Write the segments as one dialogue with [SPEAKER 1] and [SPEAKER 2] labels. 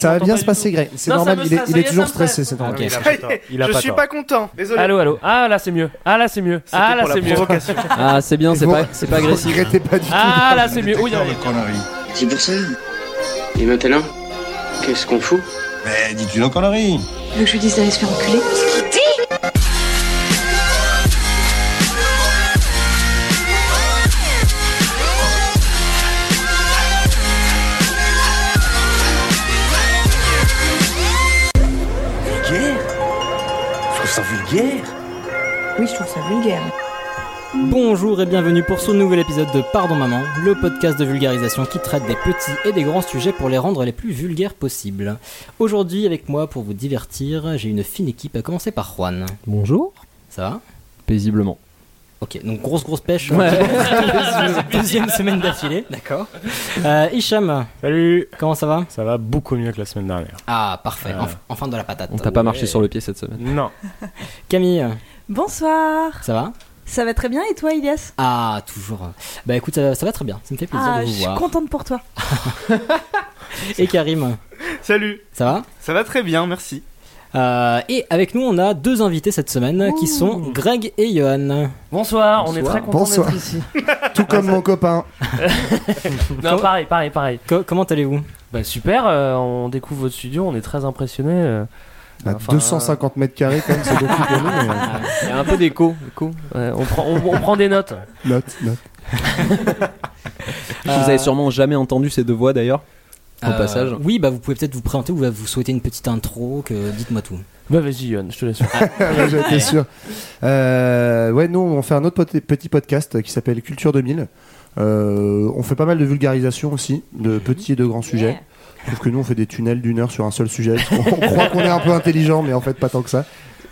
[SPEAKER 1] Ça va
[SPEAKER 2] J'entends
[SPEAKER 1] bien
[SPEAKER 2] pas
[SPEAKER 1] se
[SPEAKER 2] du
[SPEAKER 1] passer,
[SPEAKER 2] tout.
[SPEAKER 1] Greg. C'est
[SPEAKER 2] Non, ça
[SPEAKER 1] normal,
[SPEAKER 2] me
[SPEAKER 1] il est, il
[SPEAKER 2] stresse, ça
[SPEAKER 1] est
[SPEAKER 2] y est,
[SPEAKER 1] toujours
[SPEAKER 2] ça me stressé,
[SPEAKER 1] stressé, c'est normal.
[SPEAKER 3] Ok.
[SPEAKER 4] Il a pas tort. Il a
[SPEAKER 3] Je
[SPEAKER 4] pas
[SPEAKER 3] suis
[SPEAKER 4] tort.
[SPEAKER 3] pas content, désolé.
[SPEAKER 2] Allô, allô. Ah là, c'est mieux. Ah là, c'est mieux. Ah
[SPEAKER 3] C'était
[SPEAKER 2] là,
[SPEAKER 3] pour
[SPEAKER 2] c'est
[SPEAKER 3] la
[SPEAKER 2] mieux.
[SPEAKER 3] provocation.
[SPEAKER 5] Ah, c'est bien, c'est
[SPEAKER 1] Vous-
[SPEAKER 5] pas, c'est pas
[SPEAKER 1] vous
[SPEAKER 5] agressif.
[SPEAKER 1] regrettez pas du tout.
[SPEAKER 2] Ah là, c'est mieux. Oh, il y a-
[SPEAKER 1] Ah
[SPEAKER 6] C'est pour ça
[SPEAKER 7] Et maintenant Qu'est-ce qu'on fout
[SPEAKER 8] Mais dis-tu nos conneries
[SPEAKER 9] Tu veux que je lui dise d'aller se faire enculer Oui, je trouve ça vulgaire.
[SPEAKER 10] Bonjour et bienvenue pour ce nouvel épisode de Pardon Maman, le podcast de vulgarisation qui traite des petits et des grands sujets pour les rendre les plus vulgaires possibles. Aujourd'hui avec moi pour vous divertir, j'ai une fine équipe à commencer par Juan.
[SPEAKER 5] Bonjour.
[SPEAKER 10] Ça va
[SPEAKER 5] Paisiblement.
[SPEAKER 10] Ok, donc grosse grosse pêche. hein.
[SPEAKER 5] Ouais.
[SPEAKER 10] Deuxième semaine d'affilée, d'accord. Euh, Hicham,
[SPEAKER 4] Salut
[SPEAKER 10] comment ça va
[SPEAKER 4] Ça va beaucoup mieux que la semaine dernière.
[SPEAKER 10] Ah parfait,
[SPEAKER 4] Euh.
[SPEAKER 10] enf- enfin de la patate.
[SPEAKER 5] On t'a pas marché sur le pied cette semaine.
[SPEAKER 4] Non.
[SPEAKER 10] Camille,
[SPEAKER 2] Bonsoir.
[SPEAKER 10] ça va
[SPEAKER 9] Ça va très bien et toi, Ilias
[SPEAKER 10] Ah toujours. Bah écoute, ça, ça va très bien, ça me fait plaisir
[SPEAKER 9] Ah,
[SPEAKER 10] de
[SPEAKER 9] je
[SPEAKER 10] vous
[SPEAKER 9] suis
[SPEAKER 10] voir.
[SPEAKER 9] contente pour toi.
[SPEAKER 10] Et Karim,
[SPEAKER 3] Salut
[SPEAKER 10] ça va
[SPEAKER 3] Ça va très bien, merci.
[SPEAKER 10] Euh, et avec nous, on a deux invités cette semaine qui sont Greg et Johan.
[SPEAKER 2] Bonsoir, Ah, on est
[SPEAKER 5] Bonsoir.
[SPEAKER 2] très content
[SPEAKER 1] Bonsoir.
[SPEAKER 2] d'être ici.
[SPEAKER 1] Tout comme mon copain.
[SPEAKER 2] Non, pareil, pareil, pareil.
[SPEAKER 10] Co- comment allez-vous
[SPEAKER 2] Bah super, euh, on découvre votre studio, on est très impressionnés. euh.
[SPEAKER 1] À
[SPEAKER 2] Enfin,
[SPEAKER 1] 250 mètres carrés, quand même, c'est beaucoup pour nous. mais- euh.
[SPEAKER 5] Il y a un peu d'écho. écho.
[SPEAKER 2] Ouais, on, prend, on, on prend des notes.
[SPEAKER 1] Note, note.
[SPEAKER 5] Vous avez sûrement jamais entendu ces deux voix d'ailleurs. Au
[SPEAKER 10] Euh,
[SPEAKER 5] passage.
[SPEAKER 10] Oui, bah vous pouvez peut-être vous présenter ou bah, vous souhaiter une petite intro, que dites-moi tout. Ah.
[SPEAKER 2] Bah vas-y, Yann, je te laisse.
[SPEAKER 1] Ouais, J'étais sûr. Euh, ouais, nous, on fait un autre pot- petit podcast qui s'appelle Culture 2000. Euh, on fait pas mal de vulgarisation aussi,
[SPEAKER 2] Mhm.
[SPEAKER 1] de petits et de grands sujets. Sauf que nous, on fait des tunnels d'une heure sur un seul sujet. On croit qu'on est un peu intelligent, mais en fait, pas tant que ça.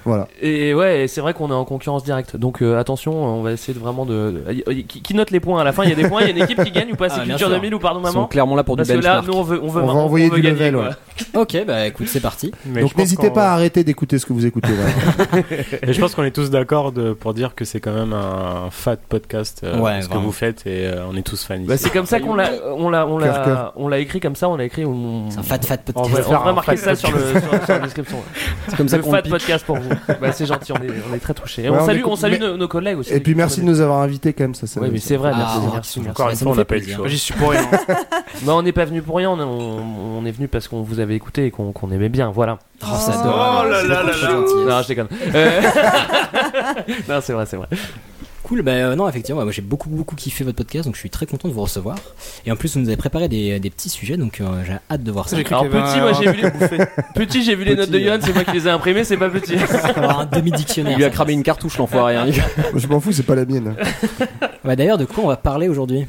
[SPEAKER 1] Voilà.
[SPEAKER 2] Et ouais, et c'est vrai qu'on est en concurrence directe. Donc euh, attention, on va essayer de vraiment de. de- Qui, qui note les points à la fin Il y a des points, il y a une équipe qui gagne ou pas
[SPEAKER 10] Ah,
[SPEAKER 2] C'est
[SPEAKER 10] bien
[SPEAKER 2] Culture
[SPEAKER 10] sûr.
[SPEAKER 2] 2000 ou pardon
[SPEAKER 5] Ils sont
[SPEAKER 2] maman
[SPEAKER 5] clairement là pour
[SPEAKER 2] Parce
[SPEAKER 5] du
[SPEAKER 2] que là,
[SPEAKER 5] benchmark.
[SPEAKER 2] nous on veut, on veut,
[SPEAKER 1] On va
[SPEAKER 2] vraiment-
[SPEAKER 1] envoyer
[SPEAKER 2] veut
[SPEAKER 1] du
[SPEAKER 2] gagner,
[SPEAKER 1] level,
[SPEAKER 2] quoi.
[SPEAKER 1] ouais.
[SPEAKER 10] Ok, bah écoute, c'est parti.
[SPEAKER 4] Mais je
[SPEAKER 1] Donc,
[SPEAKER 4] pense
[SPEAKER 1] n'hésitez
[SPEAKER 4] qu'on-
[SPEAKER 1] pas à arrêter d'écouter ce que vous écoutez là.
[SPEAKER 4] Et je pense qu'on est tous d'accord de- pour dire que c'est quand même un fat podcast euh,
[SPEAKER 10] Ouais,
[SPEAKER 4] ce que
[SPEAKER 10] vraiment.
[SPEAKER 4] vous faites et euh, on est tous fans.
[SPEAKER 1] Bah,
[SPEAKER 4] ici.
[SPEAKER 2] C'est comme ça qu'on l'a, on l'a, on
[SPEAKER 1] Cœur,
[SPEAKER 2] l'a,
[SPEAKER 1] cœur.
[SPEAKER 2] on l'a écrit comme ça. On l'a écrit. On,
[SPEAKER 10] C'est un fat fat
[SPEAKER 2] on
[SPEAKER 10] podcast.
[SPEAKER 2] va, on
[SPEAKER 4] faire
[SPEAKER 2] va
[SPEAKER 4] un
[SPEAKER 2] marquer ça
[SPEAKER 4] fat
[SPEAKER 2] sur, le, sur, sur la description.
[SPEAKER 5] C'est comme ça
[SPEAKER 2] le
[SPEAKER 5] qu'on
[SPEAKER 2] fat
[SPEAKER 5] pique.
[SPEAKER 2] podcast pour vous. Bah, c'est gentil, on est, on est très touchés.
[SPEAKER 1] Ouais,
[SPEAKER 2] on,
[SPEAKER 1] on
[SPEAKER 2] salue,
[SPEAKER 1] écoute-
[SPEAKER 2] on salue
[SPEAKER 1] mais-
[SPEAKER 2] nos, nos collègues aussi.
[SPEAKER 1] Et puis, merci de nous avoir invités quand même. Ça, ça
[SPEAKER 2] Oui, mais c'est vrai,
[SPEAKER 10] Ah,
[SPEAKER 2] merci.
[SPEAKER 10] on va
[SPEAKER 2] merci.
[SPEAKER 10] voir
[SPEAKER 4] Encore
[SPEAKER 10] ça,
[SPEAKER 4] une
[SPEAKER 10] ça
[SPEAKER 4] fois,
[SPEAKER 10] me
[SPEAKER 4] on n'a
[SPEAKER 10] fait
[SPEAKER 4] pas eu le
[SPEAKER 10] plaisir.
[SPEAKER 4] choix.
[SPEAKER 3] J'y suis pour rien.
[SPEAKER 2] Non, on n'est pas venu pour rien, on, est- on- on est venu parce qu'on vous avait écouté et qu'on qu'on aimait bien, voilà.
[SPEAKER 10] Oh, ça adore.
[SPEAKER 3] Oh là
[SPEAKER 10] C'est
[SPEAKER 3] là
[SPEAKER 10] trop
[SPEAKER 3] là là.
[SPEAKER 10] gentil.
[SPEAKER 2] Non, je déconne. Euh, non, c'est vrai, c'est vrai.
[SPEAKER 10] Cool, bah euh, non, effectivement, moi j'ai beaucoup beaucoup kiffé votre podcast, donc je suis très content de vous recevoir. Et en plus, vous nous avez préparé des, des petits sujets, donc euh, j'ai hâte de voir ça.
[SPEAKER 3] J'ai cru
[SPEAKER 2] Alors,
[SPEAKER 3] qu'il y avait
[SPEAKER 2] petit,
[SPEAKER 3] un-
[SPEAKER 2] moi, j'ai
[SPEAKER 3] un
[SPEAKER 2] vu
[SPEAKER 3] truc bouffé. euh.
[SPEAKER 2] Petit, j'ai vu les notes de Yohan, c'est moi qui les ai imprimées, c'est pas petit.
[SPEAKER 10] Avoir un
[SPEAKER 5] Il
[SPEAKER 10] demi-dictionnaire.
[SPEAKER 5] lui a
[SPEAKER 10] ça.
[SPEAKER 5] cramé une cartouche l'enfoiré. hein.
[SPEAKER 1] Je m'en fous, c'est pas la mienne.
[SPEAKER 10] Ouais, Bah, D'ailleurs, de quoi on va parler aujourd'hui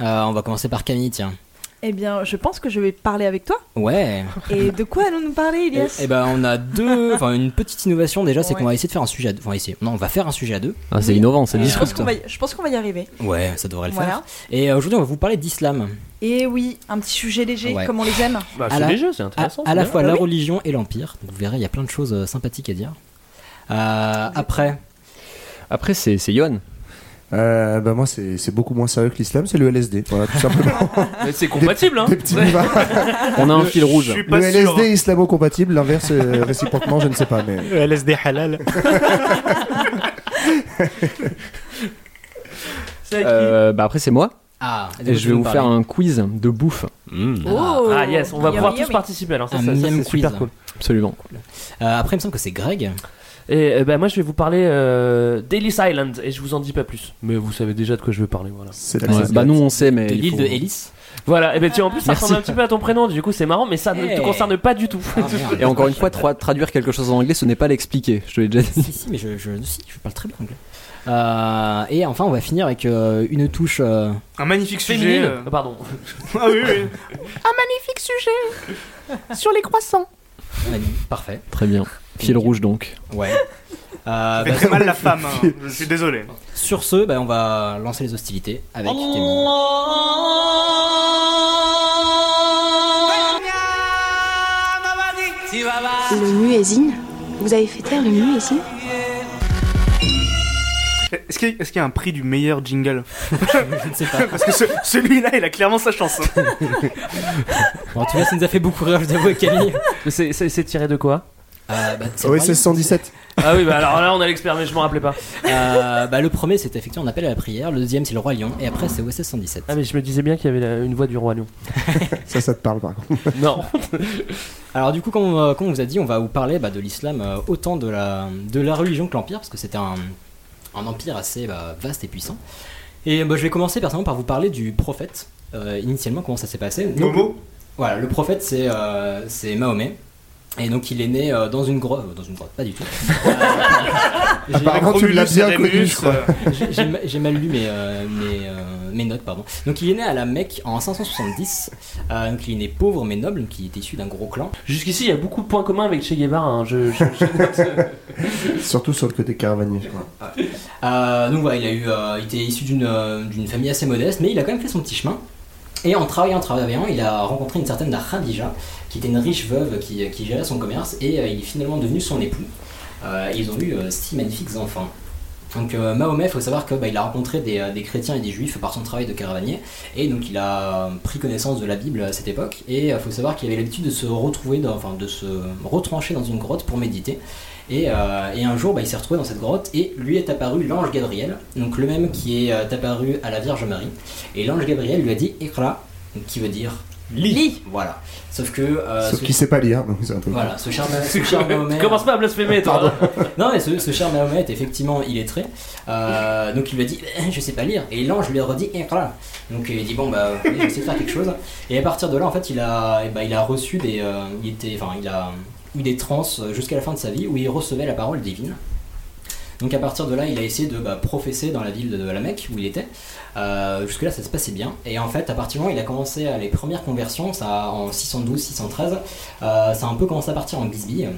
[SPEAKER 10] Euh, On va commencer par Camille, tiens.
[SPEAKER 9] Eh bien, je pense que je vais parler avec toi.
[SPEAKER 10] Ouais.
[SPEAKER 9] Et de quoi allons-nous parler, Ilias
[SPEAKER 10] Et ben on a deux, enfin une petite innovation déjà, c'est
[SPEAKER 9] Ouais.
[SPEAKER 10] qu'on va essayer de faire un sujet à deux. Enfin essayer, non on va faire un sujet à deux.
[SPEAKER 5] Ah, c'est innovant,
[SPEAKER 10] eh,
[SPEAKER 5] c'est
[SPEAKER 9] je pense
[SPEAKER 5] disruptif.
[SPEAKER 9] qu'on va, y- je pense qu'on va y arriver.
[SPEAKER 10] Ouais, ça devrait le
[SPEAKER 9] Voilà.
[SPEAKER 10] faire. Et euh, aujourd'hui on va vous parler d'islam.
[SPEAKER 9] Et oui, un petit sujet léger,
[SPEAKER 10] Ouais.
[SPEAKER 9] comme on les aime. Ah
[SPEAKER 2] Bah,
[SPEAKER 10] À
[SPEAKER 2] c'est
[SPEAKER 10] la-
[SPEAKER 2] léger, c'est
[SPEAKER 10] À,
[SPEAKER 2] intéressant.
[SPEAKER 10] à la
[SPEAKER 2] c'est
[SPEAKER 10] fois
[SPEAKER 2] bien.
[SPEAKER 10] la religion et l'empire. Vous verrez, il y a plein de choses euh, sympathiques à dire. Euh, après,
[SPEAKER 5] Après, c'est c'est Yohan.
[SPEAKER 1] Euh, bah, moi, c'est c'est beaucoup moins sérieux que l'islam, c'est le LSD. Voilà, tout simplement.
[SPEAKER 2] Mais C'est compatible, hein.
[SPEAKER 1] Des petits boulevards.
[SPEAKER 5] On a un fil
[SPEAKER 3] Je
[SPEAKER 5] rouge.
[SPEAKER 3] suis pas
[SPEAKER 1] Le
[SPEAKER 3] sûr.
[SPEAKER 1] LSD islamo-compatible, l'inverse euh, réciproquement, je ne sais pas. Mais...
[SPEAKER 4] Le LSD halal.
[SPEAKER 2] C'est avec qui
[SPEAKER 5] Euh, bah après c'est moi
[SPEAKER 10] ah, de
[SPEAKER 5] et
[SPEAKER 10] quoi
[SPEAKER 5] je
[SPEAKER 10] tu
[SPEAKER 5] vais
[SPEAKER 10] nous
[SPEAKER 5] vous faire
[SPEAKER 10] parles
[SPEAKER 5] un quiz de bouffe
[SPEAKER 9] Oh.
[SPEAKER 2] Ah, yes, on va
[SPEAKER 9] Yummy,
[SPEAKER 2] pouvoir tous
[SPEAKER 9] yummy.
[SPEAKER 2] participer alors, ça,
[SPEAKER 10] Un
[SPEAKER 2] ça, ça,
[SPEAKER 10] miam
[SPEAKER 2] c'est super
[SPEAKER 10] quiz.
[SPEAKER 2] cool.
[SPEAKER 5] absolument
[SPEAKER 10] Euh, après, il me semble que c'est Greg.
[SPEAKER 2] Et euh, bah, moi, je vais vous parler euh, d'Ellis Island et je vous en dis pas plus. Mais vous savez déjà de quoi je vais parler, voilà.
[SPEAKER 1] C'est la
[SPEAKER 5] Ouais,
[SPEAKER 1] classe.
[SPEAKER 5] bah nous on sait mais
[SPEAKER 10] De
[SPEAKER 5] il
[SPEAKER 10] l'île
[SPEAKER 5] faut-
[SPEAKER 10] de Hélice.
[SPEAKER 2] Voilà, et ben tu en plus ça
[SPEAKER 5] Merci.
[SPEAKER 2] ressemble un petit peu à ton prénom, du coup c'est marrant, mais ça ne
[SPEAKER 3] Eh.
[SPEAKER 2] te
[SPEAKER 10] Hey.
[SPEAKER 2] concerne pas du tout.
[SPEAKER 10] Ah, merde.
[SPEAKER 5] et encore une fois tra- traduire quelque chose en anglais ce n'est pas l'expliquer je te l'ai déjà dit
[SPEAKER 10] si, si, mais je, je, si, je parle très bien anglais. Euh, et enfin, on va finir avec euh, une touche. euh,
[SPEAKER 3] Un magnifique sujet.
[SPEAKER 2] Féminine,
[SPEAKER 3] euh.
[SPEAKER 2] Ah, pardon.
[SPEAKER 3] Ah oui, oui.
[SPEAKER 10] ouais, Parfait.
[SPEAKER 5] très bien fil rouge donc
[SPEAKER 10] Ouais. Euh,
[SPEAKER 3] Fait
[SPEAKER 10] bah,
[SPEAKER 3] très mal la femme. hein. Je suis désolé.
[SPEAKER 10] sur ce, bah, on va lancer les hostilités avec
[SPEAKER 11] Oh.
[SPEAKER 10] Camille.
[SPEAKER 9] Le muezzin Vous avez fait taire le muezzin
[SPEAKER 3] Est-ce qu'il y, a- est-ce qu'il y a un prix du meilleur jingle
[SPEAKER 10] Je ne sais pas.
[SPEAKER 3] Parce que ce- celui-là, il a clairement sa chance. hein.
[SPEAKER 10] Bon, en tout cas, ça nous a fait beaucoup rire, je t'avoue, Camille.
[SPEAKER 2] Mais c'est- C'est c'est tiré de quoi
[SPEAKER 5] Ah,
[SPEAKER 10] Euh, bah, c'est
[SPEAKER 1] Oui,
[SPEAKER 10] vrai.
[SPEAKER 1] c'est 117.
[SPEAKER 2] Ah oui, bah alors là on a l'expert, mais je m'en rappelais pas.
[SPEAKER 10] Euh, bah, le premier, c'est effectivement un appel à la prière. Le deuxième, c'est le Roi Lion. Et après, c'est OSS 117.
[SPEAKER 2] Ah mais je me disais bien qu'il y avait la- une voix du roi lion.
[SPEAKER 1] Ça, ça te parle par contre.
[SPEAKER 2] Non.
[SPEAKER 10] Alors du coup, comme, euh, comme on vous a dit, on va vous parler bah, de l'islam euh, autant de la, de la religion que l'empire, parce que c'était un, un empire assez bah, vaste et puissant. Et bah, je vais commencer personnellement par vous parler du prophète. Euh, initialement, comment ça s'est passé Donc,
[SPEAKER 3] Momo
[SPEAKER 10] Voilà, le prophète, c'est euh, c'est Mahomet. Et donc il est né euh, dans une grotte, dans une grotte, pas du tout. Euh, j'ai-
[SPEAKER 1] Apparemment, tu
[SPEAKER 3] Romulus,
[SPEAKER 1] l'as bien
[SPEAKER 3] Rémus,
[SPEAKER 1] connu, je crois.
[SPEAKER 3] euh,
[SPEAKER 10] j'ai- J'ai ma- j'ai mal lu mes, euh, mes, euh, mes notes, pardon. Donc il est né à la Mecque en 570. Euh, donc il est né pauvre mais noble, donc il est issu d'un gros clan.
[SPEAKER 2] Jusqu'ici il y a beaucoup de points communs avec Che Guevara. hein. Je, je- je-
[SPEAKER 1] Surtout sur le côté caravanier. je crois.
[SPEAKER 10] Ah, Euh, donc voilà, il a eu, euh, il était issu d'une euh, d'une famille assez modeste, mais il a quand même fait son petit chemin. Et en travaillant, en travaillant, il a rencontré une certaine Khadija, qui était une riche veuve qui, qui gérait son commerce, et euh, il est finalement devenu son époux. Euh, ils ont eu euh, six magnifiques enfants. Donc euh, Mahomet, il faut savoir que bah, il a rencontré des, euh, des chrétiens et des juifs par son travail de caravanier, et donc il a euh, pris connaissance de la Bible euh, à cette époque. Et il faut savoir qu'il avait l'habitude de se retrouver, dans- enfin de se retrancher dans une grotte pour méditer. Et, euh, et un jour, bah, il s'est retrouvé dans cette grotte et lui est apparu l'ange Gabriel, donc le même qui est euh, apparu à la Vierge Marie. Et l'ange Gabriel lui a dit Ikra, donc qui veut dire
[SPEAKER 9] Lis.
[SPEAKER 10] Voilà. Sauf que. euh,
[SPEAKER 1] Sauf
[SPEAKER 10] ce-
[SPEAKER 1] qu'il sait pas lire, donc c'est un truc.
[SPEAKER 10] Voilà, ce cher, ce cher Mahomet.
[SPEAKER 2] Commence pas à blasphémer toi. hein.
[SPEAKER 10] Non, mais ce, ce cher Mahomet, effectivement, il est très. Euh, donc il lui a dit, Eh, je sais pas lire. Et l'ange lui a redit, Iqra. Donc il dit, bon, bah, oui, je sais faire quelque chose. Et à partir de là, en fait, il a, eh ben, il a reçu des. euh, il était, enfin, il a eu des trans jusqu'à la fin de sa vie où il recevait la parole divine. Donc à partir de là, il a essayé de bah, professer dans la ville de la Mecque où il était. Euh, Jusque-là, ça se passait bien. Et en fait, à partir du moment où il a commencé à les premières conversions, ça en 612-613, euh, ça a un peu commencé à partir en bisbille.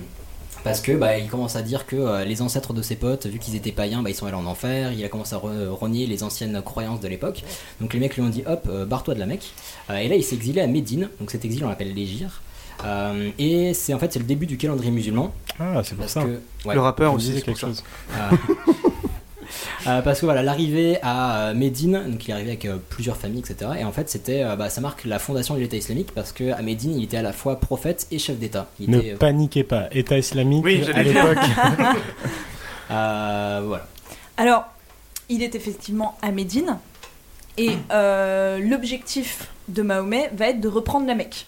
[SPEAKER 10] Parce que bah, il commence à dire que euh, les ancêtres de ses potes, vu qu'ils étaient païens, bah, ils sont allés en enfer. Il a commencé à re- renier les anciennes croyances de l'époque. Donc les mecs lui ont dit hop, euh, barre-toi de la Mecque. Euh, et là, il s'est exilé à Médine. Donc cet exil, on l'appelle l'égir. Euh, et c'est en fait c'est le début du calendrier musulman.
[SPEAKER 4] Ah, c'est pour
[SPEAKER 10] Parce
[SPEAKER 4] ça.
[SPEAKER 10] que ouais.
[SPEAKER 3] Le rappeur
[SPEAKER 4] Je
[SPEAKER 3] aussi,
[SPEAKER 4] disais
[SPEAKER 3] c'est pour
[SPEAKER 4] quelque
[SPEAKER 3] ça.
[SPEAKER 4] chose.
[SPEAKER 10] Euh, parce que voilà, l'arrivée à euh, Médine, donc il est arrivé avec euh, plusieurs familles, etc. Et en fait, c'était, euh, bah, ça marque la fondation de l'État islamique parce que à Médine, il était à la fois prophète et chef d'État. Il était,
[SPEAKER 4] Ne
[SPEAKER 10] euh,
[SPEAKER 4] paniquez pas. État islamique
[SPEAKER 3] Oui,
[SPEAKER 4] à
[SPEAKER 3] j'allais dire.
[SPEAKER 4] l'époque.
[SPEAKER 10] euh, voilà.
[SPEAKER 9] Alors, il est effectivement à Médine. Et euh, l'objectif de Mahomet va être de reprendre la Mecque.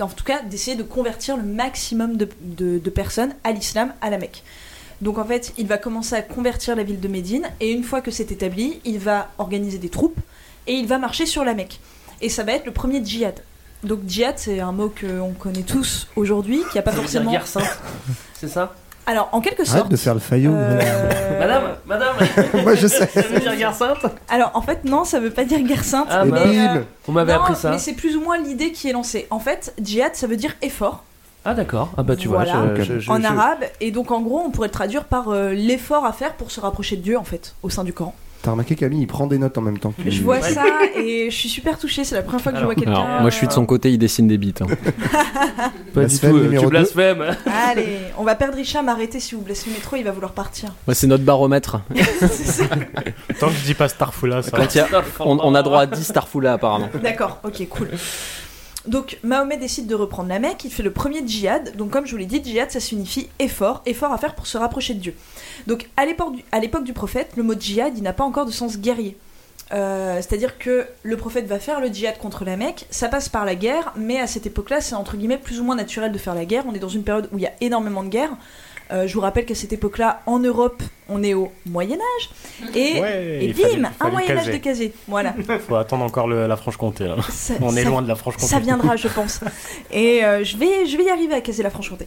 [SPEAKER 9] En tout cas, d'essayer de convertir le maximum de, de- de personnes à l'islam, à la Mecque. Donc en fait, il va commencer à convertir la ville de Médine. Et une fois que c'est établi, il va organiser des troupes. Et il va marcher sur la Mecque. Et ça va être le premier djihad. Donc djihad, c'est un mot qu'on connaît tous aujourd'hui, qui a pas
[SPEAKER 2] Ça veut dire
[SPEAKER 9] forcément...
[SPEAKER 2] guerre sainte. C'est ça
[SPEAKER 9] Alors, en quelque
[SPEAKER 1] Arrête
[SPEAKER 9] sorte...
[SPEAKER 1] de faire le faillot.
[SPEAKER 9] euh,
[SPEAKER 2] Madame, madame,
[SPEAKER 1] Moi, je sais.
[SPEAKER 2] ça veut dire guerre sainte
[SPEAKER 9] Alors en fait non, ça veut pas dire guerre sainte.
[SPEAKER 2] Ah,
[SPEAKER 1] Et
[SPEAKER 2] bah.
[SPEAKER 9] mais,
[SPEAKER 1] bim
[SPEAKER 9] euh,
[SPEAKER 2] On m'avait
[SPEAKER 9] non,
[SPEAKER 2] appris ça.
[SPEAKER 9] mais c'est plus ou moins l'idée qui est lancée. En fait, djihad, ça veut dire effort
[SPEAKER 2] Ah d'accord. Ah bah tu vois,
[SPEAKER 9] Voilà.
[SPEAKER 2] je- je- je-
[SPEAKER 9] en
[SPEAKER 2] je-
[SPEAKER 9] arabe, et donc en gros, on pourrait le traduire par euh, l'effort à faire pour se rapprocher de Dieu, en fait, au sein du Coran.
[SPEAKER 1] T'as remarqué, Camille, il prend des notes en même temps. que-
[SPEAKER 9] Je vois
[SPEAKER 2] Mmh. Ouais.
[SPEAKER 9] ça et je suis super touchée. C'est la première fois que
[SPEAKER 2] Alors,
[SPEAKER 9] je vois quelqu'un. euh,
[SPEAKER 5] Alors, moi je suis de son côté, il dessine des bites. hein.
[SPEAKER 2] Pas du
[SPEAKER 1] Blasphème
[SPEAKER 2] tout, euh,
[SPEAKER 1] numéro
[SPEAKER 2] tu
[SPEAKER 1] deux.
[SPEAKER 2] blasphèmes.
[SPEAKER 9] euh, Allez, on va perdre Hicham. Arrêtez si vous blasphémez trop, il va vouloir partir.
[SPEAKER 5] Moi, c'est notre baromètre.
[SPEAKER 9] C'est ça.
[SPEAKER 4] Tant que je dis pas Starfoula, ça. va.
[SPEAKER 5] Quand il y a- on, on a droit à 10 Starfoula apparemment.
[SPEAKER 9] D'accord, ok, cool. Donc Mahomet décide de reprendre la Mecque, il fait le premier djihad. Donc comme je vous l'ai dit, djihad ça signifie effort, effort à faire pour se rapprocher de Dieu. Donc à l'époque du, à l'époque du prophète, le mot djihad il n'a pas encore de sens guerrier. Euh, C'est-à-dire que le prophète va faire le djihad contre la Mecque, ça passe par la guerre, mais à cette époque-là c'est entre guillemets plus ou moins naturel de faire la guerre. On est dans une période où il y a énormément de guerres. Euh, je vous rappelle qu'à cette époque-là, en Europe, on est au Moyen Âge. Et,
[SPEAKER 4] Ouais,
[SPEAKER 9] et
[SPEAKER 4] il
[SPEAKER 9] bim,
[SPEAKER 4] fallait-
[SPEAKER 9] un
[SPEAKER 4] fallait
[SPEAKER 9] Moyen Âge
[SPEAKER 4] caser.
[SPEAKER 9] décasé. Voilà.
[SPEAKER 4] Faut attendre encore le- la Franche-Comté là.
[SPEAKER 9] Ça-
[SPEAKER 4] On est
[SPEAKER 9] ça-
[SPEAKER 4] loin de la Franche-Comté.
[SPEAKER 9] ça viendra, je pense. Et euh, je, vais, je vais y arriver à caser la Franche-Comté.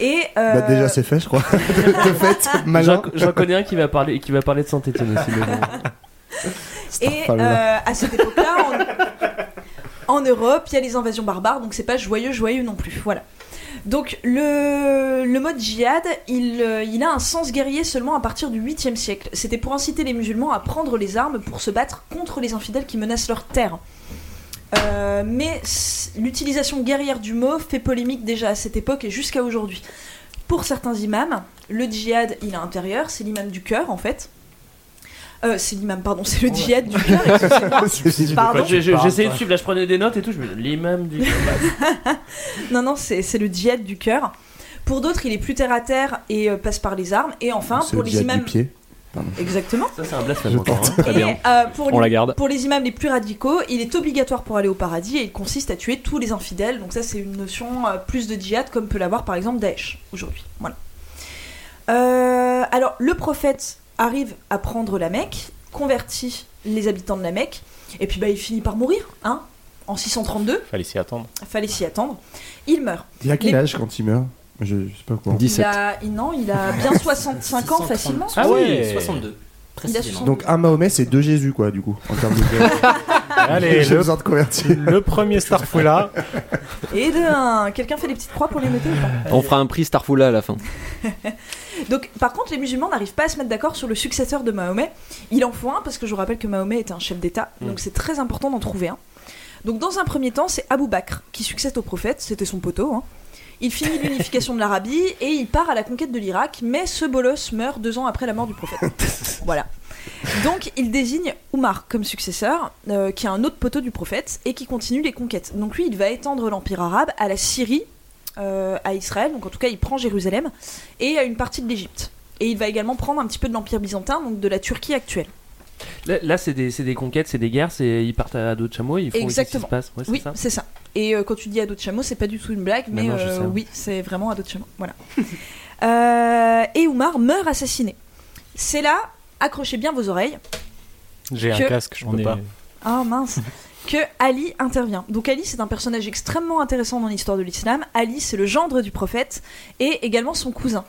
[SPEAKER 9] Et euh,
[SPEAKER 1] Bah, déjà, c'est fait, je crois. de fait, malin.
[SPEAKER 2] J'en j'en connais un qui va parler, qui va parler de Saint-Étienne aussi. mais bon.
[SPEAKER 9] et
[SPEAKER 1] Starfall.
[SPEAKER 9] euh, à cette époque-là, en, en Europe, il y a les invasions barbares, donc c'est pas joyeux, joyeux non plus. Voilà. Donc le, le mode djihad, il, euh, il a un sens guerrier seulement à partir du 8e siècle. C'était pour inciter les musulmans à prendre les armes pour se battre contre les infidèles qui menacent leur terre. Euh, mais s- l'utilisation guerrière du mot fait polémique déjà à cette époque et jusqu'à aujourd'hui. Pour certains imams, le djihad, il est intérieur, c'est l'imam du cœur en fait. Euh, c'est l'imam, pardon, c'est le djihad du cœur, excusez-moi.
[SPEAKER 1] C'est-
[SPEAKER 9] Pardon.
[SPEAKER 2] J'ai- j'ai-
[SPEAKER 1] parles,
[SPEAKER 2] J'essayais de
[SPEAKER 1] toi
[SPEAKER 2] suivre, là je prenais des notes et tout, je me dis l'imam du.
[SPEAKER 9] Non, non, c'est c'est le djihad du cœur. Pour d'autres, il est plus terre à terre et euh, passe par les armes. Et enfin, Ah,
[SPEAKER 1] C'est
[SPEAKER 9] pour
[SPEAKER 1] le
[SPEAKER 9] les
[SPEAKER 1] djihad
[SPEAKER 9] imams.
[SPEAKER 1] du pied.
[SPEAKER 9] Exactement.
[SPEAKER 2] Ça c'est un blasphème.
[SPEAKER 1] Je
[SPEAKER 2] encore, hein.
[SPEAKER 5] Très bien.
[SPEAKER 9] Et euh, pour,
[SPEAKER 5] On
[SPEAKER 9] les,
[SPEAKER 5] la garde.
[SPEAKER 9] pour les imams les plus radicaux, il est obligatoire pour aller au paradis et il consiste à tuer tous les infidèles. Donc, ça, c'est une notion euh, plus de djihad, comme peut l'avoir par exemple Daesh aujourd'hui. Voilà. Euh, alors, le prophète arrive à prendre la Mecque, convertit les habitants de la Mecque, et puis bah, il finit par mourir, hein, en 632.
[SPEAKER 4] Fallait s'y attendre.
[SPEAKER 9] Fallait s'y attendre. Il meurt.
[SPEAKER 1] Il a quel
[SPEAKER 9] Les-
[SPEAKER 1] âge quand il meurt je, je sais pas quoi.
[SPEAKER 5] 17.
[SPEAKER 9] Il a, il- non, il a bien 65 ans facilement.
[SPEAKER 10] Ah
[SPEAKER 4] Ah
[SPEAKER 10] oui,
[SPEAKER 4] ouais.
[SPEAKER 10] 62. Précisément.
[SPEAKER 1] Donc un Mahomet c'est deux Jésus quoi du coup en termes de
[SPEAKER 9] Ah,
[SPEAKER 4] Allez,
[SPEAKER 1] j'ai
[SPEAKER 4] le,
[SPEAKER 1] besoin de convertir.
[SPEAKER 4] le premier Starfoula.
[SPEAKER 9] Et de un, Eh ben, quelqu'un fait des petites croix pour les noter ou pas
[SPEAKER 5] On fera un prix Starfoula à la fin.
[SPEAKER 9] Donc, par contre, les musulmans n'arrivent pas à se mettre d'accord sur le successeur de Mahomet. Il en faut un parce que je vous rappelle que Mahomet était un chef d'État,
[SPEAKER 5] Mm.
[SPEAKER 9] donc c'est très important d'en trouver un. Donc, dans un premier temps, c'est Abou Bakr qui succède au prophète, c'était son poteau. hein. Il finit l'unification de l'Arabie et il part à la conquête de l'Irak, mais ce bolos meurt deux ans après la mort du prophète. voilà. Donc il désigne Oumar comme successeur, euh, qui est un autre poteau du prophète, et qui continue les conquêtes. Donc lui, il va étendre l'Empire arabe à la Syrie, euh, à Israël, donc en tout cas il prend Jérusalem, et à une partie de l'Égypte. Et il va également prendre un petit peu de l'Empire byzantin, donc de la Turquie actuelle.
[SPEAKER 2] Là, là, c'est des, c'est des conquêtes, c'est des guerres, c'est ils partent à dos de chameau, ils font qu'est-ce qui se
[SPEAKER 9] Exactement.
[SPEAKER 2] passe. Ouais, c'est
[SPEAKER 9] oui,
[SPEAKER 2] ça. Bah
[SPEAKER 9] c'est ça. Et euh, quand tu dis à d'autres chameaux, c'est pas du tout une blague, mais
[SPEAKER 2] Non, non, je
[SPEAKER 9] euh,
[SPEAKER 2] sais. hein.
[SPEAKER 9] oui, c'est vraiment à d'autres chameaux. Voilà. Euh, et Oumar meurt assassiné. C'est là, accrochez bien vos oreilles,
[SPEAKER 4] J'ai un
[SPEAKER 9] Que-
[SPEAKER 4] casque, je
[SPEAKER 10] On
[SPEAKER 4] peux
[SPEAKER 10] est-
[SPEAKER 4] pas.
[SPEAKER 9] Ah mince Que Ali intervient. Donc Ali, c'est un personnage extrêmement intéressant dans l'histoire de l'islam. Ali, c'est le gendre du prophète et également son cousin.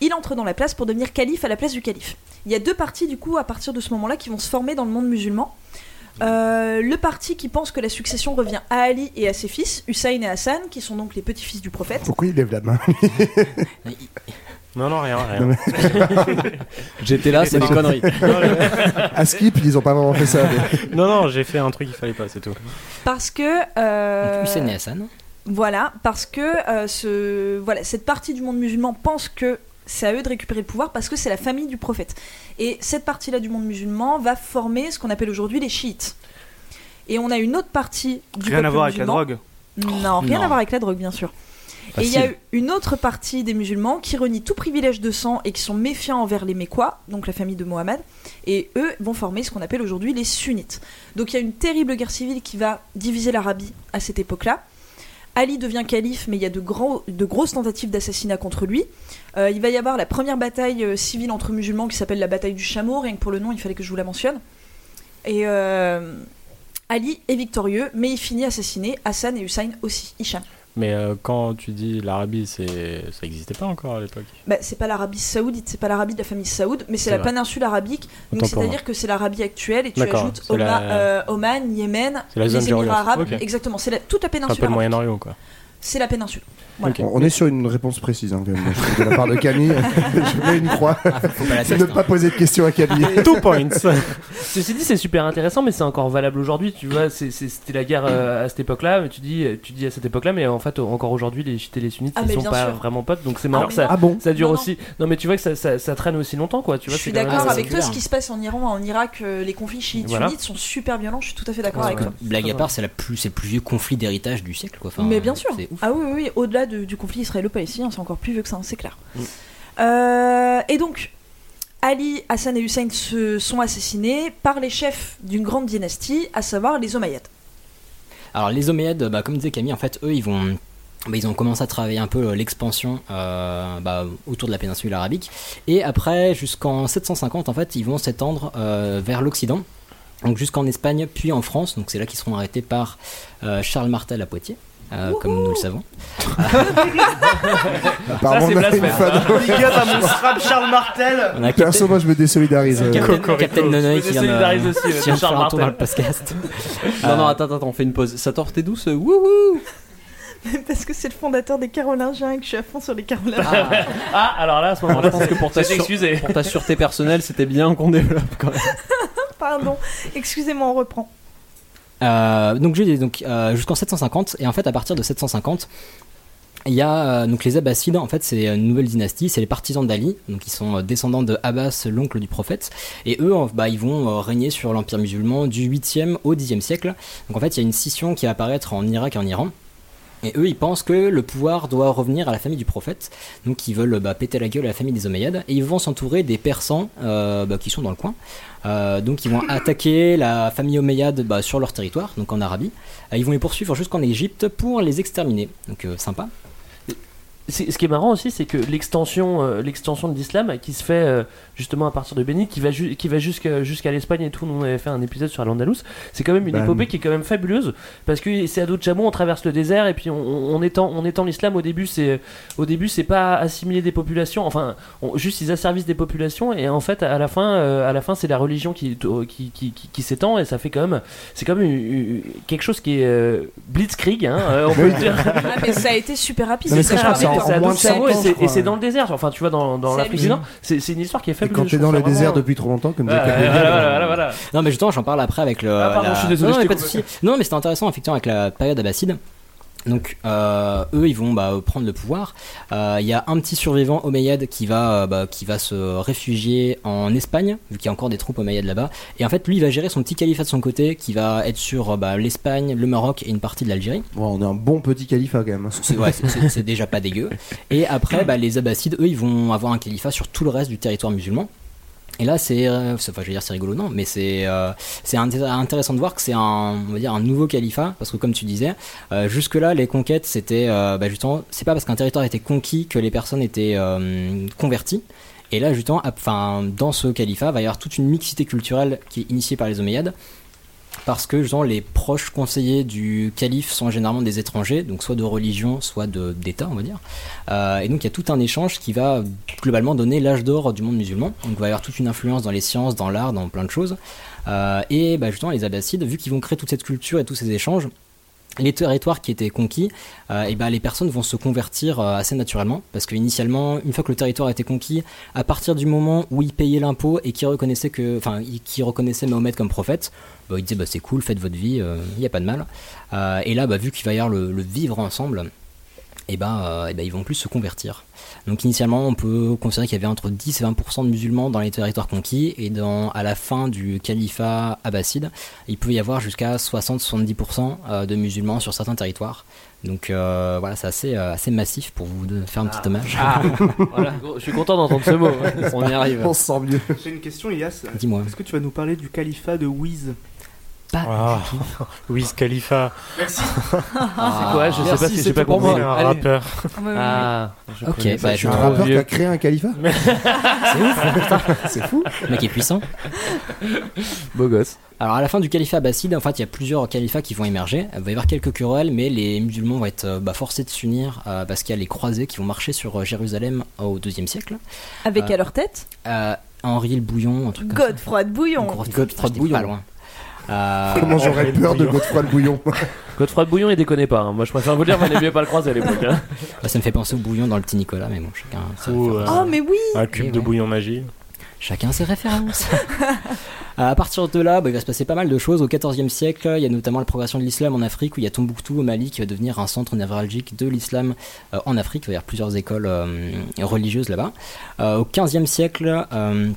[SPEAKER 9] Il entre dans la place pour devenir calife à la place du calife. Il y a deux parties, du coup, à partir de ce moment-là, qui vont se former dans le monde musulman. Euh, le parti qui pense que la succession revient à Ali et à ses fils, Hussein et Hassan, qui sont donc les petits-fils du prophète.
[SPEAKER 1] Pourquoi il lève la main
[SPEAKER 4] Non, non, rien, rien.
[SPEAKER 1] Non,
[SPEAKER 5] J'étais là, c'est des conneries.
[SPEAKER 1] À Skip ils ont pas vraiment fait ça. mais-
[SPEAKER 4] Non, non, j'ai fait un truc qu'il fallait pas, c'est tout.
[SPEAKER 9] Parce que... euh,
[SPEAKER 10] Donc, Hussein et Hassan.
[SPEAKER 9] Voilà, parce que euh, ce, voilà, cette partie du monde musulman pense que c'est à eux de récupérer le pouvoir parce que c'est la famille du prophète. Et cette partie-là du monde musulman va former ce qu'on appelle aujourd'hui les chiites. Et on a une autre partie du
[SPEAKER 3] Rien à
[SPEAKER 9] peuple
[SPEAKER 3] voir avec la
[SPEAKER 9] musulman-
[SPEAKER 3] drogue.
[SPEAKER 9] Non, rien
[SPEAKER 10] Non.
[SPEAKER 9] à voir avec la drogue, bien sûr. Et il y a eu une autre partie des musulmans qui renient tout privilège de sang et qui sont méfiants envers les Mécois, donc la famille de Mohammed, et eux vont former ce qu'on appelle aujourd'hui les sunnites. Donc il y a une terrible guerre civile qui va diviser l'Arabie à cette époque-là. Ali devient calife, mais il y a de, gros- de grosses tentatives d'assassinat contre lui. Euh, il va y avoir la première bataille euh, civile entre musulmans qui s'appelle la bataille du chameau, rien que pour le nom, il fallait que je vous la mentionne. Et euh, Ali est victorieux, mais il finit assassiné, Hassan et Hussein aussi, Hicham.
[SPEAKER 4] Mais euh, quand tu dis l'Arabie, c'est ça n'existait pas encore à l'époque.
[SPEAKER 9] Bah, c'est pas l'Arabie saoudite, c'est pas l'Arabie de la famille saoud, mais c'est
[SPEAKER 4] C'est
[SPEAKER 9] la
[SPEAKER 4] vrai.
[SPEAKER 9] péninsule arabique. Donc
[SPEAKER 4] Autant pour
[SPEAKER 9] c'est-à-dire que c'est l'Arabie actuelle et tu
[SPEAKER 4] D'accord,
[SPEAKER 9] ajoutes
[SPEAKER 4] c'est la-
[SPEAKER 9] Oma- euh, Oman, Yémen,
[SPEAKER 4] C'est la zone
[SPEAKER 9] les Émirats
[SPEAKER 4] géographique.
[SPEAKER 9] arabes.
[SPEAKER 4] Ok.
[SPEAKER 9] Exactement, c'est la- toute la
[SPEAKER 4] C'est un
[SPEAKER 9] péninsule
[SPEAKER 4] peu le
[SPEAKER 9] arabique.
[SPEAKER 4] Moyen-Orient, quoi.
[SPEAKER 9] C'est la péninsule. Voilà.
[SPEAKER 4] Ok.
[SPEAKER 1] On on est sur une réponse précise hein, quand même, je trouve, de la part de Camille. je mets une croix.
[SPEAKER 10] Faut pas la
[SPEAKER 1] C'est ne
[SPEAKER 10] tester, hein.
[SPEAKER 1] pas poser de questions à Camille.
[SPEAKER 4] Two points.
[SPEAKER 2] Ceci dit, c'est super intéressant, mais c'est encore valable aujourd'hui. Tu vois, c'est- c'est- c'était la guerre euh, à cette époque-là, mais tu dis, tu dis à cette époque-là, mais en fait, encore aujourd'hui, les chiites et les sunnites,
[SPEAKER 9] Ah, mais
[SPEAKER 2] ils sont
[SPEAKER 9] bien
[SPEAKER 2] pas
[SPEAKER 9] sûr.
[SPEAKER 2] vraiment potes, donc c'est marrant
[SPEAKER 9] mais
[SPEAKER 2] que ça.
[SPEAKER 1] Ah bon
[SPEAKER 2] Ça dure
[SPEAKER 9] Non, non.
[SPEAKER 2] aussi. Non, mais tu vois que ça, ça- ça traîne aussi longtemps, quoi. Tu vois,
[SPEAKER 9] je suis
[SPEAKER 2] c'est quand même-
[SPEAKER 9] d'accord
[SPEAKER 10] Ah,
[SPEAKER 9] avec
[SPEAKER 10] c'est
[SPEAKER 9] toi,
[SPEAKER 10] clair.
[SPEAKER 9] ce qui se passe en Iran, en Irak, euh, les conflits chiites
[SPEAKER 2] Voilà.
[SPEAKER 9] sunnites sont super violents, je suis tout à fait d'accord
[SPEAKER 2] Ouais,
[SPEAKER 9] avec
[SPEAKER 2] ouais.
[SPEAKER 9] toi.
[SPEAKER 10] Blague à part, c'est la plus, c'est le plus vieux conflit d'héritage du siècle, quoi. Enfin,
[SPEAKER 9] Mais bien sûr.
[SPEAKER 10] c'est ouf.
[SPEAKER 9] Ah oui, oui, oui. au-delà de- du conflit israélo-palestinien, c'est encore plus vieux que ça, hein, c'est clair. Euh, et donc, Ali, Hassan et Hussein se sont assassinés par les chefs d'une grande dynastie, à savoir les Omeyyades.
[SPEAKER 10] Alors les Omeyyades, bah, comme disait Camille, en fait, eux, ils vont, bah, ils ont commencé à travailler un peu euh, l'expansion euh, bah, autour de la péninsule arabique. Et après, jusqu'en 750, en fait, ils vont s'étendre euh, vers l'Occident. Donc jusqu'en Espagne, puis en France. Donc c'est là qu'ils seront arrêtés par euh, Charles Martel à Poitiers, euh, comme nous le savons.
[SPEAKER 2] Ça,
[SPEAKER 1] Apparemment,
[SPEAKER 2] c'est
[SPEAKER 1] on a une
[SPEAKER 2] blasphème.
[SPEAKER 1] fan.
[SPEAKER 3] Big up à mon scrap Charles Martel
[SPEAKER 10] On a
[SPEAKER 1] Perso, moi, je me désolidarise. euh.
[SPEAKER 10] Captain,
[SPEAKER 2] Cocorico.
[SPEAKER 10] Captain
[SPEAKER 2] Je
[SPEAKER 10] Noneuil
[SPEAKER 2] me
[SPEAKER 10] qui vient de,
[SPEAKER 2] désolidarise aussi,
[SPEAKER 10] qui
[SPEAKER 2] euh, de
[SPEAKER 10] vient de faire
[SPEAKER 2] Charles
[SPEAKER 10] un tour dans le
[SPEAKER 2] Martel.
[SPEAKER 10] podcast.
[SPEAKER 5] Non, non, attends, attends, on fait une pause. Ça torte et douce, wouhou
[SPEAKER 9] Parce que c'est le fondateur des Carolingiens et que je suis à fond sur les Carolingiens.
[SPEAKER 2] Ah, alors là, à ce moment-là,
[SPEAKER 5] Je pense que pour
[SPEAKER 2] c'est
[SPEAKER 5] ta sur-
[SPEAKER 2] excusé.
[SPEAKER 5] Pour ta sûreté personnelle, c'était bien qu'on développe quand même.
[SPEAKER 9] Pardon, excusez-moi, on reprend.
[SPEAKER 10] Euh, donc je dis donc euh, jusqu'en 750 et en fait à partir de 750 il y a euh, donc les Abbassides, en fait, c'est une nouvelle dynastie, c'est les partisans d'Ali, donc ils sont euh, descendants de Abbas, l'oncle du prophète, et eux, euh, bah, ils vont euh, régner sur l'empire musulman du 8e au 10e siècle. Donc en fait, il y a une scission qui va apparaître en Irak et en Iran. Et eux, ils pensent que le pouvoir doit revenir à la famille du prophète, donc ils veulent bah, péter la gueule à la famille des Omeyyades, et ils vont s'entourer des Persans euh, bah, qui sont dans le coin. Euh, donc ils vont attaquer la famille Omeyyade bah, sur leur territoire, donc en Arabie. Euh, ils vont les poursuivre jusqu'en Égypte pour les exterminer. Donc euh, sympa.
[SPEAKER 2] C'est- Ce qui est marrant aussi, c'est que l'extension, euh, l'extension de l'islam qui se fait euh, justement à partir de Bénite, qui va, ju- qui va jusqu'à, jusqu'à l'Espagne et tout, nous on avait fait un épisode sur l'Andalous, c'est quand même une
[SPEAKER 1] Bah,
[SPEAKER 2] épopée
[SPEAKER 1] oui.
[SPEAKER 2] qui est quand même fabuleuse, parce que c'est à dos de chameau, on traverse le désert et puis on, on, on étend, on étend l'islam au début, c'est, au début c'est pas assimiler des populations, enfin on- juste ils asservissent des populations et en fait à la fin, euh, à la fin c'est la religion qui, qui, qui, qui, qui s'étend et ça fait quand même, c'est quand même une- une- quelque chose qui est euh, blitzkrieg, hein, euh, on peut le dire.
[SPEAKER 9] Ah, mais ça a été super rapide.
[SPEAKER 1] Non, mais
[SPEAKER 9] c'est
[SPEAKER 1] ça,
[SPEAKER 9] très
[SPEAKER 1] je pense,
[SPEAKER 9] rapide.
[SPEAKER 1] en-
[SPEAKER 2] C'est à
[SPEAKER 1] moins de
[SPEAKER 2] Dos Chabot
[SPEAKER 1] 50
[SPEAKER 2] et
[SPEAKER 1] ans,
[SPEAKER 2] c'est-
[SPEAKER 1] je crois.
[SPEAKER 2] et c'est dans le désert. genre. Enfin, tu vois, dans, dans
[SPEAKER 9] C'est
[SPEAKER 2] l'Afrique du Nord, c'est c'est une histoire qui
[SPEAKER 1] Et
[SPEAKER 2] est fabuleuse.
[SPEAKER 1] quand t'es dans le désert depuis trop longtemps, comme
[SPEAKER 2] Voilà,
[SPEAKER 1] Jack Lagrange,
[SPEAKER 2] voilà, voilà, voilà.
[SPEAKER 10] Non mais justement j'en parle après avec le...
[SPEAKER 2] Ah, pardon, je suis désolé,
[SPEAKER 10] Non,
[SPEAKER 2] je
[SPEAKER 10] mais
[SPEAKER 2] t'ai
[SPEAKER 10] pas de
[SPEAKER 2] coupé.
[SPEAKER 10] souci. Non, mais c'était intéressant effectivement avec la période abbasside. Donc euh, eux ils vont bah, prendre le pouvoir. Euh, Il y a un petit survivant Omeyyade qui va euh, bah, qui va se réfugier en Espagne vu qu'il y a encore des troupes Omeyyades là-bas. Et en fait lui il va gérer son petit califat de son côté qui va être sur euh, bah, l'Espagne, le Maroc et une partie de l'Algérie.
[SPEAKER 1] Ouais, on est un bon petit califat quand même.
[SPEAKER 10] C'est ouais, c'est- c'est- c'est déjà pas dégueu. Et après, bah, les Abbassides, eux, ils vont avoir un califat sur tout le reste du territoire musulman. Et là, c'est, euh, c'est- enfin, je vais dire, c'est rigolo, non, mais c'est, euh, c'est inté- intéressant de voir que c'est un, on va dire, un nouveau califat, parce que comme tu disais, euh, jusque-là, les conquêtes, c'était, euh, bah, justement, c'est pas parce qu'un territoire était conquis que les personnes étaient euh, converties. Et là, justement, ap- enfin, dans ce califat, va y avoir toute une mixité culturelle qui est initiée par les Omeyyades parce que genre, les proches conseillers du calife sont généralement des étrangers, donc soit de religion, soit de- d'État, on va dire. Euh, et donc il y a tout un échange qui va globalement donner l'âge d'or du monde musulman. Donc il va y avoir toute une influence dans les sciences, dans l'art, dans plein de choses. Euh, et bah, justement, les Abbassides, vu qu'ils vont créer toute cette culture et tous ces échanges, les territoires qui étaient conquis, euh, et ben les personnes vont se convertir euh, assez naturellement, parce qu'initialement, une fois que le territoire a été conquis, à partir du moment où ils payaient l'impôt et qu'ils reconnaissaient, que, enfin, ils- qu'ils reconnaissaient Mahomet comme prophète, bah, ils disaient bah, c'est cool, faites votre vie, il n'y a pas de mal. Euh, et là, bah, vu qu'il va y avoir le, le vivre ensemble, et ben, euh, eh ben, ils vont plus se convertir. Donc initialement, on peut considérer qu'il y avait entre 10 et 20% de musulmans dans les territoires conquis, et dans, à la fin du califat abbasside, il peut y avoir jusqu'à 60-70% euh, de musulmans sur certains territoires. Donc euh, voilà, c'est assez, euh, assez massif pour vous de- faire un petit hommage.
[SPEAKER 2] Ah, voilà, je suis content d'entendre ce mot.
[SPEAKER 10] hein. on y arrive.
[SPEAKER 1] On se sent mieux.
[SPEAKER 3] J'ai une question, Elias.
[SPEAKER 10] Dis-moi.
[SPEAKER 3] Est-ce que tu vas nous parler du califat de Wiz
[SPEAKER 4] Ah, Wiz Khalifa,
[SPEAKER 2] C'est quoi Je sais pas
[SPEAKER 5] Merci,
[SPEAKER 2] si j'ai
[SPEAKER 5] c'était
[SPEAKER 2] pas
[SPEAKER 5] pour
[SPEAKER 4] c'est
[SPEAKER 5] moi.
[SPEAKER 2] compris.
[SPEAKER 4] un
[SPEAKER 5] allez.
[SPEAKER 4] rappeur.
[SPEAKER 2] Ah, je
[SPEAKER 10] Ok,
[SPEAKER 2] connais
[SPEAKER 10] bah,
[SPEAKER 2] pas.
[SPEAKER 10] je
[SPEAKER 1] Tu as un
[SPEAKER 10] trop
[SPEAKER 1] rappeur qui
[SPEAKER 10] vieux.
[SPEAKER 1] a créé un califat
[SPEAKER 10] C'est fou. Le mec est puissant.
[SPEAKER 5] Beau gosse.
[SPEAKER 10] Alors à la fin du califat abbasside, en fait, il y a plusieurs califats qui vont émerger. Il va y avoir quelques querelles, mais les musulmans vont être euh, bah, forcés de s'unir euh, parce qu'il y a les croisés qui vont marcher sur euh, Jérusalem au IIe siècle.
[SPEAKER 9] Avec
[SPEAKER 10] Ah.
[SPEAKER 9] à leur tête
[SPEAKER 10] Euh, Henri le Bouillon, un truc comme ça.
[SPEAKER 9] Godefroy de Bouillon.
[SPEAKER 10] Godefroy
[SPEAKER 1] Godefroy de
[SPEAKER 10] j'étais
[SPEAKER 1] Bouillon.
[SPEAKER 10] Pas loin. Euh,
[SPEAKER 1] Comment j'aurais peur de Godefroy le Bouillon
[SPEAKER 2] Godefroy de Bouillon, il déconne pas. hein. Moi, je préfère vous le dire, mais il mieux pas le croiser à l'époque. hein.
[SPEAKER 10] bah, ça me fait penser au Bouillon dans le petit Nicolas, mais bon, chacun. ça
[SPEAKER 4] Ou, euh,
[SPEAKER 9] Oh, mais oui
[SPEAKER 4] Un cube
[SPEAKER 10] Oui,
[SPEAKER 4] de
[SPEAKER 10] oui.
[SPEAKER 4] bouillon magie.
[SPEAKER 10] Chacun ses références. à partir de là, bah, il va se passer pas mal de choses. Au XIVe siècle, il y a notamment la progression de l'islam en Afrique, où il y a Tombouctou au Mali qui va devenir un centre névralgique de l'islam euh, en Afrique. Il va y avoir plusieurs écoles euh, religieuses là-bas. Euh, au XVe siècle, euh,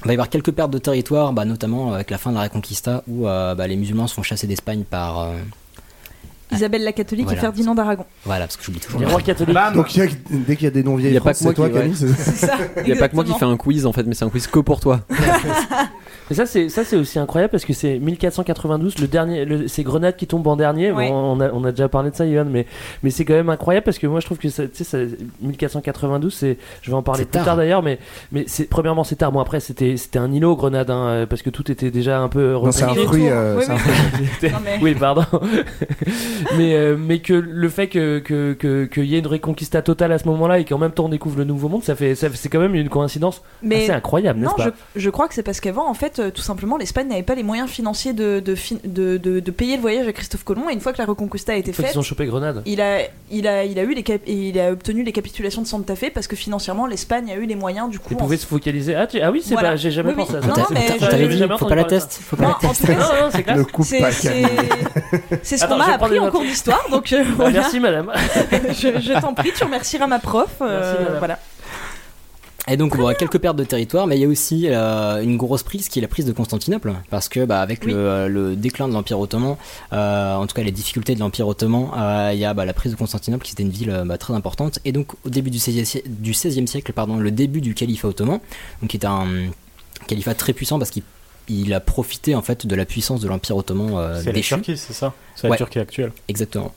[SPEAKER 10] il va y avoir quelques pertes de territoire, bah, notamment avec la fin de la Reconquista, où euh, bah, les musulmans sont chassés d'Espagne par... euh,
[SPEAKER 9] Isabelle la catholique
[SPEAKER 10] Voilà.
[SPEAKER 9] et Ferdinand d'Aragon.
[SPEAKER 2] Ah,
[SPEAKER 10] Voilà, parce que j'oublie toujours.
[SPEAKER 2] Les rois catholiques.
[SPEAKER 1] Donc il y a- dès qu'il y a des noms
[SPEAKER 5] Il y
[SPEAKER 1] vieilles
[SPEAKER 5] a pas
[SPEAKER 1] France,
[SPEAKER 5] que
[SPEAKER 1] c'est toi
[SPEAKER 5] moi qui-
[SPEAKER 1] Camille c'est-
[SPEAKER 9] C'est ça.
[SPEAKER 5] Il y a pas que moi qui fais un quiz en fait, mais c'est un quiz que pour toi.
[SPEAKER 2] Mais ça, c'est ça, c'est aussi incroyable parce que c'est 1492, le dernier, le- c'est Grenade qui tombe en dernier. Bon,
[SPEAKER 9] Ouais.
[SPEAKER 2] on, a, on a déjà parlé de ça, Yvan, mais mais c'est quand même incroyable parce que moi, je trouve que ça, tu sais, ça- 1492, c'est, je vais en parler
[SPEAKER 10] C'est
[SPEAKER 2] plus
[SPEAKER 10] tard.
[SPEAKER 2] tard, d'ailleurs, mais mais c'est premièrement c'est tard. Bon après, c'était c'était un îlot Grenade hein, euh, parce que tout était déjà un peu
[SPEAKER 1] Non, c'est un
[SPEAKER 9] Retour.
[SPEAKER 1] fruit. euh,
[SPEAKER 9] Oui,
[SPEAKER 1] c'est un
[SPEAKER 9] oui.
[SPEAKER 1] fruit.
[SPEAKER 2] repris.
[SPEAKER 9] Non, mais-
[SPEAKER 2] Oui, pardon. mais, euh, mais que le fait que que- que- qu'il y ait une reconquista totale à ce moment-là et qu'en même temps on découvre le nouveau monde, ça fait, ça- c'est quand même une coïncidence
[SPEAKER 9] Mais
[SPEAKER 2] assez incroyable,
[SPEAKER 9] non,
[SPEAKER 2] n'est-ce pas
[SPEAKER 9] je, je crois que c'est parce qu'avant, en fait, euh, tout simplement, l'Espagne n'avait pas les moyens financiers de, de, fin- de, de- de payer le voyage à Christophe Colomb. Et une fois que la Reconquista a été
[SPEAKER 2] Une fois
[SPEAKER 9] faite,
[SPEAKER 2] qu'ils ont chopé Grenade.
[SPEAKER 9] il a, il, a, il, a eu les cap- et il a obtenu les capitulations de Santa Fe parce que financièrement, l'Espagne a eu les moyens du coup.
[SPEAKER 2] Ils
[SPEAKER 9] en-
[SPEAKER 2] pouvaient se focaliser. Ah, tu- ah oui, c'est
[SPEAKER 9] Voilà.
[SPEAKER 2] pas- j'ai jamais
[SPEAKER 9] Oui,
[SPEAKER 2] pensé
[SPEAKER 9] oui.
[SPEAKER 2] à ça.
[SPEAKER 9] Non,
[SPEAKER 10] Attends,
[SPEAKER 9] non, mais-
[SPEAKER 10] attends,
[SPEAKER 9] je
[SPEAKER 10] t'avais
[SPEAKER 2] J'avais
[SPEAKER 10] dit,
[SPEAKER 2] jamais
[SPEAKER 10] faut
[SPEAKER 2] entendu
[SPEAKER 10] pas la
[SPEAKER 2] parler de
[SPEAKER 10] test. Faut pas
[SPEAKER 9] Non,
[SPEAKER 10] la
[SPEAKER 9] en
[SPEAKER 10] test.
[SPEAKER 9] tout cas,
[SPEAKER 2] Non, non, Ah, c'est
[SPEAKER 9] c'est-
[SPEAKER 2] classe.
[SPEAKER 1] Ne coupe
[SPEAKER 9] c'est-
[SPEAKER 1] pas Camille.
[SPEAKER 9] c'est- c'est ce qu'on
[SPEAKER 2] Attends,
[SPEAKER 9] m'a
[SPEAKER 2] je vais prendre
[SPEAKER 9] appris
[SPEAKER 2] les
[SPEAKER 9] en en cours d'histoire, donc euh,
[SPEAKER 2] Bah,
[SPEAKER 9] voilà.
[SPEAKER 2] Merci madame.
[SPEAKER 9] je je t'en prie, tu remercieras ma prof. euh,
[SPEAKER 2] Merci, madame.
[SPEAKER 9] voilà.
[SPEAKER 10] Et donc, on voit quelques pertes de territoire, mais il y a aussi euh, une grosse prise qui est la prise de Constantinople. Parce que, bah, avec
[SPEAKER 9] Oui.
[SPEAKER 10] le, euh, le déclin de l'Empire Ottoman, euh, en tout cas les difficultés de l'Empire Ottoman, euh, il y a bah, la prise de Constantinople qui était une ville euh, bah, très importante. Et donc, au début du 16e, du 16e siècle, pardon, le début du califat ottoman, donc qui est un euh, califat très puissant parce qu'il il a profité en fait de la puissance de l'Empire Ottoman euh,
[SPEAKER 4] C'est la
[SPEAKER 10] déchu.
[SPEAKER 4] Turquie, c'est ça C'est la
[SPEAKER 10] Ouais.
[SPEAKER 4] Turquie actuelle.
[SPEAKER 10] Exactement.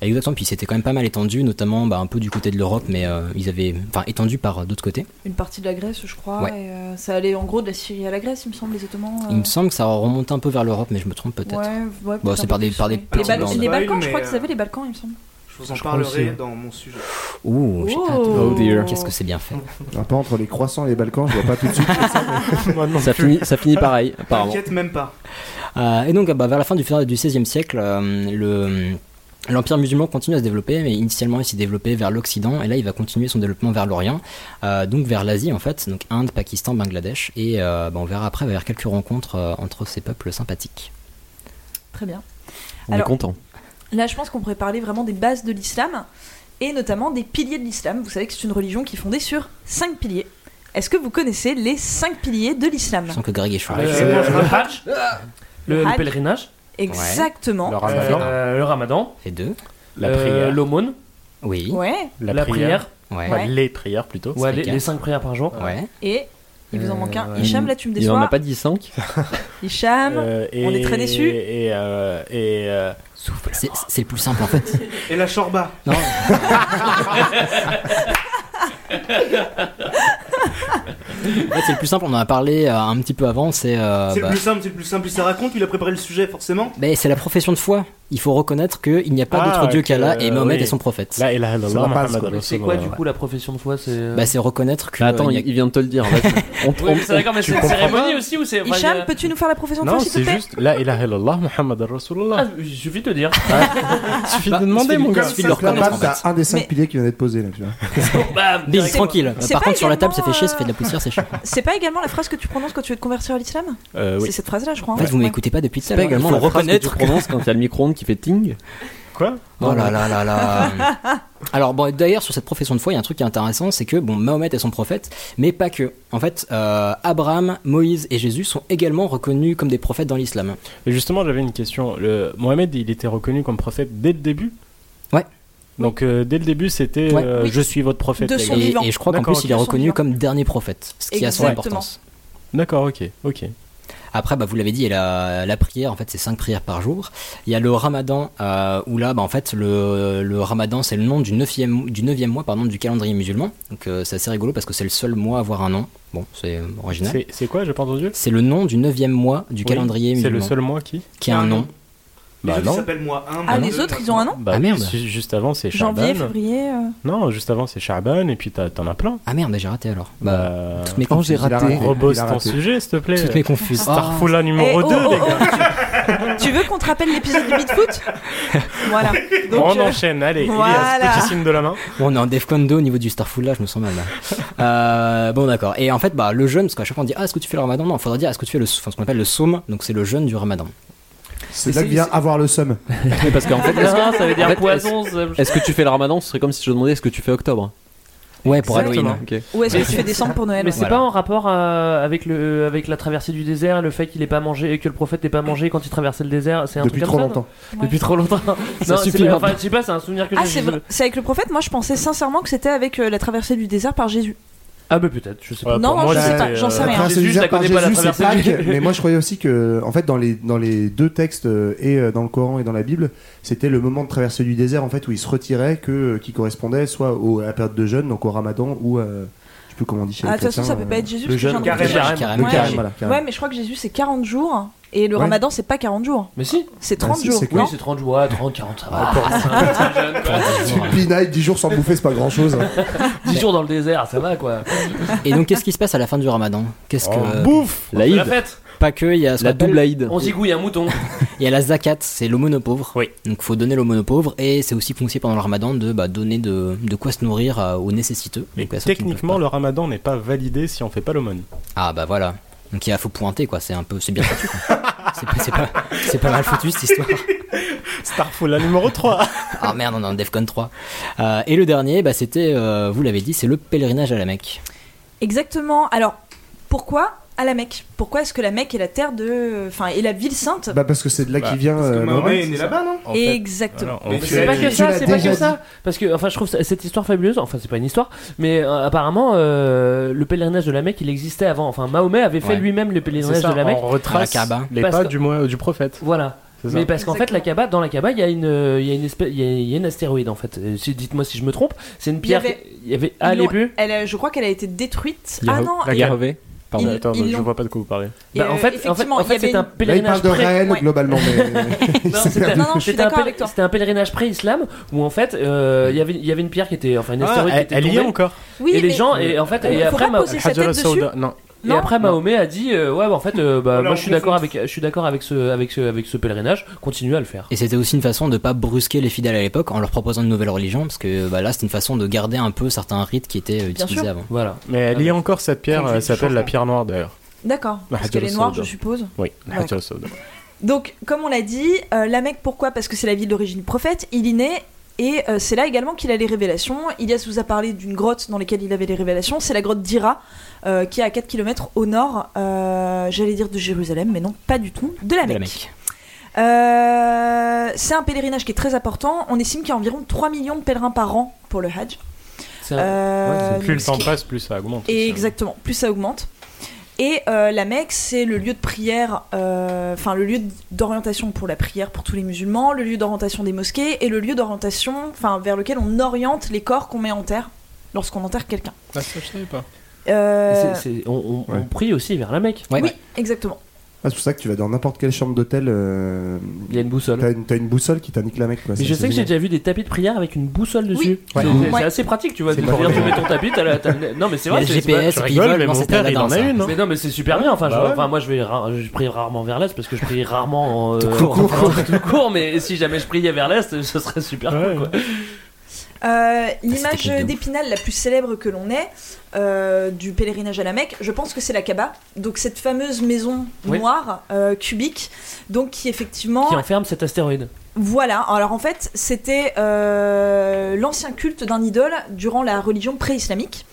[SPEAKER 10] Exactement, puis c'était quand même pas mal étendu, notamment bah, un peu du côté de l'Europe, mais euh, ils avaient. Enfin, étendu par euh, d'autres côtés.
[SPEAKER 9] Une partie de la Grèce, je crois.
[SPEAKER 10] Ouais.
[SPEAKER 9] et, euh, ça allait en gros de la Syrie à la Grèce, il me semble, les Ottomans. euh,
[SPEAKER 10] Il me semble que ça remonte un peu vers l'Europe, mais je me trompe peut-être.
[SPEAKER 9] Ouais, ouais,
[SPEAKER 10] Bon,
[SPEAKER 9] peut-être
[SPEAKER 10] c'est
[SPEAKER 9] un
[SPEAKER 10] par
[SPEAKER 9] peu
[SPEAKER 10] des-
[SPEAKER 9] plus,
[SPEAKER 10] par des
[SPEAKER 9] ouais.
[SPEAKER 10] petits
[SPEAKER 9] les, Bal-
[SPEAKER 10] bandes.
[SPEAKER 9] les Balkans, je
[SPEAKER 3] Mais,
[SPEAKER 9] crois que ça
[SPEAKER 3] euh,
[SPEAKER 9] s'appelait les Balkans, il me semble.
[SPEAKER 3] Je vous en
[SPEAKER 4] Je crois
[SPEAKER 3] parlerai
[SPEAKER 10] hein.
[SPEAKER 4] aussi.
[SPEAKER 3] dans mon sujet.
[SPEAKER 10] Ouh, j'ai hâte.
[SPEAKER 9] Oh dear.
[SPEAKER 10] Qu'est-ce que c'est bien fait.
[SPEAKER 1] Alors, par contre, entre les croissants et les Balkans, je vois pas tout de suite.
[SPEAKER 4] Moi non
[SPEAKER 5] Ça
[SPEAKER 4] plus.
[SPEAKER 5] finit, ça finit pareil, apparemment.
[SPEAKER 3] T'inquiète même pas.
[SPEAKER 10] Euh, et donc, bah, vers la fin du, du XVIe siècle, euh, le. L'Empire musulman continue à se développer, mais initialement il s'est développé vers l'Occident, et là il va continuer son développement vers l'Orient, euh, donc vers l'Asie en fait, donc Inde, Pakistan, Bangladesh, et euh, bah, on verra après vers quelques rencontres euh, entre ces peuples sympathiques.
[SPEAKER 9] Très bien.
[SPEAKER 5] On
[SPEAKER 9] Alors-
[SPEAKER 5] est content.
[SPEAKER 9] Là, je pense qu'on pourrait parler vraiment des bases de l'islam et notamment des piliers de l'islam. Vous savez que c'est une religion qui est fondée sur cinq piliers. Est-ce que vous connaissez les cinq piliers de l'islam
[SPEAKER 10] Je sens que Greg est chaud.
[SPEAKER 2] Euh, le Hajj, le, le
[SPEAKER 9] Hajj.
[SPEAKER 2] pèlerinage,
[SPEAKER 9] Exactement.
[SPEAKER 4] Le
[SPEAKER 2] euh,
[SPEAKER 4] ramadan,
[SPEAKER 2] euh, le Ramadan,
[SPEAKER 10] Fait deux.
[SPEAKER 4] la
[SPEAKER 2] euh,
[SPEAKER 4] prière,
[SPEAKER 2] l'aumône,
[SPEAKER 10] Oui.
[SPEAKER 9] Ouais.
[SPEAKER 2] la, prière,
[SPEAKER 10] Ouais.
[SPEAKER 4] Enfin, les prières plutôt.
[SPEAKER 2] ouais,
[SPEAKER 10] c'est
[SPEAKER 2] les,
[SPEAKER 10] quatre.
[SPEAKER 2] les cinq prières par jour.
[SPEAKER 10] Ouais.
[SPEAKER 9] Et il vous en manque un.
[SPEAKER 2] ouais.
[SPEAKER 9] Hicham, là, tu me
[SPEAKER 5] Il en
[SPEAKER 9] déçois.
[SPEAKER 5] a pas dit 5
[SPEAKER 9] Hicham.
[SPEAKER 4] Euh, et-
[SPEAKER 9] on est très déçus.
[SPEAKER 4] Et, euh, et, euh, souffle.
[SPEAKER 10] C'est c'est le plus simple en fait.
[SPEAKER 3] Et la chorba.
[SPEAKER 10] En fait, c'est le plus simple, on en a parlé euh, un petit peu avant, c'est.
[SPEAKER 2] Ah
[SPEAKER 10] euh,
[SPEAKER 3] c'est
[SPEAKER 10] bah,
[SPEAKER 3] le plus simple, c'est le plus simple. Il se raconte, il a préparé le sujet forcément.
[SPEAKER 10] Mais c'est la profession de foi. Il faut reconnaître qu'il n'y a pas
[SPEAKER 4] Ah,
[SPEAKER 10] d'autre Dieu
[SPEAKER 4] que,
[SPEAKER 10] qu'Allah et
[SPEAKER 4] euh,
[SPEAKER 10] Mohamed
[SPEAKER 4] oui.
[SPEAKER 10] est son prophète.
[SPEAKER 4] La ilaha illallah,
[SPEAKER 1] va pas,
[SPEAKER 4] Muhammad
[SPEAKER 1] ce
[SPEAKER 2] Mais C'est quoi du coup la profession de foi C'est euh,
[SPEAKER 10] Bah, c'est reconnaître que.
[SPEAKER 5] Bah, Attends,
[SPEAKER 10] euh, il y a-
[SPEAKER 5] il, il vient de te le dire. en fait. On te-
[SPEAKER 2] ouais,
[SPEAKER 5] on-
[SPEAKER 2] mais c'est d'accord, mais c'est une
[SPEAKER 4] comprends
[SPEAKER 2] cérémonie aussi ou c'est. enfin, il y a-
[SPEAKER 9] Hicham, peux-tu nous faire la profession de
[SPEAKER 4] Non,
[SPEAKER 9] foi, s'il te
[SPEAKER 4] c'est
[SPEAKER 9] plaît
[SPEAKER 4] juste la ilaha illallah, Muhammad Ah,
[SPEAKER 2] Ah,
[SPEAKER 4] Rasulullah.
[SPEAKER 2] il suffit de le dire.
[SPEAKER 4] suffit
[SPEAKER 10] bah,
[SPEAKER 4] de demander,
[SPEAKER 10] il
[SPEAKER 4] mon
[SPEAKER 10] suffit-
[SPEAKER 4] gars.
[SPEAKER 10] il suffit de le
[SPEAKER 1] La
[SPEAKER 10] reconnaître en
[SPEAKER 1] table,
[SPEAKER 10] fait.
[SPEAKER 1] t'as un des cinq
[SPEAKER 9] Mais-
[SPEAKER 1] piliers qui vient d'être posé là, tu vois.
[SPEAKER 4] Bah,
[SPEAKER 2] Bam,
[SPEAKER 10] Mais
[SPEAKER 2] direct.
[SPEAKER 10] tranquille.
[SPEAKER 9] C'est
[SPEAKER 10] Par
[SPEAKER 9] pas
[SPEAKER 10] contre, sur la table, ça fait chier,
[SPEAKER 9] également, euh,
[SPEAKER 10] ça fait de la poussière, c'est chiant.
[SPEAKER 9] C'est pas également la phrase que tu prononces quand tu veux te convertir à l'islam
[SPEAKER 4] Euh,
[SPEAKER 9] C'est
[SPEAKER 4] oui.
[SPEAKER 9] cette phrase-là, je crois.
[SPEAKER 10] En
[SPEAKER 9] hein.
[SPEAKER 10] fait, vous m'écoutez pas depuis tout
[SPEAKER 5] C'est
[SPEAKER 10] à
[SPEAKER 5] pas
[SPEAKER 10] l'heure. Il
[SPEAKER 5] également
[SPEAKER 10] faut
[SPEAKER 5] la phrase que tu
[SPEAKER 10] reconnaître. que-
[SPEAKER 5] prononces quand il y a le micro-ondes qui fait ting.
[SPEAKER 4] Quoi
[SPEAKER 10] Oh là là là là. Alors, bon, d'ailleurs, sur cette profession de foi, il y a un truc qui est intéressant, c'est que, bon, Mahomet est son prophète, mais pas que. En fait, euh, Abraham, Moïse et Jésus sont également reconnus comme des prophètes dans l'islam.
[SPEAKER 4] Et justement, j'avais une question. Le... Mohamed, il était reconnu comme prophète dès le début
[SPEAKER 10] Ouais.
[SPEAKER 4] Donc, euh, dès le début, c'était
[SPEAKER 10] Ouais.
[SPEAKER 4] euh,
[SPEAKER 9] Oui.
[SPEAKER 4] je suis votre prophète.
[SPEAKER 9] De
[SPEAKER 4] les
[SPEAKER 9] son
[SPEAKER 4] gars.
[SPEAKER 10] Et,
[SPEAKER 9] vivant.
[SPEAKER 10] et je crois qu'en
[SPEAKER 4] D'accord,
[SPEAKER 10] plus, il est
[SPEAKER 9] ok. Son
[SPEAKER 10] reconnu
[SPEAKER 9] vivant.
[SPEAKER 10] comme dernier prophète, ce qui a son
[SPEAKER 9] Exactement.
[SPEAKER 10] importance.
[SPEAKER 4] D'accord, ok, ok.
[SPEAKER 10] Après, bah, vous l'avez dit, il y a la, la prière, en fait, c'est cinq prières par jour. Il y a le ramadan, euh, où là, bah, en fait, le, le ramadan, c'est le nom du neuvième, du neuvième mois pardon, du calendrier musulman. Donc, euh, c'est assez rigolo parce que c'est le seul mois à avoir un nom. Bon, c'est original.
[SPEAKER 4] C'est- C'est quoi, j'ai pas entendu
[SPEAKER 10] C'est le nom du neuvième mois du
[SPEAKER 4] Oui,
[SPEAKER 10] calendrier
[SPEAKER 4] C'est le
[SPEAKER 10] musulman,
[SPEAKER 4] seul mois qui
[SPEAKER 10] qui a un nom.
[SPEAKER 3] Les
[SPEAKER 4] Bah,
[SPEAKER 3] autres,
[SPEAKER 4] non.
[SPEAKER 3] ils s'appellent moi un. moi
[SPEAKER 9] Ah, les
[SPEAKER 3] deux,
[SPEAKER 9] autres,
[SPEAKER 3] moi
[SPEAKER 9] ils ont un nom
[SPEAKER 4] Bah,
[SPEAKER 10] Ah, merde.
[SPEAKER 4] ju- Juste avant, c'est
[SPEAKER 9] Janvier,
[SPEAKER 4] Sha'ban.
[SPEAKER 9] février. euh,
[SPEAKER 4] Non, juste avant, c'est Sha'ban, et puis t'as- t'en as plein.
[SPEAKER 10] Ah merde, j'ai raté alors. Bah,
[SPEAKER 4] Euh,
[SPEAKER 10] toutes mes
[SPEAKER 5] Quand j'ai
[SPEAKER 1] Il a
[SPEAKER 5] raté.
[SPEAKER 4] Rebosse
[SPEAKER 1] il a
[SPEAKER 4] ton
[SPEAKER 1] raté.
[SPEAKER 4] sujet, s'il te plaît.
[SPEAKER 10] toutes mes confuses.
[SPEAKER 4] Starfoula numéro
[SPEAKER 9] Eh, oh,
[SPEAKER 4] 2,
[SPEAKER 9] oh,
[SPEAKER 4] les
[SPEAKER 9] oh,
[SPEAKER 4] gars.
[SPEAKER 9] tu... tu veux qu'on te rappelle l'épisode du Beatfoot Voilà. Donc,
[SPEAKER 4] on
[SPEAKER 9] euh,
[SPEAKER 4] enchaîne, allez,
[SPEAKER 9] Voilà.
[SPEAKER 4] Elias, petit signe de la main.
[SPEAKER 10] Bon, on est en Defcon 2 au niveau du Starful là, je me sens mal là. Euh, bon, d'accord. Et en fait, bah, le jeûne, parce qu'à chaque fois on dit Ah, est-ce que tu fais le ramadan Non, faudrait dire Est-ce que tu fais le, enfin, ce qu'on appelle le soum Donc, c'est le jeûne du ramadan.
[SPEAKER 1] C'est là que vient avoir le seum.
[SPEAKER 5] Mais parce qu'en fait,
[SPEAKER 2] Non,
[SPEAKER 5] est-ce que-
[SPEAKER 2] ça veut
[SPEAKER 5] en
[SPEAKER 2] dire
[SPEAKER 5] fait,
[SPEAKER 2] poison. ça-
[SPEAKER 5] Est-ce que tu fais le ramadan Ce serait comme si je te demandais est-ce que tu fais octobre
[SPEAKER 10] Ouais, pour
[SPEAKER 9] Exactement.
[SPEAKER 10] Halloween.
[SPEAKER 5] Ok.
[SPEAKER 9] Ou est-ce que tu fais décembre pour Noël
[SPEAKER 2] Mais
[SPEAKER 9] ouais.
[SPEAKER 2] c'est
[SPEAKER 10] Voilà.
[SPEAKER 2] pas en rapport euh, avec le avec la traversée du désert, le fait qu'il ait pas mangé et que le prophète n'ait pas mangé quand il traversait le désert, c'est un
[SPEAKER 1] Depuis
[SPEAKER 2] truc
[SPEAKER 1] trop
[SPEAKER 2] comme ça, non
[SPEAKER 1] longtemps.
[SPEAKER 2] Depuis trop longtemps.
[SPEAKER 5] Ça
[SPEAKER 2] c'est
[SPEAKER 5] suffit hein.
[SPEAKER 2] pas-
[SPEAKER 5] maintenant.
[SPEAKER 2] Enfin, je sais pas, c'est un souvenir que
[SPEAKER 9] Ah,
[SPEAKER 2] j'ai.
[SPEAKER 9] c'est vrai. C'est avec le prophète Moi, je pensais sincèrement que c'était avec euh, la traversée du désert par Jésus.
[SPEAKER 2] Ah, mais peut-être, je sais pas.
[SPEAKER 4] Ouais,
[SPEAKER 9] Non,
[SPEAKER 4] pour
[SPEAKER 9] non,
[SPEAKER 4] moi,
[SPEAKER 9] je sais
[SPEAKER 4] c'était,
[SPEAKER 9] pas, j'en sais
[SPEAKER 4] euh,
[SPEAKER 9] rien.
[SPEAKER 1] Traversée du
[SPEAKER 2] Jésus, je la
[SPEAKER 1] désert par
[SPEAKER 2] connais pas, la
[SPEAKER 1] Jésus, c'est
[SPEAKER 2] traversée du-
[SPEAKER 1] Pâques, mais moi je croyais aussi que, en fait, dans les, dans les deux textes, euh, et euh, dans le Coran et dans la Bible, c'était le moment de traversée du désert, en fait, où il se retirait, que, euh, qui correspondait soit au- à la période de jeûne, donc au ramadan, ou à. Je sais plus comment on dit chez
[SPEAKER 9] Ah, de
[SPEAKER 1] les
[SPEAKER 9] toute façon,
[SPEAKER 1] chrétiens,
[SPEAKER 9] ça peut
[SPEAKER 1] euh,
[SPEAKER 9] pas être Jésus.
[SPEAKER 2] le
[SPEAKER 9] parce que
[SPEAKER 2] jeûne,
[SPEAKER 9] j'ai un
[SPEAKER 2] carême.
[SPEAKER 9] doute.
[SPEAKER 2] Carême.
[SPEAKER 1] Le
[SPEAKER 9] Ouais,
[SPEAKER 1] carême,
[SPEAKER 9] j'ai-
[SPEAKER 1] voilà. carême.
[SPEAKER 9] Ouais, mais je crois que Jésus, c'est 40 jours. Et le
[SPEAKER 1] Ouais.
[SPEAKER 9] ramadan, c'est pas 40 jours.
[SPEAKER 2] Mais si
[SPEAKER 9] Ah, C'est
[SPEAKER 1] Bah,
[SPEAKER 9] 30
[SPEAKER 1] c'est-
[SPEAKER 9] jours. Ah.
[SPEAKER 1] c'est
[SPEAKER 2] Oui,
[SPEAKER 1] Non.
[SPEAKER 2] c'est 30 jours, ouais, 30, 40, ça va.
[SPEAKER 1] Tu pinailles 10 jours sans bouffer, c'est pas grand chose.
[SPEAKER 2] 10 jours dans le désert, ça va quoi.
[SPEAKER 10] Et donc, qu'est-ce qui se passe à la fin du ramadan Qu'est-ce que.
[SPEAKER 4] Bouffe
[SPEAKER 5] La
[SPEAKER 2] Oh. C'est la
[SPEAKER 5] Id,
[SPEAKER 2] fête
[SPEAKER 10] Pas que, il y a ce qu'on
[SPEAKER 5] la
[SPEAKER 10] appelle-
[SPEAKER 5] double Aïd.
[SPEAKER 2] On zigouille un mouton.
[SPEAKER 10] Il y a la zakat, c'est l'aumône aux pauvres.
[SPEAKER 4] Oui.
[SPEAKER 10] Donc, faut donner l'aumône aux pauvres. Et c'est aussi conseillé pendant le ramadan de bah, donner de, de quoi se nourrir euh, aux nécessiteux.
[SPEAKER 4] Mais
[SPEAKER 10] donc à ceux qui ne peuvent
[SPEAKER 4] techniquement,
[SPEAKER 10] pas.
[SPEAKER 4] le ramadan n'est pas validé si on fait pas l'aumône.
[SPEAKER 10] Ah, bah voilà. Donc, il y a- faut pointer, quoi. C'est un peu. C'est bien foutu, quoi. C'est pas, c'est pas, c'est pas mal foutu, cette histoire.
[SPEAKER 4] Starfall, la numéro 3.
[SPEAKER 10] Ah merde, on est en Defcon 3. Euh, et le dernier, bah, c'était, euh, vous l'avez dit, c'est le pèlerinage à la Mecque.
[SPEAKER 9] Exactement. Alors, pourquoi à la Mecque Pourquoi est-ce que la Mecque est la terre de. Enfin, est la ville sainte
[SPEAKER 1] Bah, parce que c'est de là
[SPEAKER 4] Bah,
[SPEAKER 1] qu'il vient.
[SPEAKER 3] Parce que
[SPEAKER 1] euh,
[SPEAKER 3] Mahomet
[SPEAKER 1] Mohamed.
[SPEAKER 3] est né là-bas, non
[SPEAKER 4] En fait,
[SPEAKER 9] Exactement.
[SPEAKER 4] voilà, on
[SPEAKER 3] Mais
[SPEAKER 4] fait-
[SPEAKER 2] C'est pas que
[SPEAKER 1] tu
[SPEAKER 2] ça,
[SPEAKER 1] l'as
[SPEAKER 2] c'est pas
[SPEAKER 1] déjà
[SPEAKER 2] que ça. Parce que, enfin, je trouve ça- cette histoire fabuleuse. Enfin, c'est pas une histoire, mais euh, apparemment, euh, le pèlerinage de la Mecque, il existait avant. Enfin, Mahomet avait fait
[SPEAKER 10] Ouais.
[SPEAKER 2] lui-même le
[SPEAKER 4] c'est
[SPEAKER 2] pèlerinage
[SPEAKER 4] ça,
[SPEAKER 2] de la Mecque.
[SPEAKER 4] on retrace
[SPEAKER 10] À Ah, la Kaaba.
[SPEAKER 4] les
[SPEAKER 2] Parce
[SPEAKER 4] pas
[SPEAKER 2] que-
[SPEAKER 4] du, moins, du prophète.
[SPEAKER 2] Voilà.
[SPEAKER 4] c'est ça.
[SPEAKER 2] Mais parce qu'en fait, la Kaaba, dans la Kaaba, il y a une, euh, il y a une espèce, il y a, il y a une astéroïde en fait. Euh, si- Dites-moi si je me trompe. C'est une pierre.
[SPEAKER 9] avait-
[SPEAKER 2] qui- Il y avait. Ah,
[SPEAKER 9] Ils
[SPEAKER 2] les
[SPEAKER 9] l'ont-
[SPEAKER 2] plus.
[SPEAKER 9] elle a- je crois qu'elle a été détruite.
[SPEAKER 4] Il y a-
[SPEAKER 9] ah non,
[SPEAKER 4] la
[SPEAKER 9] et-
[SPEAKER 4] Kaaba.
[SPEAKER 5] Hervé
[SPEAKER 9] Ils-
[SPEAKER 4] Pardon, attends,
[SPEAKER 9] ils
[SPEAKER 4] je
[SPEAKER 9] l'ont-
[SPEAKER 4] vois pas de quoi vous parlez.
[SPEAKER 9] et,
[SPEAKER 2] Bah,
[SPEAKER 9] euh,
[SPEAKER 2] en fait, en fait,
[SPEAKER 9] effectivement,
[SPEAKER 2] en
[SPEAKER 9] il y
[SPEAKER 2] fait,
[SPEAKER 9] avait
[SPEAKER 2] c'est un
[SPEAKER 9] une-
[SPEAKER 1] Là, il parle
[SPEAKER 2] pèlerinage
[SPEAKER 1] de
[SPEAKER 2] pré.
[SPEAKER 1] Rennes,
[SPEAKER 9] Ouais.
[SPEAKER 1] globalement, mais.
[SPEAKER 2] Non, c'était-
[SPEAKER 9] Non, non, je suis
[SPEAKER 2] c'était un
[SPEAKER 9] d'accord
[SPEAKER 2] pèler-
[SPEAKER 9] avec toi.
[SPEAKER 2] c'était un pèlerinage pré-islam où en fait euh, il y avait il y avait une pierre qui était enfin une astéroïde qui
[SPEAKER 4] Ah, elle,
[SPEAKER 2] était
[SPEAKER 4] elle y est
[SPEAKER 2] tombée.
[SPEAKER 4] encore
[SPEAKER 9] Oui,
[SPEAKER 2] et les
[SPEAKER 9] mais-
[SPEAKER 2] gens et en fait
[SPEAKER 9] Il
[SPEAKER 2] et
[SPEAKER 9] faut
[SPEAKER 2] après
[SPEAKER 9] pas
[SPEAKER 2] Mah-
[SPEAKER 9] poser sa tête
[SPEAKER 4] Hadjara
[SPEAKER 9] dessus.
[SPEAKER 4] Sauda, non.
[SPEAKER 2] et
[SPEAKER 9] Non.
[SPEAKER 2] après Mahomet a dit euh, ouais bah, en fait euh, bah,
[SPEAKER 3] Voilà,
[SPEAKER 2] moi
[SPEAKER 3] on
[SPEAKER 2] je suis d'accord
[SPEAKER 3] confond.
[SPEAKER 2] avec je suis d'accord avec ce avec ce avec ce pèlerinage continue à le faire
[SPEAKER 10] Et c'était aussi une façon de pas brusquer les fidèles à l'époque en leur proposant une nouvelle religion, parce que bah, là, c'était une façon de garder un peu certains rites qui étaient euh,
[SPEAKER 9] Bien
[SPEAKER 10] utilisés
[SPEAKER 9] sûr.
[SPEAKER 10] avant.
[SPEAKER 2] voilà Ah,
[SPEAKER 4] Mais elle y est encore, cette pierre.
[SPEAKER 3] Conduite
[SPEAKER 4] Elle s'appelle la
[SPEAKER 3] changement.
[SPEAKER 4] pierre noire d'ailleurs.
[SPEAKER 9] D'accord. Parce qu'elle est
[SPEAKER 4] Hadjara
[SPEAKER 9] noire, je
[SPEAKER 4] Sauda.
[SPEAKER 9] suppose.
[SPEAKER 4] Oui,
[SPEAKER 9] D'accord.
[SPEAKER 4] Hadjara Sauda.
[SPEAKER 9] Donc, comme on l'a dit, euh, la Mecque, pourquoi Parce que c'est la ville d'origine du prophète, il y naît, et euh, c'est là également qu'il a les révélations. Ilias vous a parlé d'une grotte dans laquelle il avait les révélations, c'est la grotte d'Ira, euh, qui est à 4 km au nord, euh, j'allais dire de Jérusalem, mais non, pas du tout, de la
[SPEAKER 10] De la
[SPEAKER 9] Mecque.
[SPEAKER 10] Mecque.
[SPEAKER 9] Euh, c'est un pèlerinage qui est très important, on estime qu'il y a environ 3 millions de pèlerins par an pour le Hajj.
[SPEAKER 2] C'est un-
[SPEAKER 9] Euh,
[SPEAKER 4] Plus le
[SPEAKER 9] ce
[SPEAKER 4] temps
[SPEAKER 9] qui-
[SPEAKER 4] passe, plus ça augmente.
[SPEAKER 9] et
[SPEAKER 4] aussi, hein.
[SPEAKER 9] exactement, plus ça augmente. Et euh, la Mecque, c'est le lieu de prière, euh, enfin le lieu d'orientation pour la prière pour tous les musulmans, le lieu d'orientation des mosquées et le lieu d'orientation, enfin vers lequel on oriente les corps qu'on met en terre lorsqu'on enterre quelqu'un.
[SPEAKER 4] Ah, ça, je savais pas.
[SPEAKER 9] Euh,
[SPEAKER 2] c'est- c'est- on, on-
[SPEAKER 1] Ouais.
[SPEAKER 2] on prie aussi vers la Mecque
[SPEAKER 10] Ouais.
[SPEAKER 9] Oui, exactement.
[SPEAKER 1] Ah, c'est pour ça que tu vas dans n'importe quelle chambre d'hôtel. euh,
[SPEAKER 2] il y a une boussole
[SPEAKER 1] T'as une, t'as une boussole qui t'indique la mec. Quoi.
[SPEAKER 2] mais je
[SPEAKER 1] C'est-
[SPEAKER 2] sais que
[SPEAKER 1] c'est
[SPEAKER 2] j'ai déjà vu des tapis de prière avec une boussole dessus.
[SPEAKER 9] Oui.
[SPEAKER 2] C'est-
[SPEAKER 1] Ouais.
[SPEAKER 2] C'est c'est
[SPEAKER 9] Ouais.
[SPEAKER 2] assez pratique, tu vois.
[SPEAKER 1] C'est
[SPEAKER 2] de dire,
[SPEAKER 1] pas
[SPEAKER 2] tu
[SPEAKER 1] vrai.
[SPEAKER 2] mets ton tapis, t'as la- t'as le- Non, mais c'est
[SPEAKER 10] Il y a
[SPEAKER 2] vrai,
[SPEAKER 10] le
[SPEAKER 2] c'est- c'est pas-
[SPEAKER 10] GPS,
[SPEAKER 4] Tu
[SPEAKER 10] puis ils
[SPEAKER 4] rigoles,
[SPEAKER 10] veulent,
[SPEAKER 4] mais
[SPEAKER 10] non,
[SPEAKER 4] mon
[SPEAKER 10] c'était à
[SPEAKER 4] père,
[SPEAKER 10] la
[SPEAKER 4] il en
[SPEAKER 10] danse,
[SPEAKER 4] a
[SPEAKER 10] hein.
[SPEAKER 4] une. hein.
[SPEAKER 2] Mais non, mais c'est super bien. Enfin, je-
[SPEAKER 4] Bah ouais.
[SPEAKER 2] enfin, moi, je vais, ra- je prie rarement vers l'est parce que je prie rarement euh,
[SPEAKER 10] Tout court.
[SPEAKER 2] tout court, tout court, Mais si jamais je priais vers l'est, ce serait super
[SPEAKER 4] Ouais.
[SPEAKER 2] cool. Quoi.
[SPEAKER 9] Euh,
[SPEAKER 10] technique
[SPEAKER 9] L'image
[SPEAKER 10] de ouf.
[SPEAKER 9] d'Épinal la plus célèbre que l'on ait euh, du pèlerinage à la Mecque, je pense que c'est la Kaaba, donc cette fameuse maison
[SPEAKER 2] Oui.
[SPEAKER 9] noire euh, cubique, donc qui effectivement
[SPEAKER 2] Qui enferme cet astéroïde.
[SPEAKER 9] Voilà, alors en fait, c'était euh, l'ancien culte d'un idole durant la religion pré-islamique.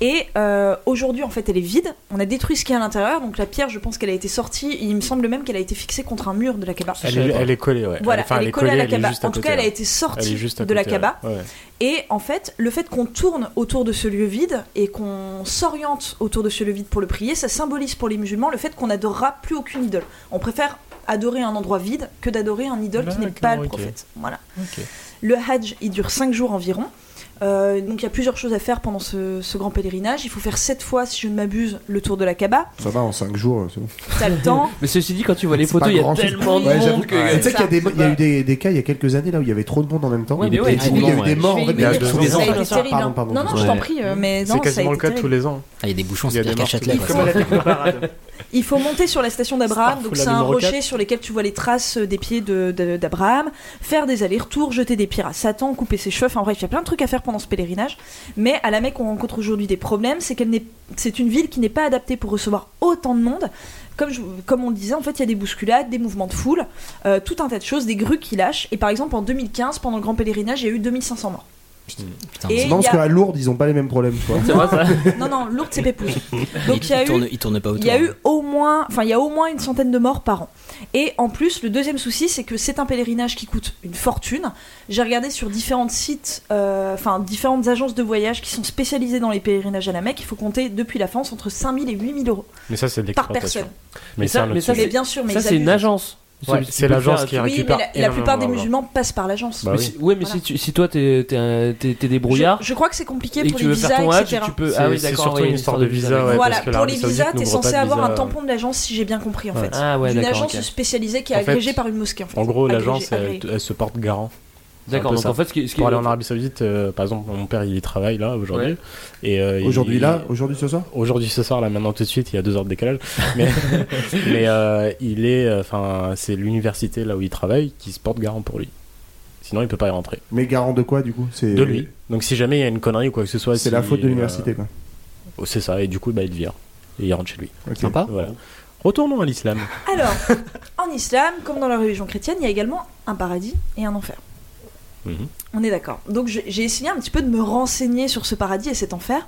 [SPEAKER 9] Et euh, aujourd'hui, en fait, elle est vide. On a détruit ce qu'il y a à l'intérieur. Donc la pierre, je pense qu'elle a été sortie. Il me semble même qu'elle a été fixée contre un mur de la Kaaba.
[SPEAKER 4] Elle est, elle est collée, ouais.
[SPEAKER 9] Voilà,
[SPEAKER 4] Enfin,
[SPEAKER 9] elle, est collée à la
[SPEAKER 4] elle est
[SPEAKER 9] Kaaba.
[SPEAKER 4] juste à
[SPEAKER 9] En tout
[SPEAKER 4] côté,
[SPEAKER 9] cas, elle a
[SPEAKER 4] ouais.
[SPEAKER 9] été sortie
[SPEAKER 4] Elle est juste à
[SPEAKER 9] de la
[SPEAKER 4] côté, ouais.
[SPEAKER 9] Kaaba.
[SPEAKER 4] Ouais.
[SPEAKER 9] Et en fait, le fait qu'on tourne autour de ce lieu vide et qu'on s'oriente autour de ce lieu vide pour le prier, ça symbolise pour les musulmans le fait qu'on n'adorera plus aucune idole. On préfère adorer un endroit vide que d'adorer un idole qui n'est
[SPEAKER 4] D'accord,
[SPEAKER 9] pas le
[SPEAKER 4] ok.
[SPEAKER 9] prophète. Voilà.
[SPEAKER 4] Ok.
[SPEAKER 9] Le Hajj, il dure 5 jours environ. Euh, donc il y a plusieurs choses à faire pendant ce, ce grand pèlerinage. Il faut faire 7 fois, si je ne m'abuse, le tour de la Kaaba.
[SPEAKER 1] bon. Ça va en 5 jours. euh, c'est bon.
[SPEAKER 9] T'as le temps.
[SPEAKER 2] Mais ceci dit, quand tu vois les
[SPEAKER 1] C'est
[SPEAKER 2] photos,
[SPEAKER 1] pas
[SPEAKER 2] il y a
[SPEAKER 1] grand-chose.
[SPEAKER 2] tellement de
[SPEAKER 1] Ouais,
[SPEAKER 2] monde
[SPEAKER 1] j'avoue.
[SPEAKER 2] que.
[SPEAKER 1] Tu sais qu'il y a, des,
[SPEAKER 2] c'est
[SPEAKER 1] il y a
[SPEAKER 2] pas-
[SPEAKER 1] eu des, des cas il y a quelques années là où il y avait trop de monde en même temps.
[SPEAKER 2] Ouais, mais
[SPEAKER 1] Et
[SPEAKER 2] ouais,
[SPEAKER 1] du coup,
[SPEAKER 10] ouais.
[SPEAKER 1] il y a eu des
[SPEAKER 10] Ouais.
[SPEAKER 1] morts en
[SPEAKER 9] Je
[SPEAKER 1] fait.
[SPEAKER 9] vais y
[SPEAKER 1] mais il y a
[SPEAKER 9] venir.
[SPEAKER 1] tous
[SPEAKER 4] deux
[SPEAKER 1] les
[SPEAKER 4] ans,
[SPEAKER 1] ans.
[SPEAKER 9] Ça a été
[SPEAKER 2] Pardon,
[SPEAKER 9] terrible. hein.
[SPEAKER 1] pardon,
[SPEAKER 9] non, non, je t'en
[SPEAKER 10] Ouais.
[SPEAKER 9] prie, euh, mais non,
[SPEAKER 4] C'est
[SPEAKER 9] ça a
[SPEAKER 4] quasiment
[SPEAKER 9] été
[SPEAKER 4] le cas
[SPEAKER 9] terrible.
[SPEAKER 4] tous les ans.
[SPEAKER 10] Ah, il y a des bouchons,
[SPEAKER 4] Il y a
[SPEAKER 10] c'est pire
[SPEAKER 4] des
[SPEAKER 10] qu'à euh, Châtelet.
[SPEAKER 4] morts
[SPEAKER 9] tous
[SPEAKER 10] quoi.
[SPEAKER 9] les
[SPEAKER 3] Comme à la technoparade.
[SPEAKER 9] Il faut monter sur la station d'Abraham, donc
[SPEAKER 4] Starfoula
[SPEAKER 9] c'est un
[SPEAKER 4] numéro
[SPEAKER 9] rocher
[SPEAKER 4] quatre.
[SPEAKER 9] sur lequel tu vois les traces euh, des pieds de- de- d'Abraham, faire des allers-retours, jeter des pierres à Satan, couper ses cheveux, enfin bref, il y a plein de trucs à faire pendant ce pèlerinage. Mais à la Mecque, on rencontre aujourd'hui des problèmes, c'est qu'elle n'est, c'est une ville qui n'est pas adaptée pour recevoir autant de monde. Comme, je- comme on le disait, en fait, il y a des bousculades, des mouvements de foule, euh, tout un tas de choses, des grues qui lâchent. Et par exemple, en 2015, pendant le Grand Pèlerinage, il y a eu 2500 morts.
[SPEAKER 10] Putain,
[SPEAKER 9] Et
[SPEAKER 1] C'est marrant
[SPEAKER 9] il y
[SPEAKER 1] parce
[SPEAKER 9] a-
[SPEAKER 1] qu'à Lourdes, ils ont pas les mêmes problèmes. tu vois.
[SPEAKER 2] C'est vrai, ça.
[SPEAKER 9] Non, non, Lourdes, c'est Pépouze. Donc il y
[SPEAKER 10] il,
[SPEAKER 9] a eu
[SPEAKER 10] tourne, il tourne pas autour.
[SPEAKER 9] Il y a eu au moins, enfin, il y a au moins une centaine de morts par an. Et en plus, le deuxième souci, c'est que c'est un pèlerinage qui coûte une fortune. J'ai regardé sur différents sites, euh, enfin, différentes agences de voyage qui sont spécialisées dans les pèlerinages à la Mecque. Il faut compter, depuis la France, entre 5000 et 8000 euros
[SPEAKER 4] Mais ça, c'est de
[SPEAKER 9] par
[SPEAKER 4] l'exploitation.
[SPEAKER 9] personne.
[SPEAKER 2] Mais ça-
[SPEAKER 4] c'est un
[SPEAKER 2] mais
[SPEAKER 4] autre
[SPEAKER 2] ça,
[SPEAKER 9] Mais
[SPEAKER 4] sujet.
[SPEAKER 9] bien sûr, mais
[SPEAKER 2] Ça,
[SPEAKER 9] ils
[SPEAKER 2] c'est une
[SPEAKER 9] abusent.
[SPEAKER 2] agence.
[SPEAKER 4] Ouais,
[SPEAKER 2] Tu
[SPEAKER 4] c'est
[SPEAKER 2] peux
[SPEAKER 4] l'agence
[SPEAKER 2] faire-
[SPEAKER 4] qui
[SPEAKER 9] Oui, mais
[SPEAKER 4] récupère.
[SPEAKER 9] la, la plupart des
[SPEAKER 4] énormément
[SPEAKER 9] musulmans passent par l'agence.
[SPEAKER 4] Bah
[SPEAKER 2] Mais
[SPEAKER 4] oui.
[SPEAKER 2] si- Ouais, mais
[SPEAKER 9] Voilà.
[SPEAKER 2] si tu- si toi, t'es t'es un- t'es- t'es débrouillard
[SPEAKER 9] Je, je crois que c'est compliqué
[SPEAKER 2] et que
[SPEAKER 9] pour
[SPEAKER 2] tu
[SPEAKER 9] les
[SPEAKER 2] veux faire
[SPEAKER 9] visas,
[SPEAKER 2] ton
[SPEAKER 9] etc.
[SPEAKER 2] Hajj, tu peux.
[SPEAKER 4] C'est-
[SPEAKER 2] Ah oui,
[SPEAKER 4] c'est
[SPEAKER 2] d'accord,
[SPEAKER 4] surtout
[SPEAKER 2] ouais,
[SPEAKER 4] une histoire de visa, ouais.
[SPEAKER 9] voilà,
[SPEAKER 4] parce que
[SPEAKER 9] pour les
[SPEAKER 4] l'Arabie
[SPEAKER 9] visas,
[SPEAKER 4] Saoudite
[SPEAKER 9] t'es
[SPEAKER 4] n'ouvre pas
[SPEAKER 9] censé
[SPEAKER 4] de
[SPEAKER 9] avoir
[SPEAKER 4] visa. euh.
[SPEAKER 9] un tampon de l'agence, si j'ai bien compris en
[SPEAKER 4] Ouais.
[SPEAKER 9] fait.
[SPEAKER 2] Ah ouais,
[SPEAKER 9] D'une
[SPEAKER 2] d'accord.
[SPEAKER 9] agence
[SPEAKER 2] ok.
[SPEAKER 9] spécialisée qui est
[SPEAKER 4] En fait,
[SPEAKER 9] agrégée par une mosquée en fait.
[SPEAKER 4] En gros,
[SPEAKER 9] Agrégée,
[SPEAKER 4] l'agence, elle,
[SPEAKER 9] agréée.
[SPEAKER 4] elle se porte garant.
[SPEAKER 2] D'accord,
[SPEAKER 4] un peu
[SPEAKER 2] donc
[SPEAKER 4] ça.
[SPEAKER 2] en fait, ce qui ce qui-
[SPEAKER 4] Pour aller en Arabie Saoudite, euh, par exemple, mon père, il y travaille là aujourd'hui. Et euh, il-
[SPEAKER 1] Aujourd'hui là, aujourd'hui ce soir
[SPEAKER 4] Aujourd'hui, ce soir, là, maintenant, tout de suite, il y a deux heures de décalage. Mais, mais euh, il est, enfin, c'est l'université là où il travaille qui se porte garant pour lui. Sinon, il peut pas y rentrer.
[SPEAKER 1] Mais garant de quoi du coup C'est
[SPEAKER 4] De lui. Donc, si jamais il y a une connerie ou quoi que ce soit,
[SPEAKER 1] C'est
[SPEAKER 4] si- oh,
[SPEAKER 1] la faute de l'université quoi.
[SPEAKER 4] euh, c'est ça. Et du coup, bah, il le vire et il rentre chez lui.
[SPEAKER 1] Ok.
[SPEAKER 10] Sympa.
[SPEAKER 4] Voilà. Retournons à l'islam.
[SPEAKER 9] Alors, en islam, comme dans la religion chrétienne, il y a également un paradis et un enfer.
[SPEAKER 4] Mhm.
[SPEAKER 9] On est d'accord. Donc je- j'ai essayé un petit peu de me renseigner sur ce paradis et cet enfer.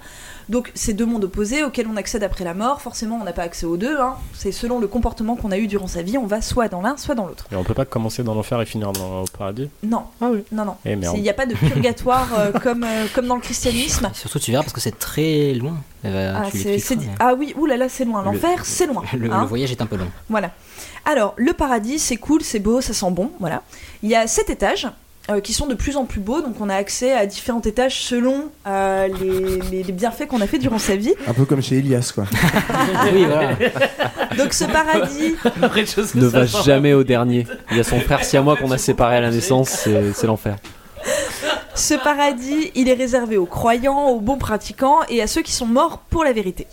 [SPEAKER 9] Donc ces deux mondes opposés auxquels on accède après la mort, forcément on n'a pas accès aux deux. hein. C'est selon le comportement qu'on a eu durant sa vie, on va soit dans l'un, soit dans l'autre.
[SPEAKER 4] Et on peut pas commencer dans l'enfer et finir dans, au paradis
[SPEAKER 9] Non,
[SPEAKER 4] Ah oui.
[SPEAKER 9] non, non.
[SPEAKER 4] Eh
[SPEAKER 9] C'est-
[SPEAKER 4] merde.
[SPEAKER 9] Il n'y a pas de purgatoire euh, comme, euh, comme dans le christianisme.
[SPEAKER 10] Et surtout, tu verras parce que c'est très loin. Eh ben,
[SPEAKER 9] Ah,
[SPEAKER 10] tu
[SPEAKER 9] c'est- c'est
[SPEAKER 10] l'expliqueras,
[SPEAKER 9] di- ah oui, oulala, là là, c'est loin.
[SPEAKER 10] Le-
[SPEAKER 9] L'enfer, c'est loin.
[SPEAKER 10] mais- Le,
[SPEAKER 9] hein.
[SPEAKER 10] le voyage est un peu long.
[SPEAKER 9] Voilà. Alors, le paradis, c'est cool, c'est beau, ça sent bon, voilà. Il y a sept étages euh, qui sont de plus en plus beaux, donc on a accès à différents étages selon euh, les, les- les bienfaits qu'on a fait durant sa vie.
[SPEAKER 1] Un peu comme chez Elias, quoi. Bah,
[SPEAKER 10] oui, voilà.
[SPEAKER 9] Donc ce paradis,
[SPEAKER 2] Après, chose que
[SPEAKER 5] Ne
[SPEAKER 2] ça
[SPEAKER 5] va
[SPEAKER 2] change.
[SPEAKER 5] jamais au dernier. Il y a son frère siamois qu'on a séparé à la naissance, c'est c'est l'enfer.
[SPEAKER 9] ce paradis, il est réservé aux croyants, aux bons pratiquants et à ceux qui sont morts pour la vérité.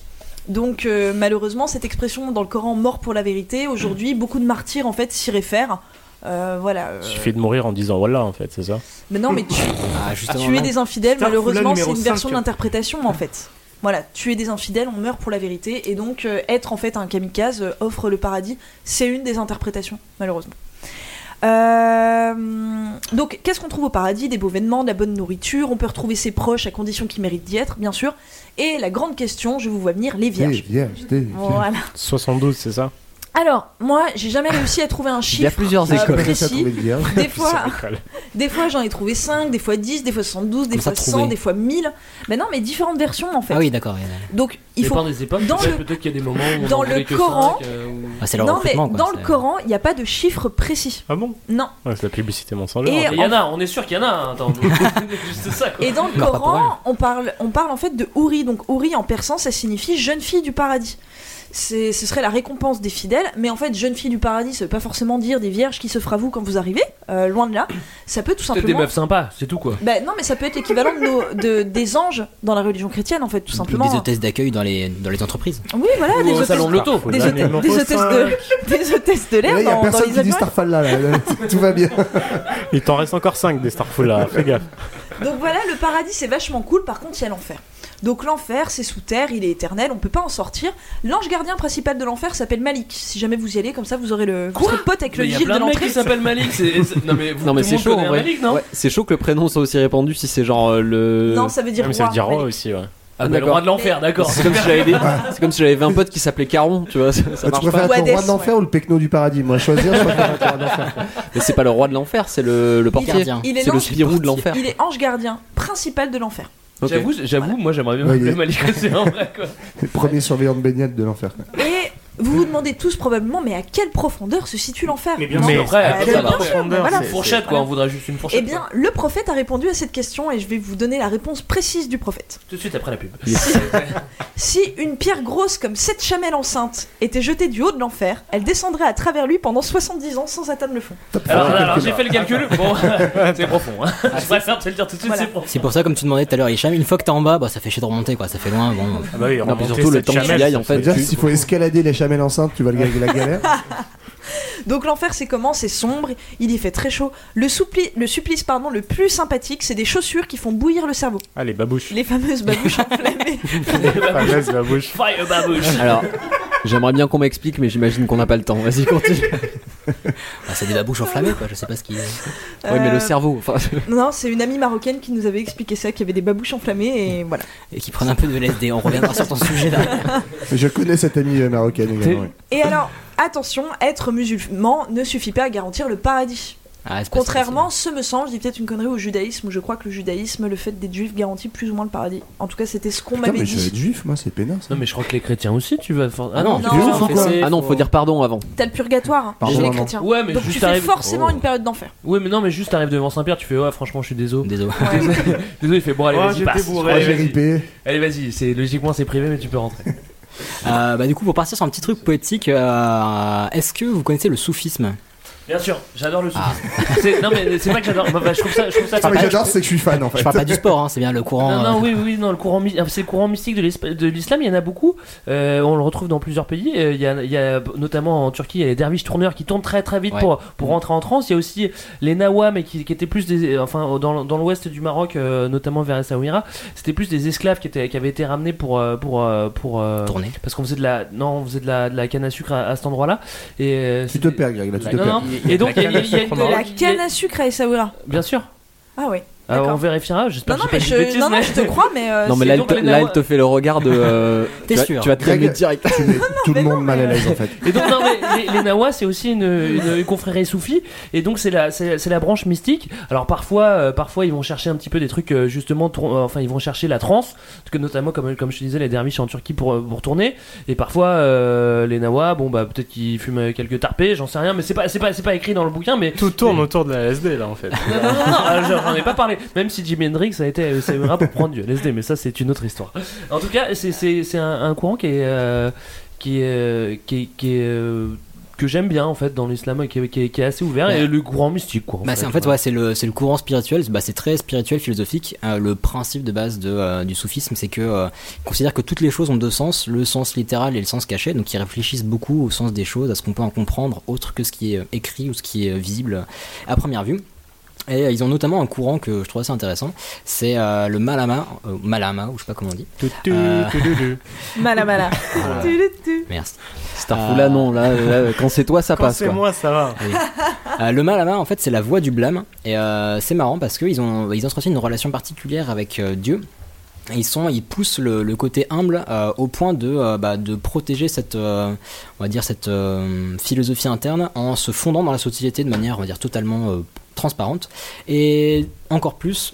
[SPEAKER 9] Donc euh, malheureusement, cette expression dans le Coran "mort pour la vérité", aujourd'hui, beaucoup de martyrs en fait s'y réfèrent. Euh, voilà. euh,
[SPEAKER 4] Il suffit de mourir en disant voilà en fait, c'est ça
[SPEAKER 9] Mais non, mais tu,
[SPEAKER 10] Ah, justement,
[SPEAKER 9] Tuer
[SPEAKER 10] non.
[SPEAKER 9] des infidèles,
[SPEAKER 3] Starfula
[SPEAKER 9] malheureusement, c'est
[SPEAKER 3] numéro
[SPEAKER 9] une version
[SPEAKER 3] cinq.
[SPEAKER 9] d'interprétation en fait. Voilà, tuer des infidèles, on meurt pour la vérité, et donc euh, être en fait un kamikaze euh, offre le paradis, c'est une des interprétations, malheureusement. Euh, donc, qu'est-ce qu'on trouve au paradis Des beaux vêtements, de la bonne nourriture, on peut retrouver ses proches à condition qu'ils méritent d'y être, bien sûr. Et la grande question, je vous vois venir, les
[SPEAKER 1] Des
[SPEAKER 9] vierges.
[SPEAKER 1] vierges, des vierges.
[SPEAKER 9] Voilà.
[SPEAKER 4] 72, c'est ça
[SPEAKER 9] Alors, moi, j'ai jamais réussi à trouver un chiffre.
[SPEAKER 5] Il y a plusieurs
[SPEAKER 9] euh,
[SPEAKER 5] écoles.
[SPEAKER 1] Comme ça,
[SPEAKER 9] précis.
[SPEAKER 1] trouver des vierges.
[SPEAKER 9] Des fois,
[SPEAKER 4] Je rigole.
[SPEAKER 9] des fois j'en ai trouvé 5, des fois 10, des fois 72, des
[SPEAKER 5] Comme ça,
[SPEAKER 9] fois 100,
[SPEAKER 5] trouver.
[SPEAKER 9] des fois 1000. Mais non, mais différentes versions en fait.
[SPEAKER 10] Ah oui, d'accord. il y en a.
[SPEAKER 9] Donc
[SPEAKER 2] Ça
[SPEAKER 9] il
[SPEAKER 2] dépend
[SPEAKER 9] faut
[SPEAKER 2] des époques.
[SPEAKER 9] dans
[SPEAKER 2] peut-être
[SPEAKER 9] le-
[SPEAKER 2] qu'il y a des moments où on
[SPEAKER 9] dans
[SPEAKER 2] en
[SPEAKER 9] le
[SPEAKER 2] voulait que
[SPEAKER 9] Coran-
[SPEAKER 2] cinq, euh, ou-
[SPEAKER 10] Ah, c'est leur
[SPEAKER 9] Non mais
[SPEAKER 10] recrutement, quoi,
[SPEAKER 9] dans le
[SPEAKER 10] c'est-
[SPEAKER 9] Coran, il n'y a pas de chiffre précis.
[SPEAKER 4] Ah bon
[SPEAKER 9] Non.
[SPEAKER 4] Ouais, C'est la publicité mensongère.
[SPEAKER 9] Et-
[SPEAKER 4] en
[SPEAKER 2] Et Il y en a, on est sûr qu'il y en a. hein, attends. Juste ça, quoi.
[SPEAKER 9] Et dans le
[SPEAKER 10] Non, pas pour
[SPEAKER 9] Coran, on parle on parle en fait de Houri. Donc Houri en persan, ça signifie jeune fille du paradis. C'est- Ce serait la récompense des fidèles, mais en fait, jeune fille du paradis, ça veut pas forcément dire des vierges qui s'offrent à vous quand vous arrivez, euh, loin de là. Ça peut tout
[SPEAKER 2] Peut-être des
[SPEAKER 9] simplement.
[SPEAKER 2] meufs sympas, c'est tout quoi.
[SPEAKER 9] Bah, non, mais ça peut être l'équivalent de nos- de- des anges dans la religion chrétienne, en fait, tout simplement.
[SPEAKER 10] Des hôtesses d'accueil dans les, dans les entreprises.
[SPEAKER 9] Oui, voilà,
[SPEAKER 2] Ou
[SPEAKER 9] des
[SPEAKER 2] au
[SPEAKER 9] hôtesses,
[SPEAKER 2] salon de l'auto.
[SPEAKER 9] des,
[SPEAKER 4] Là,
[SPEAKER 9] hôtesses-
[SPEAKER 4] numéro
[SPEAKER 9] des hôtesses de, des hôtesses de
[SPEAKER 1] Et là,
[SPEAKER 9] l'air
[SPEAKER 1] il y a
[SPEAKER 9] dans, dans
[SPEAKER 1] personne
[SPEAKER 9] les
[SPEAKER 1] qui dit
[SPEAKER 9] avions.
[SPEAKER 1] Starfalla, là. là. Tout va bien.
[SPEAKER 4] Il t'en reste encore 5 des Starfall là, fais gaffe.
[SPEAKER 9] Donc voilà, le paradis c'est vachement cool, par contre il y a l'enfer. Donc l'enfer c'est sous terre, il est éternel, on peut pas en sortir. L'ange gardien principal de l'enfer s'appelle Malik. Si jamais vous y allez, comme ça vous aurez le vous
[SPEAKER 2] Quoi
[SPEAKER 9] serez pote avec le
[SPEAKER 2] Mais il y a
[SPEAKER 9] gif de
[SPEAKER 2] plein de mecs
[SPEAKER 9] l'entrée.
[SPEAKER 2] qui s'appellent Malik. c'est- c'est- Non mais, vous,
[SPEAKER 5] Non mais
[SPEAKER 2] tout le
[SPEAKER 5] c'est
[SPEAKER 2] monde
[SPEAKER 5] chaud
[SPEAKER 2] connaît
[SPEAKER 5] en
[SPEAKER 2] un
[SPEAKER 5] vrai.
[SPEAKER 2] Malik, non
[SPEAKER 5] Ouais, c'est chaud que le prénom soit aussi répandu si c'est genre euh, le.
[SPEAKER 9] Non, ça veut dire
[SPEAKER 4] mais ça
[SPEAKER 9] roi.
[SPEAKER 4] veut dire roi
[SPEAKER 9] Malik.
[SPEAKER 4] aussi, ouais.
[SPEAKER 2] Ah bah le roi de l'enfer, d'accord.
[SPEAKER 5] C'est comme si j'avais des- c'est comme si j'avais 20 potes qui s'appelaient Caron, tu vois, ça, ça
[SPEAKER 1] Ah, tu
[SPEAKER 5] marche
[SPEAKER 1] préfères être le
[SPEAKER 5] pas.
[SPEAKER 9] Ou
[SPEAKER 1] roi
[SPEAKER 9] Hadès,
[SPEAKER 1] de l'enfer ou le pecno du paradis Moi, choisir, je préfère être le roi de l'enfer.
[SPEAKER 5] Mais c'est pas le roi de l'enfer, c'est le, le portier.
[SPEAKER 10] gardien.
[SPEAKER 9] Il est
[SPEAKER 5] C'est le
[SPEAKER 9] l'ange
[SPEAKER 5] spirou de l'enfer.
[SPEAKER 9] il est ange gardien principal de l'enfer.
[SPEAKER 5] Ok.
[SPEAKER 2] J'avoue, j'avoue, moi j'aimerais bien
[SPEAKER 1] Ouais,
[SPEAKER 2] m'appeler
[SPEAKER 1] il-
[SPEAKER 2] Malik aussi en vrai quoi.
[SPEAKER 1] Le premier surveillant de baignade de l'enfer. quoi.
[SPEAKER 9] Et vous vous demandez tous probablement mais à quelle profondeur se situe l'enfer
[SPEAKER 3] Mais bien
[SPEAKER 9] Non,
[SPEAKER 3] sûr.
[SPEAKER 9] mais-
[SPEAKER 2] après,
[SPEAKER 9] bah,
[SPEAKER 2] après,
[SPEAKER 9] bien
[SPEAKER 2] ça va.
[SPEAKER 9] sûr,
[SPEAKER 4] Profondeur,
[SPEAKER 9] voilà.
[SPEAKER 4] c'est-
[SPEAKER 2] Fourchette quoi, on voudrait juste une fourchette.
[SPEAKER 9] Eh bien, le prophète a répondu à cette question et je vais vous donner la réponse précise du prophète.
[SPEAKER 2] quoi. tout de suite après la pub.
[SPEAKER 9] Si une pierre grosse comme cette chamelle enceinte était jetée du haut de l'enfer, elle descendrait à travers lui pendant 70 ans sans atteindre le fond.
[SPEAKER 2] Alors, alors, j'ai fait le calcul, bon, c'est profond. Hein. Je préfère te le dire tout de suite,
[SPEAKER 9] Voilà.
[SPEAKER 2] c'est profond.
[SPEAKER 10] C'est pour ça, comme tu demandais tout à l'heure, Hicham, une fois que t'es en bas, bah, ça fait chier de remonter, quoi. Ça fait loin. Bon,
[SPEAKER 4] Ah bah oui,
[SPEAKER 5] Non, mais surtout le temps que tu y ailles en fait.
[SPEAKER 1] Déjà,
[SPEAKER 5] tu-
[SPEAKER 1] Bah, s'il faut escalader les chamelles enceintes, tu vas le gagner la galère.
[SPEAKER 9] Donc l'enfer c'est comment C'est sombre, il y fait très chaud. Le, soupli- le supplice pardon, le plus sympathique, c'est des chaussures qui font bouillir le cerveau.
[SPEAKER 4] Ah, les babouches.
[SPEAKER 9] Les fameuses babouches enflammées.
[SPEAKER 4] Fameuses babouches.
[SPEAKER 2] Fire babouche.
[SPEAKER 5] Alors, j'aimerais bien qu'on m'explique, mais j'imagine qu'on n'a pas le temps. Vas-y, continue.
[SPEAKER 9] Ah,
[SPEAKER 10] bah, c'est des babouches enflammées, quoi. Je sais pas ce qui.
[SPEAKER 5] Ouais, mais
[SPEAKER 9] Euh,
[SPEAKER 5] le cerveau. Enfin,
[SPEAKER 9] Non, c'est une amie marocaine qui nous avait expliqué ça, qu'il y avait des babouches enflammées et
[SPEAKER 5] Mm.
[SPEAKER 9] voilà.
[SPEAKER 10] Et qui prennent un peu de l'SD. On reviendra sur ton sujet là.
[SPEAKER 1] Mais je connais cette amie euh, marocaine également. oui.
[SPEAKER 9] Et alors, attention, être musulman ne suffit pas à garantir le paradis.
[SPEAKER 10] Ah, c'est pas-
[SPEAKER 9] Contrairement, ce me semble, je dis peut-être une connerie au judaïsme, où je crois que le judaïsme, le fait d'être juif garantit plus ou moins le paradis. En tout cas, c'était ce qu'on
[SPEAKER 1] Putain,
[SPEAKER 9] m'avait
[SPEAKER 1] mais je vais
[SPEAKER 9] dit.
[SPEAKER 1] être juif, moi, c'est peinard. ça.
[SPEAKER 2] Non mais je crois que les chrétiens aussi, tu vas. for- Ah non,
[SPEAKER 9] Non,
[SPEAKER 2] tu
[SPEAKER 9] non,
[SPEAKER 2] vas
[SPEAKER 1] faut quoi
[SPEAKER 2] confesser,
[SPEAKER 5] ah non, faut dire pardon avant.
[SPEAKER 9] T'as le purgatoire hein,
[SPEAKER 1] Pardon,
[SPEAKER 9] chez les
[SPEAKER 1] maman.
[SPEAKER 9] chrétiens.
[SPEAKER 2] Ouais, mais
[SPEAKER 9] Donc
[SPEAKER 2] juste
[SPEAKER 9] tu fais
[SPEAKER 2] arrive-
[SPEAKER 9] forcément
[SPEAKER 2] Oh.
[SPEAKER 9] une période d'enfer.
[SPEAKER 2] Oui, mais non, mais juste t'arrives devant Saint-Pierre, tu fais ouais, franchement, je suis désolé.
[SPEAKER 10] Désolé.
[SPEAKER 2] Désolé, il fait bon, allez,
[SPEAKER 3] Oh,
[SPEAKER 2] vas-y,
[SPEAKER 3] j'étais
[SPEAKER 2] passe.
[SPEAKER 3] bourré.
[SPEAKER 1] Ah,
[SPEAKER 2] Allez,
[SPEAKER 1] j'ai
[SPEAKER 2] vas-y.
[SPEAKER 1] ripé.
[SPEAKER 2] Allez, vas-y, c'est logiquement c'est privé, mais tu peux rentrer.
[SPEAKER 10] Euh, bah, du coup, pour partir sur un petit truc poétique, euh, est-ce que vous connaissez le soufisme
[SPEAKER 2] Bien sûr, j'adore le soufisme. C'est- Non, mais c'est pas que j'adore. bah, bah, je trouve ça. Je trouve ça
[SPEAKER 1] Ce que
[SPEAKER 10] pas-
[SPEAKER 1] Ah, j'adore, c'est que je suis fan en
[SPEAKER 10] Je
[SPEAKER 1] fait.
[SPEAKER 10] parle pas du sport, hein, c'est bien le courant.
[SPEAKER 2] Non,
[SPEAKER 10] euh,
[SPEAKER 2] non, oui, oui, oui, non, le courant, my- c'est le courant mystique de l'esp- de l'islam, il y en a beaucoup. Euh, on le retrouve dans plusieurs pays. Euh, Il y, a, il y a, notamment en Turquie, il y a les derviches tourneurs qui tournent très très vite
[SPEAKER 10] Ouais.
[SPEAKER 2] pour, pour rentrer en transe. Il y a aussi les nawams mais qui, qui étaient plus des, enfin, dans, dans l'ouest du Maroc, euh, notamment vers Essaouira, c'était plus des esclaves qui, étaient, qui avaient été ramenés pour. euh, pour, euh, pour, euh,
[SPEAKER 10] tourner.
[SPEAKER 2] parce qu'on faisait de la, non, on faisait de la, de la canne à sucre à, à cet endroit-là. Et euh,
[SPEAKER 1] Tu te
[SPEAKER 2] c'était-
[SPEAKER 1] perds, Greg, là, tu te
[SPEAKER 2] Non,
[SPEAKER 1] perds.
[SPEAKER 2] non. Et donc, il y a- il y a- il y a
[SPEAKER 4] De
[SPEAKER 2] une-
[SPEAKER 9] De la
[SPEAKER 2] il y a-
[SPEAKER 9] canne à sucre à Essaouira.
[SPEAKER 2] Bien sûr.
[SPEAKER 9] Ah ouais.
[SPEAKER 2] Alors,
[SPEAKER 9] D'accord.
[SPEAKER 2] on vérifiera. J'espère
[SPEAKER 9] Non, non,
[SPEAKER 2] que
[SPEAKER 9] mais
[SPEAKER 2] j'ai pas dit de
[SPEAKER 9] je,
[SPEAKER 2] bêtises,
[SPEAKER 9] non, non, je te crois, mais. euh,
[SPEAKER 5] Non, mais
[SPEAKER 2] c'est
[SPEAKER 5] là, elle
[SPEAKER 2] donc
[SPEAKER 5] te-
[SPEAKER 2] les
[SPEAKER 5] là,
[SPEAKER 2] Nawa-
[SPEAKER 5] elle te fait le regard de. euh,
[SPEAKER 10] T'es
[SPEAKER 5] tu vas-
[SPEAKER 10] sûr
[SPEAKER 5] Tu vas te calmer
[SPEAKER 1] Greg-
[SPEAKER 5] direct.
[SPEAKER 1] Tu mets tout le
[SPEAKER 9] mais
[SPEAKER 1] monde
[SPEAKER 9] non,
[SPEAKER 1] mal à
[SPEAKER 9] mais-
[SPEAKER 1] l'aise en fait.
[SPEAKER 2] Et donc, non, mais les, les Nawa, c'est aussi une, une, une confrérie soufie. Et donc, c'est la, c'est, c'est la branche mystique. Alors, parfois, euh, parfois, ils vont chercher un petit peu des trucs, euh, justement, tour- euh, enfin, ils vont chercher la transe. Parce que, notamment, comme, comme je te disais, les derviches en Turquie pour, euh, pour tourner. Et parfois, euh, les Nawa, bon, bah, peut-être qu'ils fument euh, quelques tarpés, j'en sais rien. Mais c'est pas, c'est pas, c'est pas écrit dans le bouquin, mais.
[SPEAKER 4] Tout tourne autour de la LSD là en fait.
[SPEAKER 2] Non, non, non, non, euh, j'en j'en ai pas parlé. Même si Jimi Hendrix a été à Essaouira pour prendre du LSD, mais ça, c'est une autre histoire. En tout cas, c'est- c'est c'est un, un courant qui est. euh, qui est, euh, qui est- qui est, euh, que j'aime bien en fait dans l'islam et qui, est- qui est- qui est assez ouvert
[SPEAKER 10] Ouais.
[SPEAKER 2] et le courant mystique quoi.
[SPEAKER 10] Bah, c'est en fait, ouais, c'est le, c'est le courant spirituel, bah, c'est très spirituel, philosophique. Euh, le principe de base de, euh, du soufisme, c'est que euh, ils considèrent que toutes les choses ont deux sens, le sens littéral et le sens caché, donc ils réfléchissent beaucoup au sens des choses, à ce qu'on peut en comprendre, autre que ce qui est euh, écrit ou ce qui est visible euh, à première vue. Et euh, ils ont notamment un courant que je trouve assez intéressant, c'est euh, le malama, euh, malama, ou je sais pas comment on dit. Euh,
[SPEAKER 9] Mala mala. Tu, tu, tu.
[SPEAKER 10] Merci.
[SPEAKER 5] Starfou, là, non, là, là, quand c'est toi, ça
[SPEAKER 4] Quand
[SPEAKER 5] passe
[SPEAKER 4] c'est
[SPEAKER 5] quoi.
[SPEAKER 4] moi, ça va.
[SPEAKER 10] Euh, le mal à main, en fait, c'est la voix du blâme. Et euh, c'est marrant parce qu'ils ont, ils entretiennent une relation particulière avec euh, Dieu. Ils, sont, ils poussent le, le côté humble euh, au point de, euh, bah, de protéger cette, euh, on va dire cette euh, philosophie interne en se fondant dans la société de manière on va dire, totalement euh, transparente. Et encore plus,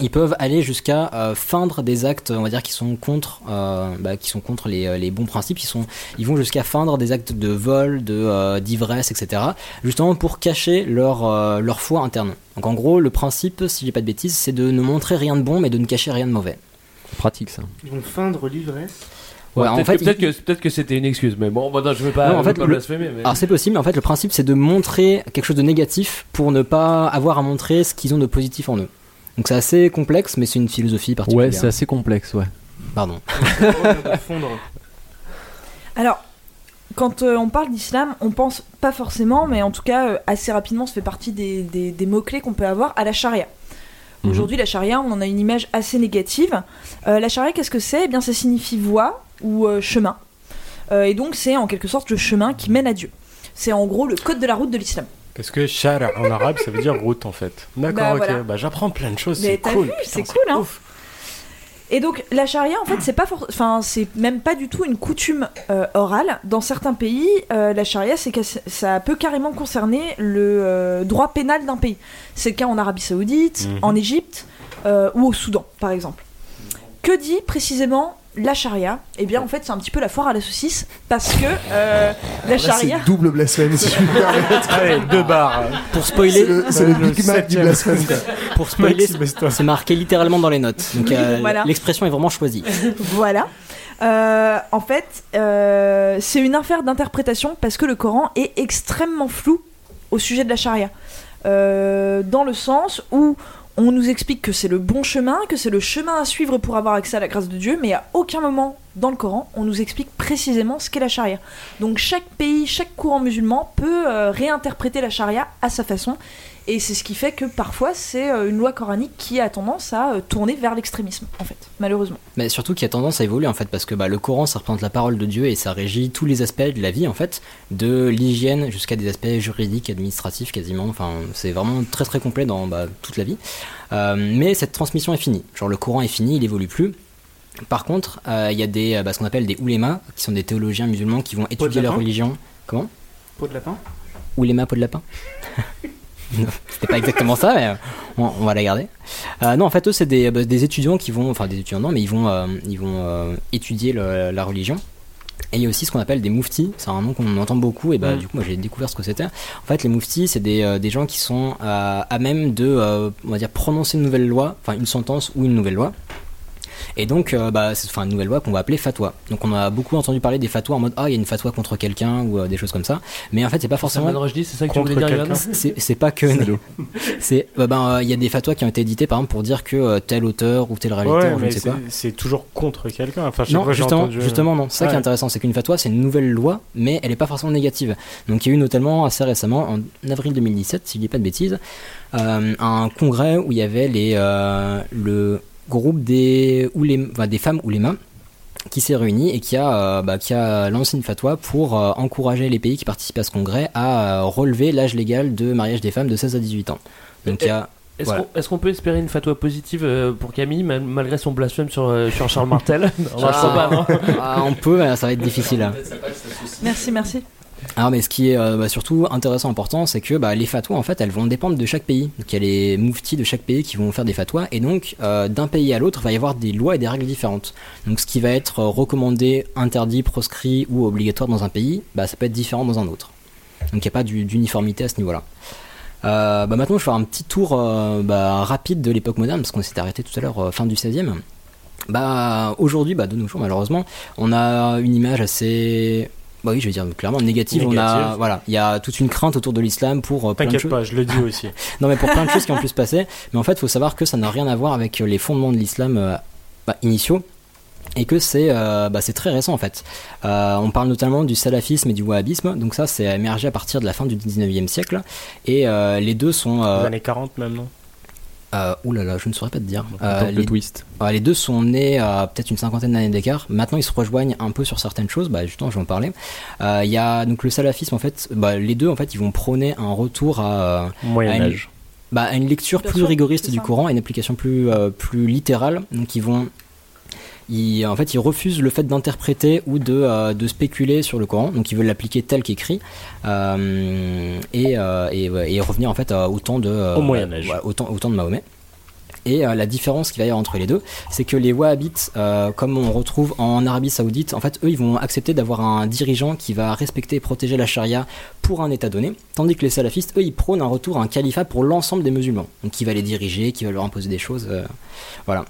[SPEAKER 10] ils peuvent aller jusqu'à euh, feindre des actes on va dire, qui sont contre, euh, bah, qui sont contre les, euh, les bons principes. Ils, sont, ils vont jusqu'à feindre des actes de vol, de, euh, d'ivresse, etc justement pour cacher leur, euh, leur foi interne. Donc en gros, le principe, si j'ai pas de bêtises, c'est de ne montrer rien de bon mais de ne cacher rien de mauvais.
[SPEAKER 5] Pratique ça.
[SPEAKER 3] Ils vont feindre l'ivresse.
[SPEAKER 10] Ouais, en
[SPEAKER 2] peut-être
[SPEAKER 10] fait,
[SPEAKER 2] que, peut-être
[SPEAKER 10] il-
[SPEAKER 2] que- peut-être que c'était une excuse, mais bon, bah, non, je veux pas,
[SPEAKER 10] Non, en
[SPEAKER 2] je
[SPEAKER 10] fait,
[SPEAKER 2] veux pas
[SPEAKER 10] le-
[SPEAKER 2] blasphémer. mais-
[SPEAKER 10] Alors c'est possible, mais en fait le principe c'est de montrer quelque chose de négatif pour ne pas avoir à montrer ce qu'ils ont de positif en eux. Donc c'est assez complexe, mais c'est une philosophie particulière.
[SPEAKER 5] Ouais, c'est assez complexe, ouais.
[SPEAKER 10] Pardon.
[SPEAKER 3] de fondre.
[SPEAKER 9] Alors, quand euh, on parle d'islam, on pense pas forcément, mais en tout cas, euh, assez rapidement, ça fait partie des, des- des mots-clés qu'on peut avoir à la charia.
[SPEAKER 5] Mhm.
[SPEAKER 9] Aujourd'hui, la charia, on en a une image assez négative. Euh, la charia, qu'est-ce que c'est Eh bien, ça signifie voie ou euh, chemin. Euh, et donc, c'est en quelque sorte le chemin qui mène à Dieu. C'est en gros le code de la route de l'islam.
[SPEAKER 4] Parce que shara en arabe ça veut dire route en fait. D'accord,
[SPEAKER 9] Bah,
[SPEAKER 4] ok.
[SPEAKER 9] voilà.
[SPEAKER 4] Bah j'apprends plein de choses,
[SPEAKER 9] Mais
[SPEAKER 4] c'est
[SPEAKER 9] t'as
[SPEAKER 4] cool.
[SPEAKER 9] vu,
[SPEAKER 4] putain,
[SPEAKER 9] c'est cool, hein.
[SPEAKER 4] ouf.
[SPEAKER 9] Et donc la charia, en fait, c'est pas for- enfin c'est même pas du tout une coutume euh, orale. Dans certains pays, euh, la charia, c'est que ça peut carrément concerner le euh, droit pénal d'un pays. C'est le cas en Arabie Saoudite,
[SPEAKER 4] Mhm.
[SPEAKER 9] en Égypte euh, ou au Soudan, par exemple. Que dit précisément la charia Eh bien, en fait, c'est un petit peu la foire à la saucisse parce que euh, la
[SPEAKER 1] Là, c'est
[SPEAKER 9] charia.
[SPEAKER 1] double blasphème si je puis me permettre.
[SPEAKER 4] Allez, deux barres.
[SPEAKER 10] Pour
[SPEAKER 1] C'est
[SPEAKER 10] spoiler,
[SPEAKER 1] le, c'est le
[SPEAKER 4] Le
[SPEAKER 1] Big Mac du
[SPEAKER 4] septième.
[SPEAKER 1] blasphème. quoi.
[SPEAKER 10] pour spoiler,
[SPEAKER 4] Max, baisse-toi.
[SPEAKER 10] c'est marqué littéralement dans les notes. Donc
[SPEAKER 9] Oui,
[SPEAKER 10] euh,
[SPEAKER 9] voilà.
[SPEAKER 10] l'expression est vraiment choisie.
[SPEAKER 9] Voilà. Euh, en fait, euh, c'est une affaire d'interprétation parce que le Coran est extrêmement flou au sujet de la charia. Euh, dans le sens où on nous explique que c'est le bon chemin, que c'est le chemin à suivre pour avoir accès à la grâce de Dieu, mais à aucun moment dans le Coran, on nous explique précisément ce qu'est la charia. Donc chaque pays, chaque courant musulman peut euh, réinterpréter la charia à sa façon, et c'est ce qui fait que parfois c'est euh, une loi coranique qui a tendance à euh, tourner vers l'extrémisme, en fait, malheureusement.
[SPEAKER 10] Mais surtout qui a tendance à évoluer en fait, parce que bah, le Coran ça représente la parole de Dieu et ça régit tous les aspects de la vie en fait, de l'hygiène jusqu'à des aspects juridiques, administratifs quasiment. Enfin, c'est vraiment très très complet dans bah, toute la vie. Euh, mais cette transmission est finie. Genre le Coran est fini, il évolue plus. Par contre, euh, il y a des, euh, bah, ce qu'on appelle des oulémas, qui sont des théologiens musulmans qui vont étudier leur
[SPEAKER 3] lapin
[SPEAKER 10] religion. Comment
[SPEAKER 3] Peau de lapin.
[SPEAKER 10] Ouléma peau de lapin Non, C'était pas exactement ça, mais euh, on, on va la garder. Euh, non, en fait, eux, c'est des, bah, des étudiants qui vont, enfin des étudiants, non, mais ils vont, euh, ils vont euh, étudier le- la religion. Et il y a aussi ce qu'on appelle des mouftis, c'est un nom qu'on entend beaucoup, et bah,
[SPEAKER 2] Mm.
[SPEAKER 10] du coup, moi j'ai découvert ce que c'était. En fait, les mouftis, c'est des, euh, des gens qui sont euh, à même de, euh, on va dire, prononcer une nouvelle loi, enfin une sentence ou une nouvelle loi. Et donc, euh, bah, c'est enfin, une nouvelle loi qu'on va appeler fatwa. Donc, on a beaucoup entendu parler des fatwas en mode ah, il y a une fatwa contre quelqu'un ou euh, des choses comme ça. Mais en fait, c'est pas forcément.
[SPEAKER 2] Salman Rushdie, c'est ça que tu voulais
[SPEAKER 1] Contre
[SPEAKER 2] dire, Johan
[SPEAKER 1] quelqu'un.
[SPEAKER 10] C'est c'est pas que. C'est bah, ben, euh, il y a des fatwas qui ont été édité par exemple pour dire que euh, tel auteur ou tel réalisateur
[SPEAKER 4] Ouais,
[SPEAKER 10] ou je
[SPEAKER 4] mais
[SPEAKER 10] ne sais quoi.
[SPEAKER 4] c'est- c'est toujours contre quelqu'un. Enfin, chaque
[SPEAKER 10] Non,
[SPEAKER 4] fois que j'ai
[SPEAKER 10] justement,
[SPEAKER 4] entendu- euh,
[SPEAKER 10] justement, non. C'est ça qui est
[SPEAKER 4] Ouais.
[SPEAKER 10] intéressant, c'est qu'une fatwa, c'est une nouvelle loi, mais elle n'est pas forcément négative. Donc, il y a eu notamment assez récemment, en avril 2017, si je dis pas de bêtises, euh, un congrès où il y avait les, euh, le groupe des, oulé- enfin, des femmes oulémas qui s'est réuni et qui a, euh, bah, qui a lancé une fatwa pour euh, encourager les pays qui participent à ce congrès à euh, relever l'âge légal de mariage des femmes de 16 à 18 ans. Donc, il y a.
[SPEAKER 2] Est-ce
[SPEAKER 10] Voilà.
[SPEAKER 2] qu'on- est-ce qu'on peut espérer une fatwa positive euh, pour Camille, mal- malgré son blasphème sur, euh, sur Charles Martel Non, je sais pas, hein. non.
[SPEAKER 10] Ah, on peut, mais ça va être difficile. hein.
[SPEAKER 9] Merci, merci.
[SPEAKER 10] Alors, mais ce qui est euh, bah, surtout intéressant, important, c'est que bah, les fatwas, en fait, elles vont dépendre de chaque pays. Donc, il y a les mouftis de chaque pays qui vont faire des fatwas, et donc, euh, d'un pays à l'autre, va y avoir des lois et des règles différentes. Donc, ce qui va être euh, recommandé, interdit, proscrit ou obligatoire dans un pays, bah, ça peut être différent dans un autre. Donc, il n'y a pas du- d'uniformité à ce niveau-là. Euh, bah, maintenant, je vais faire un petit tour euh, bah, rapide de l'époque moderne, parce qu'on s'est arrêté tout à l'heure, euh, fin du 16e. Bah, aujourd'hui, bah, de nos jours, malheureusement, on a une image assez. Bah oui, je vais dire clairement négative. On a,
[SPEAKER 4] Négative.
[SPEAKER 10] voilà, il y a toute une crainte autour de l'islam pour euh, plein de
[SPEAKER 4] T'inquiète
[SPEAKER 10] choses.
[SPEAKER 4] pas, je le dis aussi.
[SPEAKER 10] Non, mais pour plein de choses qui ont pu se passer. Mais en fait, il faut savoir que ça n'a rien à voir avec euh, les fondements de l'islam euh, bah, initiaux. Et que c'est euh, bah, c'est très récent en fait. Euh, on parle notamment du salafisme et du wahhabisme, donc ça c'est émergé à partir de la fin du 19e siècle. Et euh, les deux sont.
[SPEAKER 4] Les
[SPEAKER 10] Euh,
[SPEAKER 4] années 40 même, non
[SPEAKER 10] euh, oulala, je ne saurais pas te dire.
[SPEAKER 5] On
[SPEAKER 10] Euh,
[SPEAKER 5] tente
[SPEAKER 10] les,
[SPEAKER 5] le twist.
[SPEAKER 10] Ouais, les deux sont nés à peut-être une cinquantaine d'années d'écart. Maintenant, ils se rejoignent un peu sur certaines choses. Bah, justement, je vais en parler. Euh, Il y a donc le salafisme, en fait. Bah, les deux, en fait, ils vont prôner un retour à, euh, à une,
[SPEAKER 4] Moyen-Âge.
[SPEAKER 10] bah, à une lecture
[SPEAKER 9] Bien
[SPEAKER 10] plus
[SPEAKER 9] sûr,
[SPEAKER 10] rigoriste
[SPEAKER 9] c'est
[SPEAKER 10] du
[SPEAKER 9] ça.
[SPEAKER 10] Coran et une application plus, euh, plus littérale. Donc, ils vont. Ils, en fait, ils refusent le fait d'interpréter ou de, euh, de spéculer sur le Coran. Donc, ils veulent l'appliquer tel qu'écrit euh, et, euh, et, ouais, et revenir en fait à autant de euh,
[SPEAKER 4] Au Moyen Âge.
[SPEAKER 10] ouais, autant, autant de Mahomet. Et euh, la différence qu'il va y avoir entre les deux, c'est que les Wahhabites, euh, comme on retrouve en Arabie Saoudite, en fait, eux, ils vont accepter d'avoir un dirigeant qui va respecter et protéger la charia pour un État donné, tandis que les salafistes, eux, ils prônent un retour à un califat pour l'ensemble des musulmans, donc qui va les diriger, qui va leur imposer des choses, euh, voilà.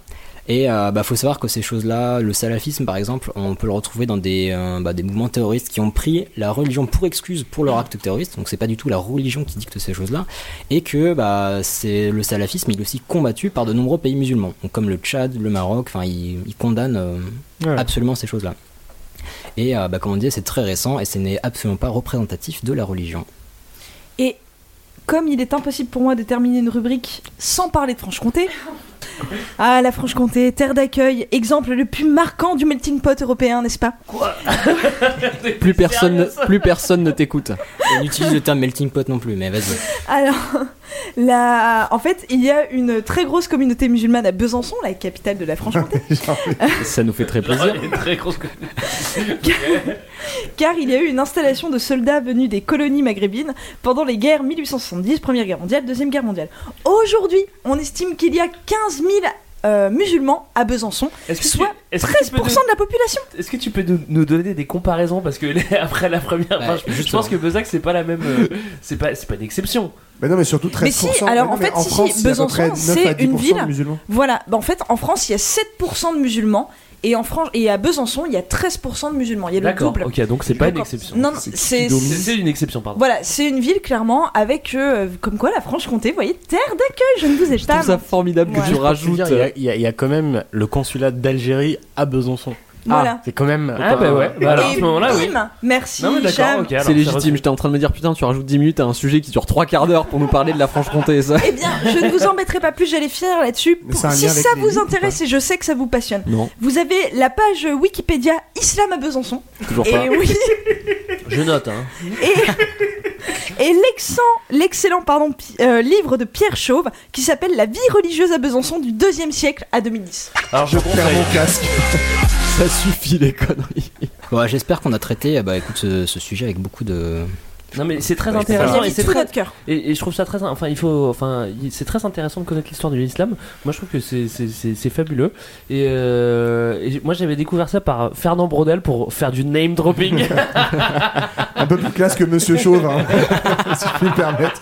[SPEAKER 10] Et euh, bah, faut savoir que ces choses-là, le salafisme par exemple, on peut le retrouver dans des, euh, bah, des mouvements terroristes qui ont pris la religion pour excuse pour leur acte terroriste, donc c'est pas du tout la religion qui dicte ces choses-là, et que bah, c'est le salafisme il est aussi combattu par de nombreux pays musulmans, donc comme le Tchad, le Maroc, enfin ils, ils condamnent euh,
[SPEAKER 4] Ouais.
[SPEAKER 10] absolument ces choses-là. Et euh, bah, comme on disait, c'est très récent et ce n'est absolument pas représentatif de la religion.
[SPEAKER 9] Et comme il est impossible pour moi de terminer une rubrique sans parler de Franche-Comté, ah la Franche-Comté, terre d'accueil, exemple le plus marquant du melting pot européen, n'est-ce pas
[SPEAKER 5] Plus personne, plus personne ne t'écoute.
[SPEAKER 10] On utilise le terme melting pot non plus, mais vas-y.
[SPEAKER 9] Alors, la... en fait, il y a une très grosse communauté musulmane à Besançon, la capitale de la Franche-Comté,
[SPEAKER 5] Ça nous fait très
[SPEAKER 2] Genre,
[SPEAKER 5] plaisir.
[SPEAKER 2] il est très grosse-
[SPEAKER 9] car il y a eu une installation de soldats venus des colonies maghrébines pendant les guerres 1870, Première Guerre mondiale, Deuxième Guerre mondiale. Aujourd'hui, on estime qu'il y a 15 000 euh, musulmans à Besançon,
[SPEAKER 2] Est-ce que tu-
[SPEAKER 9] soit
[SPEAKER 2] est-ce
[SPEAKER 9] 13%
[SPEAKER 2] que tu peux nous-
[SPEAKER 9] de la population.
[SPEAKER 2] Est-ce que tu peux nous, nous donner des comparaisons parce que les- après la première,
[SPEAKER 10] Ouais,
[SPEAKER 2] enfin, je- je,
[SPEAKER 10] justement.
[SPEAKER 2] pense que Bezac c'est pas la même, euh, c'est pas c'est pas une exception.
[SPEAKER 1] Mais non, mais surtout 13%.
[SPEAKER 9] Mais si, alors,
[SPEAKER 1] non,
[SPEAKER 9] en
[SPEAKER 1] mais
[SPEAKER 9] fait, si, si,
[SPEAKER 1] France, il y a à peu
[SPEAKER 9] Besançon,
[SPEAKER 1] près 9 à
[SPEAKER 9] c'est une
[SPEAKER 1] 10% de
[SPEAKER 9] ville.
[SPEAKER 1] musulmans.
[SPEAKER 9] Voilà, Bah, en fait, en France, il y a 7% de musulmans, et, en France, et à Besançon, il y a 13% de musulmans. Il y a le
[SPEAKER 2] D'accord.
[SPEAKER 9] double.
[SPEAKER 2] Ok, donc c'est
[SPEAKER 9] Le
[SPEAKER 2] pas une
[SPEAKER 9] double.
[SPEAKER 2] exception.
[SPEAKER 9] Non, non,
[SPEAKER 1] C'est qui
[SPEAKER 9] c'est.
[SPEAKER 1] domine
[SPEAKER 2] C'est c'est une exception, pardon.
[SPEAKER 9] Voilà, c'est une ville clairement avec euh, comme quoi la Franche-Comté, vous voyez, terre d'accueil, je ne vous ai
[SPEAKER 5] Je trouve
[SPEAKER 9] pas.
[SPEAKER 5] ça formidable
[SPEAKER 9] Ouais.
[SPEAKER 5] que tu rajoutes.
[SPEAKER 4] Il y
[SPEAKER 10] euh,
[SPEAKER 4] a- il y, a- il y a quand même le consulat d'Algérie à Besançon.
[SPEAKER 9] Voilà.
[SPEAKER 4] C'est quand même.
[SPEAKER 2] Ah bah ouais. Bah alors, à
[SPEAKER 9] Et
[SPEAKER 2] ce moment-là, oui.
[SPEAKER 9] bim, merci
[SPEAKER 2] Non mais d'accord.
[SPEAKER 9] Hicham.
[SPEAKER 2] Ah, Ok. alors,
[SPEAKER 5] C'est légitime.
[SPEAKER 2] reçu.
[SPEAKER 5] J'étais en train de me dire putain, tu rajoutes 10 minutes à un sujet qui dure 3 quarts d'heure pour nous parler de la Franche-Comté. Ça.
[SPEAKER 9] Eh bien, je ne vous embêterai pas plus, j'allais finir là-dessus.
[SPEAKER 1] Mais
[SPEAKER 9] Pour-
[SPEAKER 1] c'est un
[SPEAKER 9] Si
[SPEAKER 1] lien avec
[SPEAKER 9] ça
[SPEAKER 1] les
[SPEAKER 9] vous
[SPEAKER 1] livres ou
[SPEAKER 9] intéresse, et je sais que ça vous passionne,
[SPEAKER 5] Non,
[SPEAKER 9] vous avez la page Wikipédia Islam à Besançon.
[SPEAKER 5] toujours pas.
[SPEAKER 9] Et oui,
[SPEAKER 2] Je note. Hein.
[SPEAKER 9] et l'excellent, l'excellent pardon, pi- euh, livre de Pierre Chauve qui s'appelle La vie religieuse à Besançon du 2e siècle à 2010.
[SPEAKER 2] Alors je
[SPEAKER 1] Faire
[SPEAKER 2] conseille.
[SPEAKER 1] mon casque.
[SPEAKER 5] Ça suffit les conneries.
[SPEAKER 10] Bon, J'espère qu'on a traité euh, bah, écoute, ce, ce sujet avec beaucoup de.
[SPEAKER 2] Non mais c'est très
[SPEAKER 10] Ouais, c'est
[SPEAKER 9] Il y
[SPEAKER 2] intéressant
[SPEAKER 9] a
[SPEAKER 2] et
[SPEAKER 9] mis
[SPEAKER 2] c'est
[SPEAKER 9] tout
[SPEAKER 2] très
[SPEAKER 9] notre cœur.
[SPEAKER 2] Et, et je trouve ça très, enfin, il faut, enfin, il- c'est très intéressant de connaître l'histoire de l'islam. Moi, je trouve que c'est- c'est c'est- c'est fabuleux. Et, euh, et moi, j'avais découvert ça par Fernand Brodel pour faire du name dropping.
[SPEAKER 1] un peu plus classe que Monsieur Chauve, hein, si je puis me permettre.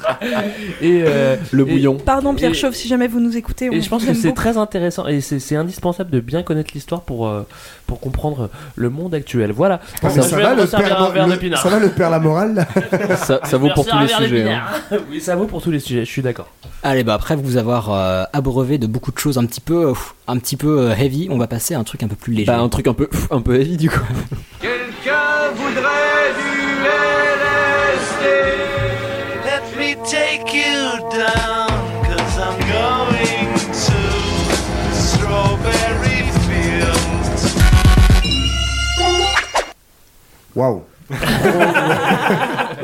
[SPEAKER 2] Et, euh,
[SPEAKER 5] Le
[SPEAKER 2] Et-
[SPEAKER 5] bouillon.
[SPEAKER 9] Pardon Pierre
[SPEAKER 2] Et-
[SPEAKER 9] Chauve, si jamais vous nous écoutez. on
[SPEAKER 2] et je pense
[SPEAKER 9] vous
[SPEAKER 2] que
[SPEAKER 9] aime
[SPEAKER 2] c'est
[SPEAKER 9] beaucoup.
[SPEAKER 2] très intéressant et c'est c'est indispensable de bien connaître l'histoire pour, euh, pour comprendre le monde actuel. Voilà.
[SPEAKER 1] Ah, mais
[SPEAKER 2] Je
[SPEAKER 1] ça,
[SPEAKER 2] vais
[SPEAKER 1] va,
[SPEAKER 2] me
[SPEAKER 1] le
[SPEAKER 2] servir
[SPEAKER 1] père,
[SPEAKER 2] un
[SPEAKER 1] le-
[SPEAKER 2] verre de pinard.
[SPEAKER 1] ça va, le père la morale là
[SPEAKER 5] Ça, ça vaut pour tous les
[SPEAKER 2] Ah, Merci, un verre
[SPEAKER 5] sujets. hein.
[SPEAKER 2] de pinard. Oui, ça vaut pour tous les sujets, je suis d'accord.
[SPEAKER 10] Allez, bah après vous avoir euh, abreuvé de beaucoup de choses un petit peu, euh, pff, un petit peu euh, heavy, on va passer à un truc un peu plus léger.
[SPEAKER 5] Bah, un truc un peu, un peu heavy du coup.
[SPEAKER 1] Waouh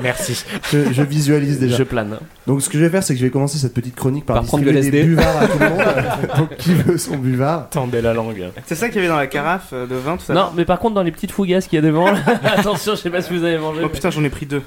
[SPEAKER 4] Merci.
[SPEAKER 1] je, je visualise déjà.
[SPEAKER 2] Je plane.
[SPEAKER 1] Donc ce que je vais faire, c'est que je vais commencer cette petite chronique par,
[SPEAKER 5] Par prendre
[SPEAKER 1] distribuer
[SPEAKER 5] le
[SPEAKER 1] des
[SPEAKER 5] LSD.
[SPEAKER 1] buvards à tout le monde. Donc qui veut son buvard
[SPEAKER 4] Tendez la langue.
[SPEAKER 3] C'est ça qu'il y avait dans la carafe euh, de vin, tout ça.
[SPEAKER 2] Non, mais par contre, dans les petites fougasses qu'il y a devant, là, attention, je sais pas si vous avez mangé.
[SPEAKER 3] Oh putain, j'en ai pris deux.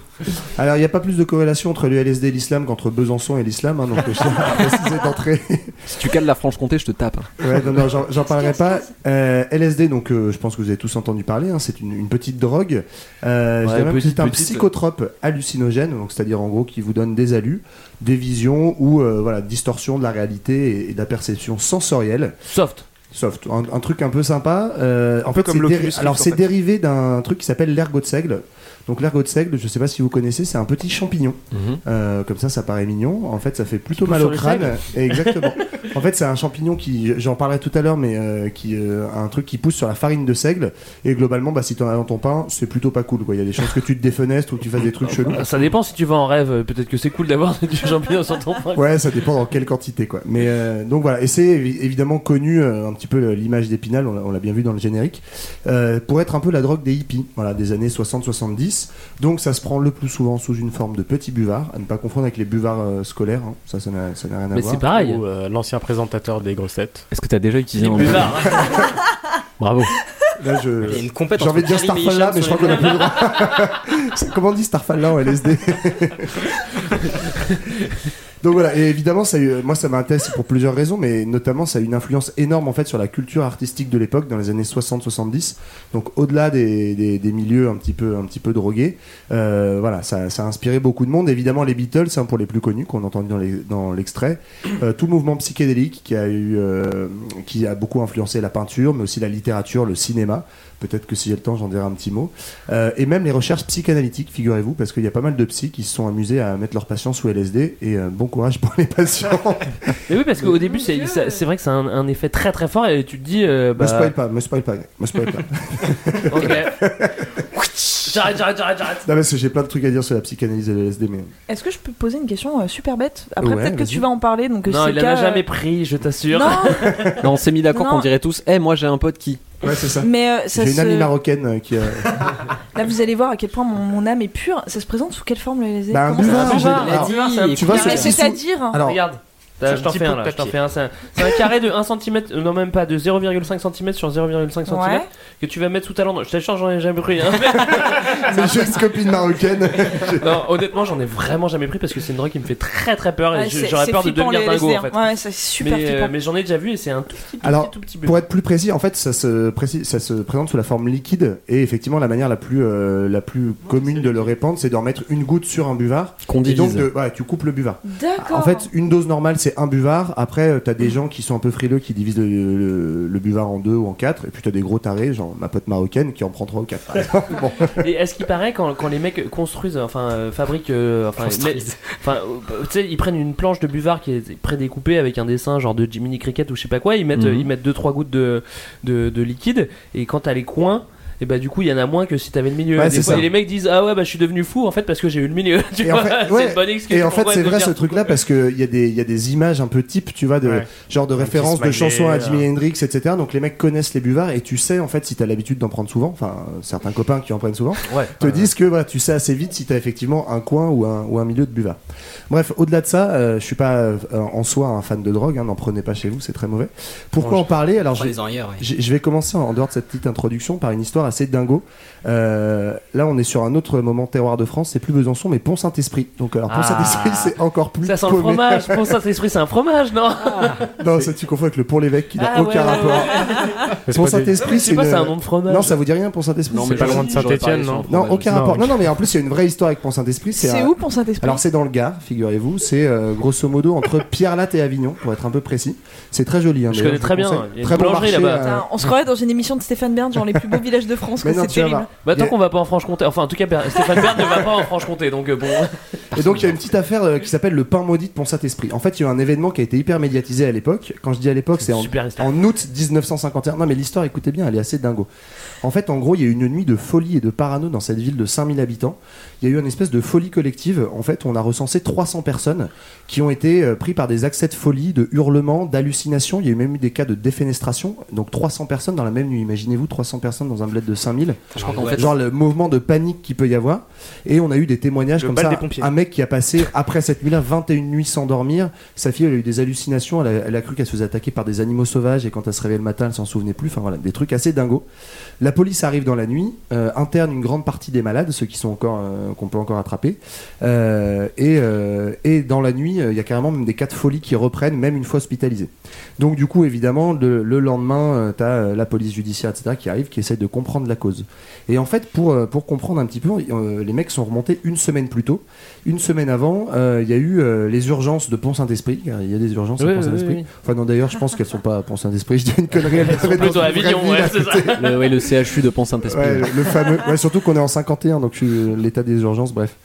[SPEAKER 1] Alors il n'y a pas plus de corrélation entre le LSD et l'islam qu'entre Besançon et l'islam, hein, donc je tiens à préciser d'entrée.
[SPEAKER 5] Si tu cales la Franche-Comté, je te tape. hein.
[SPEAKER 1] Ouais, non, non, j'en j'en parlerai pas. Euh, LSD, donc euh, je pense que vous avez tous entendu parler, hein, c'est une, une petite drogue. Euh, je
[SPEAKER 2] Ouais,
[SPEAKER 1] dirais même que
[SPEAKER 2] petite,
[SPEAKER 1] c'est un
[SPEAKER 2] petite.
[SPEAKER 1] psychotrope hallucinogène, donc c'est-à-dire en gros qui vous donne des alus, des visions ou euh, voilà distorsion de la réalité et, et de la perception sensorielle.
[SPEAKER 2] Soft.
[SPEAKER 1] Soft, un, un truc un peu sympa. Euh, en fait,
[SPEAKER 3] comme
[SPEAKER 1] c'est
[SPEAKER 3] l'Oculus
[SPEAKER 1] déri-
[SPEAKER 3] Rift, en
[SPEAKER 1] alors c'est
[SPEAKER 3] fait.
[SPEAKER 1] dérivé d'un truc qui s'appelle l'ergot de seigle. Donc l'ergot de seigle, je sais pas si vous connaissez, c'est un petit champignon.
[SPEAKER 3] Mm.
[SPEAKER 1] Euh, comme ça, ça paraît mignon. En fait, ça fait plutôt
[SPEAKER 2] pousse
[SPEAKER 1] mal au
[SPEAKER 2] sur le
[SPEAKER 1] crâne. Exactement. en fait, c'est un champignon qui, j'en parlerai tout à l'heure, mais euh, qui euh, a un truc qui pousse sur la farine de seigle. Et globalement, bah, si t'en as dans ton pain, c'est plutôt pas cool. quoi. Il y a des chances que tu te défenestres ou que tu fasses des trucs chelous.
[SPEAKER 2] Ah,
[SPEAKER 3] Ah,
[SPEAKER 2] Ça dépend si tu vas en rêve. euh, Peut-être que c'est cool d'avoir du champignon sur ton bras.
[SPEAKER 1] Ouais, ça dépend dans quelle quantité, quoi. Mais euh, donc voilà, et c'est évi- évidemment connu euh, un petit peu euh, l'image d'Épinal, on l'a- on l'a bien vu dans le générique, euh, pour être un peu la drogue des hippies, voilà, des années 60-70. Donc ça se prend le plus souvent sous une forme de petit buvard, à ne pas confondre avec les buvards euh, scolaires, hein. ça, ça n'a ça n'a rien à
[SPEAKER 2] Mais
[SPEAKER 1] voir.
[SPEAKER 2] c'est pareil.
[SPEAKER 4] Ou, euh, L'ancien présentateur des grossettes.
[SPEAKER 5] Est-ce que t'as déjà utilisé un
[SPEAKER 2] Buvard.
[SPEAKER 4] Bravo.
[SPEAKER 1] Là,
[SPEAKER 10] Il y a
[SPEAKER 1] je.
[SPEAKER 10] une compète
[SPEAKER 1] J'ai envie de dire
[SPEAKER 10] entre Harry
[SPEAKER 1] Starfall là,
[SPEAKER 10] Meishan
[SPEAKER 1] mais je
[SPEAKER 10] sur
[SPEAKER 1] crois qu'on
[SPEAKER 10] les-
[SPEAKER 1] a plus le droit. C'est- Comment on dit Starfall là en LSD Donc voilà, et évidemment, ça a eu- moi ça m'intéresse pour plusieurs raisons, mais notamment ça a eu une influence énorme en fait sur la culture artistique de l'époque dans les années 60-70. Donc au-delà des, des- des milieux un petit peu, un petit peu drogués, euh, voilà, ça, ça a inspiré beaucoup de monde. Évidemment, les Beatles, hein, pour les plus connus qu'on a entendu dans les- dans l'extrait, Euh, tout le mouvement psychédélique qui a eu, euh, qui a beaucoup influencé la peinture, mais aussi la littérature, le cinéma. Peut-être que si j'ai le temps, j'en dirai un petit mot. Euh, et même les recherches psychanalytiques, figurez-vous, parce qu'il y a pas mal de psys qui se sont amusés à mettre leurs patients sous LSD. Et euh, bon courage pour les patients.
[SPEAKER 2] Mais oui, parce qu'au début,
[SPEAKER 9] Mon
[SPEAKER 2] c'est
[SPEAKER 9] Dieu.
[SPEAKER 2] ça- c'est vrai que c'est un, un effet très très fort et tu te dis. euh,
[SPEAKER 1] Me
[SPEAKER 2] bah,
[SPEAKER 1] spoil pas, me spoil pas, me spoil pas.
[SPEAKER 2] ok. j'arrête, j'arrête, j'arrête, j'arrête.
[SPEAKER 1] non, parce que j'ai plein de trucs à dire sur la psychanalyse et le LSD, mais
[SPEAKER 9] Est-ce que je peux poser une question euh, super bête Après,
[SPEAKER 1] Ouais,
[SPEAKER 9] peut-être que
[SPEAKER 1] vas-y.
[SPEAKER 9] tu vas en parler. Donc, euh,
[SPEAKER 2] Non,
[SPEAKER 9] si
[SPEAKER 2] il
[SPEAKER 9] le
[SPEAKER 2] en a
[SPEAKER 9] cas, euh,
[SPEAKER 2] jamais pris, je t'assure.
[SPEAKER 9] Non,
[SPEAKER 5] Non, on s'est mis d'accord
[SPEAKER 9] Non.
[SPEAKER 5] qu'on dirait tous, Eh moi j'ai un pote qui.
[SPEAKER 1] ouais, c'est ça.
[SPEAKER 9] mais euh, ça
[SPEAKER 1] J'ai une
[SPEAKER 9] se-
[SPEAKER 1] amie marocaine euh, qui a.
[SPEAKER 9] là, vous allez voir à quel point mon, mon âme est pure. Ça se présente sous quelle forme le LSD
[SPEAKER 1] Bah, un
[SPEAKER 9] Comment ça
[SPEAKER 1] buvard,
[SPEAKER 9] se
[SPEAKER 1] j'ai-
[SPEAKER 9] présente
[SPEAKER 1] alors,
[SPEAKER 2] Tu vois, c'est un
[SPEAKER 1] tu
[SPEAKER 2] petit
[SPEAKER 1] vois,
[SPEAKER 9] Mais
[SPEAKER 1] ce-
[SPEAKER 2] carré.
[SPEAKER 9] C'est-à-dire hein,
[SPEAKER 1] Alors,
[SPEAKER 2] Regarde. Là,
[SPEAKER 4] C'est
[SPEAKER 2] je
[SPEAKER 4] un
[SPEAKER 2] t'en
[SPEAKER 4] petit
[SPEAKER 2] fais
[SPEAKER 4] pot
[SPEAKER 2] un
[SPEAKER 4] de
[SPEAKER 2] là, je t'en
[SPEAKER 4] papier.
[SPEAKER 2] fais un. C'est un, c'est un carré de 1 cm, non même pas, de 0,5 cm sur 0,5 cm
[SPEAKER 9] Ouais.
[SPEAKER 2] que tu vas mettre sous ta langue. Je t'assure, j'en ai jamais pris. hein.
[SPEAKER 1] c'est j'ai une copine marocaine.
[SPEAKER 2] non, honnêtement, j'en ai vraiment jamais pris parce que c'est une drogue qui me fait très très peur et
[SPEAKER 9] Ouais,
[SPEAKER 2] je-
[SPEAKER 9] c'est-
[SPEAKER 2] j'aurais
[SPEAKER 9] c'est
[SPEAKER 2] peur de
[SPEAKER 9] flippant,
[SPEAKER 2] devenir
[SPEAKER 9] le
[SPEAKER 2] dingo
[SPEAKER 9] LSD,
[SPEAKER 2] en fait.
[SPEAKER 9] hein. Ouais, c'est super
[SPEAKER 2] mais euh,
[SPEAKER 9] flippant.
[SPEAKER 2] mais j'en ai déjà vu et c'est un tout petit, tout
[SPEAKER 1] Alors,
[SPEAKER 2] petit, tout petit peu.
[SPEAKER 1] Pour être plus précis, en fait, ça se, précise- ça se présente sous la forme liquide et effectivement, la manière la plus, euh, la plus commune de le répandre, c'est d'en mettre une goutte sur un buvard.
[SPEAKER 5] Qu'on
[SPEAKER 1] Et
[SPEAKER 5] divise.
[SPEAKER 1] donc, de- ouais, tu coupes le buvard.
[SPEAKER 2] Mm.
[SPEAKER 9] D'accord.
[SPEAKER 1] En fait, une dose normale, c'est un buvard. Après, euh, t'as des gens qui sont un peu frileux, qui divisent le, le- le buvard en deux ou en quatre. Et puis t'as des gros tarés, genre ma pote marocaine, qui en prend trois ou quatre. par exemple. Bon.
[SPEAKER 2] Et est-ce qu'il paraît quand, quand les mecs construisent, enfin euh, fabriquent, euh, enfin,
[SPEAKER 4] Construisent.
[SPEAKER 2] mais- enfin, euh, tu sais, ils prennent une planche de buvard qui est prédécoupée avec un dessin genre de Jiminy Cricket ou je sais pas quoi, ils mettent,
[SPEAKER 5] Mhm.
[SPEAKER 2] ils mettent deux trois gouttes de, de, de liquide et quand t'as les coins. Et bah du coup il y en a moins que si t'avais le milieu.
[SPEAKER 1] Ouais,
[SPEAKER 2] Des
[SPEAKER 1] c'est
[SPEAKER 2] fois,
[SPEAKER 1] ça.
[SPEAKER 2] et les mecs disent ah ouais bah je suis devenu fou en fait parce que j'ai eu le milieu. Tu
[SPEAKER 1] Et en
[SPEAKER 2] vois,
[SPEAKER 1] fait,
[SPEAKER 2] c'est
[SPEAKER 1] ouais.
[SPEAKER 2] une bonne excuse.
[SPEAKER 1] Et en
[SPEAKER 2] pour
[SPEAKER 1] fait,
[SPEAKER 2] moi
[SPEAKER 1] c'est
[SPEAKER 2] de
[SPEAKER 1] vrai
[SPEAKER 2] dire-
[SPEAKER 1] ce truc-là parce qu'il y, a des- il y a des images un peu type, tu vois, de
[SPEAKER 4] Ouais.
[SPEAKER 1] genre de
[SPEAKER 4] petit
[SPEAKER 1] références de
[SPEAKER 4] smiley,
[SPEAKER 1] chansons à
[SPEAKER 4] euh.
[SPEAKER 1] Jimi Hendrix, etc. Donc les mecs connaissent les buvards et tu sais en fait si t'as l'habitude d'en prendre souvent. Enfin, euh, certains copains qui en prennent souvent.
[SPEAKER 2] Ouais.
[SPEAKER 1] te disent que voilà, tu sais assez vite si tu as effectivement un coin ou un, ou un milieu de buvard. Bref, au-delà de ça, euh, je suis pas euh, en soi un fan de drogue, hein, n'en prenez pas chez vous, c'est très mauvais. Pourquoi en parler Alors, j'ai-
[SPEAKER 10] Prenez-en ailleurs, ouais.
[SPEAKER 1] j'ai- je vais commencer en dehors de cette petite introduction par une histoire assez dingo. Euh, là, on est sur un autre moment terroir de France, c'est plus Besançon, mais Pont-Saint-Esprit. Donc, alors, Pont-Saint-Esprit,
[SPEAKER 2] Ah.
[SPEAKER 1] c'est encore plus.
[SPEAKER 2] Ça sent le
[SPEAKER 1] paumé.
[SPEAKER 2] fromage. Pour Saint-Esprit, c'est un fromage, non
[SPEAKER 1] Non, ça tu confonds avec le Pont-l'Évêque qui n'a
[SPEAKER 2] Ah, ouais,
[SPEAKER 1] aucun
[SPEAKER 2] ouais,
[SPEAKER 1] rapport.
[SPEAKER 4] C'est pas des-
[SPEAKER 1] Pont-Saint-Esprit,
[SPEAKER 2] Je sais
[SPEAKER 1] c'est
[SPEAKER 2] pas, c'est un
[SPEAKER 1] une.
[SPEAKER 2] nom de fromage.
[SPEAKER 1] Non, ça vous dit rien, Pont-Saint-Esprit
[SPEAKER 4] Non, mais pas loin de Saint-Étienne, non
[SPEAKER 1] Non, aucun rapport. Non, non, mais en plus, il y a une vraie histoire avec Pont-Saint-Esprit.
[SPEAKER 9] C'est
[SPEAKER 1] un-
[SPEAKER 9] où pour Saint-Esprit
[SPEAKER 1] Alors c'est dans le Gard, figurez-vous. C'est euh, grosso modo entre Pierre-Latte et Avignon, pour être un peu précis. C'est très joli. hein,
[SPEAKER 2] Je
[SPEAKER 1] d'ailleurs,
[SPEAKER 2] connais très
[SPEAKER 1] vous
[SPEAKER 2] bien,
[SPEAKER 1] conseille.
[SPEAKER 2] il y a une
[SPEAKER 1] Très bon
[SPEAKER 2] boulangerie
[SPEAKER 1] marché.
[SPEAKER 2] là-bas.
[SPEAKER 1] euh,
[SPEAKER 9] Putain, Ah, on se croirait dans une émission de Stéphane Bern, genre les plus beaux villages de France, que
[SPEAKER 1] Mais non,
[SPEAKER 9] c'est
[SPEAKER 1] tu vas
[SPEAKER 9] terrible.
[SPEAKER 1] voir.
[SPEAKER 2] Bah, tant
[SPEAKER 1] Et-
[SPEAKER 2] qu'on va pas en Franche-Comté. Enfin, en tout cas, Ber- Stéphane Bern ne va pas en Franche-Comté, donc euh, bon.
[SPEAKER 1] Et donc il y a une petite affaire euh, qui s'appelle le pain maudit de Pont-Saint-Esprit. En fait, il y a eu un événement qui a été hyper médiatisé à l'époque. Quand je dis à l'époque, c'est en,
[SPEAKER 2] Super histoire.
[SPEAKER 1] en août 1951. Non, mais l'histoire, écoutez bien, elle est assez dingo. En fait, en gros, il y a eu une nuit de folie et de parano dans cette ville de 5000 habitants. Il y a eu une espèce de folie collective. En fait, on a recensé 300 personnes qui ont été euh, pris par des accès de folie, de hurlements, d'hallucinations. Il y a eu même eu des cas de défenestration. Donc 300 personnes dans la même nuit. Imaginez-vous 300 personnes dans un bled de 5000.
[SPEAKER 5] Je crois qu'en fait,
[SPEAKER 1] Genre le mouvement de panique qu'il peut y avoir. Et on a eu des témoignages
[SPEAKER 3] Le
[SPEAKER 1] comme
[SPEAKER 3] bal
[SPEAKER 1] ça.
[SPEAKER 3] des pompiers.
[SPEAKER 1] Un mec qui a passé, après cette nuit-là, 21 nuits sans dormir. Sa fille, elle a eu des hallucinations. Elle a, elle a cru qu'elle se faisait attaquer par des animaux sauvages. Et quand elle se réveillait le matin, elle s'en souvenait plus. Enfin voilà, des trucs assez dingos. La police arrive dans la nuit, euh, interne une grande partie des malades, ceux qui sont encore, euh, qu'on peut encore attraper. Euh, et, euh, et dans la nuit, euh, il y a carrément même des cas de folie qui reprennent, même une fois hospitalisés. Donc du coup, évidemment, le, le lendemain, euh, t'as euh, la police judiciaire, etc., qui arrive, qui essaie de comprendre la cause. Et en fait, pour, euh, pour comprendre un petit peu, euh, les mecs sont remontés une semaine plus tôt. Une semaine avant, euh, il y a eu euh, les urgences de Pont-Saint-Esprit. car Il y a des urgences
[SPEAKER 2] Oui,
[SPEAKER 1] à Pont-Saint-Esprit.
[SPEAKER 2] oui, oui.
[SPEAKER 1] Enfin non, d'ailleurs, je pense qu'elles sont pas à Pont-Saint-Esprit. Je dis une connerie. Elles sont
[SPEAKER 2] Plutôt à Avignon, ouais, c'est ça.
[SPEAKER 5] le, ouais, le CHU de Pont-Saint-Esprit.
[SPEAKER 1] Ouais, le fameux. Ouais, surtout qu'on est en 51, donc je suis- euh, l'état des urgences, bref.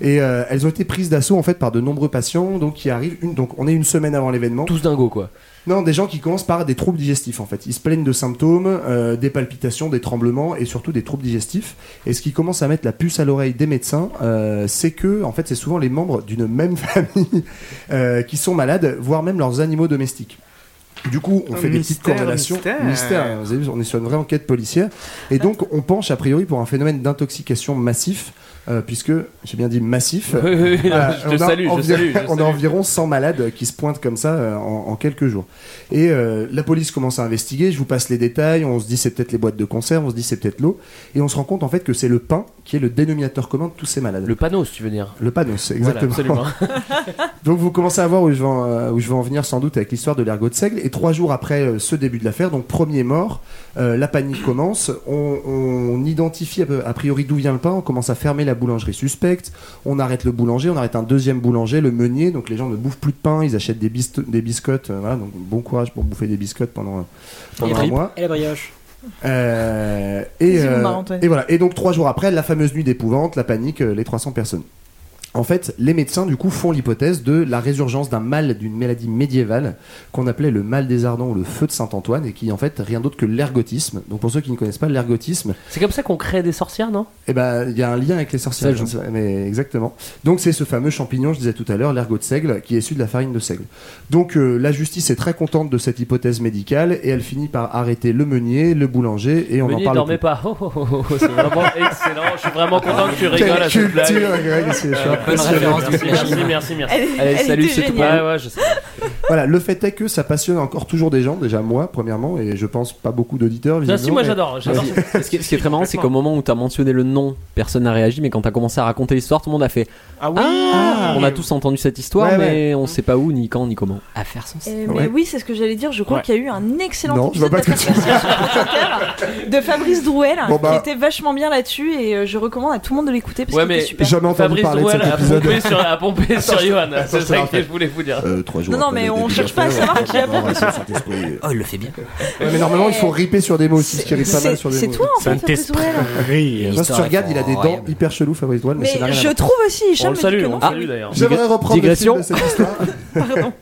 [SPEAKER 1] Et euh, elles ont été prises d'assaut en fait par de nombreux patients, donc qui arrivent. Une, donc on est une semaine avant l'événement.
[SPEAKER 2] Tous dingos, quoi.
[SPEAKER 1] Non, des gens qui commencent par des troubles digestifs en fait. Ils se plaignent de symptômes, euh, des palpitations, des tremblements et surtout des troubles digestifs. Et ce qui commence à mettre la puce à l'oreille des médecins, euh, c'est que en fait c'est souvent les membres d'une même famille euh, qui sont malades, voire même leurs animaux domestiques. Du coup, on fait des petites
[SPEAKER 3] Mystère,
[SPEAKER 1] corrélations.
[SPEAKER 3] mystère.
[SPEAKER 1] Mystère, vous avez vu, on est sur une vraie enquête policière. Et donc, on penche a priori pour un phénomène d'intoxication massif, euh, puisque, j'ai bien dit massif,
[SPEAKER 2] Oui, oui, oui,
[SPEAKER 1] voilà,
[SPEAKER 2] je
[SPEAKER 1] on
[SPEAKER 2] te
[SPEAKER 1] a
[SPEAKER 2] salue, je
[SPEAKER 1] environ-
[SPEAKER 2] salue. je
[SPEAKER 1] on a
[SPEAKER 2] salue.
[SPEAKER 1] environ 100 malades qui se pointent comme ça euh, en, en quelques jours. Et euh, la police commence à investiguer, je vous passe les détails, on se dit c'est peut-être les boîtes de conserve, on se dit c'est peut-être l'eau, et on se rend compte en fait que c'est le pain qui est le dénominateur commun de tous ces malades.
[SPEAKER 2] Le panneau, si tu veux dire.
[SPEAKER 1] Le panneau, c'est
[SPEAKER 2] Voilà,
[SPEAKER 1] exactement.
[SPEAKER 2] absolument.
[SPEAKER 1] Donc vous commencez à voir où je vais en, euh, où je vais en venir sans doute avec l'histoire de l'ergot de seigle. Et trois jours après euh, ce début de l'affaire, donc premier mort, euh, la panique commence. On, on identifie à peu- a priori d'où vient le pain. On commence à fermer la boulangerie suspecte. On arrête le boulanger. On arrête un deuxième boulanger, le meunier. Donc les gens ne bouffent plus de pain. Ils achètent des, bist- des biscottes. euh, voilà, donc bon courage pour bouffer des biscottes pendant, pendant un
[SPEAKER 5] tripes.
[SPEAKER 1] mois.
[SPEAKER 10] Et la brioche.
[SPEAKER 1] Euh, et,
[SPEAKER 9] Vas-y, mon
[SPEAKER 1] euh,
[SPEAKER 9] Marc-Antoine.
[SPEAKER 1] et voilà. Et donc trois jours après, la fameuse nuit d'épouvante, la panique, euh, les 300 personnes. En fait, les médecins du coup font l'hypothèse de la résurgence d'un mal, d'une maladie médiévale qu'on appelait le mal des ardents ou le feu de Saint-Antoine et qui est en fait rien d'autre que l'ergotisme. Donc pour ceux qui ne connaissent pas l'ergotisme,
[SPEAKER 2] C'est comme ça qu'on crée des sorcières, non
[SPEAKER 1] eh ben il y a un lien avec les sorcières.
[SPEAKER 5] Ça joue.
[SPEAKER 1] hein, mais exactement. Donc c'est ce fameux champignon, je disais tout à l'heure, l'ergot de seigle, qui est issu de la farine de seigle. Donc euh, la justice est très contente de cette hypothèse médicale et elle finit par arrêter le meunier, le boulanger et on
[SPEAKER 2] Meunier
[SPEAKER 1] en parle.
[SPEAKER 2] dormait
[SPEAKER 1] plus.
[SPEAKER 2] pas. Oh, oh, oh, oh, c'est vraiment excellent. Je suis vraiment content que tu rigoles
[SPEAKER 1] Quelle
[SPEAKER 2] à cette blague.
[SPEAKER 1] culture, Greg, c'est
[SPEAKER 2] Euh,
[SPEAKER 1] chouette.
[SPEAKER 5] bonne référence
[SPEAKER 2] merci,
[SPEAKER 5] du
[SPEAKER 2] merci,
[SPEAKER 5] flash.
[SPEAKER 2] merci, merci.
[SPEAKER 9] Elle,
[SPEAKER 5] Allez,
[SPEAKER 9] elle
[SPEAKER 5] salut,
[SPEAKER 9] était
[SPEAKER 5] c'est tout.
[SPEAKER 9] géniale.
[SPEAKER 2] Ouais, ouais, je sais.
[SPEAKER 1] Voilà, le fait est que ça passionne encore toujours des gens, déjà moi, premièrement, et je pense pas beaucoup d'auditeurs.
[SPEAKER 2] Non, si,
[SPEAKER 1] visiblement,
[SPEAKER 2] moi
[SPEAKER 1] mais-
[SPEAKER 2] j'adore. j'adore.
[SPEAKER 5] Ce qui, ce qui est très marrant, c'est qu'au moment où t'as mentionné le nom, personne n'a réagi, mais quand t'as commencé à raconter l'histoire, tout le monde a fait
[SPEAKER 3] Ah oui
[SPEAKER 5] Ah On a tous entendu cette histoire,
[SPEAKER 1] Ouais,
[SPEAKER 5] mais on sait pas où, ni quand, ni comment. À faire son
[SPEAKER 9] Euh,
[SPEAKER 1] Bah, Ouais.
[SPEAKER 9] Mais oui, c'est ce que j'allais dire. Je crois
[SPEAKER 3] Ouais.
[SPEAKER 9] qu'il y a eu un excellent
[SPEAKER 1] Non, je vois
[SPEAKER 9] épisode
[SPEAKER 1] pas
[SPEAKER 9] d'Affaires Financières sur Twitter de Fabrice Drouel
[SPEAKER 1] Bon, bah.
[SPEAKER 9] qui était vachement bien là-dessus et euh, je recommande à tout le monde de l'écouter parce
[SPEAKER 2] Ouais,
[SPEAKER 9] que
[SPEAKER 2] mais-
[SPEAKER 9] c'était super.
[SPEAKER 1] Jamais entendu
[SPEAKER 2] Fabrice
[SPEAKER 1] parler
[SPEAKER 2] Drouel
[SPEAKER 1] de cet
[SPEAKER 2] a
[SPEAKER 1] épisode.
[SPEAKER 2] pompé sur, a pompé sur Johan. C'est
[SPEAKER 1] je te
[SPEAKER 2] ça que
[SPEAKER 1] rappelle.
[SPEAKER 2] je voulais vous dire.
[SPEAKER 8] Euh, trois jours
[SPEAKER 9] Non, non,
[SPEAKER 8] après
[SPEAKER 9] mais
[SPEAKER 8] le
[SPEAKER 9] on
[SPEAKER 8] début
[SPEAKER 9] cherche
[SPEAKER 8] de
[SPEAKER 9] pas à
[SPEAKER 8] l'affaire,
[SPEAKER 9] savoir qui a
[SPEAKER 8] on va sur Saint-Esprit.
[SPEAKER 10] Oh, il le fait bien.
[SPEAKER 1] Ouais, mais normalement, il faut ripper sur des mots aussi, ce qui arrive pas
[SPEAKER 9] C'est
[SPEAKER 1] mal sur des mots.
[SPEAKER 9] c'est toi en fait, Fabrice Drouel.
[SPEAKER 1] Parce que si tu regardes, il a des dents hyper chelou, Fabrice Douane, mais,
[SPEAKER 9] Mais
[SPEAKER 1] c'est la
[SPEAKER 9] je trouve aussi,
[SPEAKER 2] On
[SPEAKER 9] Hicham
[SPEAKER 2] le
[SPEAKER 9] me dit
[SPEAKER 2] salue,
[SPEAKER 9] que
[SPEAKER 2] on
[SPEAKER 9] non.
[SPEAKER 2] le salue Ah, d'ailleurs.
[SPEAKER 1] J'aimerais reprendre le fil
[SPEAKER 5] digression.
[SPEAKER 1] de cette histoire.
[SPEAKER 9] Pardon.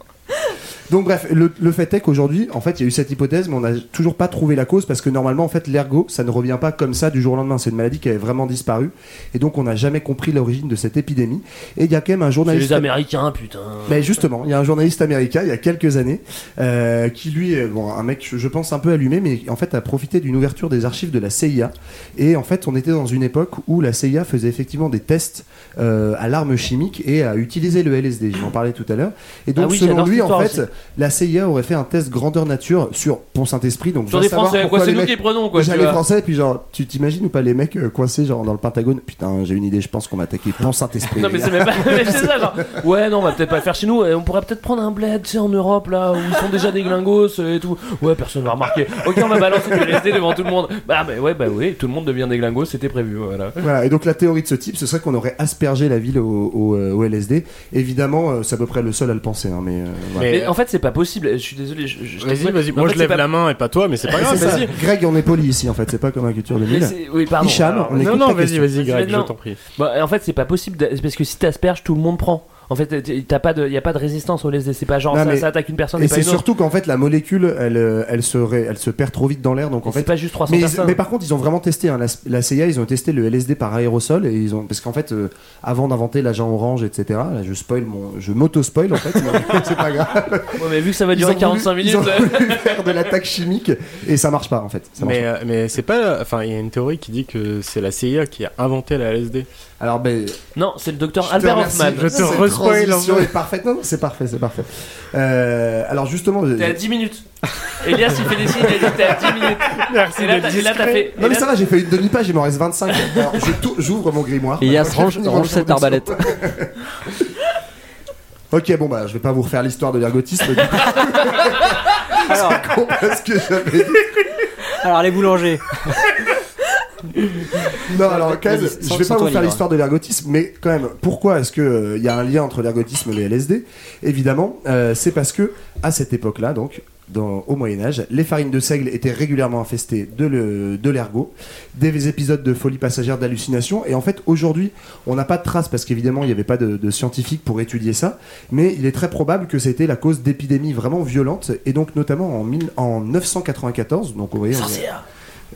[SPEAKER 1] Donc bref, le, le fait est qu'aujourd'hui, en fait, il y a eu cette hypothèse, mais on n'a toujours pas trouvé la cause parce que normalement, en fait, l'ergot, ça ne revient pas comme ça du jour au lendemain. C'est une maladie qui avait vraiment disparu, et donc on n'a jamais compris l'origine de cette épidémie. Et il y a quand même un
[SPEAKER 2] C'est
[SPEAKER 1] journaliste.
[SPEAKER 2] les Américains, putain.
[SPEAKER 1] Ben justement, il y a un journaliste américain il y a quelques années euh, qui lui, euh, bon, un mec, je- je pense un peu allumé, mais en fait a profité d'une ouverture des archives de la CIA. Et en fait, on était dans une époque où la CIA faisait effectivement des tests euh, à l'arme chimique et a utilisé le LSD. Je m'en parlais tout à l'heure. Et donc,
[SPEAKER 2] Ah oui,
[SPEAKER 1] selon
[SPEAKER 2] j'adore
[SPEAKER 1] lui,
[SPEAKER 2] cette
[SPEAKER 1] en
[SPEAKER 2] histoire
[SPEAKER 1] fait,
[SPEAKER 2] aussi.
[SPEAKER 1] la CIA aurait fait un test grandeur nature sur Pont Saint-Esprit. Donc,
[SPEAKER 2] Sur
[SPEAKER 1] va
[SPEAKER 2] des
[SPEAKER 1] savoir
[SPEAKER 2] Français, quoi,
[SPEAKER 1] pourquoi les
[SPEAKER 2] c'est nous
[SPEAKER 1] mecs-
[SPEAKER 2] qui les prenons, quoi. tu
[SPEAKER 1] Déjà, les
[SPEAKER 2] vois.
[SPEAKER 1] Français, puis genre, tu t'imagines ou pas les mecs euh, coincés genre dans le Pentagone Putain, j'ai une idée, je pense qu'on va attaquer Pont Saint-Esprit.
[SPEAKER 2] Non mais
[SPEAKER 1] les gars.
[SPEAKER 2] c'est même pas mais c'est ça genre ouais non on va peut-être pas le faire chez nous et on pourrait peut-être prendre un bled tu sais en Europe là où ils sont déjà des glingos euh, et tout ouais personne va remarquer ok on va balancer du LSD devant tout le monde bah mais ouais bah oui tout le monde devient des glingos c'était prévu voilà
[SPEAKER 1] Voilà, et donc la théorie de ce type, ce serait qu'on aurait aspergé la ville au, au, euh, au LSD. Évidemment, euh, c'est à peu près le seul à le penser, hein, mais euh, voilà.
[SPEAKER 4] Mais-
[SPEAKER 2] mais en fait c'est pas possible je suis désolé je, je- je
[SPEAKER 4] Vas-y,
[SPEAKER 2] t'avoue,
[SPEAKER 4] vas-y.
[SPEAKER 2] mais
[SPEAKER 4] Moi,
[SPEAKER 2] en
[SPEAKER 4] je
[SPEAKER 2] fait,
[SPEAKER 4] lève
[SPEAKER 2] c'est pas-
[SPEAKER 4] la main et pas toi, mais
[SPEAKER 2] euh,
[SPEAKER 4] c'est pas
[SPEAKER 1] C'est
[SPEAKER 4] grave.
[SPEAKER 1] ça.
[SPEAKER 4] Vas-y.
[SPEAKER 1] Greg, on est poli ici en fait, c'est pas comme à Culture
[SPEAKER 2] mais
[SPEAKER 1] 2000.
[SPEAKER 2] c'est- oui pardon
[SPEAKER 1] Hicham,
[SPEAKER 2] alors,
[SPEAKER 1] on écoute
[SPEAKER 4] Non, non,
[SPEAKER 1] ta
[SPEAKER 4] vas-y,
[SPEAKER 1] question.
[SPEAKER 4] vas-y, Greg, je
[SPEAKER 2] Non.
[SPEAKER 4] t'en prie.
[SPEAKER 2] bah, en fait c'est pas possible d'a- c'est parce que si t'asperges tout le monde prend en fait t- t'as pas de y a pas de résistance au LSD c'est pas genre
[SPEAKER 1] Non,
[SPEAKER 2] ça,
[SPEAKER 1] mais-
[SPEAKER 2] ça attaque une personne et,
[SPEAKER 1] Et
[SPEAKER 2] pas
[SPEAKER 1] c'est
[SPEAKER 2] une autre
[SPEAKER 1] surtout qu'en fait, la molécule, elle, euh, elle, se ré- elle se perd trop vite dans l'air, donc en
[SPEAKER 2] c'est
[SPEAKER 1] fait,
[SPEAKER 2] pas juste 300
[SPEAKER 1] Mais, ils-
[SPEAKER 2] personnes
[SPEAKER 1] mais par contre, ils ont vraiment testé. hein, la, la CIA, ils ont testé le LSD par aérosol et ils ont parce qu'en fait, euh, avant d'inventer l'agent orange, etc. Là, je spoil mon, je m'auto spoil en fait. mais c'est pas grave.
[SPEAKER 2] Ouais, mais vu que ça va
[SPEAKER 1] Ils ont
[SPEAKER 2] durer
[SPEAKER 1] voulu-
[SPEAKER 2] 45 minutes
[SPEAKER 1] Ils ont voulu faire de l'attaque chimique et ça marche pas en fait. Ça marche
[SPEAKER 4] Mais, euh, mais c'est pas. Enfin, il y a une théorie qui dit que c'est la CIA qui a inventé la LSD.
[SPEAKER 1] pas. Alors, ben,
[SPEAKER 2] non c'est le
[SPEAKER 1] je
[SPEAKER 2] docteur
[SPEAKER 1] te
[SPEAKER 2] Albert
[SPEAKER 1] remercie.
[SPEAKER 2] Hoffman
[SPEAKER 4] je te
[SPEAKER 1] Cette
[SPEAKER 4] re-spoil,
[SPEAKER 1] transition
[SPEAKER 4] en fait.
[SPEAKER 1] est parfaite. Non, non, c'est parfait, c'est parfait. Euh, alors justement, je-
[SPEAKER 2] T'es à 10 minutes. Elias, il fait des signes, il dit t'es à 10 minutes.
[SPEAKER 4] Merci
[SPEAKER 2] Et là, t'as et là, t'as fait.
[SPEAKER 1] non
[SPEAKER 2] et
[SPEAKER 1] mais
[SPEAKER 2] là-
[SPEAKER 1] ça va, j'ai fait une demi-page, il m'en reste 25. Alors, je tou- j'ouvre mon grimoire.
[SPEAKER 5] Et Yas,
[SPEAKER 1] Je
[SPEAKER 5] range-
[SPEAKER 1] finis mon
[SPEAKER 5] range cette
[SPEAKER 1] introduction.
[SPEAKER 5] arbalète.
[SPEAKER 1] Ok, bon bah, je vais pas vous refaire l'histoire de l'ergotisme. du coup.
[SPEAKER 3] Alors,
[SPEAKER 1] C'est con, parce que j'avais
[SPEAKER 10] Alors, les boulangers.
[SPEAKER 1] Non, alors, quand même,
[SPEAKER 10] Vas-y, sans-
[SPEAKER 1] je vais
[SPEAKER 10] sans
[SPEAKER 1] pas vous
[SPEAKER 10] toi,
[SPEAKER 1] faire
[SPEAKER 10] Libre.
[SPEAKER 1] l'histoire de l'ergotisme, mais quand même, pourquoi est-ce qu'il y a un lien entre l'ergotisme et le LSD Évidemment, euh, c'est parce que, à cette époque-là, donc, dans, au Moyen-Âge, les farines de seigle étaient régulièrement infestées de, le- de l'ergot, des épisodes de folie passagère d'hallucination, et en fait, aujourd'hui, on n'a pas de traces, parce qu'évidemment, il n'y avait pas de, de scientifiques pour étudier ça, mais il est très probable que c'était la cause d'épidémies vraiment violentes, et donc, notamment en, mille- en 994, donc, vous voyez, on est-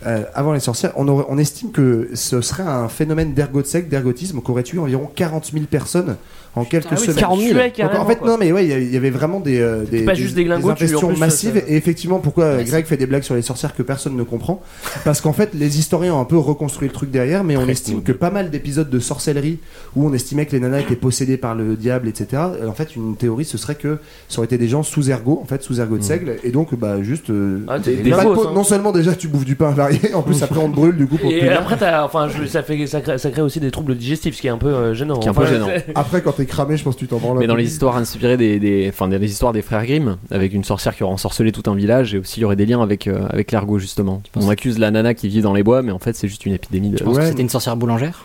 [SPEAKER 1] euh, avant les sorcières, on, aurait- on estime que ce serait un phénomène d'ergot sec, d'ergotisme, qui aurait tué environ 40 000 personnes en quelques
[SPEAKER 2] Ah oui,
[SPEAKER 1] semaines.
[SPEAKER 2] ça me tuait
[SPEAKER 1] Donc, en
[SPEAKER 2] carrément,
[SPEAKER 1] fait,
[SPEAKER 2] quoi.
[SPEAKER 1] non, mais ouais, il y avait- il y avait vraiment des, euh, des,
[SPEAKER 2] pas juste des glingos, tu- en
[SPEAKER 1] infestations
[SPEAKER 2] plus,
[SPEAKER 1] massives.
[SPEAKER 2] ça-
[SPEAKER 1] Et effectivement, pourquoi euh,
[SPEAKER 9] Ouais,
[SPEAKER 1] Greg fait des blagues sur les sorcières que personne ne comprend Parce qu'en fait, les historiens ont un peu reconstruit le truc derrière, mais on
[SPEAKER 4] Très
[SPEAKER 1] estime
[SPEAKER 4] cool.
[SPEAKER 1] que pas mal d'épisodes de sorcellerie où on estimait que les nanas étaient possédées par le diable, etc. En fait, une théorie, ce serait que ça aurait été des gens sous ergot, en fait, sous ergot de seigle, et donc, bah, juste. euh,
[SPEAKER 2] Mmh. Ah, t'es-
[SPEAKER 1] des-
[SPEAKER 2] t'es
[SPEAKER 1] pas de
[SPEAKER 2] grosse,
[SPEAKER 1] peau-
[SPEAKER 2] hein.
[SPEAKER 1] non seulement déjà tu bouffes du pain varié, en plus après on te brûle du coup pour te
[SPEAKER 2] Et
[SPEAKER 1] punir.
[SPEAKER 2] après, t'as- enfin, je- ça, fait, ça, crée, ça crée aussi des troubles digestifs, ce qui est un peu euh, gênant.
[SPEAKER 5] Qui est un peu
[SPEAKER 2] Enfin,
[SPEAKER 5] gênant.
[SPEAKER 2] c'est-
[SPEAKER 1] Après, quand t'es cramé, je pense que tu t'en branles. un
[SPEAKER 5] Mais dans
[SPEAKER 1] peu.
[SPEAKER 5] les histoires inspirées des, des, enfin, des, les histoires des frères Grimm, avec une sorcière qui aurait ensorcelé tout un village, et aussi il y aurait des liens avec, euh, avec l'argot justement. On accuse la nana qui vit dans les bois, mais en fait c'est juste une épidémie de.
[SPEAKER 10] Je pense
[SPEAKER 1] Ouais,
[SPEAKER 10] que c'était une sorcière boulangère.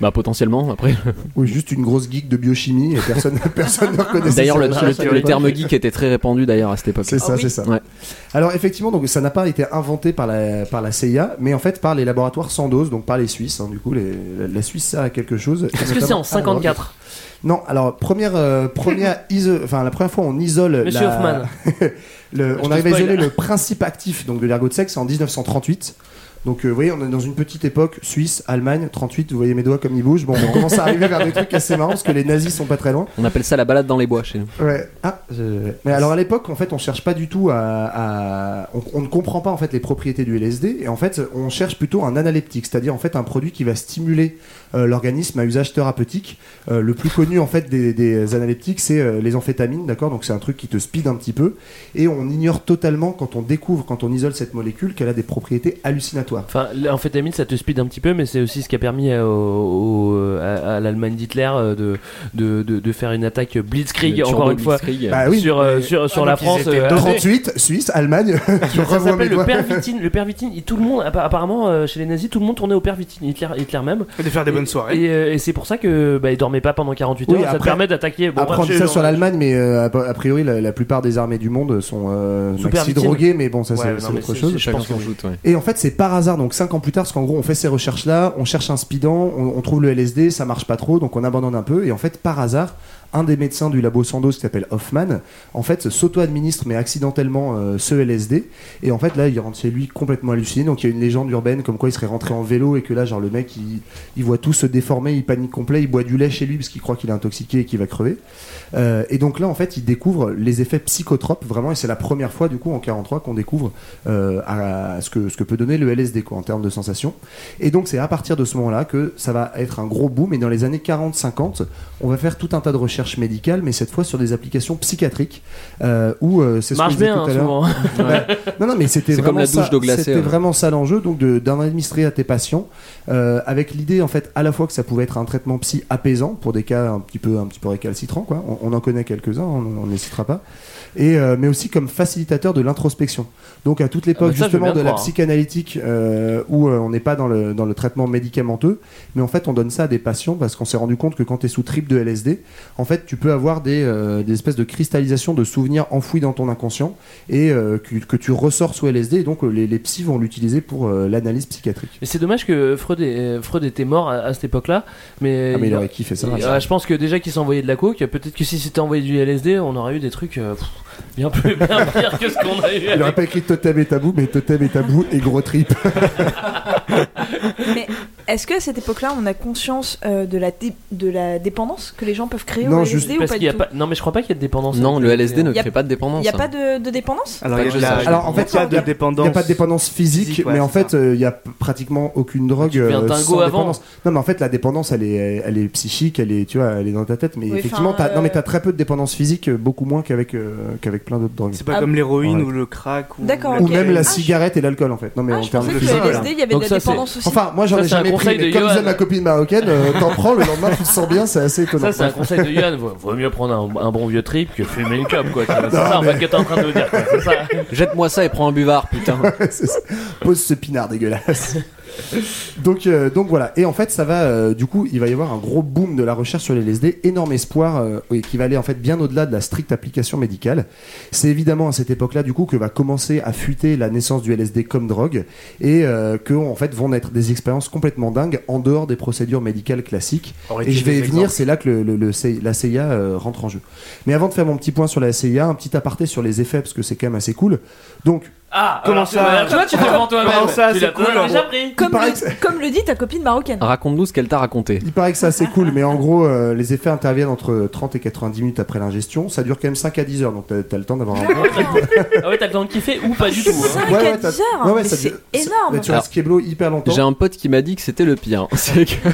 [SPEAKER 5] Bah potentiellement après.
[SPEAKER 1] Ou juste une grosse geek de biochimie et personne, personne ne reconnaissait
[SPEAKER 5] D'ailleurs
[SPEAKER 1] ça,
[SPEAKER 5] le,
[SPEAKER 1] la
[SPEAKER 5] le-
[SPEAKER 1] cherche à
[SPEAKER 5] le
[SPEAKER 1] l'époque.
[SPEAKER 5] terme geek était très répandu d'ailleurs à cette époque.
[SPEAKER 1] C'est ça,
[SPEAKER 9] Ah oui.
[SPEAKER 1] c'est ça.
[SPEAKER 5] Ouais.
[SPEAKER 1] Alors effectivement, donc ça n'a pas été inventé par la, par la CIA, mais en fait par les laboratoires sans dose, donc par les Suisses. hein. Du coup, les- la, la Suisse sert à quelque chose. et
[SPEAKER 2] Est-ce que c'est
[SPEAKER 1] notamment
[SPEAKER 2] en
[SPEAKER 1] à
[SPEAKER 2] 54
[SPEAKER 1] Non, alors première, euh, première iso- enfin la première fois on isole.
[SPEAKER 2] Monsieur
[SPEAKER 1] la-
[SPEAKER 2] Hoffman.
[SPEAKER 1] le-
[SPEAKER 2] Je
[SPEAKER 1] on
[SPEAKER 2] te
[SPEAKER 1] arrive à
[SPEAKER 2] spoil.
[SPEAKER 1] isoler le principe actif donc de l'ergot de sexe en 1938. Donc euh, vous voyez, on est dans une petite époque Suisse, Allemagne, 38. Vous voyez mes doigts comme ils bougent. Bon, on commence à arriver vers des trucs assez marrants parce que les nazis sont pas très loin.
[SPEAKER 5] On appelle ça la balade dans les bois chez nous.
[SPEAKER 1] Ouais. Ah, je- Mais alors à l'époque, en fait, on cherche pas du tout à, à- On, on ne comprend pas en fait les propriétés du LSD et en fait, on cherche plutôt un analeptique, c'est-à-dire en fait un produit qui va stimuler euh, l'organisme à usage thérapeutique. Euh, le plus connu en fait des, des analeptiques, c'est euh, les amphétamines, d'accord Donc c'est un truc qui te speed un petit peu et on ignore totalement quand on découvre, quand on isole cette molécule, qu'elle a des propriétés hallucinatoires.
[SPEAKER 2] Enfin, l'amphétamine, ça te speed un petit peu, mais c'est aussi ce qui a permis à, au- au- à- à l'Allemagne d'Hitler euh, de, de, de, de faire une attaque blitzkrieg,
[SPEAKER 5] Le
[SPEAKER 2] encore
[SPEAKER 5] turbo
[SPEAKER 2] une fois,
[SPEAKER 5] Blitzkrieg.
[SPEAKER 1] Bah oui.
[SPEAKER 2] sur, euh, sur, sur
[SPEAKER 3] Ah,
[SPEAKER 2] la
[SPEAKER 3] donc ils
[SPEAKER 2] France.
[SPEAKER 3] étaient
[SPEAKER 2] euh,
[SPEAKER 3] deux.
[SPEAKER 1] 38, Suisse, Allemagne. tu
[SPEAKER 2] Ça
[SPEAKER 1] revois mes
[SPEAKER 2] s'appelle le
[SPEAKER 1] doigts.
[SPEAKER 2] pervitine. Le pervitine, et tout le monde, appa- apparemment, euh, chez les nazis, tout le monde tournait au pervitine, Hitler, Hitler même.
[SPEAKER 3] de faire des
[SPEAKER 2] Et-
[SPEAKER 3] bonnes soirées.
[SPEAKER 2] Et, euh, et c'est pour ça que bah, il dormait pas pendant 48 heures.
[SPEAKER 1] Oui,
[SPEAKER 2] ça te
[SPEAKER 1] après-
[SPEAKER 2] permet d'attaquer. Bon,
[SPEAKER 1] Apprendre
[SPEAKER 2] après,
[SPEAKER 1] ça
[SPEAKER 2] non,
[SPEAKER 1] sur l'Allemagne, mais euh, a a priori la, la plupart des armées du monde sont euh,
[SPEAKER 2] Sous
[SPEAKER 1] maxi
[SPEAKER 2] permitine.
[SPEAKER 1] droguées, mais bon ça
[SPEAKER 3] Ouais,
[SPEAKER 1] c'est-
[SPEAKER 3] non,
[SPEAKER 1] c'est
[SPEAKER 3] mais
[SPEAKER 1] autre
[SPEAKER 2] c'est-
[SPEAKER 1] chose.
[SPEAKER 2] c'est-
[SPEAKER 5] Chacun
[SPEAKER 2] pense
[SPEAKER 5] son
[SPEAKER 2] que oui.
[SPEAKER 5] joute. ouais.
[SPEAKER 1] Et en fait c'est par hasard, donc 5 ans plus tard, parce qu'en gros on fait ces recherches là, on cherche un speedant, on, on trouve le LSD, ça marche pas trop, donc on abandonne un peu, et en fait par hasard, un des médecins du labo Sandoz qui s'appelle Hoffman, en fait s'auto-administre mais accidentellement euh, ce LSD, et en fait là il rentre chez lui complètement halluciné, donc il y a une légende urbaine comme quoi il serait rentré en vélo et que là genre le mec il, il voit tout se déformer, il panique complet, il boit du lait chez lui parce qu'il croit qu'il est intoxiqué et qu'il va crever. Euh, et donc là, en fait, il découvre les effets psychotropes, vraiment, et c'est la première fois, du coup, en 43, qu'on découvre euh, à- à ce, que, ce que peut donner le LSD. LSD quoi, en termes de sensations. Et donc c'est à partir de ce moment-là que ça va être un gros boom. Et dans les années 40-50, on va faire tout un tas de recherches médicales, mais cette fois sur des applications psychiatriques euh, où euh, c'est ce
[SPEAKER 2] Marche
[SPEAKER 1] qu'on disait
[SPEAKER 2] bien,
[SPEAKER 1] tout à
[SPEAKER 2] hein,
[SPEAKER 1] l'heure.
[SPEAKER 2] souvent.
[SPEAKER 1] Ouais. Non, non, mais c'était
[SPEAKER 5] C'est
[SPEAKER 1] vraiment
[SPEAKER 5] comme la douche hein.
[SPEAKER 1] ça,
[SPEAKER 5] d'eau glacée,
[SPEAKER 1] c'était
[SPEAKER 2] hein.
[SPEAKER 5] ouais.
[SPEAKER 1] vraiment ça l'enjeu, donc de- d'en administrer à tes patients, euh, avec l'idée en fait à la fois que ça pouvait être un traitement psy apaisant pour des cas un petit peu un petit peu récalcitrants quoi. On, on en connaît quelques uns, on ne les citera pas. Et euh, mais aussi comme facilitateur de l'introspection. Donc à toute l'époque
[SPEAKER 2] Ah bah ça, je veux
[SPEAKER 1] justement
[SPEAKER 2] bien
[SPEAKER 1] de la
[SPEAKER 2] croire, hein.
[SPEAKER 1] psychanalytique euh, où euh, on n'est pas dans le dans le traitement médicamenteux, mais en fait on donne ça à des patients parce qu'on s'est rendu compte que quand tu es sous trip de LSD, en fait tu peux avoir des, euh, des espèces de cristallisation de souvenirs enfouis dans ton inconscient et euh, que, que tu ressors sous LSD et donc euh, les, les psys vont l'utiliser pour euh, l'analyse psychiatrique.
[SPEAKER 2] Mais c'est dommage que Freud, est- euh, Freud était mort à, à cette époque-là. Mais,
[SPEAKER 1] Ah mais il aurait kiffé ça.
[SPEAKER 2] Et, euh, je pense que déjà qu'il s'envoyait de la coke, peut-être que si c'était envoyé du LSD, on aurait eu des trucs euh, pff, bien plus bien pire que ce qu'on a eu.
[SPEAKER 1] Il aurait
[SPEAKER 2] avec-
[SPEAKER 1] pas écrit Totem et Tabou, mais Totem et Tabou et Gros Trip.
[SPEAKER 9] Mais est-ce que à cette époque-là, on a conscience euh, de, la dé- de la dépendance que les gens peuvent créer
[SPEAKER 1] Non,
[SPEAKER 9] au
[SPEAKER 1] juste
[SPEAKER 9] LSD ou
[SPEAKER 2] Parce
[SPEAKER 9] pas
[SPEAKER 2] qu'il y
[SPEAKER 9] du
[SPEAKER 2] a
[SPEAKER 9] tout
[SPEAKER 2] pas. Non, mais je crois pas qu'il y ait de dépendance.
[SPEAKER 5] Non, le LSD ne
[SPEAKER 9] Y a-
[SPEAKER 5] crée pas de
[SPEAKER 9] Il
[SPEAKER 5] dépendance.
[SPEAKER 9] n'y a
[SPEAKER 5] hein.
[SPEAKER 9] pas de, de dépendance
[SPEAKER 3] Alors, il y a de la-
[SPEAKER 1] Alors, en
[SPEAKER 3] il y a
[SPEAKER 1] fait,
[SPEAKER 3] pas
[SPEAKER 1] il y
[SPEAKER 3] de
[SPEAKER 1] a- Il
[SPEAKER 3] dépendance.
[SPEAKER 1] n'y a pas de dépendance physique,
[SPEAKER 3] Physique, ouais,
[SPEAKER 1] mais en
[SPEAKER 3] c'est
[SPEAKER 1] fait,
[SPEAKER 3] ça.
[SPEAKER 1] euh, il y a p- pratiquement aucune drogue.
[SPEAKER 2] Tu deviens
[SPEAKER 1] euh,
[SPEAKER 2] dingo
[SPEAKER 1] sans
[SPEAKER 2] avant.
[SPEAKER 1] dépendance. Non, mais en fait, la dépendance, elle est, elle est psychique, elle est, tu vois, elle est dans ta tête, mais
[SPEAKER 9] Oui,
[SPEAKER 1] effectivement,
[SPEAKER 9] enfin,
[SPEAKER 1] t'as, non, mais
[SPEAKER 9] euh,
[SPEAKER 1] t'as très peu de dépendance physique, euh, beaucoup moins qu'avec, euh, qu'avec plein d'autres drogues.
[SPEAKER 3] C'est pas
[SPEAKER 9] Ah,
[SPEAKER 3] comme l'héroïne
[SPEAKER 1] ouais.
[SPEAKER 3] ou le crack ou.
[SPEAKER 9] D'accord,
[SPEAKER 3] la
[SPEAKER 1] Ou
[SPEAKER 9] ok.
[SPEAKER 1] même
[SPEAKER 9] Ah,
[SPEAKER 1] la
[SPEAKER 9] je-
[SPEAKER 1] cigarette et l'alcool, en fait. Non, mais
[SPEAKER 9] Ah,
[SPEAKER 1] en
[SPEAKER 9] je
[SPEAKER 1] termes
[SPEAKER 9] pensais
[SPEAKER 1] de
[SPEAKER 9] que le
[SPEAKER 1] physique,
[SPEAKER 9] LSD, il y avait
[SPEAKER 2] Donc
[SPEAKER 9] de la
[SPEAKER 2] ça, c'est-
[SPEAKER 9] dépendance aussi.
[SPEAKER 1] Enfin, moi, j'en
[SPEAKER 2] Ça,
[SPEAKER 1] ai
[SPEAKER 2] c'est un
[SPEAKER 1] jamais pris,
[SPEAKER 2] conseil
[SPEAKER 1] mais
[SPEAKER 2] de
[SPEAKER 1] comme
[SPEAKER 2] Johan.
[SPEAKER 1] disait ma copine marocaine, euh, t'en prends, le lendemain, tu te sens bien, c'est assez étonnant.
[SPEAKER 2] Ça, c'est un conseil de Yann. Vaut, vaut mieux prendre un, un bon vieux trip que fumer une clope, quoi. tu vois. C'est ça, en fait, que t'es en train de nous dire, quoi. C'est ça.
[SPEAKER 5] Jette-moi ça et prends un buvard, putain.
[SPEAKER 1] C'est ça. Pose ce pinard dégueulasse. donc, euh, donc voilà. Et en fait, ça va. euh, du coup, il va y avoir un gros boom de la recherche sur les LSD, énorme espoir, euh, oui, qui va aller en fait bien au-delà de la stricte application médicale. C'est évidemment à cette époque-là, du coup, que va commencer à fuiter la naissance du LSD comme drogue et euh, que en fait vont naître des expériences complètement dingues en dehors des procédures médicales classiques. Et je vais y venir, c'est là que le, le- le C- la CIA euh, rentre en jeu. Mais avant de faire mon petit point sur la CIA, un petit aparté sur les effets, parce que c'est quand même assez cool. Donc,
[SPEAKER 2] Ah,
[SPEAKER 3] Comment
[SPEAKER 2] alors,
[SPEAKER 3] ça
[SPEAKER 2] tu vois, Tu vois, tu te vends toi-même.
[SPEAKER 3] Comment ça,
[SPEAKER 2] Tu
[SPEAKER 3] c'est
[SPEAKER 2] l'as-
[SPEAKER 3] cool,
[SPEAKER 2] t'en as
[SPEAKER 3] en
[SPEAKER 2] déjà
[SPEAKER 3] gros.
[SPEAKER 2] pris.
[SPEAKER 9] Comme,
[SPEAKER 1] hein. paraît
[SPEAKER 9] le,
[SPEAKER 1] que c'est-
[SPEAKER 9] comme le dit ta copine marocaine.
[SPEAKER 5] Raconte-nous ce qu'elle t'a raconté.
[SPEAKER 1] Il paraît que c'est assez cool, mais en gros, euh, les effets interviennent entre 30 et 90 minutes après l'ingestion. Ça dure quand même 5 à 10 heures, donc t'as t'as le temps d'avoir un gros trip.
[SPEAKER 2] Ah ouais, t'as le temps de kiffer ou pas du tout. hein.
[SPEAKER 9] 5
[SPEAKER 1] Ouais, ouais,
[SPEAKER 9] à 10
[SPEAKER 1] t'as-
[SPEAKER 9] heures
[SPEAKER 1] ouais, ouais,
[SPEAKER 9] mais
[SPEAKER 1] ça
[SPEAKER 9] C'est
[SPEAKER 1] dure-
[SPEAKER 9] énorme
[SPEAKER 1] Bah, tu restes keblo hyper longtemps.
[SPEAKER 5] J'ai un pote qui m'a dit que c'était le pire. C'est que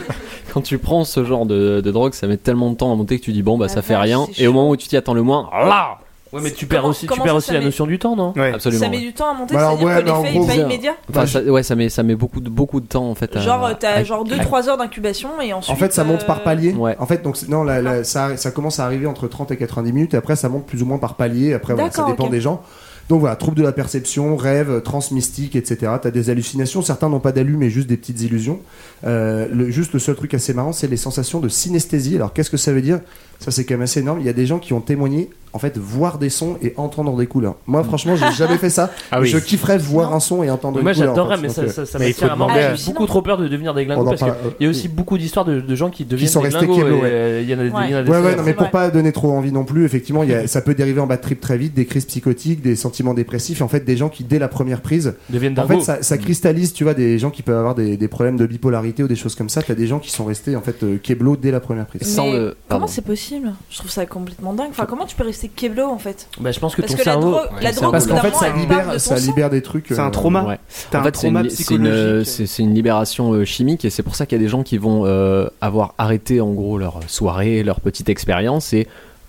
[SPEAKER 5] quand tu prends ce genre de, de drogue, ça met tellement de temps à monter que tu dis bon bah
[SPEAKER 9] La
[SPEAKER 5] ça fait
[SPEAKER 9] vache,
[SPEAKER 5] rien.
[SPEAKER 9] c'est
[SPEAKER 5] Et au
[SPEAKER 9] chaud.
[SPEAKER 5] moment où tu t'y attends le moins, là,
[SPEAKER 2] Ouais, mais tu
[SPEAKER 9] Comment-
[SPEAKER 2] perds aussi, tu
[SPEAKER 9] comment
[SPEAKER 2] perds
[SPEAKER 9] ça,
[SPEAKER 2] aussi
[SPEAKER 9] ça
[SPEAKER 2] la
[SPEAKER 9] met-
[SPEAKER 2] notion du temps, non
[SPEAKER 3] Ouais.
[SPEAKER 5] absolument.
[SPEAKER 9] Ça met du temps à monter,
[SPEAKER 1] Bah, alors,
[SPEAKER 9] c'est-à-dire
[SPEAKER 1] ouais,
[SPEAKER 9] que
[SPEAKER 1] mais en
[SPEAKER 9] l'effet
[SPEAKER 1] gros,
[SPEAKER 9] n'est pas
[SPEAKER 5] bizarre.
[SPEAKER 9] immédiat.
[SPEAKER 5] Enfin, ça, ouais, ça met ça met beaucoup de beaucoup de temps en fait. à-
[SPEAKER 9] Genre, euh,
[SPEAKER 5] à-
[SPEAKER 9] t'as genre
[SPEAKER 5] à-
[SPEAKER 9] 2-3 heures d'incubation et ensuite.
[SPEAKER 1] En fait, ça monte par
[SPEAKER 9] euh,
[SPEAKER 1] palier.
[SPEAKER 5] Ouais.
[SPEAKER 1] En fait, donc c'est- non, la- la- ça, ça commence à arriver entre 30 et 90 minutes. Et après, ça monte plus ou moins par palier. Après, voilà, ça
[SPEAKER 9] D'accord,
[SPEAKER 1] dépend
[SPEAKER 9] ok.
[SPEAKER 1] des gens. Donc voilà, troubles de la perception, rêves, transmystiques, etc. T'as des hallucinations. Certains n'ont pas d'allume, mais juste des petites illusions. Euh, le, juste le seul truc assez marrant, c'est les sensations de synesthésie. Alors qu'est-ce que ça veut dire Ça, c'est quand même assez énorme. Il y a des gens qui ont témoigné, en fait, voir des sons et entendre des couleurs. Moi, franchement, j'ai jamais fait ça.
[SPEAKER 4] Ah oui.
[SPEAKER 1] Je kifferais voir un son et entendre
[SPEAKER 2] Mais
[SPEAKER 1] une
[SPEAKER 2] Moi
[SPEAKER 1] couleur. en
[SPEAKER 2] j'adorerais,
[SPEAKER 1] fait.
[SPEAKER 2] mais
[SPEAKER 1] Donc,
[SPEAKER 2] ça,
[SPEAKER 1] euh,
[SPEAKER 2] ça, ça
[SPEAKER 3] mais il
[SPEAKER 2] m'attire
[SPEAKER 3] faut
[SPEAKER 2] à mort.
[SPEAKER 9] demander à-
[SPEAKER 2] J'ai beaucoup trop peur de devenir des
[SPEAKER 1] On
[SPEAKER 2] glingos
[SPEAKER 1] en
[SPEAKER 2] parce qu'il
[SPEAKER 1] parle, euh,
[SPEAKER 2] y a aussi beaucoup d'histoires de, de gens qui deviennent
[SPEAKER 1] sont
[SPEAKER 2] des
[SPEAKER 1] restés
[SPEAKER 2] glingos.
[SPEAKER 1] keblo,
[SPEAKER 2] et,
[SPEAKER 1] ouais.
[SPEAKER 2] euh, Il y en a des- il y en a des.
[SPEAKER 1] Ouais, ouais,
[SPEAKER 9] C'est
[SPEAKER 1] non, mais pour
[SPEAKER 9] vrai.
[SPEAKER 1] pas donner trop envie non plus, effectivement, il y a- ça peut dériver en bad trip très vite, des crises psychotiques, des sentiments dépressifs, et en fait, des gens qui, dès la première prise,
[SPEAKER 2] deviennent
[SPEAKER 1] en fait,
[SPEAKER 2] dingos.
[SPEAKER 1] ça, ça cristallise, tu vois, des gens qui peuvent avoir des, des problèmes de bipolarité ou des choses comme ça. T'as des gens qui sont restés, en fait, euh, keblo dès la première prise.
[SPEAKER 5] Sans
[SPEAKER 9] mais
[SPEAKER 5] le- pardon.
[SPEAKER 9] Comment c'est possible Je trouve ça complètement dingue. Enfin, comment tu peux rester keblo en fait
[SPEAKER 2] Bah, je pense que
[SPEAKER 9] Parce
[SPEAKER 2] ton
[SPEAKER 9] que la
[SPEAKER 2] cerveau.
[SPEAKER 9] drogue, la
[SPEAKER 5] ton
[SPEAKER 9] drogue,
[SPEAKER 1] Parce
[SPEAKER 9] au
[SPEAKER 1] qu'en
[SPEAKER 9] bout d'un
[SPEAKER 1] fait, ça
[SPEAKER 9] moment, elle parle de
[SPEAKER 1] libère,
[SPEAKER 9] ton
[SPEAKER 1] ça
[SPEAKER 9] sang.
[SPEAKER 1] libère des trucs.
[SPEAKER 3] C'est un
[SPEAKER 1] euh,
[SPEAKER 3] trauma.
[SPEAKER 5] Ouais.
[SPEAKER 3] T'as
[SPEAKER 5] En
[SPEAKER 3] un
[SPEAKER 5] fait, c'est
[SPEAKER 3] trauma
[SPEAKER 5] une, c'est une, euh,
[SPEAKER 3] psychologique.
[SPEAKER 5] c'est- c'est une libération euh, chimique et c'est pour ça qu'il y a des gens qui vont euh, avoir arrêté en gros leur euh, soirée, leur petite expérience et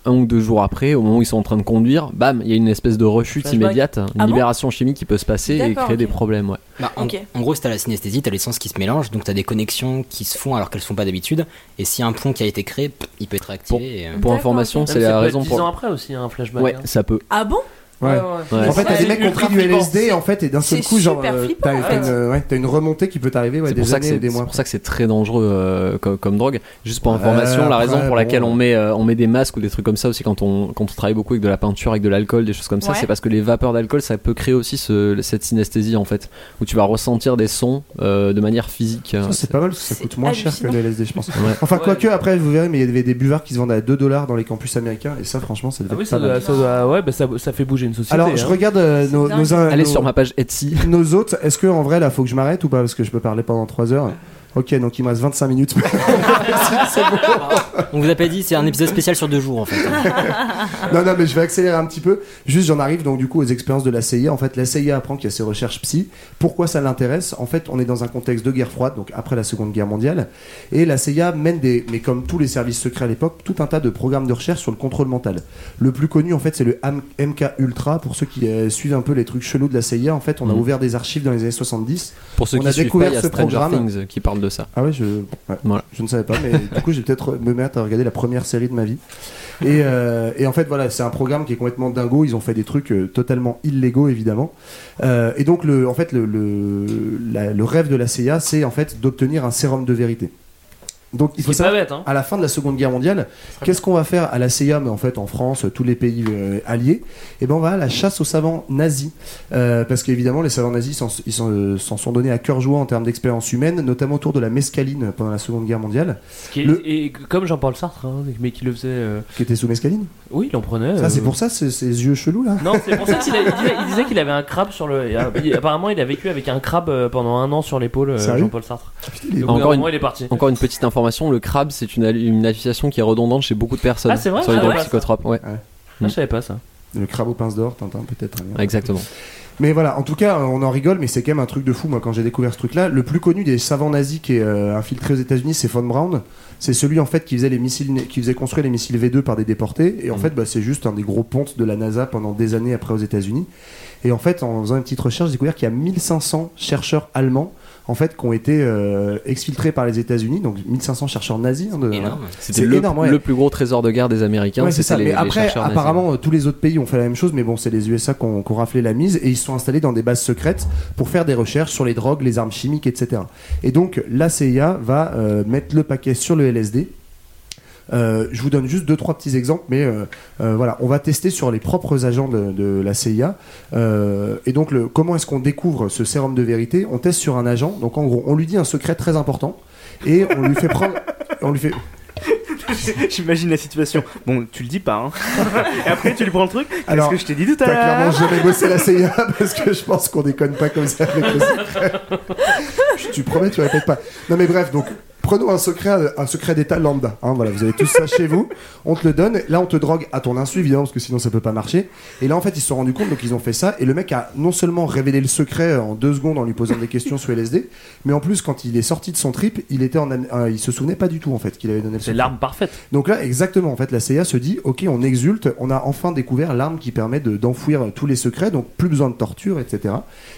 [SPEAKER 5] un ou deux jours après, au moment où ils sont en train de conduire, bam, il y a une espèce de rechute
[SPEAKER 2] Flashback.
[SPEAKER 5] immédiate, hein,
[SPEAKER 3] Ah
[SPEAKER 5] une
[SPEAKER 9] bon
[SPEAKER 5] libération chimique qui peut se passer et créer
[SPEAKER 9] D'accord,
[SPEAKER 5] des
[SPEAKER 9] ok.
[SPEAKER 5] problèmes. ouais.
[SPEAKER 10] Bah, en,
[SPEAKER 9] Ok.
[SPEAKER 10] en gros, si t'as la synesthésie, t'as les sens qui se mélangent, donc t'as des connexions qui se font alors qu'elles se font pas d'habitude. Et s'il y a un pont qui a été créé, pff, il peut être réactivé. et, euh,
[SPEAKER 5] Pour
[SPEAKER 9] D'accord,
[SPEAKER 5] information,
[SPEAKER 9] ok.
[SPEAKER 5] c'est la raison
[SPEAKER 2] pour. 10 Bah, ans
[SPEAKER 5] pour.
[SPEAKER 2] après aussi, un flashback.
[SPEAKER 5] Ouais,
[SPEAKER 2] hein.
[SPEAKER 5] ça peut.
[SPEAKER 9] Ah bon
[SPEAKER 1] Ouais.
[SPEAKER 5] Ouais.
[SPEAKER 1] En fait, t'as
[SPEAKER 2] C'est
[SPEAKER 1] des mecs qui ont
[SPEAKER 2] ultra
[SPEAKER 1] pris du
[SPEAKER 2] flippant.
[SPEAKER 1] LSD, en fait, et d'un seul
[SPEAKER 9] C'est
[SPEAKER 1] coup, genre,
[SPEAKER 9] super
[SPEAKER 1] euh,
[SPEAKER 9] flippant,
[SPEAKER 1] t'as
[SPEAKER 9] en
[SPEAKER 1] t'as
[SPEAKER 9] fait.
[SPEAKER 1] une, ouais, t'as une remontée qui peut t'arriver ouais,
[SPEAKER 5] Ah. c'est pour
[SPEAKER 1] des
[SPEAKER 5] ça que
[SPEAKER 1] années ou
[SPEAKER 5] c'est
[SPEAKER 1] des
[SPEAKER 5] c'est
[SPEAKER 1] mois.
[SPEAKER 5] pour ça que c'est très dangereux euh, co- comme, drogue. Juste pour
[SPEAKER 1] Ouais,
[SPEAKER 5] information, la
[SPEAKER 1] après,
[SPEAKER 5] raison pour laquelle
[SPEAKER 1] bon.
[SPEAKER 5] on met euh, on met des masques ou des trucs comme ça aussi quand on quand on travaille beaucoup avec de la peinture, avec de l'alcool, des choses comme ça,
[SPEAKER 9] Ouais.
[SPEAKER 5] c'est parce que les vapeurs d'alcool ça peut créer aussi ce- cette synesthésie en fait, où tu vas ressentir des sons euh, de manière physique.
[SPEAKER 1] Ça, c'est pas mal parce que ça
[SPEAKER 9] C'est
[SPEAKER 1] coûte moins cher que
[SPEAKER 9] hallucinant.
[SPEAKER 1] le LSD, je pense.
[SPEAKER 5] Ouais.
[SPEAKER 1] Enfin,
[SPEAKER 2] Ouais.
[SPEAKER 1] quoique, après, vous verrez, mais il y avait des buvards qui se vendaient à 2 dollars dans les campus américains, et ça, franchement, ça devait
[SPEAKER 2] Ah oui,
[SPEAKER 1] être
[SPEAKER 2] ça
[SPEAKER 1] pas mal.
[SPEAKER 2] doit- ça doit- ouais, bah, ça ça fait bouger une société.
[SPEAKER 1] Alors, je
[SPEAKER 2] hein.
[SPEAKER 1] regarde euh, nos,
[SPEAKER 9] dingue.
[SPEAKER 1] nos, un-
[SPEAKER 5] Allez
[SPEAKER 1] nos-
[SPEAKER 5] sur ma page Etsy.
[SPEAKER 1] nos autres. Est-ce que en vrai, là, faut que je m'arrête ou pas Parce que je peux parler pendant 3 heures. Ok, donc il me reste 25 minutes.
[SPEAKER 10] On vous a pas dit, c'est un épisode spécial sur deux jours en fait.
[SPEAKER 1] non, non, mais je vais accélérer un petit peu. Juste, j'en arrive donc du coup aux expériences de la CIA. En fait, la CIA apprend qu'il y a ces recherches psy. Pourquoi ça l'intéresse En fait, on est dans un contexte de guerre froide, donc après la Seconde Guerre mondiale. Et la CIA mène des, mais comme tous les services secrets à l'époque, tout un tas de programmes de recherche sur le contrôle mental. Le plus connu, en fait, c'est le AM MK Ultra. Pour ceux qui euh, suivent un peu les trucs chelous de la CIA, en fait, on a
[SPEAKER 5] Mhm.
[SPEAKER 1] ouvert des archives dans les années 70.
[SPEAKER 5] Pour ceux
[SPEAKER 1] on
[SPEAKER 5] qui
[SPEAKER 1] a
[SPEAKER 5] suivent
[SPEAKER 1] découvert
[SPEAKER 5] pas, il y a
[SPEAKER 1] ce
[SPEAKER 5] Stranger
[SPEAKER 1] programme.
[SPEAKER 5] Things qui parle de ça.
[SPEAKER 1] Ah ouais, je, ouais,
[SPEAKER 5] Voilà.
[SPEAKER 1] je ne savais pas, mais du coup, je vais peut-être me mettre à regarder la première série de ma vie. Et, euh, et en fait, voilà, c'est un programme qui est complètement dingo. Ils ont fait des trucs euh, totalement illégaux, évidemment. Euh, et donc, le, en fait, le, le, la- le rêve de la CIA, c'est en fait d'obtenir un sérum de vérité. Donc, il
[SPEAKER 2] Ce
[SPEAKER 1] faut
[SPEAKER 2] qui est pas
[SPEAKER 1] savoir,
[SPEAKER 2] bête, hein.
[SPEAKER 1] à la fin de la Seconde Guerre mondiale, qu'est-ce qu'on va faire à la CIA, mais en fait en France, tous les pays euh, alliés Eh ben, on va à la chasse aux savants nazis, Euh, parce qu'évidemment, les savants nazis s'en- ils s'en euh, s'en sont donnés à cœur joie en termes d'expérience humaine, notamment autour de la mescaline pendant la Seconde Guerre mondiale,
[SPEAKER 2] Qui est-
[SPEAKER 1] Le-
[SPEAKER 2] Et comme Jean-Paul Sartre, hein, mais qui le faisait. euh,
[SPEAKER 1] qui était sous mescaline.
[SPEAKER 2] Oui, il en prenait.
[SPEAKER 1] Ça,
[SPEAKER 2] euh,
[SPEAKER 1] c'est pour ça ces, ces yeux chelous là.
[SPEAKER 2] Non, c'est pour ça qu'il a- il disait- il disait qu'il avait un crabe sur le. et, euh, il- apparemment, il a vécu avec un crabe euh, pendant un an sur l'épaule, euh,
[SPEAKER 1] Sérieux Ah,
[SPEAKER 2] Jean-Paul Sartre.
[SPEAKER 1] il est-
[SPEAKER 2] Donc,
[SPEAKER 5] Encore
[SPEAKER 2] Encore
[SPEAKER 5] une-
[SPEAKER 2] il est parti.
[SPEAKER 5] Encore une petite information, le crabe c'est une, al- une association qui est redondante chez beaucoup de personnes
[SPEAKER 2] Ah, c'est vrai
[SPEAKER 5] sur les
[SPEAKER 2] Ah
[SPEAKER 5] drogues
[SPEAKER 2] ouais
[SPEAKER 5] psychotropes. Ouais,
[SPEAKER 2] Ah, je savais pas ça.
[SPEAKER 1] Le crabe aux pinces d'or, Tintin peut-être. hein. un lien.
[SPEAKER 5] exactement.
[SPEAKER 1] Mais voilà, en tout cas, on en rigole, mais c'est quand même un truc de fou. Moi, quand j'ai découvert ce truc-là, le plus connu des savants nazis qui est euh, infiltré aux États-Unis, c'est von Braun. C'est celui en fait qui faisait les missiles, qui faisait construire les missiles V2 par des déportés.
[SPEAKER 5] Mm.
[SPEAKER 1] Et en fait, bah, c'est juste un des gros pontes de la NASA pendant des années après aux États-Unis. Et en fait, en faisant une petite recherche, j'ai découvert qu'il y a 1500 chercheurs allemands en fait qui ont été euh, exfiltrés par les États-Unis. Donc 1500 chercheurs nazis. hein, de-
[SPEAKER 10] Énorme.
[SPEAKER 5] C'était
[SPEAKER 1] C'est
[SPEAKER 5] le,
[SPEAKER 1] énorme, ouais.
[SPEAKER 5] le plus gros trésor de guerre des Américains.
[SPEAKER 1] Ouais, c'est
[SPEAKER 5] c'était
[SPEAKER 1] ça.
[SPEAKER 5] les-
[SPEAKER 1] mais
[SPEAKER 5] les
[SPEAKER 1] après,
[SPEAKER 5] chercheurs nazis. hein.
[SPEAKER 1] apparemment, euh, tous les autres pays ont fait la même chose, mais bon, c'est les USA qui ont, qui ont raflé la mise et ils se sont installés dans des bases secrètes pour faire des recherches sur les drogues, les armes chimiques, etc. Et donc, la CIA va euh, mettre le paquet sur le LSD. Euh, je vous donne juste deux trois petits exemples, mais euh, euh, voilà, on va tester sur les propres agents de, de la CIA. Euh, et donc, le, comment est-ce qu'on découvre ce sérum de vérité On teste sur un agent. Donc, en gros, on lui dit un secret très important et on lui fait prendre, on lui fait,
[SPEAKER 6] J'imagine la situation. Bon, tu le dis pas, hein. Et après, tu lui prends le truc. Qu'est-ce
[SPEAKER 1] Alors,
[SPEAKER 6] que je t'ai dit tout
[SPEAKER 1] T'as
[SPEAKER 6] à
[SPEAKER 1] clairement
[SPEAKER 6] l'heure
[SPEAKER 1] jamais bossé la CIA parce que je pense qu'on déconne pas comme ça avec le secret. Je- tu promets, tu répètes pas. Non mais bref, donc prenons un secret, un secret d'état lambda. hein, voilà, vous avez tous ça chez vous. On te le donne. Là, on te drogue à ton insu évidemment parce que sinon ça peut pas marcher. Et là, en fait, ils se sont rendus compte, donc ils ont fait ça. Et le mec a non seulement révélé le secret en deux secondes en lui posant des questions sur LSD, mais en plus quand il est sorti de son trip, il était en, an- euh, il se souvenait pas du tout en fait qu'il avait donné le
[SPEAKER 2] C'est
[SPEAKER 1] secret.
[SPEAKER 2] l'arme parfaite.
[SPEAKER 1] Donc là, exactement, en fait, la CIA se dit, ok, on exulte, on a enfin découvert l'arme qui permet de- d'enfouir tous les secrets, donc plus besoin de torture, etc.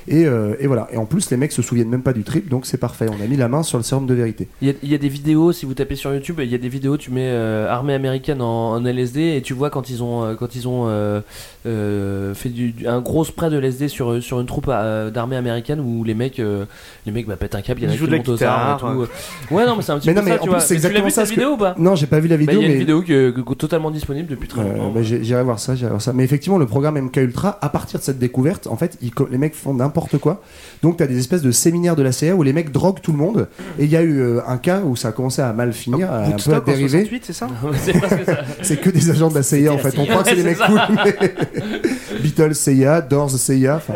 [SPEAKER 1] Et, euh, et voilà. Et en plus, les mecs se souviennent même pas du trip, donc c'est parfait. On a mis la main sur le sérum de vérité.
[SPEAKER 2] Il y, a, il y a des vidéos, si vous tapez sur YouTube, il y a des vidéos, tu mets euh, armée américaine en, en LSD et tu vois quand ils ont, euh, quand ils ont euh, euh, fait du, du- un gros spray de LSD sur, sur une troupe euh, d'armée américaine où les mecs, euh, les mecs bah, pètent un câble, il y en a
[SPEAKER 6] Ils
[SPEAKER 2] qui
[SPEAKER 6] jouent de la
[SPEAKER 2] montent aux armes et
[SPEAKER 6] guitare.
[SPEAKER 2] tout. euh. Ouais, non, mais c'est un petit
[SPEAKER 1] Mais
[SPEAKER 2] peu
[SPEAKER 1] non, mais
[SPEAKER 2] ça,
[SPEAKER 1] en
[SPEAKER 2] tu
[SPEAKER 1] plus,
[SPEAKER 2] vois.
[SPEAKER 1] c'est
[SPEAKER 2] Mais tu l'as
[SPEAKER 1] exactement
[SPEAKER 2] vu
[SPEAKER 1] ça,
[SPEAKER 2] cette
[SPEAKER 1] ce que-
[SPEAKER 2] vidéo ou pas
[SPEAKER 1] Non, j'ai pas vu la
[SPEAKER 2] Bah, Il
[SPEAKER 1] vidéo,
[SPEAKER 2] y a une
[SPEAKER 1] mais.
[SPEAKER 2] vidéo que- que- totalement disponible depuis très
[SPEAKER 1] Euh,
[SPEAKER 2] longtemps.
[SPEAKER 1] bah, j'ai- J'irai voir ça, j'irai voir ça. Mais effectivement, le programme MK Ultra, à partir de cette découverte, en fait, ils co- les mecs font n'importe quoi. Donc, t'as des espèces de séminaires de la CIA où les mecs droguent tout le monde. Et il y a eu euh, un cas où ça a commencé à mal finir,
[SPEAKER 2] Ah,
[SPEAKER 1] à un peu à
[SPEAKER 6] Woodstock en
[SPEAKER 1] dériver.
[SPEAKER 6] 68, c'est ça
[SPEAKER 2] C'est parce que ça-
[SPEAKER 1] C'est que des agents de la CIA en
[SPEAKER 10] C'était la
[SPEAKER 1] fait. On
[SPEAKER 10] CIA,
[SPEAKER 1] croit que c'est des
[SPEAKER 2] ouais,
[SPEAKER 1] mecs
[SPEAKER 2] c'est
[SPEAKER 1] cool. mais- Beatles CIA, Doors CIA. enfin.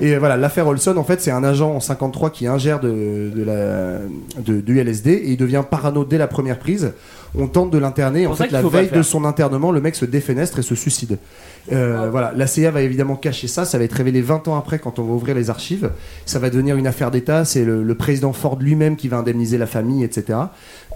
[SPEAKER 1] Et voilà, l'affaire Olson en fait, c'est un agent en 53 qui ingère de, de la, de- du LSD et il devient parano dès la première prise. On tente de l'interner. En
[SPEAKER 2] pour ça
[SPEAKER 1] fait,
[SPEAKER 2] qu'il
[SPEAKER 1] la
[SPEAKER 2] faut pas le
[SPEAKER 1] veille de
[SPEAKER 2] faire.
[SPEAKER 1] son internement, le mec se défenestre et se suicide. Euh, Voilà, la CIA va évidemment cacher ça. Ça va être révélé 20 ans après quand on va ouvrir les archives. Ça va devenir une affaire d'État. C'est le, le président Ford lui-même qui va indemniser la famille, etc.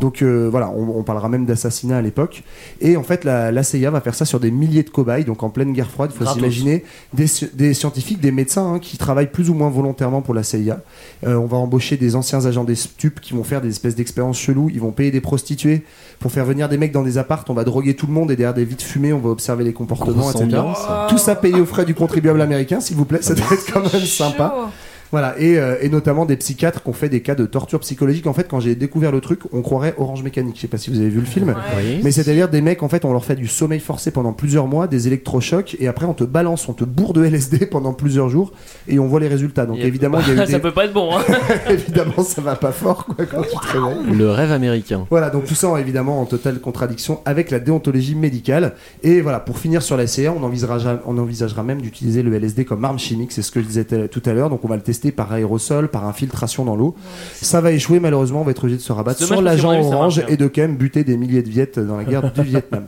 [SPEAKER 1] Donc euh, voilà, on, on parlera même d'assassinat à l'époque. Et en fait, la, la CIA va faire ça sur des milliers de cobayes, donc en pleine guerre froide, il faut
[SPEAKER 2] Gratos.
[SPEAKER 1] s'imaginer des, sci- des scientifiques, des médecins hein, qui travaillent plus ou moins volontairement pour la CIA. Euh, on va embaucher des anciens agents des stupes qui vont faire des espèces d'expériences cheloues, ils vont payer des prostituées pour faire venir des mecs dans des appartes, on va droguer tout le monde et derrière des vides fumées, on va observer les comportements,
[SPEAKER 5] Grosse
[SPEAKER 1] etc.
[SPEAKER 5] ambiance.
[SPEAKER 1] Tout ça payé aux frais du contribuable américain, s'il vous plaît, ça doit être quand même sympa.
[SPEAKER 9] Chaud.
[SPEAKER 1] Voilà, et, euh, et notamment des psychiatres qui ont fait des cas de torture psychologique. En fait, quand j'ai découvert le truc, on croirait Orange Mécanique. Je sais pas si vous avez vu le film.
[SPEAKER 4] Oui.
[SPEAKER 1] Mais c'est-à-dire des mecs, en fait, on leur fait du sommeil forcé pendant plusieurs mois, des électrochocs, et après on te balance, on te bourre de LSD pendant plusieurs jours, et on voit les résultats. Donc
[SPEAKER 2] Il y a-
[SPEAKER 1] évidemment, il y a eu
[SPEAKER 2] ça
[SPEAKER 1] des...
[SPEAKER 2] peut pas être bon. Hein.
[SPEAKER 1] évidemment, ça va pas fort quoi, quand tu te réveilles.
[SPEAKER 5] Le rêve américain.
[SPEAKER 1] Voilà, donc tout ça évidemment en totale contradiction avec la déontologie médicale. Et voilà, pour finir sur la CIA, on envisagera, on envisagera même d'utiliser le LSD comme arme chimique, c'est ce que je disais t- tout à l'heure. Donc on va le tester tester par aérosol, par infiltration dans l'eau. Ça va échouer, malheureusement, on va être obligé de se rabattre
[SPEAKER 2] C'est
[SPEAKER 1] sur
[SPEAKER 2] dommage, parce
[SPEAKER 1] l'agent
[SPEAKER 2] qu'à mon avis, ça
[SPEAKER 1] orange
[SPEAKER 2] marche bien.
[SPEAKER 1] et de quand même buter des milliers de Viettes dans la guerre du Vietnam.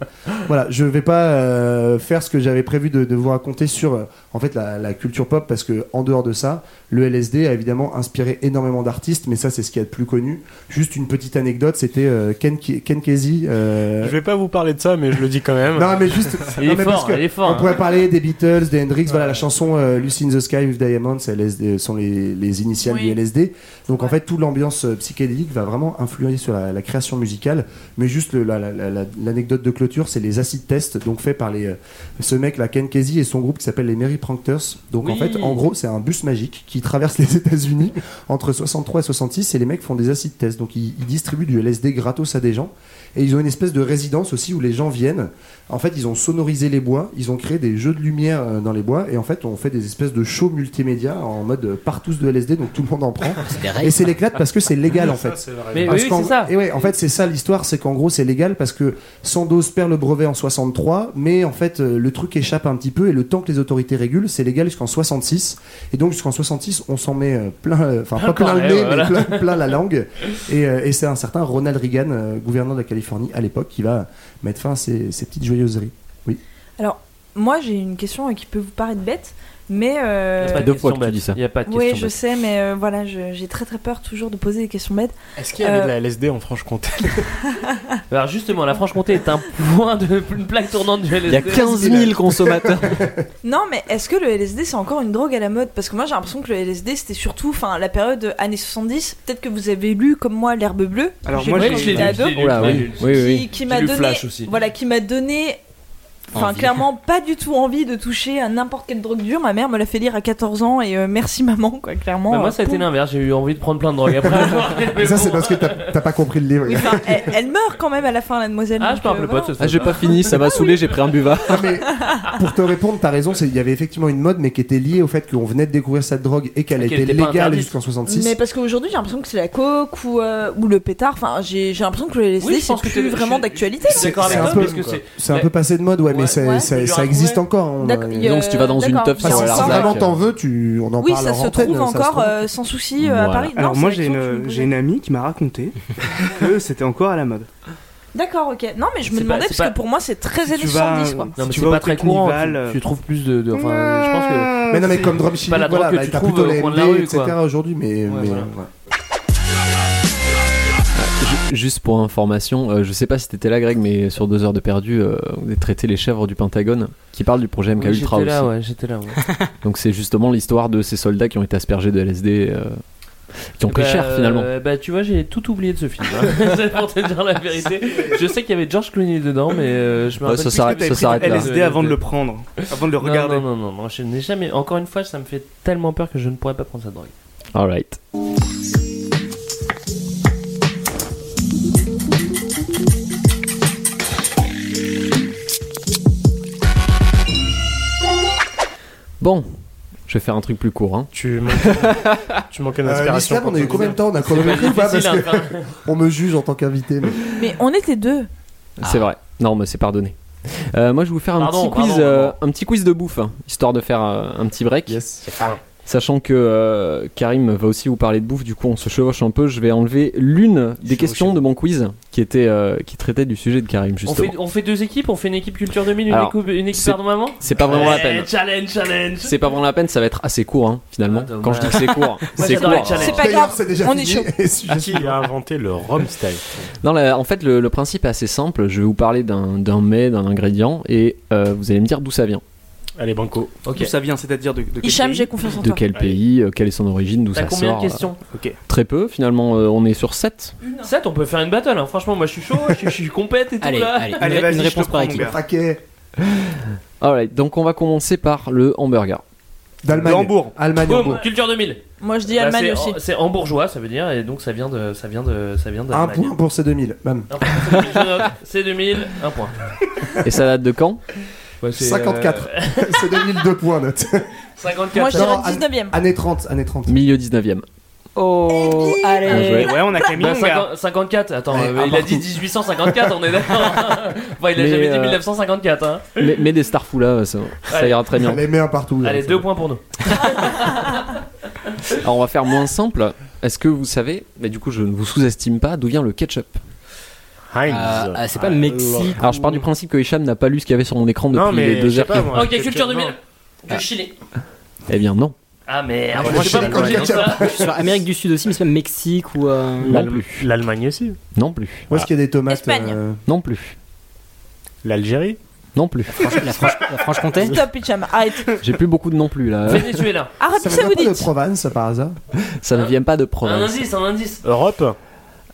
[SPEAKER 1] Voilà, je vais pas euh, faire ce que j'avais prévu de, de vous raconter sur euh, en fait la, la culture pop parce que en dehors de ça, le LSD a évidemment inspiré énormément d'artistes, mais ça c'est ce qu'il y a de plus connu. Juste une petite anecdote, c'était euh, Ken, Ke- Ken Kesey. euh,
[SPEAKER 4] Je vais pas vous parler de ça, mais je le dis quand même.
[SPEAKER 1] non mais juste,
[SPEAKER 4] Il
[SPEAKER 1] non,
[SPEAKER 4] est
[SPEAKER 1] mais parce
[SPEAKER 4] fort,
[SPEAKER 1] que
[SPEAKER 4] il est fort. hein.
[SPEAKER 1] on pourrait parler des Beatles, des Hendrix, voilà la chanson euh, Lucy in the Sky with Diamonds, c'est LSD, sont les, les initiales du LSD. Donc en fait toute l'ambiance euh, psychédélique va vraiment influer sur la, la création musicale. Mais juste le- la- la- la- la- l'anecdote de clôture, c'est les acid tests donc faits par les euh, ce mec là Ken Kesey et son groupe qui s'appelle les Mary Pranksters. Donc en
[SPEAKER 11] Oui.
[SPEAKER 1] fait en gros c'est un bus magique qui traverse les États-Unis entre 63 et 66 et les mecs font des acid tests. Donc ils, ils distribuent du LSD gratos à des gens et ils ont une espèce de résidence aussi où les gens viennent. En fait, ils ont sonorisé les bois, ils ont créé des jeux de lumière euh, dans les bois et en fait, on fait des espèces de shows multimédia en mode euh, partous de LSD donc tout le monde en prend.
[SPEAKER 11] raves.
[SPEAKER 1] et c'est l'éclate parce que c'est légal en fait.
[SPEAKER 11] Ça, c'est le rêve.
[SPEAKER 2] Mais
[SPEAKER 1] Parce
[SPEAKER 2] oui,
[SPEAKER 1] qu'en-
[SPEAKER 2] c'est ça.
[SPEAKER 1] Et ouais, en fait, c'est ça l'histoire, c'est qu'en gros, c'est légal parce que Sandoz perd le brevet en 63, mais en fait, euh, le truc échappe un petit peu et le temps que les autorités régulent, c'est légal jusqu'en 66. Et donc, jusqu'en 66, on s'en met euh, plein, euh, enfin, pas
[SPEAKER 11] Encore
[SPEAKER 1] plein le
[SPEAKER 11] là,
[SPEAKER 1] nez,
[SPEAKER 11] voilà.
[SPEAKER 1] mais plein, plein la langue. Et, euh, et c'est un certain Ronald Reagan, euh, gouverneur de la Californie à l'époque, qui va mettre fin à ces, ces petites joyeuseries. Oui.
[SPEAKER 9] Alors, moi, j'ai une question euh, qui peut vous paraître bête, mais. euh,
[SPEAKER 5] Il y a pas de Deux question fois que tu bête. dis ça.
[SPEAKER 2] Il y a pas de
[SPEAKER 9] Oui,
[SPEAKER 2] question
[SPEAKER 9] je
[SPEAKER 2] bête.
[SPEAKER 9] sais, mais euh, voilà, je- j'ai très très peur toujours de poser des questions bêtes.
[SPEAKER 4] Est-ce qu'il y avait
[SPEAKER 9] Euh,
[SPEAKER 4] de la LSD en Franche-Comté
[SPEAKER 2] Alors justement, la Franche-Comté est un point de une plaque tournante du LSD.
[SPEAKER 5] Il y a 15 000 consommateurs.
[SPEAKER 2] Bah,
[SPEAKER 9] Non, mais est-ce que le LSD c'est encore une drogue à la mode Parce que moi j'ai l'impression que le LSD c'était surtout enfin, la période années 70. Peut-être que vous avez lu, comme moi, L'herbe bleue.
[SPEAKER 6] Alors,
[SPEAKER 9] J'ai
[SPEAKER 6] moi,
[SPEAKER 9] lu
[SPEAKER 6] je
[SPEAKER 9] quand
[SPEAKER 6] l'ai
[SPEAKER 9] j'étais
[SPEAKER 6] lu,
[SPEAKER 9] ado.
[SPEAKER 6] je l'ai lu, Oula, je l'ai oui, lu. oui, oui, oui.
[SPEAKER 9] Qui, qui
[SPEAKER 6] J'ai
[SPEAKER 9] m'a
[SPEAKER 6] lu
[SPEAKER 9] donné.
[SPEAKER 6] Flash aussi.
[SPEAKER 9] Voilà, qui m'a donné. Enfin,
[SPEAKER 6] Envie.
[SPEAKER 9] clairement, pas du tout envie de toucher à n'importe quelle drogue dure. Ma mère me l'a fait lire à 14 ans et euh, merci maman, quoi, clairement.
[SPEAKER 2] Bah, moi,
[SPEAKER 9] euh,
[SPEAKER 2] ça a été
[SPEAKER 9] poum.
[SPEAKER 2] l'inverse. J'ai eu envie de prendre plein de drogues après.
[SPEAKER 1] Mais ça, c'est parce que t'as t'as pas compris le livre.
[SPEAKER 9] Enfin, elle, elle meurt quand même à la fin, la demoiselle. Ah, je
[SPEAKER 2] parle
[SPEAKER 9] pas
[SPEAKER 5] Ah, j'ai pas fini, ça m'a saoulé, j'ai pris un buva.
[SPEAKER 1] pour te répondre, t'as raison, c'est- il y avait effectivement une mode, mais qui était liée au fait qu'on venait de découvrir cette drogue et qu'elle
[SPEAKER 2] Et qu'elle
[SPEAKER 1] était
[SPEAKER 2] était pas
[SPEAKER 1] légale
[SPEAKER 2] interdite.
[SPEAKER 1] jusqu'en 66.
[SPEAKER 9] Mais parce qu'aujourd'hui, j'ai l'impression que c'est la coke ou, euh, ou le pétard. Enfin, j'ai j'ai l'impression que le LSD,
[SPEAKER 2] Oui, je
[SPEAKER 9] c'est
[SPEAKER 2] pense que
[SPEAKER 9] plus
[SPEAKER 2] t'es-
[SPEAKER 9] vraiment
[SPEAKER 2] je-
[SPEAKER 9] d'actualité.
[SPEAKER 2] je suis d'accord
[SPEAKER 1] C'est
[SPEAKER 2] avec
[SPEAKER 1] un,
[SPEAKER 2] toi,
[SPEAKER 1] peu,
[SPEAKER 2] parce que c'est-
[SPEAKER 1] c'est un peu passé de mode, ouais, mais ça- ça, ça existe encore. on-
[SPEAKER 9] D'accord, il y a- Donc, si tu vas dans une d'accord. teuf
[SPEAKER 1] Enfin,
[SPEAKER 9] sur
[SPEAKER 1] si
[SPEAKER 9] Larzac,
[SPEAKER 1] vraiment
[SPEAKER 9] euh,
[SPEAKER 1] t'en veux, tu, on en
[SPEAKER 9] Oui,
[SPEAKER 1] parle
[SPEAKER 9] ça
[SPEAKER 1] en
[SPEAKER 9] se
[SPEAKER 1] antenne,
[SPEAKER 9] trouve
[SPEAKER 1] ça se
[SPEAKER 9] encore
[SPEAKER 1] trouve.
[SPEAKER 9] euh, sans souci euh, à Paris. Non,
[SPEAKER 6] Alors
[SPEAKER 9] c'est
[SPEAKER 6] moi
[SPEAKER 9] la
[SPEAKER 6] j'ai
[SPEAKER 9] question que je me
[SPEAKER 6] une,
[SPEAKER 9] posais.
[SPEAKER 6] j'ai une amie qui m'a raconté que c'était encore à la mode.
[SPEAKER 9] D'accord, ok. Non, mais je me
[SPEAKER 2] C'est pas-
[SPEAKER 9] demandais
[SPEAKER 2] c'est
[SPEAKER 9] parce
[SPEAKER 2] pas-
[SPEAKER 9] que pour moi, c'est très
[SPEAKER 6] Si
[SPEAKER 9] années
[SPEAKER 6] tu vas-
[SPEAKER 9] 70 quoi.
[SPEAKER 6] si
[SPEAKER 2] Non, mais
[SPEAKER 6] tu
[SPEAKER 2] c'est
[SPEAKER 6] vas
[SPEAKER 2] pas
[SPEAKER 6] au
[SPEAKER 2] très
[SPEAKER 6] Technival,
[SPEAKER 2] courant.
[SPEAKER 6] euh,
[SPEAKER 2] Tu, tu trouves plus de. de- enfin, euh, je pense que.
[SPEAKER 1] Mais non, mais comme
[SPEAKER 2] C'est pas
[SPEAKER 1] Dropshipment,
[SPEAKER 2] la drogue
[SPEAKER 1] voilà,
[SPEAKER 2] que
[SPEAKER 1] bah,
[SPEAKER 2] tu
[SPEAKER 1] t'as
[SPEAKER 2] trouves
[SPEAKER 1] plutôt
[SPEAKER 2] au
[SPEAKER 1] les
[SPEAKER 2] coin de la
[SPEAKER 1] LD,
[SPEAKER 2] rue,
[SPEAKER 1] etc.
[SPEAKER 2] quoi.
[SPEAKER 1] aujourd'hui, mais. mais,
[SPEAKER 2] voilà.
[SPEAKER 1] ouais.
[SPEAKER 5] Ju- Juste pour information, euh, je sais pas si t'étais là, Greg, mais sur deux heures de perdu, euh, on a traité les chèvres du Pentagone, qui parle du projet MK
[SPEAKER 2] Oui,
[SPEAKER 5] Ultra
[SPEAKER 2] j'étais là,
[SPEAKER 5] aussi.
[SPEAKER 2] ouais, j'étais là. ouais.
[SPEAKER 5] Donc c'est justement l'histoire de ces soldats qui ont été aspergés de LSD, euh, qui ont pris
[SPEAKER 2] Bah,
[SPEAKER 5] cher finalement.
[SPEAKER 2] euh, Bah, tu vois, j'ai tout oublié de ce film. hein. C'est pour te dire la vérité. Je sais qu'il y avait George Clooney dedans, mais euh, je me
[SPEAKER 5] Ouais,
[SPEAKER 2] rappelle
[SPEAKER 5] ça
[SPEAKER 2] plus
[SPEAKER 5] s'arrête-
[SPEAKER 2] que t'avais
[SPEAKER 5] ça
[SPEAKER 2] pris
[SPEAKER 5] s'arrête
[SPEAKER 2] du
[SPEAKER 5] là.
[SPEAKER 6] LSD avant de le prendre, avant de le
[SPEAKER 2] Non,
[SPEAKER 6] regarder.
[SPEAKER 2] Non, non, non, non, je n'ai jamais. Encore une fois, ça me fait tellement peur que je ne pourrais pas prendre cette drogue.
[SPEAKER 5] Alright. Bon, je vais faire un truc plus court. Hein.
[SPEAKER 4] Tu manques, tu manques
[SPEAKER 1] Euh,
[SPEAKER 4] d'inspiration.
[SPEAKER 1] Nislap, on a eu
[SPEAKER 4] pour
[SPEAKER 1] combien de
[SPEAKER 4] ton
[SPEAKER 1] temps On a
[SPEAKER 4] plaisir.
[SPEAKER 1] chronométré ou pas Parce
[SPEAKER 4] difficile, hein,
[SPEAKER 1] que on me juge en tant qu'invité. mais-
[SPEAKER 9] Mais on était deux.
[SPEAKER 5] C'est vrai. Non, mais c'est pardonné. Euh, moi, je vais vous faire un
[SPEAKER 2] Ah. Pardon,
[SPEAKER 5] petit quiz,
[SPEAKER 2] pardon,
[SPEAKER 5] euh, un petit quiz de bouffe, hein, histoire de faire euh, un petit break. Sachant que euh, Karim va aussi vous parler de bouffe, du coup, on se chevauche un peu. Je vais enlever l'une des questions de mon quiz qui était euh, qui traitait du sujet de Karim
[SPEAKER 2] On
[SPEAKER 5] justement.
[SPEAKER 2] fait, on fait deux équipes, on fait une équipe culture 2000, une,
[SPEAKER 5] Alors,
[SPEAKER 2] équipe, une équipe
[SPEAKER 5] c'est-
[SPEAKER 2] pardon maman
[SPEAKER 5] c'est pas vraiment la peine.
[SPEAKER 2] Eh, Challenge, challenge
[SPEAKER 5] C'est pas vraiment la peine, ça va être assez court hein, finalement.
[SPEAKER 2] Ah, dommage.
[SPEAKER 5] Quand je dis que c'est
[SPEAKER 2] Moi,
[SPEAKER 5] court, c'est
[SPEAKER 2] j'adore les
[SPEAKER 5] court.
[SPEAKER 2] challenges.
[SPEAKER 9] C'est pas grave, on est chaud.
[SPEAKER 4] Ah, qui a inventé le Rome style
[SPEAKER 5] Non, la- en fait, le, le principe est assez simple. Je vais vous parler d'un d'un mets, d'un ingrédient, et euh, vous allez me dire d'où ça vient.
[SPEAKER 4] Allez, Banco.
[SPEAKER 2] Ok.
[SPEAKER 6] D'où ça vient, c'est-à-dire de, de quel
[SPEAKER 9] Hicham,
[SPEAKER 6] pays
[SPEAKER 9] j'ai confiance en
[SPEAKER 5] De
[SPEAKER 9] toi.
[SPEAKER 5] quel pays, euh, quelle est son origine, d'où
[SPEAKER 2] T'as
[SPEAKER 5] ça
[SPEAKER 2] combien
[SPEAKER 5] sort. euh,
[SPEAKER 2] de questions
[SPEAKER 6] Ok.
[SPEAKER 5] Très peu, finalement, euh, on est sur 7.
[SPEAKER 2] 7, on peut faire une battle, hein. franchement, moi je suis chaud, je suis, je suis compète et tout
[SPEAKER 10] Allez,
[SPEAKER 2] là.
[SPEAKER 10] allez, une Allez, ré- vas-y, une je te réponse par prends, mon équipe. gars.
[SPEAKER 1] Paquet.
[SPEAKER 5] Alright, donc on va commencer par le hamburger.
[SPEAKER 1] D'Allemagne.
[SPEAKER 6] De Hambourg.
[SPEAKER 1] Allemagne.
[SPEAKER 2] Boum,
[SPEAKER 1] Hambourg.
[SPEAKER 2] culture 2000.
[SPEAKER 9] Moi je dis
[SPEAKER 2] Bah,
[SPEAKER 9] Allemagne
[SPEAKER 2] c'est-
[SPEAKER 9] aussi.
[SPEAKER 2] C'est hambourgeois, ça veut dire, et donc ça vient de. Ça vient de. Ça vient
[SPEAKER 1] Un
[SPEAKER 2] d'Allemagne.
[SPEAKER 1] point pour ces 2000. Bam.
[SPEAKER 2] Un point, c'est 2000, je note. C'est 2000, un point.
[SPEAKER 5] Et ça date de quand
[SPEAKER 2] Ouais, c'est,
[SPEAKER 1] 54.
[SPEAKER 2] euh,
[SPEAKER 1] C'est 2000, deux points, note.
[SPEAKER 2] 54.
[SPEAKER 9] Moi je dirais
[SPEAKER 1] Non, Anne-
[SPEAKER 9] 19ème.
[SPEAKER 1] Année 30, année 30.
[SPEAKER 5] Milieu 19ème.
[SPEAKER 10] Oh,
[SPEAKER 5] Bien
[SPEAKER 10] allez.
[SPEAKER 5] joué.
[SPEAKER 6] Ouais, on a Camille,
[SPEAKER 2] Bah,
[SPEAKER 6] mon gars.
[SPEAKER 2] 50 54, attends,
[SPEAKER 1] Ouais,
[SPEAKER 2] euh, il a dit 1854, on est d'accord. enfin, il a
[SPEAKER 5] Mais,
[SPEAKER 2] jamais dit
[SPEAKER 5] euh,
[SPEAKER 2] 1954, hein.
[SPEAKER 5] Mais, mais des starfous là, ça, ça
[SPEAKER 2] Allez.
[SPEAKER 5] ira très bien.
[SPEAKER 1] Elle les met un partout.
[SPEAKER 2] Allez, deux points pour nous.
[SPEAKER 5] Alors on va faire moins simple. Est-ce que vous savez, mais du coup je ne vous sous-estime pas, d'où vient le ketchup Euh,
[SPEAKER 10] Ah, ah, c'est pas le Mexique
[SPEAKER 5] Alors je pars du principe que Hicham n'a pas lu ce qu'il y avait sur mon écran depuis
[SPEAKER 10] Non, mais
[SPEAKER 5] les
[SPEAKER 10] je
[SPEAKER 5] deux
[SPEAKER 10] sais
[SPEAKER 5] heures.
[SPEAKER 10] pas, moi.
[SPEAKER 2] Ok, culture 2000.
[SPEAKER 10] Ah.
[SPEAKER 2] Du Chili.
[SPEAKER 5] Eh bien non.
[SPEAKER 2] Ah merde,
[SPEAKER 10] Ah,
[SPEAKER 2] moi
[SPEAKER 10] je
[SPEAKER 2] je
[SPEAKER 10] sais
[SPEAKER 2] sais pas hein. pourquoi j'ai dit ça.
[SPEAKER 10] Je suis sur Amérique du Sud aussi, mais c'est pas Mexique ou. euh,
[SPEAKER 4] L'Allem- L'Allemagne aussi.
[SPEAKER 5] Non plus.
[SPEAKER 1] Où est-ce qu'il y a des tomates
[SPEAKER 10] Espagne.
[SPEAKER 1] euh,
[SPEAKER 5] Non plus.
[SPEAKER 4] L'Algérie
[SPEAKER 5] Non plus.
[SPEAKER 10] La Franche- la Franche-Comté
[SPEAKER 9] Stop, Picham, arrête.
[SPEAKER 5] J'ai plus beaucoup de non plus là.
[SPEAKER 2] Venezuela.
[SPEAKER 10] Ah,
[SPEAKER 9] Arabie
[SPEAKER 1] Ça vient pas de
[SPEAKER 9] Saoudite.
[SPEAKER 1] Provence par hasard
[SPEAKER 5] Ça ne vient pas de
[SPEAKER 2] Un
[SPEAKER 5] province.
[SPEAKER 2] indice, un indice.
[SPEAKER 4] Europe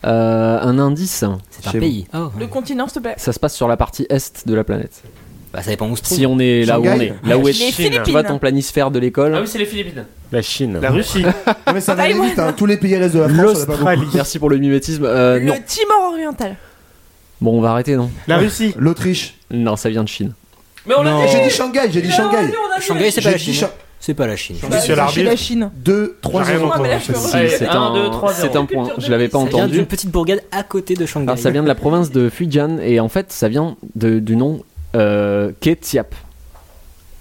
[SPEAKER 5] Euh, un indice.
[SPEAKER 10] C'est un
[SPEAKER 5] Chez
[SPEAKER 10] pays.
[SPEAKER 5] vous.
[SPEAKER 10] Oh.
[SPEAKER 9] Le continent, s'il te plaît.
[SPEAKER 5] Ça se passe sur la partie est de la planète.
[SPEAKER 10] Bah, ça dépend où on se trouve.
[SPEAKER 5] Si on est là où on
[SPEAKER 1] Shanghai
[SPEAKER 5] est, là où
[SPEAKER 9] Les
[SPEAKER 5] est
[SPEAKER 9] Philippines.
[SPEAKER 5] tu vois ton planisphère de l'école.
[SPEAKER 2] Ah oui, c'est les Philippines.
[SPEAKER 4] La Chine.
[SPEAKER 6] La Russie.
[SPEAKER 1] Non, mais ça va aller
[SPEAKER 9] Taïwan.
[SPEAKER 1] vite, hein. tous les pays à l'est de la France, on a pas beaucoup.
[SPEAKER 4] L'Australie.
[SPEAKER 5] Merci pour le mimétisme. Euh, non.
[SPEAKER 9] Le Timor oriental.
[SPEAKER 2] Oh,
[SPEAKER 5] Bon, on va arrêter, non
[SPEAKER 6] La Russie.
[SPEAKER 1] L'Autriche.
[SPEAKER 5] Non, ça vient de Chine.
[SPEAKER 2] Mais on l'a
[SPEAKER 1] J'ai
[SPEAKER 2] dit
[SPEAKER 1] dit Shanghai, j'ai dit
[SPEAKER 9] Non,
[SPEAKER 1] Shanghai.
[SPEAKER 9] vas-y, on a dit.
[SPEAKER 10] Shanghai, c'est pas
[SPEAKER 1] J'ai
[SPEAKER 10] la
[SPEAKER 1] dit
[SPEAKER 10] Chine.
[SPEAKER 1] Shan-
[SPEAKER 10] C'est pas la Chine.
[SPEAKER 9] Bah,
[SPEAKER 4] Monsieur
[SPEAKER 9] c'est
[SPEAKER 4] l'arbitre.
[SPEAKER 9] la Chine.
[SPEAKER 1] 2, 3,
[SPEAKER 4] J'ai rien
[SPEAKER 1] 0.
[SPEAKER 9] Ouais, mais là, je peux
[SPEAKER 5] Si,
[SPEAKER 9] refaire.
[SPEAKER 5] c'est
[SPEAKER 2] un, deux,
[SPEAKER 5] un,
[SPEAKER 2] trois,
[SPEAKER 5] c'est
[SPEAKER 2] zéro.
[SPEAKER 5] un point.
[SPEAKER 9] Culture
[SPEAKER 5] Je l'avais pas
[SPEAKER 10] Ça vient
[SPEAKER 5] entendu.
[SPEAKER 10] d'une petite bourgade à côté de Shanghai.
[SPEAKER 5] Alors, ça vient de la province de Fujian et en fait, ça vient de- du nom euh, Ketiap.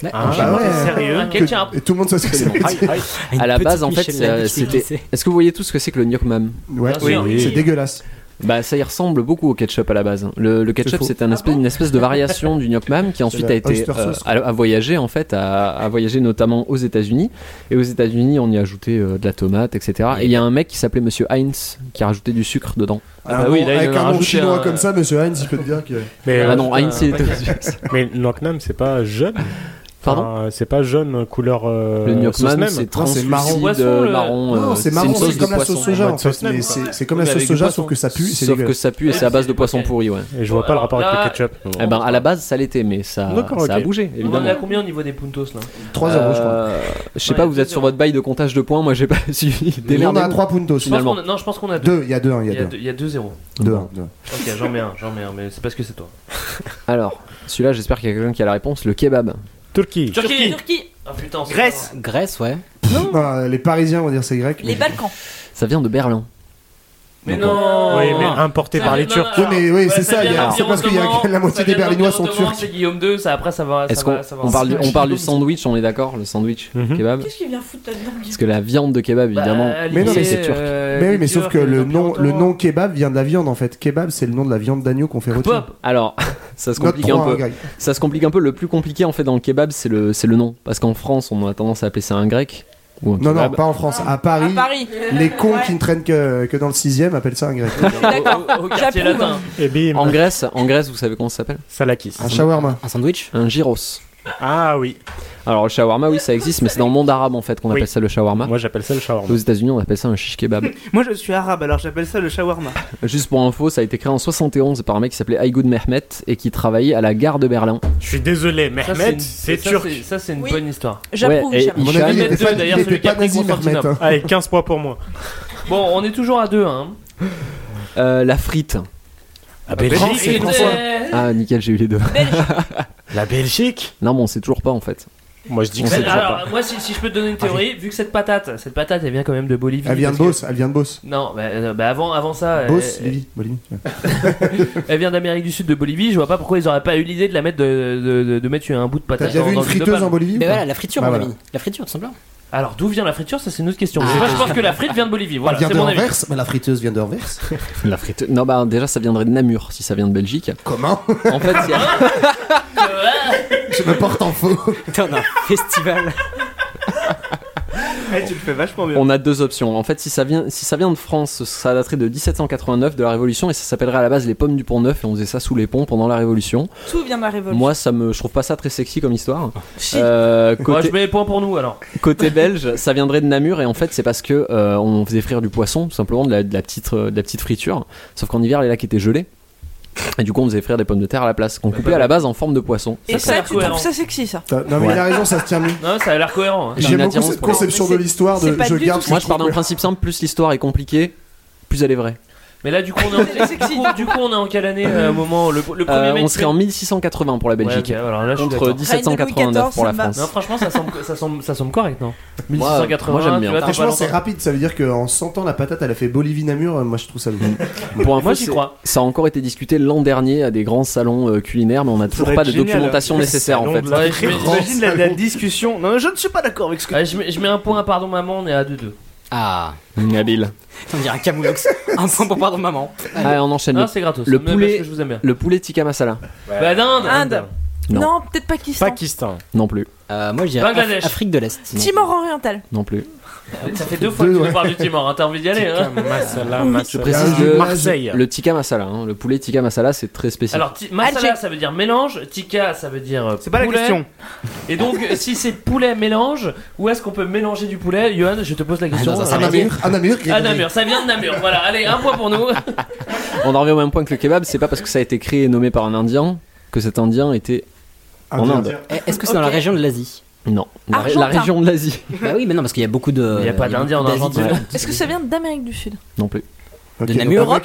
[SPEAKER 10] Ouais.
[SPEAKER 4] Ah,
[SPEAKER 1] Bah ouais.
[SPEAKER 2] Un
[SPEAKER 4] Sérieux
[SPEAKER 2] ketchup.
[SPEAKER 1] Et tout le monde sait ce que c'est.
[SPEAKER 4] Aïe, aïe.
[SPEAKER 10] Une
[SPEAKER 5] À la
[SPEAKER 10] petite
[SPEAKER 5] base, en fait,
[SPEAKER 10] Michel
[SPEAKER 11] euh,
[SPEAKER 5] ça-
[SPEAKER 10] Labi qui s'est
[SPEAKER 5] c'était-
[SPEAKER 10] glissée.
[SPEAKER 5] Est-ce que vous voyez tout ce que c'est que le nyokmam
[SPEAKER 1] Ouais,
[SPEAKER 2] Bien sûr.
[SPEAKER 1] c'est
[SPEAKER 2] Oui.
[SPEAKER 1] dégueulasse.
[SPEAKER 5] Bah, ça y ressemble beaucoup au ketchup à la base. Le, le ketchup,
[SPEAKER 1] faux.
[SPEAKER 5] c'est un espèce, une espèce de variation du gnocchmam qui ensuite
[SPEAKER 1] la
[SPEAKER 5] a été
[SPEAKER 1] oyster
[SPEAKER 5] euh,
[SPEAKER 1] sauce.
[SPEAKER 5] à, à voyager en fait, à, à voyager notamment aux États-Unis. Et aux États-Unis, on y a ajouté euh, de la tomate, etc. Et il y a un mec qui s'appelait Monsieur Heinz qui a rajouté du sucre dedans.
[SPEAKER 1] Un
[SPEAKER 2] Ah bah oui,
[SPEAKER 1] nom-
[SPEAKER 2] là, il
[SPEAKER 1] avec
[SPEAKER 2] en a
[SPEAKER 1] un nom
[SPEAKER 2] rajouté
[SPEAKER 1] chinois
[SPEAKER 2] un- euh,
[SPEAKER 1] comme ça, monsieur Heinz, il peut te dire que.
[SPEAKER 4] Mais,
[SPEAKER 5] ah
[SPEAKER 4] euh,
[SPEAKER 5] non,
[SPEAKER 2] putain,
[SPEAKER 5] Heinz, il était aux US.
[SPEAKER 4] mais Noknam, c'est pas jaune
[SPEAKER 5] Pardon.
[SPEAKER 4] Enfin, C'est pas jaune couleur. euh,
[SPEAKER 5] le
[SPEAKER 4] sauce
[SPEAKER 5] gnocchmam,
[SPEAKER 4] même.
[SPEAKER 5] c'est
[SPEAKER 1] Non, c'est
[SPEAKER 5] translucide,
[SPEAKER 1] marron.
[SPEAKER 2] Poisson, le-
[SPEAKER 5] marron. euh,
[SPEAKER 1] Non, c'est marron,
[SPEAKER 5] une sauce
[SPEAKER 1] c'est
[SPEAKER 5] de
[SPEAKER 1] comme la
[SPEAKER 5] poisson.
[SPEAKER 1] sauce soja en
[SPEAKER 4] Sauce
[SPEAKER 1] fait. mais
[SPEAKER 4] même,
[SPEAKER 1] c'est- C'est comme la
[SPEAKER 2] Mais
[SPEAKER 1] sauce
[SPEAKER 2] avec du
[SPEAKER 1] soja,
[SPEAKER 2] poisson.
[SPEAKER 1] sauf que ça pue, c'est
[SPEAKER 5] Sauf que
[SPEAKER 1] dégueulasse.
[SPEAKER 5] ça pue et
[SPEAKER 2] Ah,
[SPEAKER 5] c'est à base de
[SPEAKER 2] c'est-
[SPEAKER 5] poisson
[SPEAKER 2] ok.
[SPEAKER 5] pourri, ouais.
[SPEAKER 4] Et je vois pas le rapport
[SPEAKER 2] Là-
[SPEAKER 4] avec le ketchup.
[SPEAKER 5] Eh ben, à la base, ça l'était, mais ça,
[SPEAKER 4] D'accord,
[SPEAKER 5] Ah, ça a
[SPEAKER 4] ok.
[SPEAKER 2] On
[SPEAKER 5] bougé,
[SPEAKER 2] en
[SPEAKER 5] évidemment.
[SPEAKER 2] est à combien au niveau des puntos là
[SPEAKER 1] 3 euros, je crois.
[SPEAKER 5] Euh, je sais
[SPEAKER 2] Ouais,
[SPEAKER 5] pas, vous êtes sur
[SPEAKER 2] 3-0.
[SPEAKER 5] votre bail de comptage de points, moi j'ai pas suivi.
[SPEAKER 1] Et on a
[SPEAKER 5] Démerdez-vous.
[SPEAKER 1] 3 puntos.
[SPEAKER 2] Je pense
[SPEAKER 5] Finalement.
[SPEAKER 2] qu'on a- Non, je pense qu'on a deux.
[SPEAKER 1] 2, il y a 2, il y
[SPEAKER 2] Il y
[SPEAKER 1] a hein,
[SPEAKER 2] a
[SPEAKER 1] 2.
[SPEAKER 2] deux- il y a 2-0.
[SPEAKER 1] 2, 1.
[SPEAKER 2] Ok, j'en mets un, j'en mets un, mais c'est parce que c'est toi.
[SPEAKER 5] Alors, celui-là, j'espère qu'il y a quelqu'un qui a la réponse. Le kebab.
[SPEAKER 4] Turquie.
[SPEAKER 2] Turquie Ah putain, c'est
[SPEAKER 6] Grèce.
[SPEAKER 10] Grèce, ouais.
[SPEAKER 1] Non, les Parisiens, on va dire, c'est grec.
[SPEAKER 9] Les Balkans.
[SPEAKER 5] Ça vient de Berlin.
[SPEAKER 2] Mais non
[SPEAKER 4] Oui, mais importé
[SPEAKER 2] Ça
[SPEAKER 4] par
[SPEAKER 2] vient-
[SPEAKER 4] les
[SPEAKER 2] non,
[SPEAKER 4] Turcs.
[SPEAKER 2] non,
[SPEAKER 1] Oui, mais oui,
[SPEAKER 2] ouais,
[SPEAKER 1] c'est ça,
[SPEAKER 2] vient
[SPEAKER 1] il y a-
[SPEAKER 2] d'Empire
[SPEAKER 1] c'est parce qu'il y a
[SPEAKER 2] ottoman,
[SPEAKER 1] la moitié
[SPEAKER 2] ça
[SPEAKER 1] des
[SPEAKER 2] vient
[SPEAKER 1] Berlinois
[SPEAKER 2] d'Empire
[SPEAKER 1] sont
[SPEAKER 2] ottoman,
[SPEAKER 1] turcs.
[SPEAKER 2] C'est Guillaume II, ça, après ça va. ça
[SPEAKER 5] Est-ce qu'on
[SPEAKER 2] va- ça va-
[SPEAKER 5] on parle, du- on parle du
[SPEAKER 1] c'est-
[SPEAKER 5] sandwich, on est d'accord Le sandwich
[SPEAKER 4] Mhm.
[SPEAKER 5] kebab
[SPEAKER 9] Qu'est-ce qui vient foutre là-dedans Guillaume
[SPEAKER 5] Parce que la viande de kebab,
[SPEAKER 2] Bah,
[SPEAKER 5] évidemment.
[SPEAKER 1] Mais non, mais
[SPEAKER 2] lié,
[SPEAKER 1] c'est turc.
[SPEAKER 2] euh,
[SPEAKER 1] Mais oui,
[SPEAKER 2] les
[SPEAKER 1] mais sauf
[SPEAKER 2] Turcs,
[SPEAKER 1] que le
[SPEAKER 2] l'Empire
[SPEAKER 1] nom, le
[SPEAKER 2] ottoman.
[SPEAKER 1] nom kebab vient de la viande en fait. Kebab, c'est le nom de la viande d'agneau qu'on fait rôtir.
[SPEAKER 2] euh, Pop
[SPEAKER 5] Alors, ça se
[SPEAKER 1] Note
[SPEAKER 5] complique
[SPEAKER 1] 3,
[SPEAKER 5] un peu.
[SPEAKER 1] hein, Greg.
[SPEAKER 5] Ça se complique un peu. Le plus compliqué en fait dans le kebab, c'est le, c'est le nom. Parce qu'en France, on a tendance à appeler ça un grec ou un
[SPEAKER 1] Non, non,
[SPEAKER 5] kebab.
[SPEAKER 1] pas en France, à Paris.
[SPEAKER 9] Ah, À Paris.
[SPEAKER 1] Les cons
[SPEAKER 9] Ouais.
[SPEAKER 1] qui ne traînent que, que dans le 6 appellent ça un grec.
[SPEAKER 9] D'accord.
[SPEAKER 2] au, au oh, quartier
[SPEAKER 9] J'approuve.
[SPEAKER 2] latin.
[SPEAKER 4] Et bim,
[SPEAKER 5] En Grèce, en Grèce, vous savez comment ça s'appelle
[SPEAKER 4] Salakis.
[SPEAKER 1] Un shawarma.
[SPEAKER 10] Un sandwich
[SPEAKER 5] Un gyros.
[SPEAKER 4] Ah oui.
[SPEAKER 5] Alors le shawarma, oui, ça existe, mais c'est dans le monde arabe en fait qu'on
[SPEAKER 4] Oui.
[SPEAKER 5] appelle ça le shawarma.
[SPEAKER 4] Moi j'appelle ça le
[SPEAKER 5] Aux
[SPEAKER 4] shawarma.
[SPEAKER 5] États-Unis, on appelle ça un shish kebab.
[SPEAKER 6] Moi, je suis arabe, alors j'appelle ça le shawarma.
[SPEAKER 5] Juste pour info, ça a été créé en 71 par un mec qui s'appelait Aygoud Mehmet et qui travaillait à la gare de Berlin.
[SPEAKER 4] Je suis désolé,
[SPEAKER 2] Ça,
[SPEAKER 4] Mehmet,
[SPEAKER 2] une-
[SPEAKER 4] c'est
[SPEAKER 2] ça,
[SPEAKER 4] turc.
[SPEAKER 2] Ça, c'est une
[SPEAKER 9] Oui.
[SPEAKER 2] bonne histoire.
[SPEAKER 9] J'approuve,
[SPEAKER 5] Ouais, et-
[SPEAKER 9] Hicham.
[SPEAKER 1] À mon avis,
[SPEAKER 5] Jamais
[SPEAKER 1] il était
[SPEAKER 2] deux,
[SPEAKER 1] pas-
[SPEAKER 2] d'ailleurs,
[SPEAKER 1] il
[SPEAKER 2] celui
[SPEAKER 1] était
[SPEAKER 2] qui a
[SPEAKER 1] pas
[SPEAKER 2] pris
[SPEAKER 1] nazi, Mehmet.
[SPEAKER 2] Constantinople.
[SPEAKER 1] hein.
[SPEAKER 4] Allez, 15 points pour moi.
[SPEAKER 2] Bon, on est toujours à deux, hein.
[SPEAKER 5] Euh, la frite.
[SPEAKER 4] La
[SPEAKER 1] Belgique, c'est François.
[SPEAKER 5] Ah, nickel, j'ai eu les deux.
[SPEAKER 4] La Belgique
[SPEAKER 5] Non, mais on sait toujours pas en fait.
[SPEAKER 4] Moi je dis
[SPEAKER 5] On
[SPEAKER 4] que
[SPEAKER 5] sait
[SPEAKER 4] c'est
[SPEAKER 2] Ben,
[SPEAKER 4] toujours pas.
[SPEAKER 2] alors, moi, si, si je peux te donner une théorie, vu que cette patate, cette patate, elle vient quand même de Bolivie.
[SPEAKER 1] Elle vient de
[SPEAKER 2] parce que-
[SPEAKER 1] Beauce, elle vient de Beauce.
[SPEAKER 2] Non, mais euh, bah, avant, avant ça,
[SPEAKER 1] Beauce,
[SPEAKER 2] elle,
[SPEAKER 1] Lily, Bolivie.
[SPEAKER 2] elle vient d'Amérique du Sud, de Bolivie. Je vois pas pourquoi ils auraient pas eu l'idée de la mettre, de, de, de, de mettre une- un bout de
[SPEAKER 1] T'as
[SPEAKER 2] patate
[SPEAKER 1] déjà
[SPEAKER 2] dans,
[SPEAKER 1] vu
[SPEAKER 2] dans
[SPEAKER 1] une
[SPEAKER 2] le jus de
[SPEAKER 1] friteuse
[SPEAKER 2] pomme.
[SPEAKER 1] en Bolivie ou
[SPEAKER 10] Mais
[SPEAKER 1] pas
[SPEAKER 10] voilà, la friture,
[SPEAKER 1] Bah,
[SPEAKER 10] mon
[SPEAKER 1] voilà.
[SPEAKER 10] ami. La friture, tout simplement.
[SPEAKER 2] Alors, d'où vient la friture Ça, c'est une autre question. Moi, je pense que la frite vient de Bolivie. Voilà,
[SPEAKER 1] Elle
[SPEAKER 2] c'est
[SPEAKER 1] vient de
[SPEAKER 2] mon avis.
[SPEAKER 1] Anvers, mais la friteuse vient de Anvers.
[SPEAKER 5] La frite. Non, bah déjà, ça viendrait de Namur si ça vient de Belgique.
[SPEAKER 1] Comment
[SPEAKER 5] En fait, il y a-
[SPEAKER 1] Je me porte en faux.
[SPEAKER 10] Putain, un festival.
[SPEAKER 6] Eh, tu le fais vachement bien.
[SPEAKER 5] on a deux options. En fait, si ça vient, si ça vient de France, ça daterait de 1789 de la Révolution et ça s'appellerait à la base les pommes du Pont Neuf et on faisait ça sous les ponts pendant la Révolution.
[SPEAKER 9] Tout vient de la révolution.
[SPEAKER 5] Moi, ça me, je trouve pas ça très sexy comme histoire.
[SPEAKER 9] Si.
[SPEAKER 5] Euh,
[SPEAKER 2] Moi,
[SPEAKER 5] côté,
[SPEAKER 2] je mets les points pour nous alors.
[SPEAKER 5] Côté belge, ça viendrait de Namur et en fait c'est parce que euh, on faisait frire du poisson, tout simplement de la, de la petite, euh, de la petite friture. Sauf qu'en hiver les lacs étaient gelés et du coup on faisait frire des pommes de terre à la place, qu'on
[SPEAKER 2] Bah,
[SPEAKER 5] coupait à la base en forme de poisson.
[SPEAKER 9] Et
[SPEAKER 2] Ça, ça a
[SPEAKER 9] ça,
[SPEAKER 2] l'air
[SPEAKER 9] tu
[SPEAKER 2] cohérent.
[SPEAKER 9] trouves ça sexy, ça
[SPEAKER 1] Non, mais il a raison, ça se tient mieux.
[SPEAKER 2] Non, ça a l'air cohérent. hein.
[SPEAKER 5] J'ai
[SPEAKER 1] J'aime
[SPEAKER 5] une
[SPEAKER 1] beaucoup
[SPEAKER 5] attirance
[SPEAKER 1] cette
[SPEAKER 5] pour les-
[SPEAKER 1] conception
[SPEAKER 9] Mais
[SPEAKER 1] de
[SPEAKER 9] c'est-
[SPEAKER 1] l'histoire
[SPEAKER 9] c'est
[SPEAKER 1] de
[SPEAKER 9] pas
[SPEAKER 1] je
[SPEAKER 9] du
[SPEAKER 1] garde.
[SPEAKER 9] tout
[SPEAKER 1] ce
[SPEAKER 5] Moi
[SPEAKER 1] qui
[SPEAKER 5] je pars
[SPEAKER 1] me
[SPEAKER 5] d'un
[SPEAKER 1] plaît.
[SPEAKER 5] principe simple, plus l'histoire est compliquée, plus elle est vraie.
[SPEAKER 2] Mais là, du coup, on est en, du coup, du coup, on est en quelle année euh, au moment le, le premier
[SPEAKER 5] Euh, on
[SPEAKER 2] Matrix-
[SPEAKER 5] serait en 1680 pour la Belgique,
[SPEAKER 2] Ouais, ok, alors là, je suis
[SPEAKER 5] contre
[SPEAKER 2] d'accord.
[SPEAKER 5] 1789 pour la France.
[SPEAKER 2] Non, franchement, ça semble, ça semble, ça semble correct, non
[SPEAKER 5] Moi, moi,
[SPEAKER 2] 1680.
[SPEAKER 5] j'aime bien.
[SPEAKER 2] tu vois, t'es pas
[SPEAKER 1] Franchement, c'est
[SPEAKER 2] longtemps.
[SPEAKER 1] rapide. Ça veut dire qu'en 100 ans, la patate, elle a fait Bolivie-Namur. euh, Moi, je trouve ça le bon.
[SPEAKER 5] Pour info,
[SPEAKER 1] Moi, j'y
[SPEAKER 5] c'est-
[SPEAKER 1] crois.
[SPEAKER 5] ça a encore été discuté l'an dernier à des grands salons euh, culinaires, mais on n'a toujours
[SPEAKER 1] aurait
[SPEAKER 5] pas
[SPEAKER 1] été
[SPEAKER 5] de
[SPEAKER 1] génial,
[SPEAKER 5] documentation
[SPEAKER 1] hein.
[SPEAKER 5] nécessaire en fait.
[SPEAKER 2] Ouais, je mets-
[SPEAKER 6] Imagine la, la discussion. Non, je ne suis pas d'accord avec ce que.
[SPEAKER 2] Ouais, je, mets, je mets un point, pardon maman, on est à 2-2.
[SPEAKER 10] Ah,
[SPEAKER 5] habile.
[SPEAKER 10] On dirait un camoulox. un point pour pardon maman.
[SPEAKER 5] Allez, on enchaîne.
[SPEAKER 2] Non,
[SPEAKER 5] le-
[SPEAKER 2] c'est gratos,
[SPEAKER 5] Le
[SPEAKER 2] mais parce
[SPEAKER 5] poulet,
[SPEAKER 2] que je vous aime bien.
[SPEAKER 5] le poulet tikka masala.
[SPEAKER 2] Bah, d'Inde
[SPEAKER 9] Inde.
[SPEAKER 5] Non.
[SPEAKER 9] Non, peut-être Pakistan.
[SPEAKER 4] Pakistan.
[SPEAKER 5] Non plus.
[SPEAKER 10] Euh, moi, je
[SPEAKER 2] dirais Bangladesh. Af-
[SPEAKER 10] Afrique de l'Est.
[SPEAKER 9] Timor oriental.
[SPEAKER 5] Non plus.
[SPEAKER 2] Ça fait deux fois que tu nous parles du Timor, hein, t'as envie d'y aller. Hein.
[SPEAKER 4] masala, masala.
[SPEAKER 5] Je précise
[SPEAKER 4] Ah,
[SPEAKER 5] que
[SPEAKER 4] Marseille.
[SPEAKER 5] le tikka masala, hein, le poulet tikka masala, c'est très spécifique.
[SPEAKER 2] Alors, ti-
[SPEAKER 9] Ah,
[SPEAKER 2] masala, ça veut dire mélange, tikka, ça veut dire euh,
[SPEAKER 6] pas la
[SPEAKER 2] poulet.
[SPEAKER 6] question.
[SPEAKER 2] Et donc, si c'est poulet mélange, où est-ce qu'on peut mélanger du poulet Johan, je te pose la question.
[SPEAKER 5] Ah, dans un
[SPEAKER 2] Euh,
[SPEAKER 5] saladier.
[SPEAKER 1] À Namur,
[SPEAKER 2] Ah, Namur, ça vient de Namur. Voilà, allez, un point pour nous.
[SPEAKER 5] On en revient au même point que le kebab, c'est pas parce que ça a été créé et nommé par un indien que cet indien était en
[SPEAKER 10] Indien,
[SPEAKER 5] Inde.
[SPEAKER 10] Eh, Est-ce que c'est dans la
[SPEAKER 5] Ok.
[SPEAKER 10] région de l'Asie
[SPEAKER 5] Non, la, ré-
[SPEAKER 9] Argentin.
[SPEAKER 5] la région de l'Asie.
[SPEAKER 10] Bah oui, mais non, parce qu'il y a beaucoup de.
[SPEAKER 5] Il y a pas d'Indien en
[SPEAKER 10] d'Asie
[SPEAKER 5] Argentine.
[SPEAKER 10] différente.
[SPEAKER 9] Est-ce que ça vient d'Amérique du Sud
[SPEAKER 5] Non plus.
[SPEAKER 1] De
[SPEAKER 10] Namur
[SPEAKER 1] Europe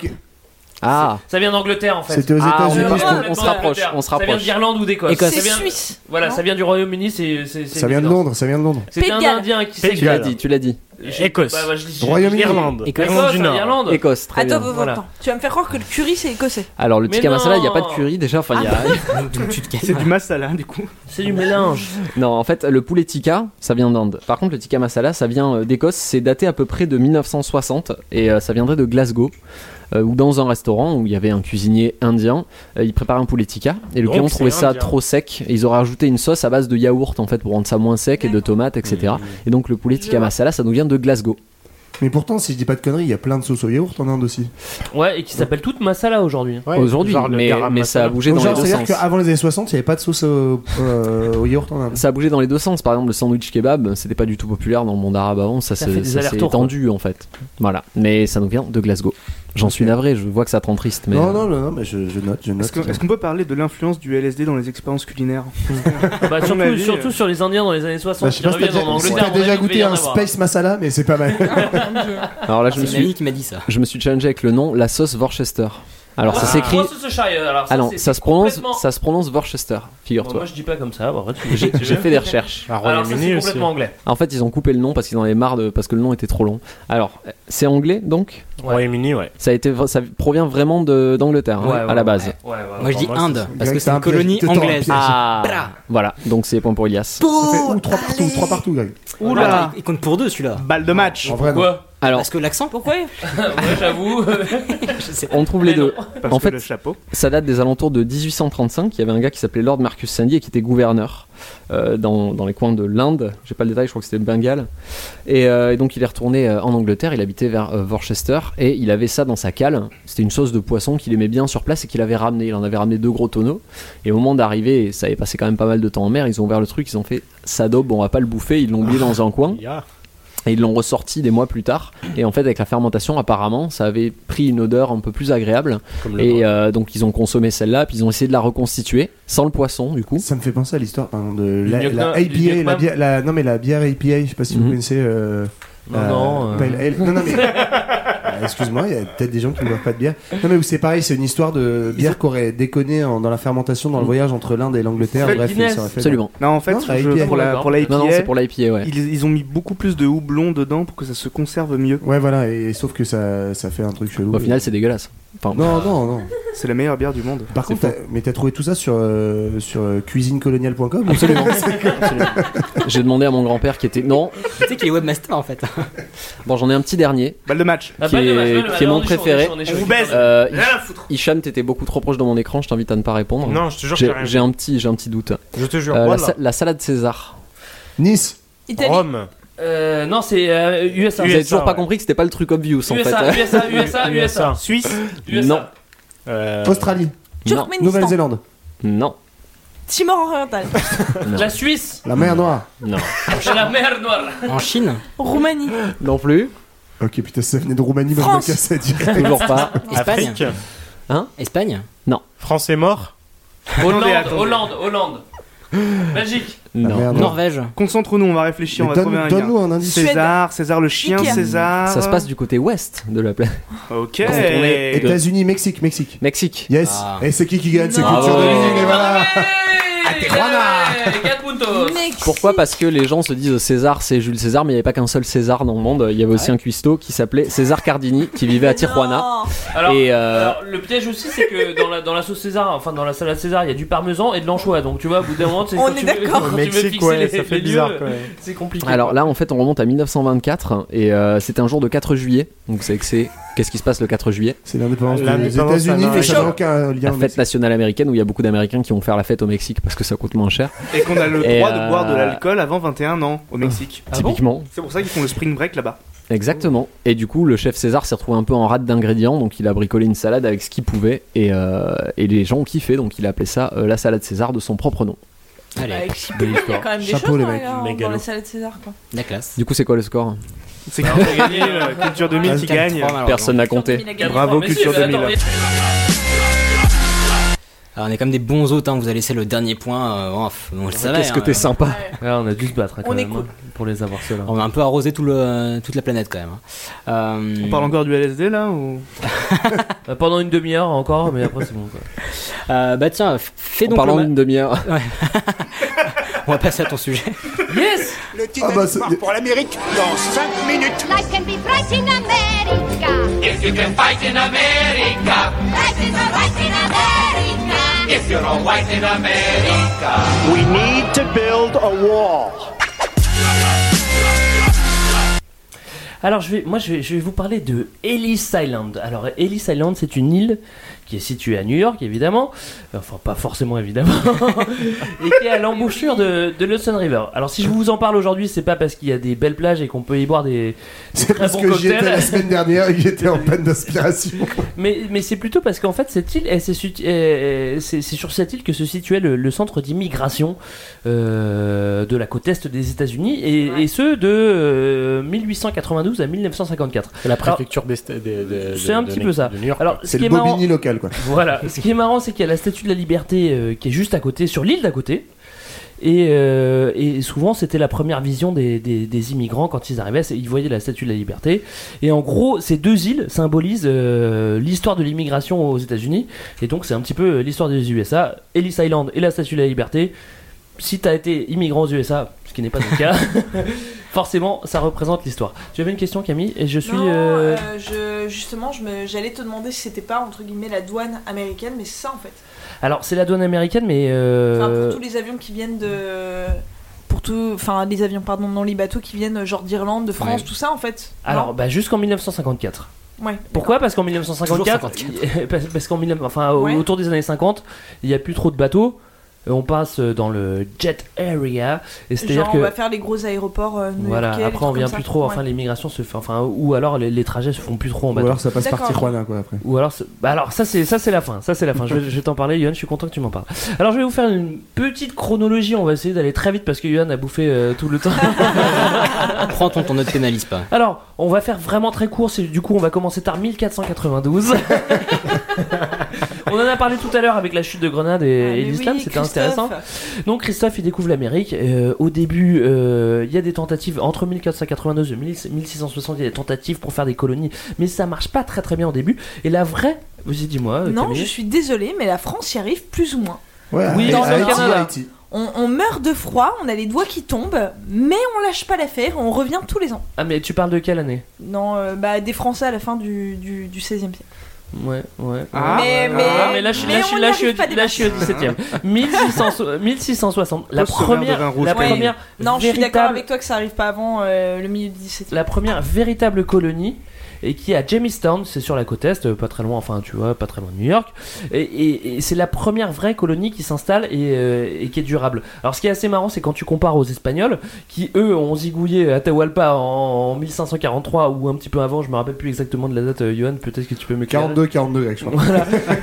[SPEAKER 5] Ah
[SPEAKER 2] Ça vient d'Angleterre en fait.
[SPEAKER 1] C'était aux
[SPEAKER 5] Ah,
[SPEAKER 1] États-Unis. par
[SPEAKER 5] on- on-
[SPEAKER 1] contre.
[SPEAKER 5] on se rapproche, on se
[SPEAKER 2] Ça vient
[SPEAKER 5] rapproche.
[SPEAKER 2] d'Irlande ou d'Écosse.
[SPEAKER 5] Écosse.
[SPEAKER 2] Ça vient-
[SPEAKER 9] C'est Suisse.
[SPEAKER 2] Voilà,
[SPEAKER 9] Non
[SPEAKER 2] ça vient du Royaume-Uni, c'est. c'est- c'est
[SPEAKER 1] Ça vient de
[SPEAKER 2] évident.
[SPEAKER 1] Londres. Ça vient de Londres.
[SPEAKER 2] C'était un
[SPEAKER 9] Pays de Galles.
[SPEAKER 2] Indien qui s'est
[SPEAKER 5] Tu l'as dit, tu l'as dit.
[SPEAKER 2] J'ai-
[SPEAKER 4] Écosse.
[SPEAKER 2] bah, bah, je dis-
[SPEAKER 1] Royaume-Uni.
[SPEAKER 4] Irlande.
[SPEAKER 10] Écosse.
[SPEAKER 2] Écosse,
[SPEAKER 4] du Nord.
[SPEAKER 2] Irlande.
[SPEAKER 5] Écosse, très
[SPEAKER 9] Attends,
[SPEAKER 5] bien.
[SPEAKER 9] vos
[SPEAKER 2] Voilà.
[SPEAKER 9] votants. Tu vas me faire croire que le curry c'est écossais.
[SPEAKER 5] Alors le
[SPEAKER 2] Mais
[SPEAKER 5] tikka masala, il n'y a pas de
[SPEAKER 2] non. Ah,
[SPEAKER 5] curry déjà. Enfin, il y a-
[SPEAKER 10] Tout- tu te calmes.
[SPEAKER 6] C'est du masala du coup.
[SPEAKER 2] C'est du mélange.
[SPEAKER 5] Non, en fait, le poulet tikka, ça vient d'Inde. Par contre, le tikka masala, ça vient euh, d'Écosse. C'est daté à peu près de 1960 et euh, ça viendrait de Glasgow. euh, où dans un restaurant où il y avait un cuisinier indien, euh, il préparait un poulet tikka et le
[SPEAKER 4] Donc,
[SPEAKER 5] client
[SPEAKER 4] c'est
[SPEAKER 5] trouvait ça
[SPEAKER 4] indien.
[SPEAKER 5] trop sec. Et ils auraient rajouté une sauce à base de yaourt en fait pour rendre ça moins sec et de tomates, etc. Et donc le poulet tikka masala, ça nous vient de Glasgow.
[SPEAKER 1] Mais pourtant, si je dis pas de conneries, il y a plein de sauces au yaourt en Inde aussi.
[SPEAKER 2] Ouais, et qui s'appelle toute masala aujourd'hui. hein.
[SPEAKER 4] Ouais,
[SPEAKER 5] Aujourd'hui,
[SPEAKER 4] genre le
[SPEAKER 5] mais,
[SPEAKER 4] garam
[SPEAKER 5] mais ça a
[SPEAKER 4] masala.
[SPEAKER 5] bougé
[SPEAKER 1] Donc,
[SPEAKER 5] dans les
[SPEAKER 1] genre,
[SPEAKER 5] deux
[SPEAKER 1] c'est-à-dire
[SPEAKER 5] sens.
[SPEAKER 1] qu'avant les années 60, il n'y avait pas de sauce au, euh, au yaourt en Inde.
[SPEAKER 5] Ça a bougé dans les deux sens. Par exemple, le sandwich kebab, c'était pas du tout populaire dans le monde arabe avant. Ça,
[SPEAKER 2] Ça
[SPEAKER 5] se-
[SPEAKER 2] fait des
[SPEAKER 5] ça s'est
[SPEAKER 2] allers-retours, quoi.
[SPEAKER 5] étendu en fait. Voilà. Mais ça nous vient de Glasgow. J'en suis navré. Je vois que ça te rend triste, mais euh,
[SPEAKER 1] Non, non, non, non, mais je, je note, je
[SPEAKER 6] Est-ce
[SPEAKER 1] note.
[SPEAKER 6] que- est-ce qu'on peut parler de l'influence du LSD dans les expériences culinaires
[SPEAKER 2] Bah,
[SPEAKER 6] mon
[SPEAKER 2] surtout,
[SPEAKER 6] avis,
[SPEAKER 2] surtout
[SPEAKER 6] euh,
[SPEAKER 2] sur les Indiens dans les années 60
[SPEAKER 1] Bah, je sais
[SPEAKER 2] qui
[SPEAKER 1] pas si t'as
[SPEAKER 2] reviennent
[SPEAKER 1] déjà,
[SPEAKER 2] en
[SPEAKER 1] si
[SPEAKER 2] Angleterre.
[SPEAKER 1] t'as
[SPEAKER 2] à mon
[SPEAKER 1] déjà
[SPEAKER 2] avis, il va y
[SPEAKER 1] goûté
[SPEAKER 2] en
[SPEAKER 1] un
[SPEAKER 2] avoir.
[SPEAKER 1] space masala, mais c'est pas mal.
[SPEAKER 5] alors là, je me
[SPEAKER 10] Ah, C'est
[SPEAKER 5] suis
[SPEAKER 10] Mélanie qui m'a dit ça.
[SPEAKER 5] je me suis challengé avec le nom la sauce Worcester. Alors ça s'écrit
[SPEAKER 2] Worcestershire, Ah, alors
[SPEAKER 5] Ah non,
[SPEAKER 2] c'est-
[SPEAKER 5] ça
[SPEAKER 2] c'est
[SPEAKER 5] se prononce
[SPEAKER 2] complètement-
[SPEAKER 5] ça se prononce Worcester,
[SPEAKER 2] Bon,
[SPEAKER 5] figure-toi.
[SPEAKER 2] moi je dis pas comme ça. Bon, arrête, tu-
[SPEAKER 5] J'ai
[SPEAKER 2] tu-
[SPEAKER 5] j'ai fait des recherches.
[SPEAKER 4] Ah,
[SPEAKER 2] Alors ça
[SPEAKER 4] Royaume-Uni
[SPEAKER 2] c'est
[SPEAKER 4] aussi.
[SPEAKER 2] complètement anglais.
[SPEAKER 5] En fait, ils ont coupé le nom parce qu'ils en avaient marre de parce que le nom était trop long. Alors, c'est anglais donc
[SPEAKER 4] Royaume-Uni, ouais.
[SPEAKER 5] Ça a été ça provient vraiment de
[SPEAKER 1] Ah,
[SPEAKER 5] d'Angleterre hein,
[SPEAKER 2] Ouais, ouais,
[SPEAKER 5] à la base.
[SPEAKER 2] Ouais, ouais, ouais.
[SPEAKER 10] Moi, je dis
[SPEAKER 4] moi, c'est-
[SPEAKER 10] Inde, parce que c'est
[SPEAKER 1] Greg, c'est
[SPEAKER 10] une
[SPEAKER 1] un piège,
[SPEAKER 10] colonie
[SPEAKER 1] je te tends un
[SPEAKER 10] anglaise.
[SPEAKER 1] piège.
[SPEAKER 5] Ah
[SPEAKER 10] Bra.
[SPEAKER 5] Voilà, donc c'est point pour Elias.
[SPEAKER 1] Ça fait ou trois partout, trois partout, Greg.
[SPEAKER 10] Oula Il compte pour deux celui-là.
[SPEAKER 6] Balle de match.
[SPEAKER 1] En vrai, non.
[SPEAKER 2] Quoi
[SPEAKER 5] Alors,
[SPEAKER 10] Parce que l'accent
[SPEAKER 9] Pourquoi
[SPEAKER 2] Ouais, j'avoue.
[SPEAKER 5] on trouve les
[SPEAKER 2] Mais non.
[SPEAKER 5] deux.
[SPEAKER 6] Parce
[SPEAKER 5] en
[SPEAKER 6] que
[SPEAKER 5] fait-
[SPEAKER 6] le chapeau.
[SPEAKER 5] Ça date des alentours de 1835. Il y avait un gars qui s'appelait Lord Marcus Sandy et qui était gouverneur euh, dans, dans les coins de l'Inde. J'ai pas le détail, je crois que c'était le Bengale. Et, euh, et donc il est retourné euh, en Angleterre. Il habitait vers euh, Worcester et il avait ça dans sa cale. C'était une sauce de poisson qu'il aimait bien sur place et qu'il avait ramené. Il en avait ramené deux gros tonneaux. Et au moment d'arriver, et ça avait passé quand même pas mal de temps en mer. Ils ont ouvert le truc, ils ont fait ça daube, on va pas le bouffer. Ils l'ont
[SPEAKER 6] Ah.
[SPEAKER 5] oublié dans un coin. Et ils l'ont ressorti des mois plus tard. Et en fait, avec la fermentation, apparemment, ça avait pris une odeur un peu plus agréable.
[SPEAKER 4] Comme le
[SPEAKER 5] Et euh, donc ils ont consommé celle-là, puis ils ont essayé de la reconstituer sans le poisson du coup.
[SPEAKER 1] Ça me fait penser à l'histoire pardon, de la, la APA,
[SPEAKER 2] Vietnam- du
[SPEAKER 1] la,
[SPEAKER 2] Vietnam.
[SPEAKER 1] bière- la- non mais la bière APA, je sais pas si vous
[SPEAKER 5] Mhm.
[SPEAKER 1] connaissez. euh,
[SPEAKER 2] Non,
[SPEAKER 1] euh,
[SPEAKER 2] non, euh.
[SPEAKER 1] Pale Ale. non, non, mais Euh, excuse-moi, il y a peut-être des gens qui ne boivent pas de bière. Non mais où c'est pareil, c'est une histoire de bière qui aurait déconné en- dans la fermentation dans le voyage entre l'Inde et l'Angleterre.
[SPEAKER 2] Faites
[SPEAKER 1] Bref,
[SPEAKER 2] Mhm. Guinness.
[SPEAKER 1] ça aurait fait-
[SPEAKER 5] Absolument.
[SPEAKER 6] Non, en fait,
[SPEAKER 1] Non, la
[SPEAKER 6] je-
[SPEAKER 1] IPA.
[SPEAKER 6] pour la pour la
[SPEAKER 5] Non, non,
[SPEAKER 6] IPA,
[SPEAKER 5] c'est pour l'IPA, ouais.
[SPEAKER 6] ils, ils ont mis beaucoup plus de houblon dedans pour que ça se conserve mieux.
[SPEAKER 1] Ouais voilà, et, et sauf que ça, ça fait un truc chelou.
[SPEAKER 5] Au final, c'est dégueulasse. Enfin,
[SPEAKER 1] Non non non.
[SPEAKER 6] euh, C'est la meilleure bière du monde.
[SPEAKER 1] Par contre, t'as- mais t'as trouvé tout ça sur euh, sur euh, cuisinecoloniale.com
[SPEAKER 5] absolument. J'ai demandé à mon grand-père qui était. Non,
[SPEAKER 10] Tu sais qu'il est webmaster en fait.
[SPEAKER 5] bon, j'en ai un petit dernier
[SPEAKER 6] Balle de match.
[SPEAKER 2] Ah,
[SPEAKER 5] qui
[SPEAKER 2] pas de mal, pas de
[SPEAKER 5] est,
[SPEAKER 2] mal.
[SPEAKER 5] qui est
[SPEAKER 2] Alors,
[SPEAKER 5] mon
[SPEAKER 2] on est chaud,
[SPEAKER 5] préféré.
[SPEAKER 2] on est chaud, on est chaud.
[SPEAKER 6] On vous baise.
[SPEAKER 5] Euh,
[SPEAKER 6] Rien à foutre.
[SPEAKER 5] Hicham, t'étais beaucoup trop proche de mon écran, je t'invite à ne pas répondre.
[SPEAKER 4] Non, je te jure,
[SPEAKER 5] J'ai
[SPEAKER 4] j'ai rien.
[SPEAKER 5] j'ai un petit, j'ai un petit doute.
[SPEAKER 4] Je te jure,
[SPEAKER 5] Euh, la,
[SPEAKER 4] voilà.
[SPEAKER 5] sa- la salade César.
[SPEAKER 1] Nice.
[SPEAKER 9] Italie.
[SPEAKER 4] Rome.
[SPEAKER 2] Euh, non, c'est euh, USA.
[SPEAKER 5] Vous avez
[SPEAKER 4] USA,
[SPEAKER 5] toujours pas
[SPEAKER 4] ouais.
[SPEAKER 5] compris que c'était pas le truc obvious en
[SPEAKER 2] USA,
[SPEAKER 5] fait.
[SPEAKER 2] USA, USA, USA,
[SPEAKER 6] Suisse.
[SPEAKER 2] USA.
[SPEAKER 5] Non.
[SPEAKER 4] Euh,
[SPEAKER 1] Australie,
[SPEAKER 5] non,
[SPEAKER 9] Turkménistan.
[SPEAKER 1] Nouvelle-Zélande,
[SPEAKER 5] non,
[SPEAKER 9] Timor oriental.
[SPEAKER 2] La Suisse,
[SPEAKER 1] la mer Noire.
[SPEAKER 5] non,
[SPEAKER 2] c'est la mer Noire.
[SPEAKER 10] En Chine
[SPEAKER 9] Roumanie.
[SPEAKER 5] non plus.
[SPEAKER 1] Ok putain, ça venait de Roumanie, mais je me
[SPEAKER 9] France.
[SPEAKER 1] cassais direct.
[SPEAKER 5] Toujours pas.
[SPEAKER 10] Espagne
[SPEAKER 4] Afrique.
[SPEAKER 10] Espagne
[SPEAKER 5] Hein
[SPEAKER 4] France est mort.
[SPEAKER 2] Hollande,
[SPEAKER 6] attendez.
[SPEAKER 2] Hollande, Hollande. Belgique.
[SPEAKER 6] Ah, merde.
[SPEAKER 10] Norvège.
[SPEAKER 6] Concentre-nous, on va réfléchir,
[SPEAKER 10] Mais
[SPEAKER 6] on va
[SPEAKER 10] donne-
[SPEAKER 6] trouver un
[SPEAKER 10] donne-nous
[SPEAKER 6] gars.
[SPEAKER 10] un indice.
[SPEAKER 6] César, César le chien,
[SPEAKER 10] Ikea.
[SPEAKER 6] César.
[SPEAKER 5] Ça se passe du côté ouest de la planète.
[SPEAKER 6] Ok.
[SPEAKER 5] Quand on est-
[SPEAKER 1] États-Unis, Mexique, Mexique.
[SPEAKER 5] Mexique.
[SPEAKER 1] Yes.
[SPEAKER 5] Ah.
[SPEAKER 1] Et c'est qui qui gagne C'est
[SPEAKER 5] Bravo.
[SPEAKER 1] culture de Viking, et voilà.
[SPEAKER 5] Pourquoi Parce que les gens se disent César, c'est Jules César, mais il n'y avait pas qu'un seul César dans le monde. Il y avait aussi un cuistot qui s'appelait César Cardini, qui vivait à Tijuana.
[SPEAKER 9] Oh.
[SPEAKER 2] Alors,
[SPEAKER 5] Ah. et euh,
[SPEAKER 2] alors, le piège aussi, c'est que dans la, dans la sauce César, enfin dans la salade César, il y a du parmesan et de l'anchois. Donc tu vois, au bout d'un moment, c'est
[SPEAKER 9] On
[SPEAKER 2] quand
[SPEAKER 9] est
[SPEAKER 2] tu veux-
[SPEAKER 9] d'accord.
[SPEAKER 2] quand
[SPEAKER 9] Au
[SPEAKER 2] tu veux
[SPEAKER 9] Mexique,
[SPEAKER 2] fixer
[SPEAKER 9] ouais,
[SPEAKER 2] les-
[SPEAKER 9] ça fait
[SPEAKER 2] les
[SPEAKER 9] bizarre,
[SPEAKER 2] lieux,
[SPEAKER 9] quand même.
[SPEAKER 2] C'est compliqué.
[SPEAKER 5] alors là, en fait, on remonte à 1924 et euh, c'était un jour de 4 juillet. Donc c'est que c'est. Qu'est-ce qui se passe le 4 juillet
[SPEAKER 1] C'est l'indépendance des L'indépendance, États-Unis, ça n'a- mais ça n'a aucun lien
[SPEAKER 5] La
[SPEAKER 1] au
[SPEAKER 5] fête nationale américaine où il y a beaucoup d'Américains qui vont faire la fête au Mexique parce que ça coûte moins cher.
[SPEAKER 6] Et qu'on a le
[SPEAKER 5] Et,
[SPEAKER 6] droit de boire de
[SPEAKER 5] euh,
[SPEAKER 6] l'alcool avant 21 ans au Mexique.
[SPEAKER 5] Typiquement.
[SPEAKER 6] C'est pour ça qu'ils font le spring break là-bas.
[SPEAKER 5] Exactement. Et du coup, le chef César s'est retrouvé un peu en rate d'ingrédients, donc il a bricolé une salade avec ce qu'il pouvait, et, euh, et les gens ont kiffé, donc il a appelé ça euh, la salade César de son propre nom.
[SPEAKER 10] Allez,
[SPEAKER 9] Avec Chipotle, Bah, Ah, il y a quand même des
[SPEAKER 5] Chapeau,
[SPEAKER 9] choses hein,
[SPEAKER 5] les
[SPEAKER 9] dans,
[SPEAKER 5] mecs.
[SPEAKER 9] la-
[SPEAKER 5] Mégalo.
[SPEAKER 9] dans la salade César. Quoi.
[SPEAKER 10] La classe.
[SPEAKER 5] Du coup, c'est quoi le score
[SPEAKER 6] C'est Culture 2000, euh, Culture 2000 qui gagne.
[SPEAKER 5] Personne n'a compté.
[SPEAKER 6] Bravo Culture 2000.
[SPEAKER 10] Alors, on est comme des bons hôtes, hein. vous a laissé le dernier point. euh, oh, pff, on le savait.
[SPEAKER 5] Qu'est-ce que t'es sympa.
[SPEAKER 2] Ouais, on a dû se battre hein, quand
[SPEAKER 10] On est
[SPEAKER 2] même
[SPEAKER 10] cool.
[SPEAKER 2] hein, pour les avoir ceux-là.
[SPEAKER 10] On a un peu arrosé tout le- toute la planète quand même. hein. Euh,
[SPEAKER 6] On parle encore du LSD là ou
[SPEAKER 2] Euh, Pendant une demi-heure encore, mais après c'est bon quoi.
[SPEAKER 10] bah tiens, f- fais
[SPEAKER 2] En
[SPEAKER 10] donc.
[SPEAKER 2] parlant
[SPEAKER 10] le ma-
[SPEAKER 2] d'une
[SPEAKER 5] demi-heure.
[SPEAKER 10] Ouais. on va passer à ton sujet.
[SPEAKER 2] Yes
[SPEAKER 11] Le
[SPEAKER 1] Ah
[SPEAKER 11] Titanic
[SPEAKER 1] bah,
[SPEAKER 11] part pour l'Amérique dans 5 minutes. Life can be bright in America. If you can fight in America. Life is alright in America. If you're all white in America. We need to build a wall.
[SPEAKER 2] Alors je vais, moi je vais, je vais vous parler de Ellis Island. Alors Ellis Island c'est une île qui est située à New York évidemment, enfin pas forcément évidemment, et qui est à l'embouchure de, de l'Hudson River. Alors si je vous en parle aujourd'hui c'est pas parce qu'il y a des belles plages et qu'on peut y boire des, des très
[SPEAKER 1] Parce
[SPEAKER 2] bons
[SPEAKER 1] que j'y étais la
[SPEAKER 2] cocktails.
[SPEAKER 1] semaine dernière et j'étais en panne d'inspiration.
[SPEAKER 2] Mais, mais c'est plutôt parce qu'en fait, cette île, elle s'est situ- euh, c'est c'est sur cette île que se situait le, le centre d'immigration euh, de la côte est des États-Unis, et, et ce de euh, 1892 à 1954.
[SPEAKER 4] C'est la
[SPEAKER 2] Alors,
[SPEAKER 4] préfecture des sta- des- des-
[SPEAKER 2] c'est
[SPEAKER 4] de-
[SPEAKER 2] un
[SPEAKER 4] de
[SPEAKER 2] petit
[SPEAKER 4] New-
[SPEAKER 2] peu ça.
[SPEAKER 4] de New York.
[SPEAKER 2] Alors, ce
[SPEAKER 4] C'est
[SPEAKER 2] qui
[SPEAKER 4] le
[SPEAKER 2] est marrant-
[SPEAKER 4] Bobigny local, quoi.
[SPEAKER 2] Voilà. Ce qui est marrant, c'est qu'il y a la Statue de la Liberté euh, qui est juste à côté, sur l'île d'à côté. Et, euh, et souvent, c'était la première vision des, des- des immigrants quand ils arrivaient, c'est- ils voyaient la Statue de la Liberté. Et en gros, ces deux îles symbolisent euh, l'histoire de l'immigration aux États-Unis. Et donc, c'est un petit peu euh, l'histoire des USA. Ellis Island et la Statue de la Liberté. Si t'as été immigrant aux USA, ce qui n'est pas le cas, forcément, ça représente l'histoire. Tu avais une question, Camille, et je suis.
[SPEAKER 9] Non,
[SPEAKER 2] euh,
[SPEAKER 9] euh, je- justement, je me- j'allais te demander si c'était pas entre guillemets la douane américaine, mais c'est ça en fait.
[SPEAKER 2] Alors, c'est la douane américaine, mais. euh,
[SPEAKER 9] Enfin, pour tous les avions qui viennent de. Pour tout. Enfin, les avions, pardon, non, les bateaux qui viennent euh, genre d'Irlande, de France,
[SPEAKER 2] Ouais.
[SPEAKER 9] tout ça en fait.
[SPEAKER 2] Alors, bah, jusqu'en
[SPEAKER 9] Non
[SPEAKER 2] 1954.
[SPEAKER 9] Ouais.
[SPEAKER 2] Pourquoi Parce qu'en
[SPEAKER 9] Toujours
[SPEAKER 2] 1954, parce, parce qu'en 19 enfin, au-
[SPEAKER 9] Ouais.
[SPEAKER 2] autour des années 50, il n'y a plus trop de bateaux. Euh, On passe euh, dans le jet area. Et c'est-à-dire
[SPEAKER 9] Genre,
[SPEAKER 2] que.
[SPEAKER 9] on va faire les gros aéroports. euh,
[SPEAKER 2] Voilà,
[SPEAKER 9] new-yorkais, les
[SPEAKER 2] après on
[SPEAKER 9] trucs
[SPEAKER 2] vient
[SPEAKER 9] comme
[SPEAKER 2] plus
[SPEAKER 9] ça.
[SPEAKER 2] trop,
[SPEAKER 9] Ouais.
[SPEAKER 2] enfin l'immigration se fait, enfin, ou alors les, les trajets se font plus trop en bateau.
[SPEAKER 1] alors, ça passe par D'accord. Tijuana, quoi, après.
[SPEAKER 2] Ou alors, c'est- bah alors ça c'est ça c'est la fin, ça c'est la fin. Je vais, je vais t'en parler, Yohan, je suis content que tu m'en parles. Alors je vais vous faire une petite chronologie, on va essayer d'aller très vite parce que Yohan a bouffé euh, tout le temps.
[SPEAKER 10] Prends ton temps, ne te pénalise pas.
[SPEAKER 2] Alors, on va faire vraiment très court, c'est- du coup on va commencer par 1492. on en a parlé tout à l'heure avec la chute de Grenade et, et
[SPEAKER 9] Ah, mais
[SPEAKER 2] l'islam,
[SPEAKER 9] oui,
[SPEAKER 2] c'était
[SPEAKER 9] Christophe.
[SPEAKER 2] intéressant. Donc Christophe, il découvre l'Amérique. Euh, au début, euh, il y a des tentatives, entre 1492 et 1660, il y a des tentatives pour faire des colonies, mais ça marche pas très très bien au début. Et la vraie... Vas-y, dis-moi.
[SPEAKER 9] Non,
[SPEAKER 2] Ah, euh, Camille.
[SPEAKER 9] je suis désolée, mais la France y arrive plus ou moins.
[SPEAKER 1] Ouais,
[SPEAKER 2] Oui,
[SPEAKER 1] Haïti,
[SPEAKER 2] dans le Canada.
[SPEAKER 1] Haïti.
[SPEAKER 9] On, on meurt de froid, on a les doigts qui tombent, mais on lâche pas l'affaire, on revient tous les ans.
[SPEAKER 2] Ah, mais tu parles de quelle année
[SPEAKER 9] Non, euh, bah, des Français à la fin du, du, du 16e siècle.
[SPEAKER 2] Ouais, ouais.
[SPEAKER 9] Ah, Mais-
[SPEAKER 2] ouais.
[SPEAKER 9] mais-
[SPEAKER 2] Ah, là, je suis- là,
[SPEAKER 9] mais
[SPEAKER 2] je suis-
[SPEAKER 9] on
[SPEAKER 2] là,
[SPEAKER 9] n'y
[SPEAKER 2] je suis au-
[SPEAKER 9] arrive pas des
[SPEAKER 2] là, je suis au
[SPEAKER 9] masses.
[SPEAKER 2] 17 e 1660. La
[SPEAKER 9] Pose ce verre de
[SPEAKER 2] première.
[SPEAKER 9] vin rouge,
[SPEAKER 2] la
[SPEAKER 9] Camille.
[SPEAKER 2] première
[SPEAKER 9] Non, je suis
[SPEAKER 2] véritable-
[SPEAKER 9] d'accord avec toi que ça arrive pas avant euh, le milieu du 17e.
[SPEAKER 2] la première véritable colonie et qui est à Jamestown, c'est sur la côte est, euh, pas très loin, enfin tu vois, pas très loin de New York. Et, et- et c'est la première vraie colonie qui s'installe et, euh, et qui est durable. Alors ce qui est assez marrant, c'est quand tu compares aux Espagnols, qui eux ont zigouillé Atahualpa en, en 1543 ou un petit peu avant, je me rappelle plus exactement de la date, euh, Johan, peut-être que tu peux me
[SPEAKER 1] 42, 42, je crois.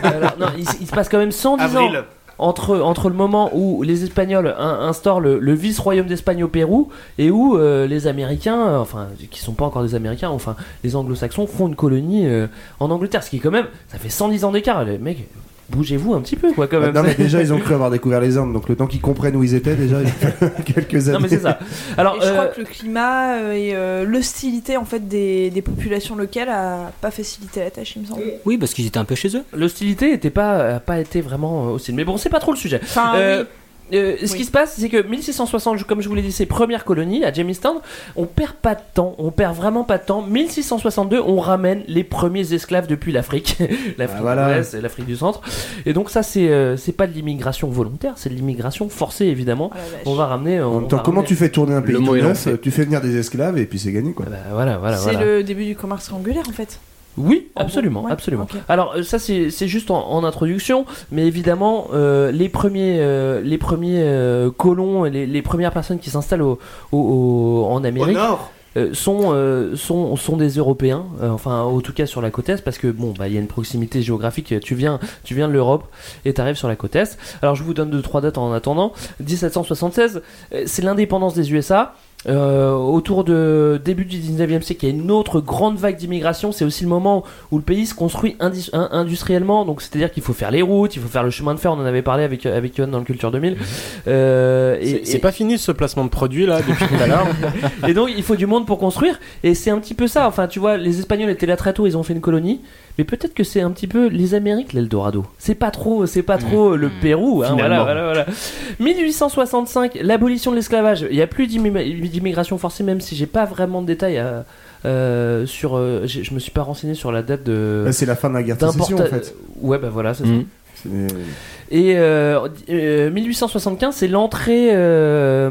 [SPEAKER 2] alors, non, il, s- il se passe quand même 110 ans
[SPEAKER 1] Avril.
[SPEAKER 2] entre, entre le moment où les Espagnols in- instaurent le, le vice-royaume d'Espagne au Pérou et où euh, les Américains, euh, enfin, qui sont pas encore des Américains, enfin, les Anglo-Saxons font une colonie euh, en Angleterre, ce qui est quand même, ça fait 110 ans d'écart, les mecs. bougez-vous un petit peu, quoi, quand même.
[SPEAKER 1] Bah, Non, mais déjà, ils ont cru avoir découvert les Indes, donc le temps qu'ils comprennent où ils étaient, déjà, il y a quelques années.
[SPEAKER 2] Non, mais c'est ça. Alors,
[SPEAKER 9] et je crois
[SPEAKER 2] euh,
[SPEAKER 9] que le climat euh, et euh, l'hostilité en fait des, des populations locales a pas facilité la tâche, il me semble.
[SPEAKER 10] Oui, parce qu'ils étaient un peu chez eux.
[SPEAKER 2] L'hostilité n'était pas, a pas été vraiment euh, hostile. Mais bon, c'est pas trop le sujet.
[SPEAKER 9] Enfin, oui.
[SPEAKER 2] euh, ce qui se passe, c'est que 1660, comme je vous l'ai dit, c'est première colonie à Jamestown. On perd pas de temps, on perd vraiment pas de temps. 1662, on ramène les premiers esclaves depuis l'Afrique, l'Afrique
[SPEAKER 1] Ah, voilà.
[SPEAKER 2] de l'Ouest, et l'Afrique du Centre. Et donc ça, c'est euh, c'est pas de l'immigration volontaire, c'est de l'immigration forcée évidemment.
[SPEAKER 9] Oh
[SPEAKER 2] on va ramener.
[SPEAKER 1] En même temps, comment tu fais tourner un pays
[SPEAKER 2] Le
[SPEAKER 1] tout
[SPEAKER 2] mot est
[SPEAKER 1] neuf euh,
[SPEAKER 2] lancé.
[SPEAKER 1] Tu fais venir des esclaves et puis c'est gagné, quoi.
[SPEAKER 2] Ah bah voilà,
[SPEAKER 1] Ah,
[SPEAKER 2] voilà,
[SPEAKER 9] C'est le début du commerce triangulaire en fait.
[SPEAKER 2] Oui, absolument, absolument. Alors euh, ça c'est c'est juste en, en introduction, mais évidemment euh, les premiers euh, les premiers euh, colons, et les, les premières personnes qui s'installent au, au- au- en Amérique.
[SPEAKER 6] nord.
[SPEAKER 2] euh, sont, euh, sont, sont des Européens, euh, enfin en tout cas sur la côte Est, parce que bon, bah, il y a une proximité géographique, tu viens, tu viens de l'Europe et tu arrives sur la côte Est. Alors je vous donne deux, trois dates en attendant. 1776, euh, c'est l'indépendance des USA. Euh, autour de début du 19e siècle, il y a une autre grande vague d'immigration. C'est aussi le moment où le pays se construit indi- in- industriellement. Donc, c'est-à-dire qu'il faut faire les routes, il faut faire le chemin de fer. On en avait parlé avec avec Johan dans le Culture 2000. Euh, et-
[SPEAKER 4] Mhm. C'est
[SPEAKER 2] et-
[SPEAKER 4] pas fini ce placement de produit là depuis tout à l'heure.
[SPEAKER 2] et donc il faut du monde pour construire et c'est un petit peu ça enfin tu vois les espagnols étaient là très tôt ils ont fait une colonie mais peut-être que c'est un petit peu les amériques l'eldorado c'est pas trop c'est
[SPEAKER 4] Mhm.
[SPEAKER 2] pas trop le pérou hein, voilà,
[SPEAKER 4] Finalement.
[SPEAKER 2] voilà, voilà. 1865 l'abolition de l'esclavage il y a plus d'immi- d'immigration forcée même si j'ai pas vraiment de détails euh, euh, sur euh, j'ai- je me suis pas renseigné sur la date de
[SPEAKER 1] Là, Bah, c'est la fin de la guerre de sécession,
[SPEAKER 2] d'importa-
[SPEAKER 1] en fait.
[SPEAKER 2] ouais bah voilà c'est ça
[SPEAKER 1] Mhm. C'est-
[SPEAKER 2] et euh, euh, 1875, c'est l'entrée, euh,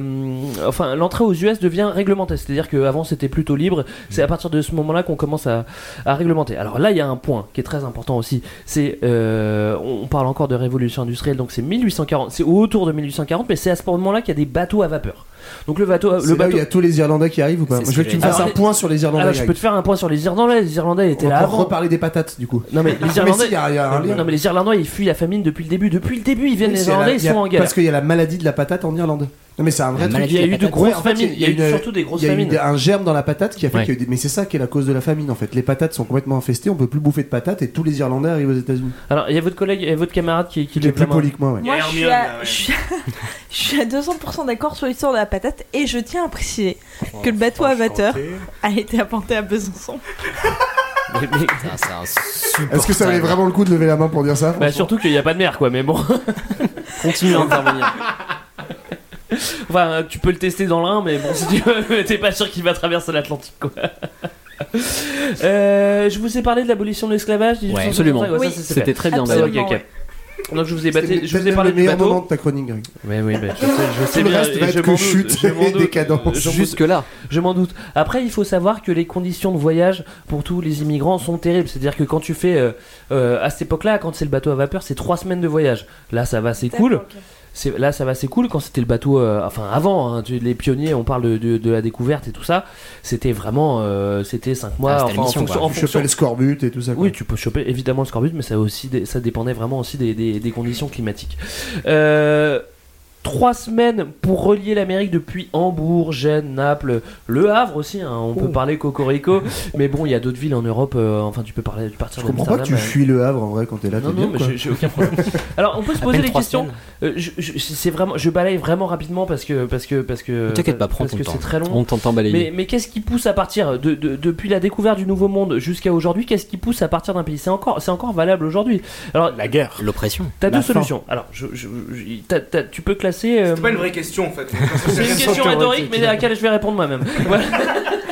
[SPEAKER 2] enfin l'entrée aux US devient réglementée. C'est-à-dire qu'avant c'était plutôt libre. C'est à partir de ce moment-là qu'on commence à, à réglementer. Alors là, il y a un point qui est très important aussi. C'est, euh, on parle encore de révolution industrielle, donc c'est 1840, c'est autour de 1840, mais c'est à ce moment-là qu'il y a des bateaux à vapeur. Donc le bateau,
[SPEAKER 1] C'est
[SPEAKER 2] le
[SPEAKER 1] là où
[SPEAKER 2] bateau.
[SPEAKER 1] il y a tous les Irlandais qui arrivent ou pas
[SPEAKER 2] C'est
[SPEAKER 1] Moi,
[SPEAKER 2] ce
[SPEAKER 1] Je veux
[SPEAKER 2] que
[SPEAKER 1] que tu me
[SPEAKER 2] j'allais
[SPEAKER 1] fasses un
[SPEAKER 2] dire.
[SPEAKER 1] point sur les Irlandais.
[SPEAKER 2] Alors, je peux te faire un point sur les Irlandais. Les Irlandais étaient
[SPEAKER 1] On va
[SPEAKER 2] là
[SPEAKER 1] pouvoir
[SPEAKER 2] avant.
[SPEAKER 1] reparler des patates, du coup.
[SPEAKER 2] Non mais
[SPEAKER 1] Ah, Mais
[SPEAKER 2] les
[SPEAKER 1] si,
[SPEAKER 2] Irlandais,
[SPEAKER 1] il y a- il y a un lien.
[SPEAKER 2] non mais les Irlandais ils fuient la famine depuis le début. Depuis le début ils viennent
[SPEAKER 1] Oui,
[SPEAKER 2] les
[SPEAKER 1] c'est la-
[SPEAKER 2] Irlandais ils
[SPEAKER 1] il y a-
[SPEAKER 2] sont en guerre.
[SPEAKER 1] Parce qu'il y a la maladie de la patate en Irlande. Non mais c'est un vrai
[SPEAKER 2] La
[SPEAKER 1] truc.
[SPEAKER 2] maladie Il y a de la eu de patate. grosses famines, il y a eu surtout des grosses
[SPEAKER 1] il y a eu
[SPEAKER 2] famines.
[SPEAKER 1] des- un germe dans la patate qui a fait
[SPEAKER 2] Ouais.
[SPEAKER 1] qu'il y a eu des- Mais c'est ça qui est la cause de la famine en fait. Les patates sont complètement infestées, on peut plus bouffer de patates et tous les Irlandais arrivent aux États-Unis.
[SPEAKER 2] Alors il y a votre collègue et votre camarade qui, qui
[SPEAKER 1] Il est
[SPEAKER 2] lève
[SPEAKER 1] plus
[SPEAKER 2] la main.
[SPEAKER 1] poli que moi, ouais.
[SPEAKER 9] Moi, je suis, à, je suis à- je suis à 200% d'accord sur l'histoire de la patate et je tiens à préciser que le bateau à vapeur a été apporté à Besançon.
[SPEAKER 1] Est-ce que ça valait vraiment le coup de lever la main pour dire ça
[SPEAKER 2] Bah surtout qu'il n'y a pas de mer quoi, mais bon.
[SPEAKER 5] Continue à intervenir.
[SPEAKER 2] Enfin, euh, tu peux le tester dans l'un, mais bon, si tu veux, t'es pas sûr qu'il va traverser l'Atlantique quoi. Euh, je vous ai parlé de l'abolition de l'esclavage. du-
[SPEAKER 5] Ouais,
[SPEAKER 2] du-
[SPEAKER 5] absolument.
[SPEAKER 2] ça,
[SPEAKER 5] Oui.
[SPEAKER 2] ça, c'est
[SPEAKER 5] C'était
[SPEAKER 2] fait.
[SPEAKER 5] très bien,
[SPEAKER 2] Ah,
[SPEAKER 5] d'ailleurs.
[SPEAKER 2] ok, ok. Donc je vous ai, batté-
[SPEAKER 1] C'était
[SPEAKER 2] je vous ai
[SPEAKER 1] peut-être
[SPEAKER 2] parlé
[SPEAKER 1] le
[SPEAKER 2] du
[SPEAKER 1] meilleur
[SPEAKER 2] bateau.
[SPEAKER 1] moment de ta chronique, Greg.
[SPEAKER 2] Oui, oui, mais je sais, je sais
[SPEAKER 1] Tout le
[SPEAKER 2] bien,
[SPEAKER 1] reste
[SPEAKER 2] et
[SPEAKER 1] va
[SPEAKER 2] je
[SPEAKER 1] être que
[SPEAKER 2] m'en doute,
[SPEAKER 1] chute
[SPEAKER 2] je m'en
[SPEAKER 1] et
[SPEAKER 2] doute,
[SPEAKER 1] décadence.
[SPEAKER 2] je m'en doute.
[SPEAKER 1] Jusque-là.
[SPEAKER 2] Je m'en doute. Après, il faut savoir que les conditions de voyage pour tous les immigrants sont terribles. C'est-à-dire que quand tu fais, euh, euh, à cette époque-là, quand c'est le bateau à vapeur, c'est trois semaines de voyage. Là, ça va, c'est cool. C'est- Là, ça va, c'est cool. Quand c'était le bateau, euh, enfin avant, hein, tu- les pionniers, on parle de, de- de la découverte et tout ça. C'était vraiment, euh, c'était cinq mois.
[SPEAKER 1] Ah, c'était
[SPEAKER 2] enfin,
[SPEAKER 1] la mission,
[SPEAKER 2] en fonction,
[SPEAKER 1] quoi.
[SPEAKER 2] en
[SPEAKER 1] Tu
[SPEAKER 2] fonction-
[SPEAKER 1] chopais le scorbut et tout ça.
[SPEAKER 2] Oui, tu peux choper évidemment le scorbut, mais ça aussi, dé- ça dépendait vraiment aussi des, des- des conditions climatiques. Euh, Trois semaines pour relier l'Amérique depuis Hambourg, Gênes, Naples, Le Havre aussi. hein, on
[SPEAKER 1] Oh.
[SPEAKER 2] peut parler Cocorico, mais bon, il y a d'autres villes en Europe. euh, enfin, tu peux parler, partir
[SPEAKER 1] Je comprends pas que tu
[SPEAKER 2] d'Amsterdam, euh,
[SPEAKER 1] fuis le Havre en vrai quand t'es là.
[SPEAKER 2] non,
[SPEAKER 1] t'es
[SPEAKER 2] non,
[SPEAKER 1] bien,
[SPEAKER 2] mais
[SPEAKER 1] quoi.
[SPEAKER 2] j'ai- j'ai aucun problème. Alors, on peut se
[SPEAKER 1] À
[SPEAKER 2] poser
[SPEAKER 1] peine
[SPEAKER 2] les
[SPEAKER 1] trois
[SPEAKER 2] questions. Euh, je, je- c'est vraiment, je balaye vraiment rapidement parce que parce que parce que.
[SPEAKER 5] Ne t'inquiète pas, prends
[SPEAKER 2] parce
[SPEAKER 5] ton
[SPEAKER 2] que
[SPEAKER 5] temps.
[SPEAKER 2] c'est très long.
[SPEAKER 5] On t'entend balayer.
[SPEAKER 2] Mais, mais qu'est-ce qui pousse à partir de, de- depuis la découverte du Nouveau Monde jusqu'à aujourd'hui Qu'est-ce qui pousse à partir d'un pays C'est encore c'est encore valable aujourd'hui. Alors la guerre,
[SPEAKER 10] l'oppression.
[SPEAKER 2] T'as
[SPEAKER 6] La
[SPEAKER 2] deux
[SPEAKER 6] faim.
[SPEAKER 2] solutions. Alors, je, je- je- t'as- t'as- tu peux classer. euh,
[SPEAKER 6] C'est pas une vraie question en fait.
[SPEAKER 2] c'est une question rhétorique, mais à laquelle je vais répondre moi-même. Voilà.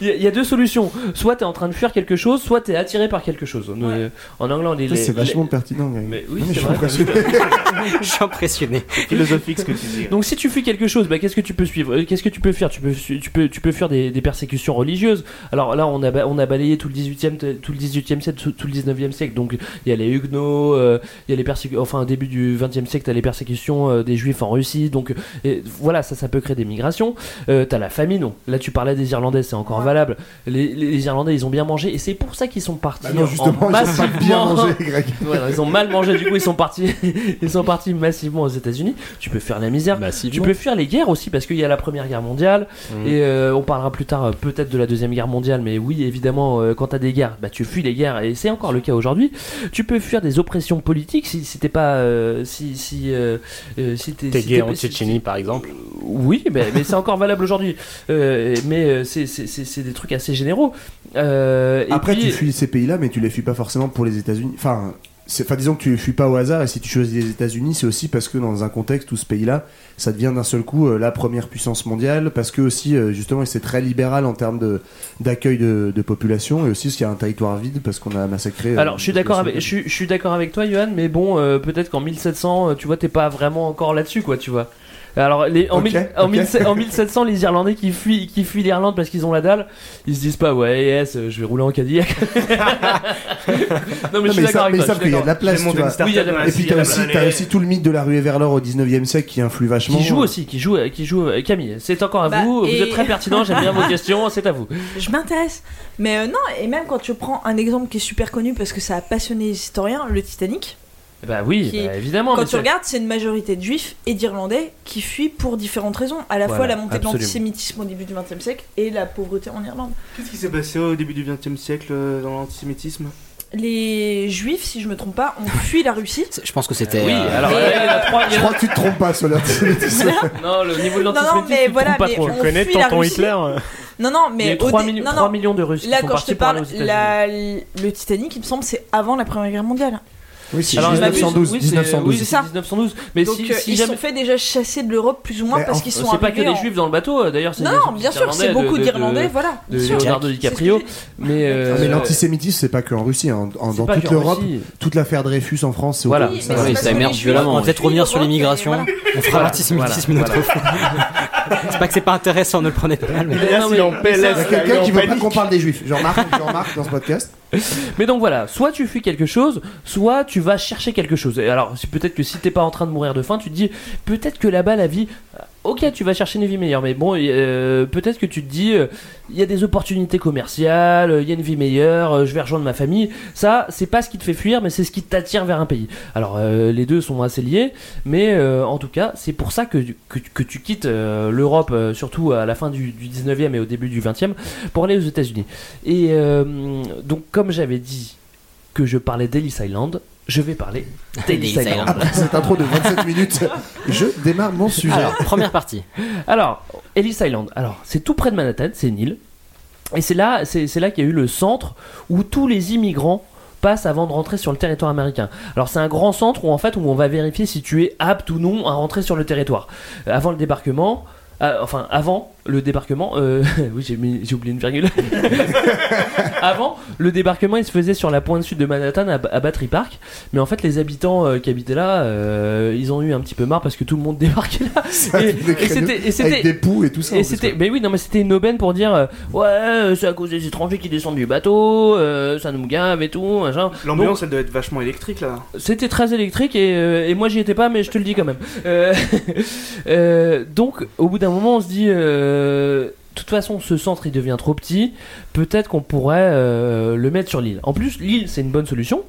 [SPEAKER 2] Il y a- il y a deux solutions. Soit t'es en train de fuir quelque chose, soit t'es attiré par quelque chose. Nous, euh, En anglais, on dit
[SPEAKER 1] Ça,
[SPEAKER 2] les-
[SPEAKER 1] C'est
[SPEAKER 2] les-
[SPEAKER 1] vachement pertinent, Greg.
[SPEAKER 2] Mais oui,
[SPEAKER 1] Non, mais
[SPEAKER 2] c'est
[SPEAKER 1] je suis impressionné.
[SPEAKER 2] vrai.
[SPEAKER 10] Je suis impressionné.
[SPEAKER 6] philosophique ce que tu dis.
[SPEAKER 2] Donc si tu fuis quelque chose, bah, qu'est-ce que tu peux suivre Euh, Qu'est-ce que tu peux fuir tu peux, su- tu peux, tu peux fuir des, des persécutions religieuses. Alors là, on a, ba- on a balayé tout le 18e, t- tout le 18e siècle, tout, tout le 19e siècle. Donc il y a les Huguenots, euh, il y a les persécutions, enfin début du 20e siècle, t'as les persécutions euh, des Juifs en Russie. Donc et voilà, ça, ça peut créer des migrations. Euh, t'as la famine. donc, là, tu parlais des Irlandais, c'est encore encore valable. Les, les- les Irlandais, ils ont bien mangé et c'est pour ça qu'ils sont partis.
[SPEAKER 1] Bah non,
[SPEAKER 2] en
[SPEAKER 1] justement, ils ont pas
[SPEAKER 2] massivement-
[SPEAKER 1] bien mangé, Greg.
[SPEAKER 2] Ouais, non, ils ont mal mangé, du coup, ils sont partis, ils sont partis massivement aux États-Unis. Tu peux faire la misère. Tu peux fuir les guerres aussi parce qu'il y a la Première Guerre mondiale
[SPEAKER 4] Mm.
[SPEAKER 2] et euh, on parlera plus tard euh, peut-être de la Deuxième Guerre mondiale, mais oui, évidemment, euh, quand t'as des guerres, bah tu fuis les guerres et c'est encore le cas aujourd'hui. Tu peux fuir des oppressions politiques si, si t'es pas euh, si si euh, euh, si t'es
[SPEAKER 4] T'es
[SPEAKER 2] si
[SPEAKER 4] gay
[SPEAKER 2] t'es-
[SPEAKER 4] en
[SPEAKER 2] si-
[SPEAKER 4] Tchétchénie, par exemple.
[SPEAKER 2] oui, mais, mais c'est encore valable aujourd'hui. Euh, mais euh, c'est- c'est c'est- c'est des trucs assez généraux. Euh, et
[SPEAKER 1] Après,
[SPEAKER 2] puis-
[SPEAKER 1] tu fuis ces pays-là, mais tu les fuis pas forcément pour les États-Unis. Enfin, c'est, enfin, disons que tu les fuis pas au hasard, et si tu choisis les États-Unis, c'est aussi parce que dans un contexte où ce pays-là, ça devient d'un seul coup euh, la première puissance mondiale, parce que aussi, euh, justement, c'est très libéral en termes de, d'accueil de, de population, et aussi parce qu'il y a un territoire vide, parce qu'on a massacré. euh,
[SPEAKER 2] Alors, je suis d'accord
[SPEAKER 1] la
[SPEAKER 2] avec, je, suis- je suis d'accord avec toi, Johan, mais bon, euh, peut-être qu'en 1700, euh, tu vois, t'es pas vraiment encore là-dessus, quoi, tu vois. Alors, les, en,
[SPEAKER 1] Ok,
[SPEAKER 2] mille- en
[SPEAKER 1] ok.
[SPEAKER 2] mille- en 1700, les Irlandais qui fuient, qui fuient l'Irlande parce qu'ils ont la dalle, ils se disent pas, ouais, yes, euh, je vais rouler en Cadillac. non, mais je suis
[SPEAKER 1] ils savent-
[SPEAKER 2] d'accord avec
[SPEAKER 1] mais ils
[SPEAKER 2] toi.
[SPEAKER 1] savent
[SPEAKER 2] je suis
[SPEAKER 1] qu'il y a
[SPEAKER 2] d'accord.
[SPEAKER 1] de la place.
[SPEAKER 2] J'ai
[SPEAKER 1] tu
[SPEAKER 2] monté
[SPEAKER 1] vois.
[SPEAKER 2] une startup, il y a
[SPEAKER 1] Et puis
[SPEAKER 2] de
[SPEAKER 1] t'as
[SPEAKER 2] la place.
[SPEAKER 1] aussi, t'as aussi tout le mythe de la rue vers l'or au 19 e siècle qui influe vachement.
[SPEAKER 2] Qui joue aussi, qui joue, qui joue. euh, Camille, c'est encore à
[SPEAKER 9] Bah,
[SPEAKER 2] vous. Vous
[SPEAKER 9] et-
[SPEAKER 2] êtes très pertinent. J'aime bien vos questions. C'est à vous.
[SPEAKER 9] Je m'intéresse. Mais euh, non, et même quand tu prends un exemple qui est super connu parce que ça a passionné les historiens, le Titanic.
[SPEAKER 2] Bah oui,
[SPEAKER 9] qui-
[SPEAKER 2] bah, évidemment.
[SPEAKER 9] Quand
[SPEAKER 2] monsieur.
[SPEAKER 9] tu regardes, c'est une majorité de juifs et d'irlandais qui fuient pour différentes raisons. À la fois
[SPEAKER 2] Voilà,
[SPEAKER 9] la montée
[SPEAKER 2] absolument.
[SPEAKER 9] de l'antisémitisme au début du XXe siècle et la pauvreté en Irlande.
[SPEAKER 6] Qu'est-ce qui s'est passé au début du XXe siècle euh, dans l'antisémitisme
[SPEAKER 9] Les juifs, si je me trompe pas, ont fui la Russie.
[SPEAKER 10] Je pense que c'était.
[SPEAKER 6] Oui,
[SPEAKER 10] euh,
[SPEAKER 6] alors,
[SPEAKER 2] il y en a trois, il y en a-
[SPEAKER 1] Je crois que tu te trompes pas sur l'antisémitisme.
[SPEAKER 2] Non, le niveau de
[SPEAKER 9] Non, non,
[SPEAKER 2] l'antisémitisme.
[SPEAKER 9] mais
[SPEAKER 2] tu te
[SPEAKER 9] voilà,
[SPEAKER 2] trompes pas
[SPEAKER 9] mais
[SPEAKER 2] trop.
[SPEAKER 9] on Tu connais fuit la tonton Russie. Hitler euh Non, non, mais.
[SPEAKER 2] Il y a eu
[SPEAKER 9] au
[SPEAKER 2] 3
[SPEAKER 9] dé-
[SPEAKER 2] millions-
[SPEAKER 9] non, non.
[SPEAKER 2] 3 millions de Russes qui
[SPEAKER 9] Là,
[SPEAKER 2] sont
[SPEAKER 9] quand je
[SPEAKER 2] partis
[SPEAKER 9] te
[SPEAKER 2] pour aller
[SPEAKER 9] parle,
[SPEAKER 2] aux États-Unis.
[SPEAKER 9] la- le Titanic, il me semble, c'est avant la Première Guerre mondiale.
[SPEAKER 1] Oui, c'est
[SPEAKER 2] Alors,
[SPEAKER 1] 1912.
[SPEAKER 2] oui, c'est-
[SPEAKER 1] 1912.
[SPEAKER 2] oui, c'est 1912. Mais
[SPEAKER 9] Donc,
[SPEAKER 2] si,
[SPEAKER 9] euh,
[SPEAKER 2] si
[SPEAKER 9] ils se
[SPEAKER 2] jamais.
[SPEAKER 9] sont fait déjà chasser de l'europe plus ou moins
[SPEAKER 2] Mais
[SPEAKER 9] parce
[SPEAKER 2] en-
[SPEAKER 9] qu'ils sont
[SPEAKER 2] C'est pas que
[SPEAKER 9] arrivés
[SPEAKER 2] des
[SPEAKER 9] en-
[SPEAKER 2] juifs dans le bateau, euh, d'ailleurs. c'est
[SPEAKER 9] Non,
[SPEAKER 2] des juifs
[SPEAKER 9] bien sûr, c'est
[SPEAKER 2] irlandais,
[SPEAKER 9] beaucoup
[SPEAKER 2] de- de-
[SPEAKER 9] d'Irlandais,
[SPEAKER 2] de-
[SPEAKER 9] voilà,
[SPEAKER 2] De
[SPEAKER 9] bien sûr.
[SPEAKER 2] Leonardo
[SPEAKER 9] C'est ce que
[SPEAKER 2] DiCaprio. Mais
[SPEAKER 1] Ah,
[SPEAKER 2] euh,
[SPEAKER 1] mais l'antisémitisme, c'est pas que en Russie, hein. En-
[SPEAKER 2] C'est
[SPEAKER 1] dans
[SPEAKER 2] pas
[SPEAKER 1] toute
[SPEAKER 2] qu'en
[SPEAKER 1] l'Europe,
[SPEAKER 2] Russie.
[SPEAKER 1] toute l'affaire Dreyfus en France, c'est
[SPEAKER 2] Voilà.
[SPEAKER 1] autour de
[SPEAKER 2] Mais c'est
[SPEAKER 10] Oui, ça émerge violemment. On va
[SPEAKER 2] hein.
[SPEAKER 10] peut-être revenir sur l'immigration. On fera
[SPEAKER 2] Voilà,
[SPEAKER 10] l'antisémitisme une
[SPEAKER 2] voilà,
[SPEAKER 10] autre fois. C'est pas que c'est pas intéressant, ne le prenez pas mal. Mais
[SPEAKER 2] Mais non, mais- mais
[SPEAKER 1] Il y
[SPEAKER 2] ça-
[SPEAKER 1] a quelqu'un qui veut pas qu'on parle des juifs. Je remarque, je remarque dans ce podcast.
[SPEAKER 2] Mais donc voilà, soit tu fuis quelque chose, soit tu vas chercher quelque chose. Et alors, c'est peut-être que si t'es pas en train de mourir de faim, tu te dis peut-être que là-bas la vie. euh, Ok, tu vas chercher une vie meilleure, mais bon, euh, peut-être que tu te dis euh, il y a des opportunités commerciales, euh, il y a une vie meilleure, euh, je vais rejoindre ma famille. Ça, c'est pas ce qui te fait fuir, mais c'est ce qui t'attire vers un pays. Alors, euh, les deux sont assez liés, mais euh, en tout cas, c'est pour ça que, que, que tu quittes euh, l'Europe, euh, surtout à la fin du, du 19e et au début du 20e, pour aller aux États-Unis. Et euh, donc, comme j'avais dit que je parlais d'Ellis Island, je vais parler d'Ellis
[SPEAKER 10] Ellis
[SPEAKER 2] Island.
[SPEAKER 10] Island.
[SPEAKER 1] Après cette intro de 27 minutes, je démarre mon sujet.
[SPEAKER 10] Alors, première partie.
[SPEAKER 2] Alors, Ellis Island, alors c'est tout près de Manhattan, c'est une île. Et c'est là, c'est c'est là qu'il y a eu le centre où tous les immigrants passent avant de rentrer sur le territoire américain. Alors c'est un grand centre où en fait où on va vérifier si tu es apte ou non à rentrer sur le territoire. Euh, avant le débarquement, euh, enfin avant le débarquement, euh, oui j'ai mis- j'ai oublié une virgule. Avant, le débarquement, il se faisait sur la pointe sud de Manhattan, à, à Battery Park. Mais en fait, les habitants euh, qui habitaient là, euh, ils ont eu un petit peu marre parce que tout le monde débarquait là.
[SPEAKER 1] Des
[SPEAKER 2] Et, et c'était- et
[SPEAKER 1] créneaux
[SPEAKER 2] c'était-
[SPEAKER 1] Avec des poux et tout ça. hein, en
[SPEAKER 2] et
[SPEAKER 1] plus,
[SPEAKER 2] c'était, mais oui, non, mais c'était une aubaine pour dire, euh, ouais, euh, c'est à cause des étrangers qui descendent du bateau, euh, ça nous gave et tout, machin. Donc,
[SPEAKER 6] L'ambiance, elle doit être vachement électrique là.
[SPEAKER 2] c'était très électrique et, euh, et moi j'y étais pas, mais je te le dis quand même. Euh, euh, donc, au bout d'un moment, on se dit. euh, de toute façon, ce centre il devient trop petit. Peut-être qu'on pourrait euh, le mettre sur l'île. En plus, l'île c'est une bonne solution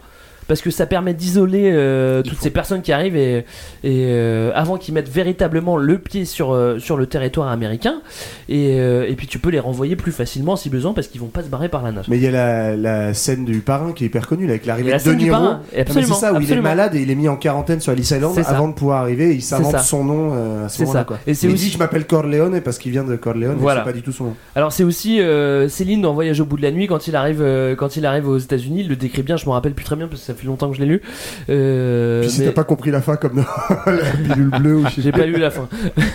[SPEAKER 2] parce que ça permet d'isoler euh, toutes ces personnes qui arrivent et, et, euh, avant qu'ils mettent véritablement le pied sur euh, sur le territoire américain. Et, euh, et puis tu peux les renvoyer plus facilement si besoin parce qu'ils vont pas se barrer par la nage.
[SPEAKER 1] Mais il y a la, la scène du parrain qui est hyper connue, là, avec
[SPEAKER 2] Et
[SPEAKER 1] l'arrivée
[SPEAKER 2] la
[SPEAKER 1] de De
[SPEAKER 2] scène du
[SPEAKER 1] Niro.
[SPEAKER 2] parrain,
[SPEAKER 1] Ah, mais
[SPEAKER 2] absolument,
[SPEAKER 1] c'est ça, où il est
[SPEAKER 2] absolument.
[SPEAKER 1] malade et il est mis en quarantaine sur Ellis Island
[SPEAKER 2] C'est ça.
[SPEAKER 1] avant de pouvoir arriver et il
[SPEAKER 2] C'est
[SPEAKER 1] s'invente
[SPEAKER 2] ça.
[SPEAKER 1] son nom euh, à ce
[SPEAKER 2] C'est
[SPEAKER 1] moment-là.
[SPEAKER 2] ça.
[SPEAKER 1] quoi.
[SPEAKER 2] Et c'est
[SPEAKER 1] il
[SPEAKER 2] aussi-
[SPEAKER 1] dit Je m'appelle Corleone parce qu'il vient de Corleone, mais
[SPEAKER 2] Voilà.
[SPEAKER 1] c'est pas du tout son nom.
[SPEAKER 2] Alors c'est aussi euh, Céline dans Voyage au bout de la nuit quand il arrive euh, quand il arrive aux États-Unis, il le décrit bien, je me rappelle plus très bien parce que ça fait longtemps que je l'ai lu. Euh,
[SPEAKER 1] Puis si
[SPEAKER 2] mais-
[SPEAKER 1] t'as pas compris la fin comme dans la pilule bleue ou je sais
[SPEAKER 2] j'ai
[SPEAKER 1] pas.
[SPEAKER 2] pas lu la fin.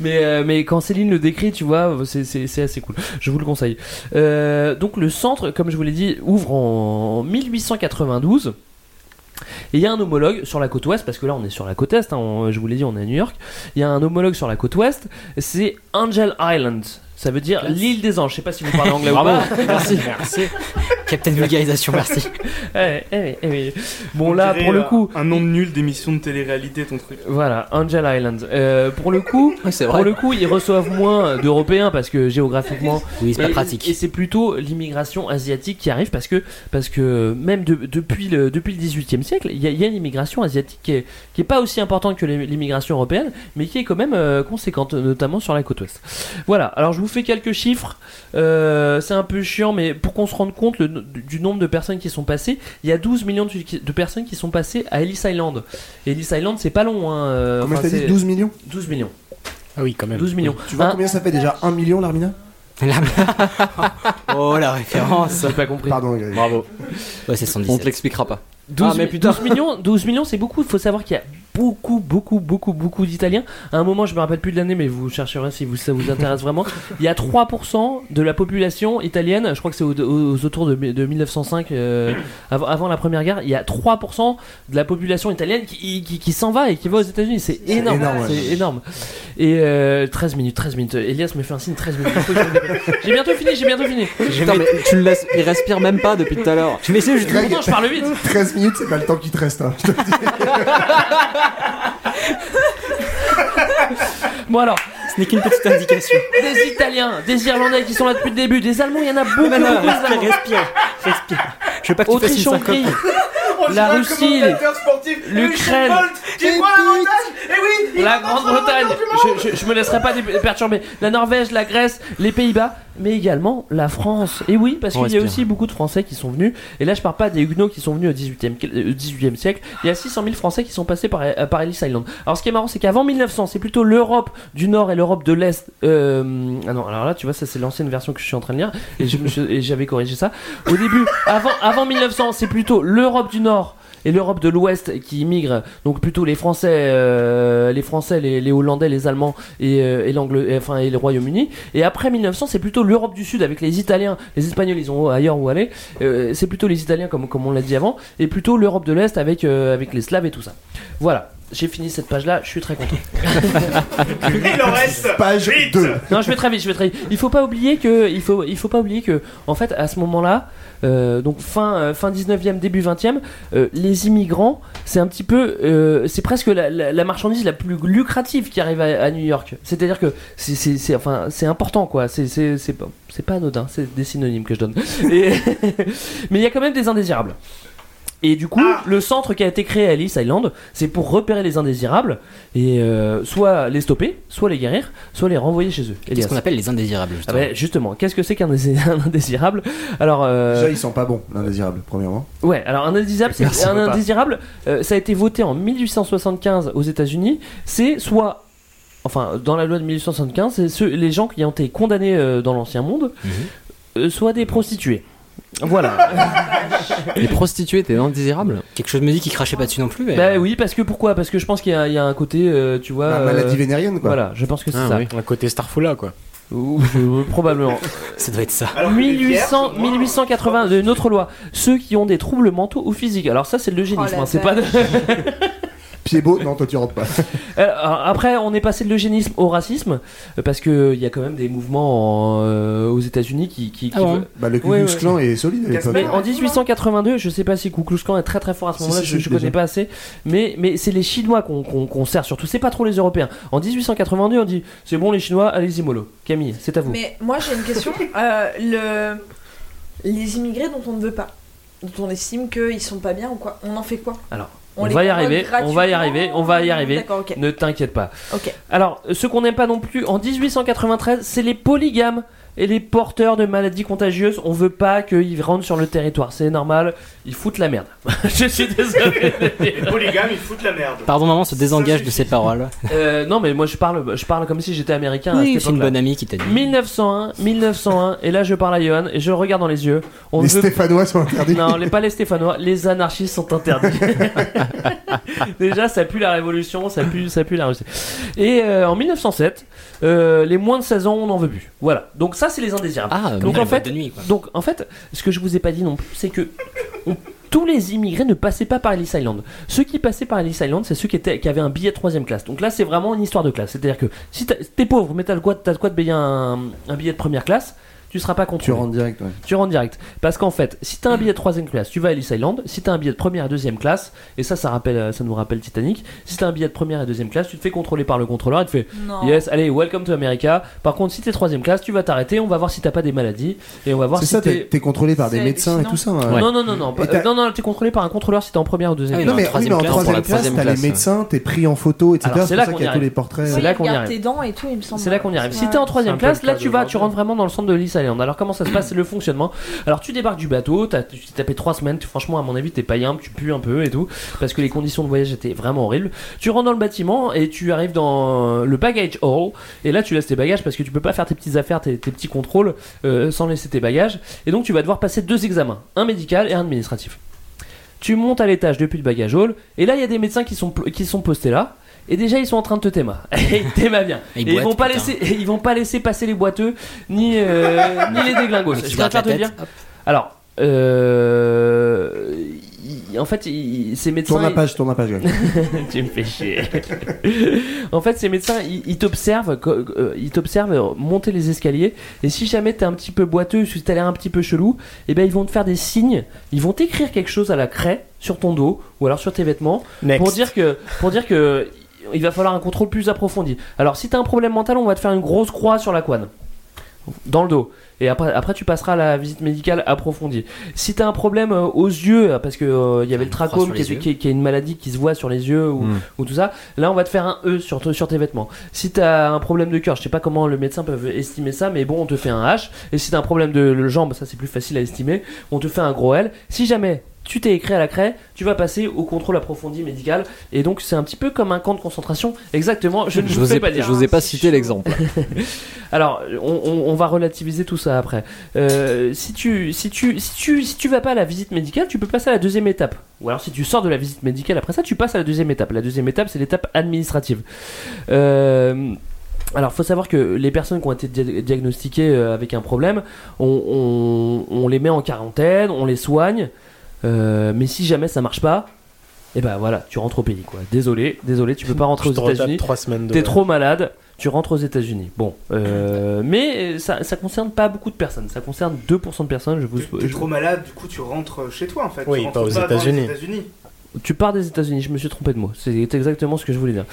[SPEAKER 2] mais, euh, mais quand Céline le décrit, tu vois, c'est- c'est c'est assez cool. Je vous le conseille. Euh, donc le centre, comme je vous l'ai dit, ouvre en 1892. Et il y a un homologue sur la côte ouest, parce que là on est sur la côte est, hein, on- je vous l'ai dit, on est à New York. Il y a un homologue sur la côte ouest, c'est Angel Island. Ça veut dire l'île des anges. Je sais pas si vous parlez anglais ou
[SPEAKER 10] Bravo.
[SPEAKER 2] pas.
[SPEAKER 10] Merci. Merci. Captain Vulgarisation, merci.
[SPEAKER 2] Ouais, ouais, ouais. Bon, là,
[SPEAKER 6] dirait,
[SPEAKER 2] pour le
[SPEAKER 6] euh,
[SPEAKER 2] coup.
[SPEAKER 6] Un nom de nul d'émission de télé-réalité, ton truc.
[SPEAKER 2] Voilà, Angel Island. Euh, pour le coup, pour le coup, ils reçoivent moins d'Européens parce que géographiquement,
[SPEAKER 10] Oui, c'est pas
[SPEAKER 2] et-
[SPEAKER 10] pratique.
[SPEAKER 2] Et c'est plutôt l'immigration asiatique qui arrive parce que parce que même de- depuis le depuis le 18e siècle, il y, a- il y a une immigration asiatique qui est, qui est pas aussi importante que l'im- l'immigration européenne, mais qui est quand même euh, conséquente, notamment sur la côte ouest. Voilà. Alors je vous fais quelques chiffres. Euh, c'est un peu chiant, mais pour qu'on se rende compte le- du nombre de personnes qui sont passées, il y a 12 millions de, de personnes qui sont passées à Ellis Island. Et Ellis Island, c'est pas long. Hein, euh,
[SPEAKER 1] Combien
[SPEAKER 2] enfin,
[SPEAKER 1] t'as dit,
[SPEAKER 2] c'est-
[SPEAKER 1] 12 millions
[SPEAKER 2] 12 millions.
[SPEAKER 4] Ah oui, quand même.
[SPEAKER 2] 12 millions.
[SPEAKER 1] Tu vois combien ça fait déjà 1 million, l'Armina
[SPEAKER 10] Oh la référence.
[SPEAKER 2] J'ai pas compris.
[SPEAKER 1] Pardon,
[SPEAKER 10] Bravo. Ouais, c'est 117.
[SPEAKER 5] On te l'expliquera pas.
[SPEAKER 2] 12,
[SPEAKER 5] Ah, mais putain.
[SPEAKER 2] 12 millions, 12 millions, c'est beaucoup. Il faut savoir qu'il y a beaucoup, beaucoup, beaucoup, beaucoup d'Italiens. À un moment, je me rappelle plus de l'année, mais vous chercherez si vous, ça vous intéresse vraiment. Il y a 3% de la population italienne. Je crois que c'est au- aux, aux autours de, de 1905, euh, avant, avant la première guerre. Il y a 3% de la population italienne qui, qui, qui s'en va et qui va aux États-Unis. C'est énorme.
[SPEAKER 1] énorme, ouais.
[SPEAKER 2] C'est énorme. Et euh, 13 minutes, 13 minutes. Elias me fait un signe 13 minutes. J'ai bientôt fini, j'ai bientôt fini.
[SPEAKER 5] Putain, mais tu le laisses, il respire même pas depuis tout à l'heure.
[SPEAKER 10] Tu m'essayes juste.
[SPEAKER 2] Pourtant, je parle vite.
[SPEAKER 1] 13 minutes, c'est pas le temps qui te reste. hein, je te le dis.
[SPEAKER 2] Bon alors,
[SPEAKER 10] Ce n'est qu'une petite indication.
[SPEAKER 2] des Italiens, des Irlandais qui sont là depuis le début, des Allemands, il y en a beaucoup,
[SPEAKER 10] Non, non,
[SPEAKER 2] beaucoup des Allemands.
[SPEAKER 10] respire, respire. Je veux pas que tu fasses une
[SPEAKER 2] Autriche-Hongrie,
[SPEAKER 10] syncope.
[SPEAKER 2] la Russie, l'Ukraine, la Grande-Bretagne, je, je- je me laisserai pas dé- perturber, la Norvège, la Grèce, les Pays-Bas, mais également la France. Et oui, parce
[SPEAKER 10] On
[SPEAKER 2] qu'il y a
[SPEAKER 10] respire.
[SPEAKER 2] aussi beaucoup de Français qui sont venus, et là je parle pas des Huguenots qui sont venus au 18e, euh, 18e siècle, il y a 600 000 Français qui sont passés par, euh, par Ellis Island. Alors ce qui est marrant, c'est qu'avant 1900, c'est plutôt l'Europe du Nord et l'Europe de l'Est. euh, ah non, alors là, tu vois, ça c'est l'ancienne version que je suis en train de lire, et je me suis- et j'avais corrigé ça. Au début, avant, avant 1900, c'est plutôt l'Europe du Nord et l'Europe de l'Ouest qui immigrent, donc plutôt les Français, euh, les Français, les, les Hollandais, les Allemands et, euh, et l'Angle, et, enfin et le Royaume-Uni. Et après 1900, c'est plutôt l'Europe du Sud avec les Italiens, les Espagnols, ils ont ailleurs où aller. Euh, c'est plutôt les Italiens comme comme on l'a dit avant, et plutôt l'Europe de l'Est avec euh, avec les Slaves et tout ça. Voilà. J'ai fini cette page-là, je suis très content.
[SPEAKER 6] Il en reste
[SPEAKER 1] Page 2.
[SPEAKER 2] Non, je vais très vite, je vais très vite. Il faut pas oublier que, il faut, il faut pas oublier que, en fait, à ce moment-là, euh, donc fin, euh, fin 19e, début 20e, euh, les immigrants, c'est un petit peu, euh, c'est presque la, la- la marchandise la plus lucrative qui arrive à, à New York. C'est-à-dire que c'est, c'est, c'est- enfin, c'est important, quoi. C'est, c'est, c'est, pas- c'est pas anodin, c'est des synonymes que je donne. Et- Mais il y a quand même des indésirables. Et du coup,
[SPEAKER 1] Ah.
[SPEAKER 2] le centre qui a été créé à Ellis Island, c'est pour repérer les indésirables et euh, soit les stopper, soit les guérir, soit les renvoyer chez eux.
[SPEAKER 10] Qu'est-ce
[SPEAKER 2] Elias.
[SPEAKER 10] qu'on appelle les indésirables
[SPEAKER 2] Ah
[SPEAKER 10] justement
[SPEAKER 2] bah, justement, qu'est-ce que c'est qu'un indés- un indésirable Alors, euh,
[SPEAKER 1] Déjà, ils sont pas bons, l'indésirable, premièrement.
[SPEAKER 2] ouais, alors un indésirable, c'est
[SPEAKER 1] Merci,
[SPEAKER 2] un
[SPEAKER 1] papa.
[SPEAKER 2] indésirable. euh, ça a été voté en 1875 aux États-Unis. C'est soit, enfin, dans la loi de 1875, c'est ceux- les gens qui ont été condamnés euh, dans l'ancien monde,
[SPEAKER 10] Mm.
[SPEAKER 11] Mhm.
[SPEAKER 2] euh, soit des prostituées. Voilà.
[SPEAKER 5] Les prostituées, t'es indésirable
[SPEAKER 10] Quelque chose me dit qu'il crachait pas dessus non plus. mais-
[SPEAKER 2] bah oui, parce que pourquoi Parce que je pense qu'il y, a- il y a un côté, euh, tu vois,
[SPEAKER 1] La
[SPEAKER 2] euh,
[SPEAKER 1] Bah, maladie vénérienne, quoi.
[SPEAKER 2] Voilà, je pense que c'est
[SPEAKER 5] Ah
[SPEAKER 2] ça.
[SPEAKER 5] oui.
[SPEAKER 4] Un côté Starfoula, quoi. Ah,
[SPEAKER 2] Ou-
[SPEAKER 5] euh,
[SPEAKER 2] ou- probablement.
[SPEAKER 10] Ça doit être ça.
[SPEAKER 6] Alors que les bières,
[SPEAKER 2] 1800, 1880, de notre loi, ceux qui ont des troubles mentaux ou physiques. Alors ça, c'est de l'eugénisme,
[SPEAKER 9] Oh la
[SPEAKER 2] hein, c'est pas. de-
[SPEAKER 1] Pied beau, non, toi tu rentres pas.
[SPEAKER 2] Euh, Alors, après, on est passé de l'eugénisme au racisme euh, parce que il y a quand même des mouvements en, euh, aux États-Unis qui, qui,
[SPEAKER 10] Ah
[SPEAKER 2] qui
[SPEAKER 10] bon
[SPEAKER 2] veulent-
[SPEAKER 1] Bah, le Ku
[SPEAKER 2] Ouais,
[SPEAKER 1] Klux
[SPEAKER 2] ouais.
[SPEAKER 1] Klan est solide à l'époque.
[SPEAKER 2] Mais en 1882, je sais pas si Ku Klux Klan est très très fort à ce
[SPEAKER 1] Si,
[SPEAKER 2] moment-là,
[SPEAKER 1] si,
[SPEAKER 2] je,
[SPEAKER 1] si,
[SPEAKER 2] je connais
[SPEAKER 1] déjà.
[SPEAKER 2] pas assez, mais, mais c'est les Chinois qu'on qu'on- qu'on sert surtout, c'est pas trop les Européens. En 1882, on dit c'est bon les Chinois, allez-y mollo. Camille, c'est à vous.
[SPEAKER 9] Mais moi j'ai une question. Euh, le... Les immigrés dont on ne veut pas, dont on estime qu'ils sont pas bien ou quoi, on en fait quoi
[SPEAKER 2] Alors,
[SPEAKER 9] On
[SPEAKER 2] on,
[SPEAKER 9] les
[SPEAKER 2] va y
[SPEAKER 9] convoque
[SPEAKER 2] arriver, on va y arriver, on va y arriver.
[SPEAKER 9] D'accord, ok.
[SPEAKER 2] Ne t'inquiète pas.
[SPEAKER 9] Ok.
[SPEAKER 2] Alors, ce qu'on n'aime pas non plus, en 1893, c'est les polygames et les porteurs de maladies contagieuses. On veut pas qu'ils rentrent sur le territoire, c'est normal. Ils foutent la merde. Je suis désolé.
[SPEAKER 6] Les polygames, ils foutent la merde.
[SPEAKER 10] Pardon maman se désengage de ses paroles.
[SPEAKER 2] Euh, non, mais moi je parle, je parle comme si j'étais américain. à
[SPEAKER 10] Oui,
[SPEAKER 2] cette
[SPEAKER 10] c'est une
[SPEAKER 2] époque-là.
[SPEAKER 10] bonne amie qui t'a dit.
[SPEAKER 2] 1901, 1901, et là je parle à Johan et je le regarde dans les yeux. On
[SPEAKER 1] Les
[SPEAKER 2] ne veut
[SPEAKER 1] Stéphanois sont interdits.
[SPEAKER 2] Non, les, pas les Stéphanois, les anarchistes sont interdits. Déjà, ça pue la révolution, ça pue, ça pue la Russie. Et euh, en 1907, euh, les moins de 16 ans, on n'en veut plus. Voilà. Donc ça, c'est les indésirables.
[SPEAKER 10] Ah,
[SPEAKER 2] Donc,
[SPEAKER 10] mais
[SPEAKER 2] en
[SPEAKER 10] la boîte
[SPEAKER 2] fait-
[SPEAKER 10] de nuit quoi.
[SPEAKER 2] Donc en fait, ce que je vous ai pas dit non plus, c'est que on- tous les immigrés ne passaient pas par Ellis Island. Ceux qui passaient par Ellis Island, c'est ceux qui, étaient, qui avaient un billet troisième classe. Donc là, c'est vraiment une histoire de classe. C'est-à-dire que si t'as- t'es pauvre, mais t'as le quoi, t'as de quoi de payer un, un billet de première classe, tu seras pas content.
[SPEAKER 1] Tu rentres direct, ouais.
[SPEAKER 2] Tu rentres direct. Parce qu'en fait, si t'as un billet de troisième classe, tu vas à Ellis Island. Si t'as un billet de première et deuxième classe, et ça, ça, rappelle, euh, ça nous rappelle Titanic. Si t'as un billet de première et deuxième classe, tu te fais contrôler par le contrôleur. Il te fait
[SPEAKER 9] Non.
[SPEAKER 2] Yes, allez, welcome to America. Par contre, si t'es troisième classe, tu vas t'arrêter. On va voir si t'as pas des maladies. Et on va voir
[SPEAKER 1] C'est
[SPEAKER 2] si
[SPEAKER 1] ça,
[SPEAKER 2] t'es-
[SPEAKER 1] t'es t'es contrôlé par des médecins et tout ça. hein.
[SPEAKER 2] Non, non, non, non.
[SPEAKER 1] Et
[SPEAKER 2] pas-
[SPEAKER 1] t'as-
[SPEAKER 2] euh, non, non, t'es contrôlé par un contrôleur si t'es en première ou deuxième.
[SPEAKER 1] non, mais, oui, mais en troisième classe, t'as les médecins, t'es pris en photo, etc.
[SPEAKER 2] Alors, c'est
[SPEAKER 1] C'est
[SPEAKER 2] là
[SPEAKER 1] pour ça
[SPEAKER 2] qu'on
[SPEAKER 1] qu'il y
[SPEAKER 2] y
[SPEAKER 1] a tous
[SPEAKER 2] arrive.
[SPEAKER 1] les portraits.
[SPEAKER 2] C'est là qu'on y
[SPEAKER 9] Regarde
[SPEAKER 2] arrive.
[SPEAKER 9] tes dents et tout, il me semble.
[SPEAKER 2] C'est là qu'on y arrive. Si
[SPEAKER 9] Ouais.
[SPEAKER 2] t'es en troisième
[SPEAKER 9] C'est un peu
[SPEAKER 2] classe,
[SPEAKER 9] le
[SPEAKER 2] là
[SPEAKER 9] cas
[SPEAKER 2] tu vas, tu rentres vraiment dans le centre de l'Ellis Island. E Alors comment ça se passe, c'est le fonctionnement. Alors tu débarques du bateau, t'as- tu t'es tapé trois semaines, tu- franchement à mon avis t'es pas yimbe, tu pues un peu et tout, parce que les conditions de voyage étaient vraiment horribles. Tu rentres dans le bâtiment et tu arrives dans le baggage hall, et là tu laisses tes bagages parce que tu peux pas faire tes petites affaires, tes, tes petits contrôles euh, sans laisser tes bagages. Et donc tu vas devoir passer deux examens, un médical et un administratif. Tu montes à l'étage depuis le bagage hall, et là il y a des médecins qui sont, qui sont postés là, et déjà ils sont en train de te téma. Et ils t'aiment bien.
[SPEAKER 10] Ils
[SPEAKER 2] Et ils
[SPEAKER 10] boitent,
[SPEAKER 2] vont pas
[SPEAKER 10] putain.
[SPEAKER 2] laisser, et ils vont pas laisser passer les boiteux ni euh, ni les déglingos.
[SPEAKER 10] Mais tu
[SPEAKER 2] Je
[SPEAKER 10] grattes
[SPEAKER 2] préfère
[SPEAKER 10] la
[SPEAKER 2] te
[SPEAKER 10] tête,
[SPEAKER 2] dire. Alors. euh, il- en fait, il- ces médecins.
[SPEAKER 1] Tourne la page, tourne la page, Greg.
[SPEAKER 2] tu me fais chier. en fait, ces médecins, ils, ils t'observent, co- euh, ils t'observent monter les escaliers. Et si jamais t'es un petit peu boiteux, si t'as l'air un petit peu chelou, eh ben ils vont te faire des signes. Ils vont t'écrire quelque chose à la craie sur ton dos ou alors sur tes vêtements pour dire que pour dire que il va falloir un contrôle plus approfondi. Alors, si t'as un problème mental, on va te faire une grosse croix sur la couane dans le dos. Et après, après tu passeras à la visite médicale approfondie. Si tu as un problème euh, aux yeux, parce que euh, il y avait le
[SPEAKER 10] croix
[SPEAKER 2] trachome
[SPEAKER 10] sur
[SPEAKER 2] qui,
[SPEAKER 10] les
[SPEAKER 2] est-
[SPEAKER 10] yeux.
[SPEAKER 2] qui est- qui est une maladie qui se voit sur les yeux ou,
[SPEAKER 10] Mm.
[SPEAKER 2] ou tout ça, là on va te faire un E sur, te- sur tes vêtements. Si tu as un problème de cœur, je sais pas comment le médecin peut estimer ça, mais bon, on te fait un H. Et si tu as un problème de le- jambe, ça c'est plus facile à estimer, on te fait un gros L. Si jamais tu t'es écrit à la craie, tu vas passer au contrôle approfondi médical. Et donc c'est un petit peu comme un camp de concentration. Exactement, je ne vous
[SPEAKER 5] J'osais
[SPEAKER 2] fais pas dire. hein.
[SPEAKER 5] j'osais pas citer l'exemple.
[SPEAKER 2] Alors, on, on- on va relativiser tout ça après. Euh, si tu si tu si tu si tu vas pas à la visite médicale, tu peux passer à la deuxième étape. Ou alors si tu sors de la visite médicale après ça, tu passes à la deuxième étape. La deuxième étape, c'est l'étape administrative. Euh, alors, faut savoir que les personnes qui ont été dia- diagnostiquées euh, avec un problème, on, on- on les met en quarantaine, on les soigne. Euh, mais si jamais ça marche pas, et ben voilà, tu rentres au pays quoi. Désolé, désolé, tu peux pas rentrer
[SPEAKER 4] Je te
[SPEAKER 2] aux
[SPEAKER 4] retape
[SPEAKER 2] États-Unis.
[SPEAKER 4] trois semaines de-
[SPEAKER 2] T'es trop malade, tu rentres aux États-Unis. Bon, euh, mais euh, ça, ça concerne pas beaucoup de personnes. Ça concerne 2% de personnes. Je vous.
[SPEAKER 6] T'es
[SPEAKER 2] je-
[SPEAKER 6] trop malade, du coup tu rentres chez toi en fait.
[SPEAKER 2] Oui,
[SPEAKER 6] tu rentres
[SPEAKER 2] pas aux
[SPEAKER 6] dans les
[SPEAKER 2] États-Unis.
[SPEAKER 6] États-Unis.
[SPEAKER 2] Tu pars des États-Unis. Je me suis trompé de mot. C'est exactement ce que je voulais dire.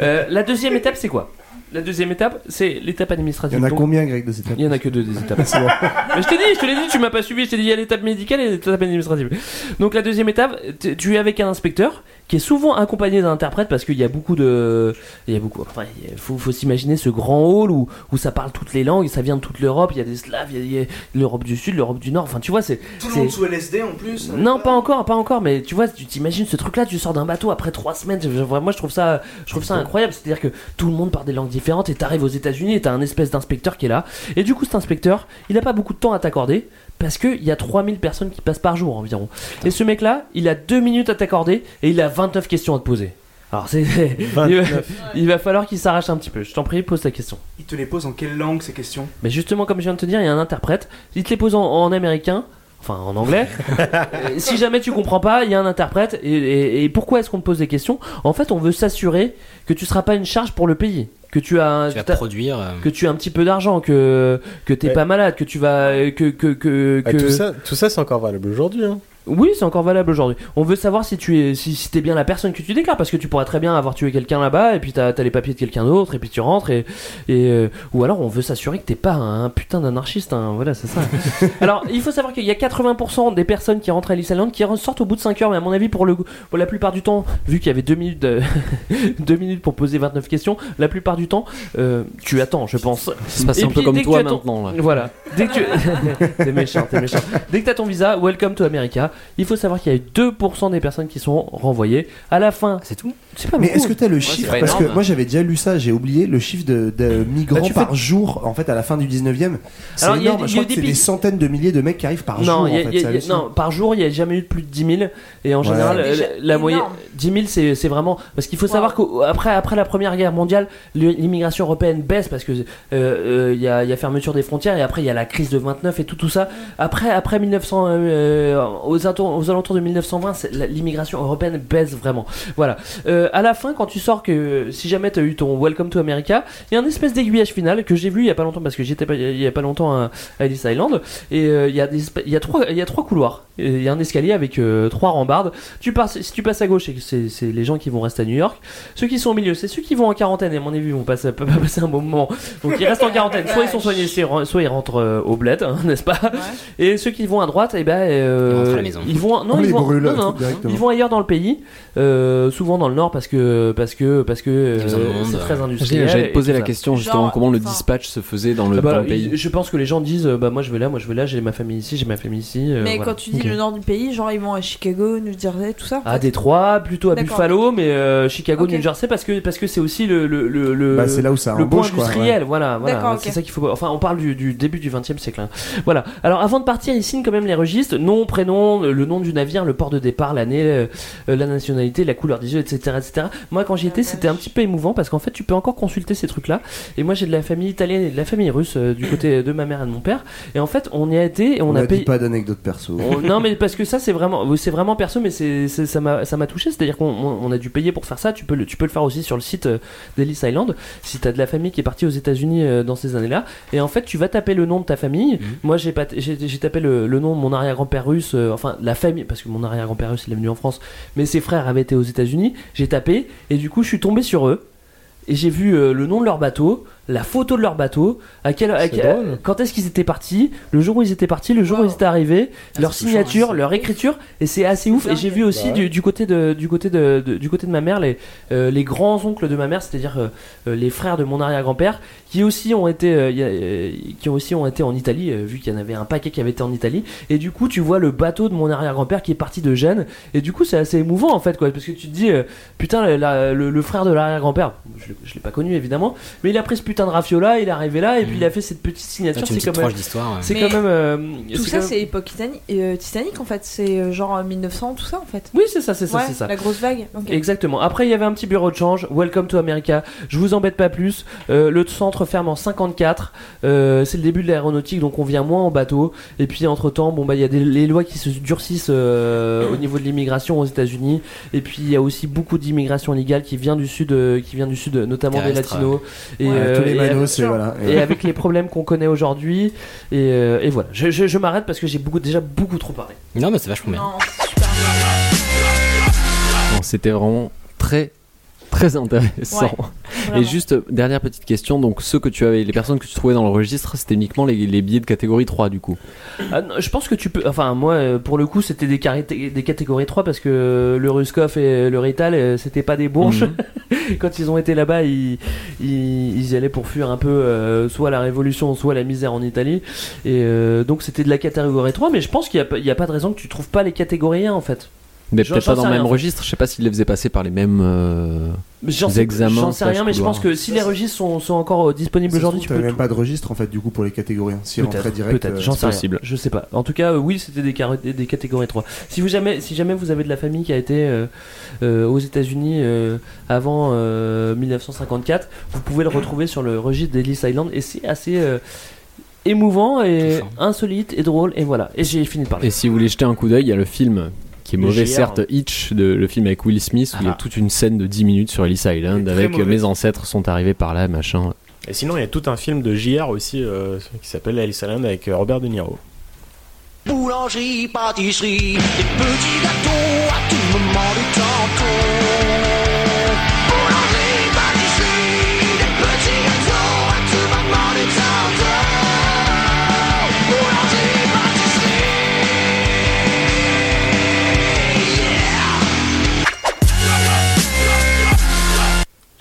[SPEAKER 2] Euh, la deuxième étape, c'est quoi La deuxième étape, c'est l'étape
[SPEAKER 1] Il
[SPEAKER 2] administrative.
[SPEAKER 1] y en a
[SPEAKER 2] Donc,
[SPEAKER 1] combien, Greg, de ces étapes
[SPEAKER 2] Il y en a que deux des étapes.
[SPEAKER 1] C'est bon.
[SPEAKER 2] Mais je t'ai dit, je te l'ai dit, tu m'as pas suivi. Je t'ai dit, il y a l'étape médicale et l'étape administrative. Donc la deuxième étape, t- tu es avec un inspecteur qui est souvent accompagné d'un interprète parce qu'il y a beaucoup de. Il y a beaucoup. Enfin, il y a- faut, faut s'imaginer ce grand hall où, où ça parle toutes les langues, ça vient de toute l'Europe, il y a des Slaves, il y a- il y a, l'Europe du Sud, l'Europe du Nord, enfin tu vois, c'est.
[SPEAKER 6] Tout le
[SPEAKER 2] c'est-
[SPEAKER 6] monde sous LSD en plus.
[SPEAKER 2] non, pas encore, pas encore, mais tu vois, tu t'imagines ce truc-là, tu sors d'un bateau après trois semaines. je- je- Moi, je trouve ça, je trouve ça incroyable. C'est-à-dire que tout le monde parle des langues différentes et t'arrives aux États-Unis et t'as un espèce d'inspecteur qui est là. Et du coup, cet inspecteur, il a pas beaucoup de temps à t'accorder parce qu'il y a 3000 personnes qui passent par jour environ. Et ce mec-là, il a deux minutes à t'accorder et il a 29 questions à te poser. Alors, c'est. il va-
[SPEAKER 6] 29.
[SPEAKER 2] il va falloir qu'il s'arrache un petit peu. Je t'en prie, pose ta question.
[SPEAKER 6] Ils te les posent en quelle langue ces questions
[SPEAKER 2] Mais justement, comme je viens de te dire, il y a un interprète. Il te les pose en, en américain, enfin en anglais. Euh, si jamais tu comprends pas, il y a un interprète. Et, et- et pourquoi est-ce qu'on te pose des questions En fait, on veut s'assurer que tu seras pas une charge pour le pays. Que tu as,
[SPEAKER 10] Tu vas
[SPEAKER 2] t'as-
[SPEAKER 10] produire. euh,
[SPEAKER 2] que tu as un petit peu d'argent, que que t'es
[SPEAKER 4] Ouais.
[SPEAKER 2] pas malade, que tu vas, euh, que que que,
[SPEAKER 6] Bah,
[SPEAKER 4] Ah,
[SPEAKER 2] que-
[SPEAKER 4] tout ça, tout ça c'est encore valable aujourd'hui. hein.
[SPEAKER 2] Oui, c'est encore valable aujourd'hui. On veut savoir si tu es, si, si t'es bien la personne que tu déclares, parce que tu pourrais très bien avoir tué quelqu'un là-bas, et puis t'as as les papiers de quelqu'un d'autre, et puis tu rentres, et, et euh, ou alors on veut s'assurer que t'es pas un putain d'anarchiste. hein. Voilà, c'est ça. alors, il faut savoir qu'il y a 80% des personnes qui rentrent à Alice Island qui ressortent au bout de 5 heures, mais à mon avis, pour le, pour la plupart du temps, vu qu'il y avait 2 minutes, de- deux minutes pour poser 29 questions, la plupart du temps, euh, tu attends, je pense.
[SPEAKER 5] Ça se passe
[SPEAKER 2] Et
[SPEAKER 5] un peu
[SPEAKER 2] puis,
[SPEAKER 5] comme
[SPEAKER 2] dès que
[SPEAKER 5] toi
[SPEAKER 2] tu attends-
[SPEAKER 5] maintenant, là.
[SPEAKER 2] Voilà. Dès que tu- t'es méchant, t'es méchant. Dès que t'as ton visa, welcome to America. Il faut savoir qu'il y a eu 2% des personnes qui sont renvoyées. À la fin.
[SPEAKER 10] C'est tout
[SPEAKER 2] C'est pas
[SPEAKER 1] Mais
[SPEAKER 2] beaucoup.
[SPEAKER 1] est-ce que tu as le chiffre Parce que moi j'avais déjà lu ça, j'ai oublié le chiffre de, de migrants
[SPEAKER 2] Bah, tu fais-
[SPEAKER 1] par jour en fait à la fin du 19e. C'est
[SPEAKER 2] Alors, il y a-
[SPEAKER 1] énorme,
[SPEAKER 2] il y a
[SPEAKER 1] je crois
[SPEAKER 2] eu
[SPEAKER 1] que
[SPEAKER 2] des
[SPEAKER 1] c'est des
[SPEAKER 2] pays-
[SPEAKER 1] centaines de milliers de mecs qui arrivent par
[SPEAKER 2] non,
[SPEAKER 1] jour.
[SPEAKER 2] il y a-
[SPEAKER 1] en fait,
[SPEAKER 2] il y
[SPEAKER 1] c'est
[SPEAKER 2] a- il y a-
[SPEAKER 1] hallucinant.
[SPEAKER 2] non, par jour, il n'y a jamais eu de plus de 10 000. Et en
[SPEAKER 1] Ouais.
[SPEAKER 2] général,
[SPEAKER 1] C'est
[SPEAKER 2] la,
[SPEAKER 1] déjà
[SPEAKER 2] la moyenne,
[SPEAKER 1] énorme.
[SPEAKER 2] 10 000, c'est c'est vraiment. Parce qu'il faut savoir qu'après après la Première Guerre mondiale, le- l'immigration européenne baisse parce que euh, euh, il y,
[SPEAKER 1] Mm.
[SPEAKER 2] a, il y a fermeture des frontières et après il y a la crise de 29 et tout, tout ça. Après, après 1900, euh, euh, aux aux, alentours- aux alentours de 1920, c'est- la- l'immigration européenne baisse vraiment. Voilà. Euh, à la fin, quand tu sors que euh, si jamais tu as eu ton Welcome to America, il y a un espèce d'aiguillage final que j'ai vu il y a pas longtemps parce que j'étais pas- il y a pas longtemps à, à Ellis Island et euh, il y a des esp- il y a trois il y a trois couloirs, Et il y a un escalier avec euh, trois rambardes. Tu passes si tu passes à gauche, c'est- c'est c'est les gens qui vont rester à New York. Ceux qui sont au milieu, c'est ceux qui vont en quarantaine et à mon avis, ils vont passer pas passer un bon moment. Donc ils restent en quarantaine, soit ils sont soignés, soit soit ils rentrent euh, au bled, hein, n'est-ce pas Et ceux qui vont à droite, et ben euh,
[SPEAKER 10] rentrent à la maison.
[SPEAKER 2] ils vont non,
[SPEAKER 10] On
[SPEAKER 2] ils
[SPEAKER 10] les
[SPEAKER 2] vont
[SPEAKER 10] brûle,
[SPEAKER 2] non, non,
[SPEAKER 10] directement.
[SPEAKER 2] ils vont ailleurs dans le pays, euh, souvent dans le nord parce que parce que parce que euh,
[SPEAKER 5] Ils en demandent.
[SPEAKER 2] c'est très industriel.
[SPEAKER 5] J'allais te poser
[SPEAKER 2] et tout
[SPEAKER 5] la
[SPEAKER 2] ça.
[SPEAKER 5] question justement comment le dispatch se faisait dans le
[SPEAKER 2] Ah bah,
[SPEAKER 5] dans le pays.
[SPEAKER 2] ils- Je pense que les gens disent euh, bah moi je vais là, moi je vais là, j'ai ma famille ici, j'ai ma famille ici. euh,
[SPEAKER 9] Mais
[SPEAKER 2] voilà. Ah,
[SPEAKER 9] quand tu dis le nord du pays, genre ils vont à Chicago, New Jersey, tout ça.
[SPEAKER 2] à Détroit, plutôt à
[SPEAKER 9] D'accord.
[SPEAKER 2] Buffalo, mais euh, Chicago, New Jersey, parce que parce que c'est aussi le le le, le-
[SPEAKER 1] Bah, c'est là où ça
[SPEAKER 2] le point
[SPEAKER 1] embauche, quoi,
[SPEAKER 2] industriel,
[SPEAKER 1] ouais.
[SPEAKER 2] voilà, voilà,
[SPEAKER 1] D'accord,
[SPEAKER 2] c'est
[SPEAKER 1] ok.
[SPEAKER 2] ça qu'il faut. Enfin, on parle du, du début du 20 e siècle. hein. Voilà. Alors, avant de partir, ils signent quand même les registres, nom, prénom, le nom du navire, le port de départ, l'année, euh, euh, la nationalité, la couleur des yeux, etc., etc. Moi, quand j'y étais, c'était un petit peu émouvant parce qu'en fait, tu peux encore consulter ces trucs-là. Et moi, j'ai de la famille italienne et de la famille russe euh, du côté de ma mère et de mon père. Et en fait, on y a été et on,
[SPEAKER 1] On
[SPEAKER 2] a
[SPEAKER 1] n'a
[SPEAKER 2] payé.
[SPEAKER 1] dit pas d'anecdote perso.
[SPEAKER 2] On- non mais parce que ça c'est vraiment c'est vraiment perso mais c'est c'est- ça m'a ça m'a touché c'est à dire qu'on on- on a dû payer pour faire ça tu peux le tu peux le faire aussi sur le site euh, d'Ellis Island si t'as de la famille qui est partie aux États-Unis euh, dans ces années là et en fait tu vas taper le nom de ta famille moi j'ai pas j'ai j'ai tapé le, le nom de mon arrière-grand-père russe euh, enfin la famille parce que mon arrière-grand-père russe il est venu en France mais ses frères avaient été aux États-Unis j'ai tapé et du coup je suis tombé sur eux et j'ai vu euh, le nom de leur bateau, la photo de leur bateau, à quel, à quel- quand est-ce qu'ils étaient partis, le jour où ils étaient partis, le jour où ils étaient arrivés, leur signature, leur écriture, et c'est assez ouf. Et j'ai vu aussi
[SPEAKER 10] ouais.
[SPEAKER 2] du, du côté de du côté de, de- du côté de ma mère les euh, les grands oncles de ma mère, c'est-à-dire euh, euh, les frères de mon arrière-grand-père, qui aussi ont été euh, y a- euh, qui ont aussi ont été en Italie, euh, vu qu'il y en avait un paquet qui avait été en Italie. Et du coup, tu vois le bateau de mon arrière-grand-père qui est parti de Gênes, et du coup, c'est assez émouvant en fait, quoi, parce que tu te dis euh, putain la- la- le, le frère de l'arrière-grand-père, je, je l'ai pas connu évidemment, mais il a pris ce putain de rafiola, il est arrivé là, et puis il a fait cette petite signature.
[SPEAKER 10] Ah, tu me
[SPEAKER 2] c'est comme
[SPEAKER 10] dis
[SPEAKER 2] euh,
[SPEAKER 10] tranche d'histoire, ouais.
[SPEAKER 2] c'est
[SPEAKER 9] Mais
[SPEAKER 2] quand même euh,
[SPEAKER 9] Tout
[SPEAKER 2] quand
[SPEAKER 9] ça,
[SPEAKER 2] même-
[SPEAKER 9] c'est époque Titanic, euh, Titanic en fait, c'est euh, genre 1900, tout ça en fait.
[SPEAKER 2] Oui, c'est ça, c'est ça,
[SPEAKER 9] Ouais,
[SPEAKER 2] c'est ça.
[SPEAKER 9] La grosse vague. ok.
[SPEAKER 2] Exactement. Après, il y avait un petit bureau de change. Welcome to America. Je vous embête pas plus. Euh, le centre ferme en 54. Euh, c'est le début de l'aéronautique, donc on vient moins en bateau. Et puis, entre temps, bon bah, il y a des, les lois qui se durcissent euh, au niveau de l'immigration aux États-Unis. Et puis, il y a aussi beaucoup d'immigration illégale qui vient du sud, euh, qui vient du sud, notamment des
[SPEAKER 1] Terrestre,
[SPEAKER 2] latinos.
[SPEAKER 1] ouais. Ouais, tous les
[SPEAKER 2] avec-
[SPEAKER 1] manos, et voilà.
[SPEAKER 2] et avec les problèmes qu'on connaît aujourd'hui. Et, euh, et voilà. Je, je- je m'arrête parce que j'ai beaucoup, déjà beaucoup trop parlé.
[SPEAKER 10] Non, mais c'est vachement bien.
[SPEAKER 5] Non, C'était vraiment très très intéressant.
[SPEAKER 10] Ouais,
[SPEAKER 5] et juste euh, dernière petite question, donc ceux que tu avais, les personnes que tu trouvais dans le registre, c'était uniquement les, les billets de catégorie 3 du coup.
[SPEAKER 2] Ah, non, je pense que tu peux. Enfin, moi, euh, pour le coup, c'était des, carré- des catégories 3 parce que euh, le Ruskov et le Rital, euh, c'était pas des bourges.
[SPEAKER 5] Mhm.
[SPEAKER 2] Quand ils ont été là-bas, ils, ils, ils y allaient pour fuir un peu euh, soit la révolution, soit la misère en Italie. Et euh, donc, c'était de la catégorie 3, mais je pense qu'il n'y a, pas- il y a pas de raison que tu trouves pas les catégories 1 en fait.
[SPEAKER 5] Mais
[SPEAKER 2] J'en-
[SPEAKER 5] peut-être
[SPEAKER 2] j'en
[SPEAKER 5] pas dans
[SPEAKER 2] sais
[SPEAKER 5] le même
[SPEAKER 2] rien, en fait.
[SPEAKER 5] registre, je sais pas s'ils les faisaient passer par les mêmes euh,
[SPEAKER 2] J'en sais,
[SPEAKER 5] examens.
[SPEAKER 2] j'en sais rien,
[SPEAKER 5] slash
[SPEAKER 2] mais je
[SPEAKER 5] couloirs.
[SPEAKER 2] pense que si les registres sont, sont encore euh, disponibles aujourd'hui, tu
[SPEAKER 1] T'avais
[SPEAKER 2] peux.
[SPEAKER 1] même pas de registre en fait du coup pour les catégories. hein. Si
[SPEAKER 2] Peut-être,
[SPEAKER 1] rentrait direct,
[SPEAKER 2] peut-être,
[SPEAKER 1] euh,
[SPEAKER 2] j'en sais
[SPEAKER 1] c'est
[SPEAKER 2] rien. Je sais pas. En tout cas, euh, oui, c'était des, carré- des- des catégories 3. Si vous jamais, si jamais vous avez de la famille qui a été euh, euh, aux États-Unis euh, avant euh, 1954, vous pouvez le retrouver sur le registre d'Ellis Island et c'est assez euh, émouvant et insolite et drôle et voilà. Et j'ai fini de parler.
[SPEAKER 5] Et si vous voulez jeter un coup d'œil, il y a le film qui est
[SPEAKER 2] Le Ah.
[SPEAKER 5] mauvais,
[SPEAKER 2] GR.
[SPEAKER 5] certes, Hitch, de, le film avec Will Smith, où il y a toute une scène de 10 minutes sur Ellis Island
[SPEAKER 4] très
[SPEAKER 5] avec euh,
[SPEAKER 4] mauvais.
[SPEAKER 5] mes ancêtres sont arrivés par là, machin.
[SPEAKER 4] Et sinon, il y a tout un film de JR aussi euh, qui s'appelle Alice Island avec euh, Robert De Niro.
[SPEAKER 11] Boulangerie, pâtisserie, des petits gâteaux à tout moment du tantôt. Boulangerie, pâtisserie, des petits gâteaux à tout moment du tantôt. Boulangerie, pâtisserie.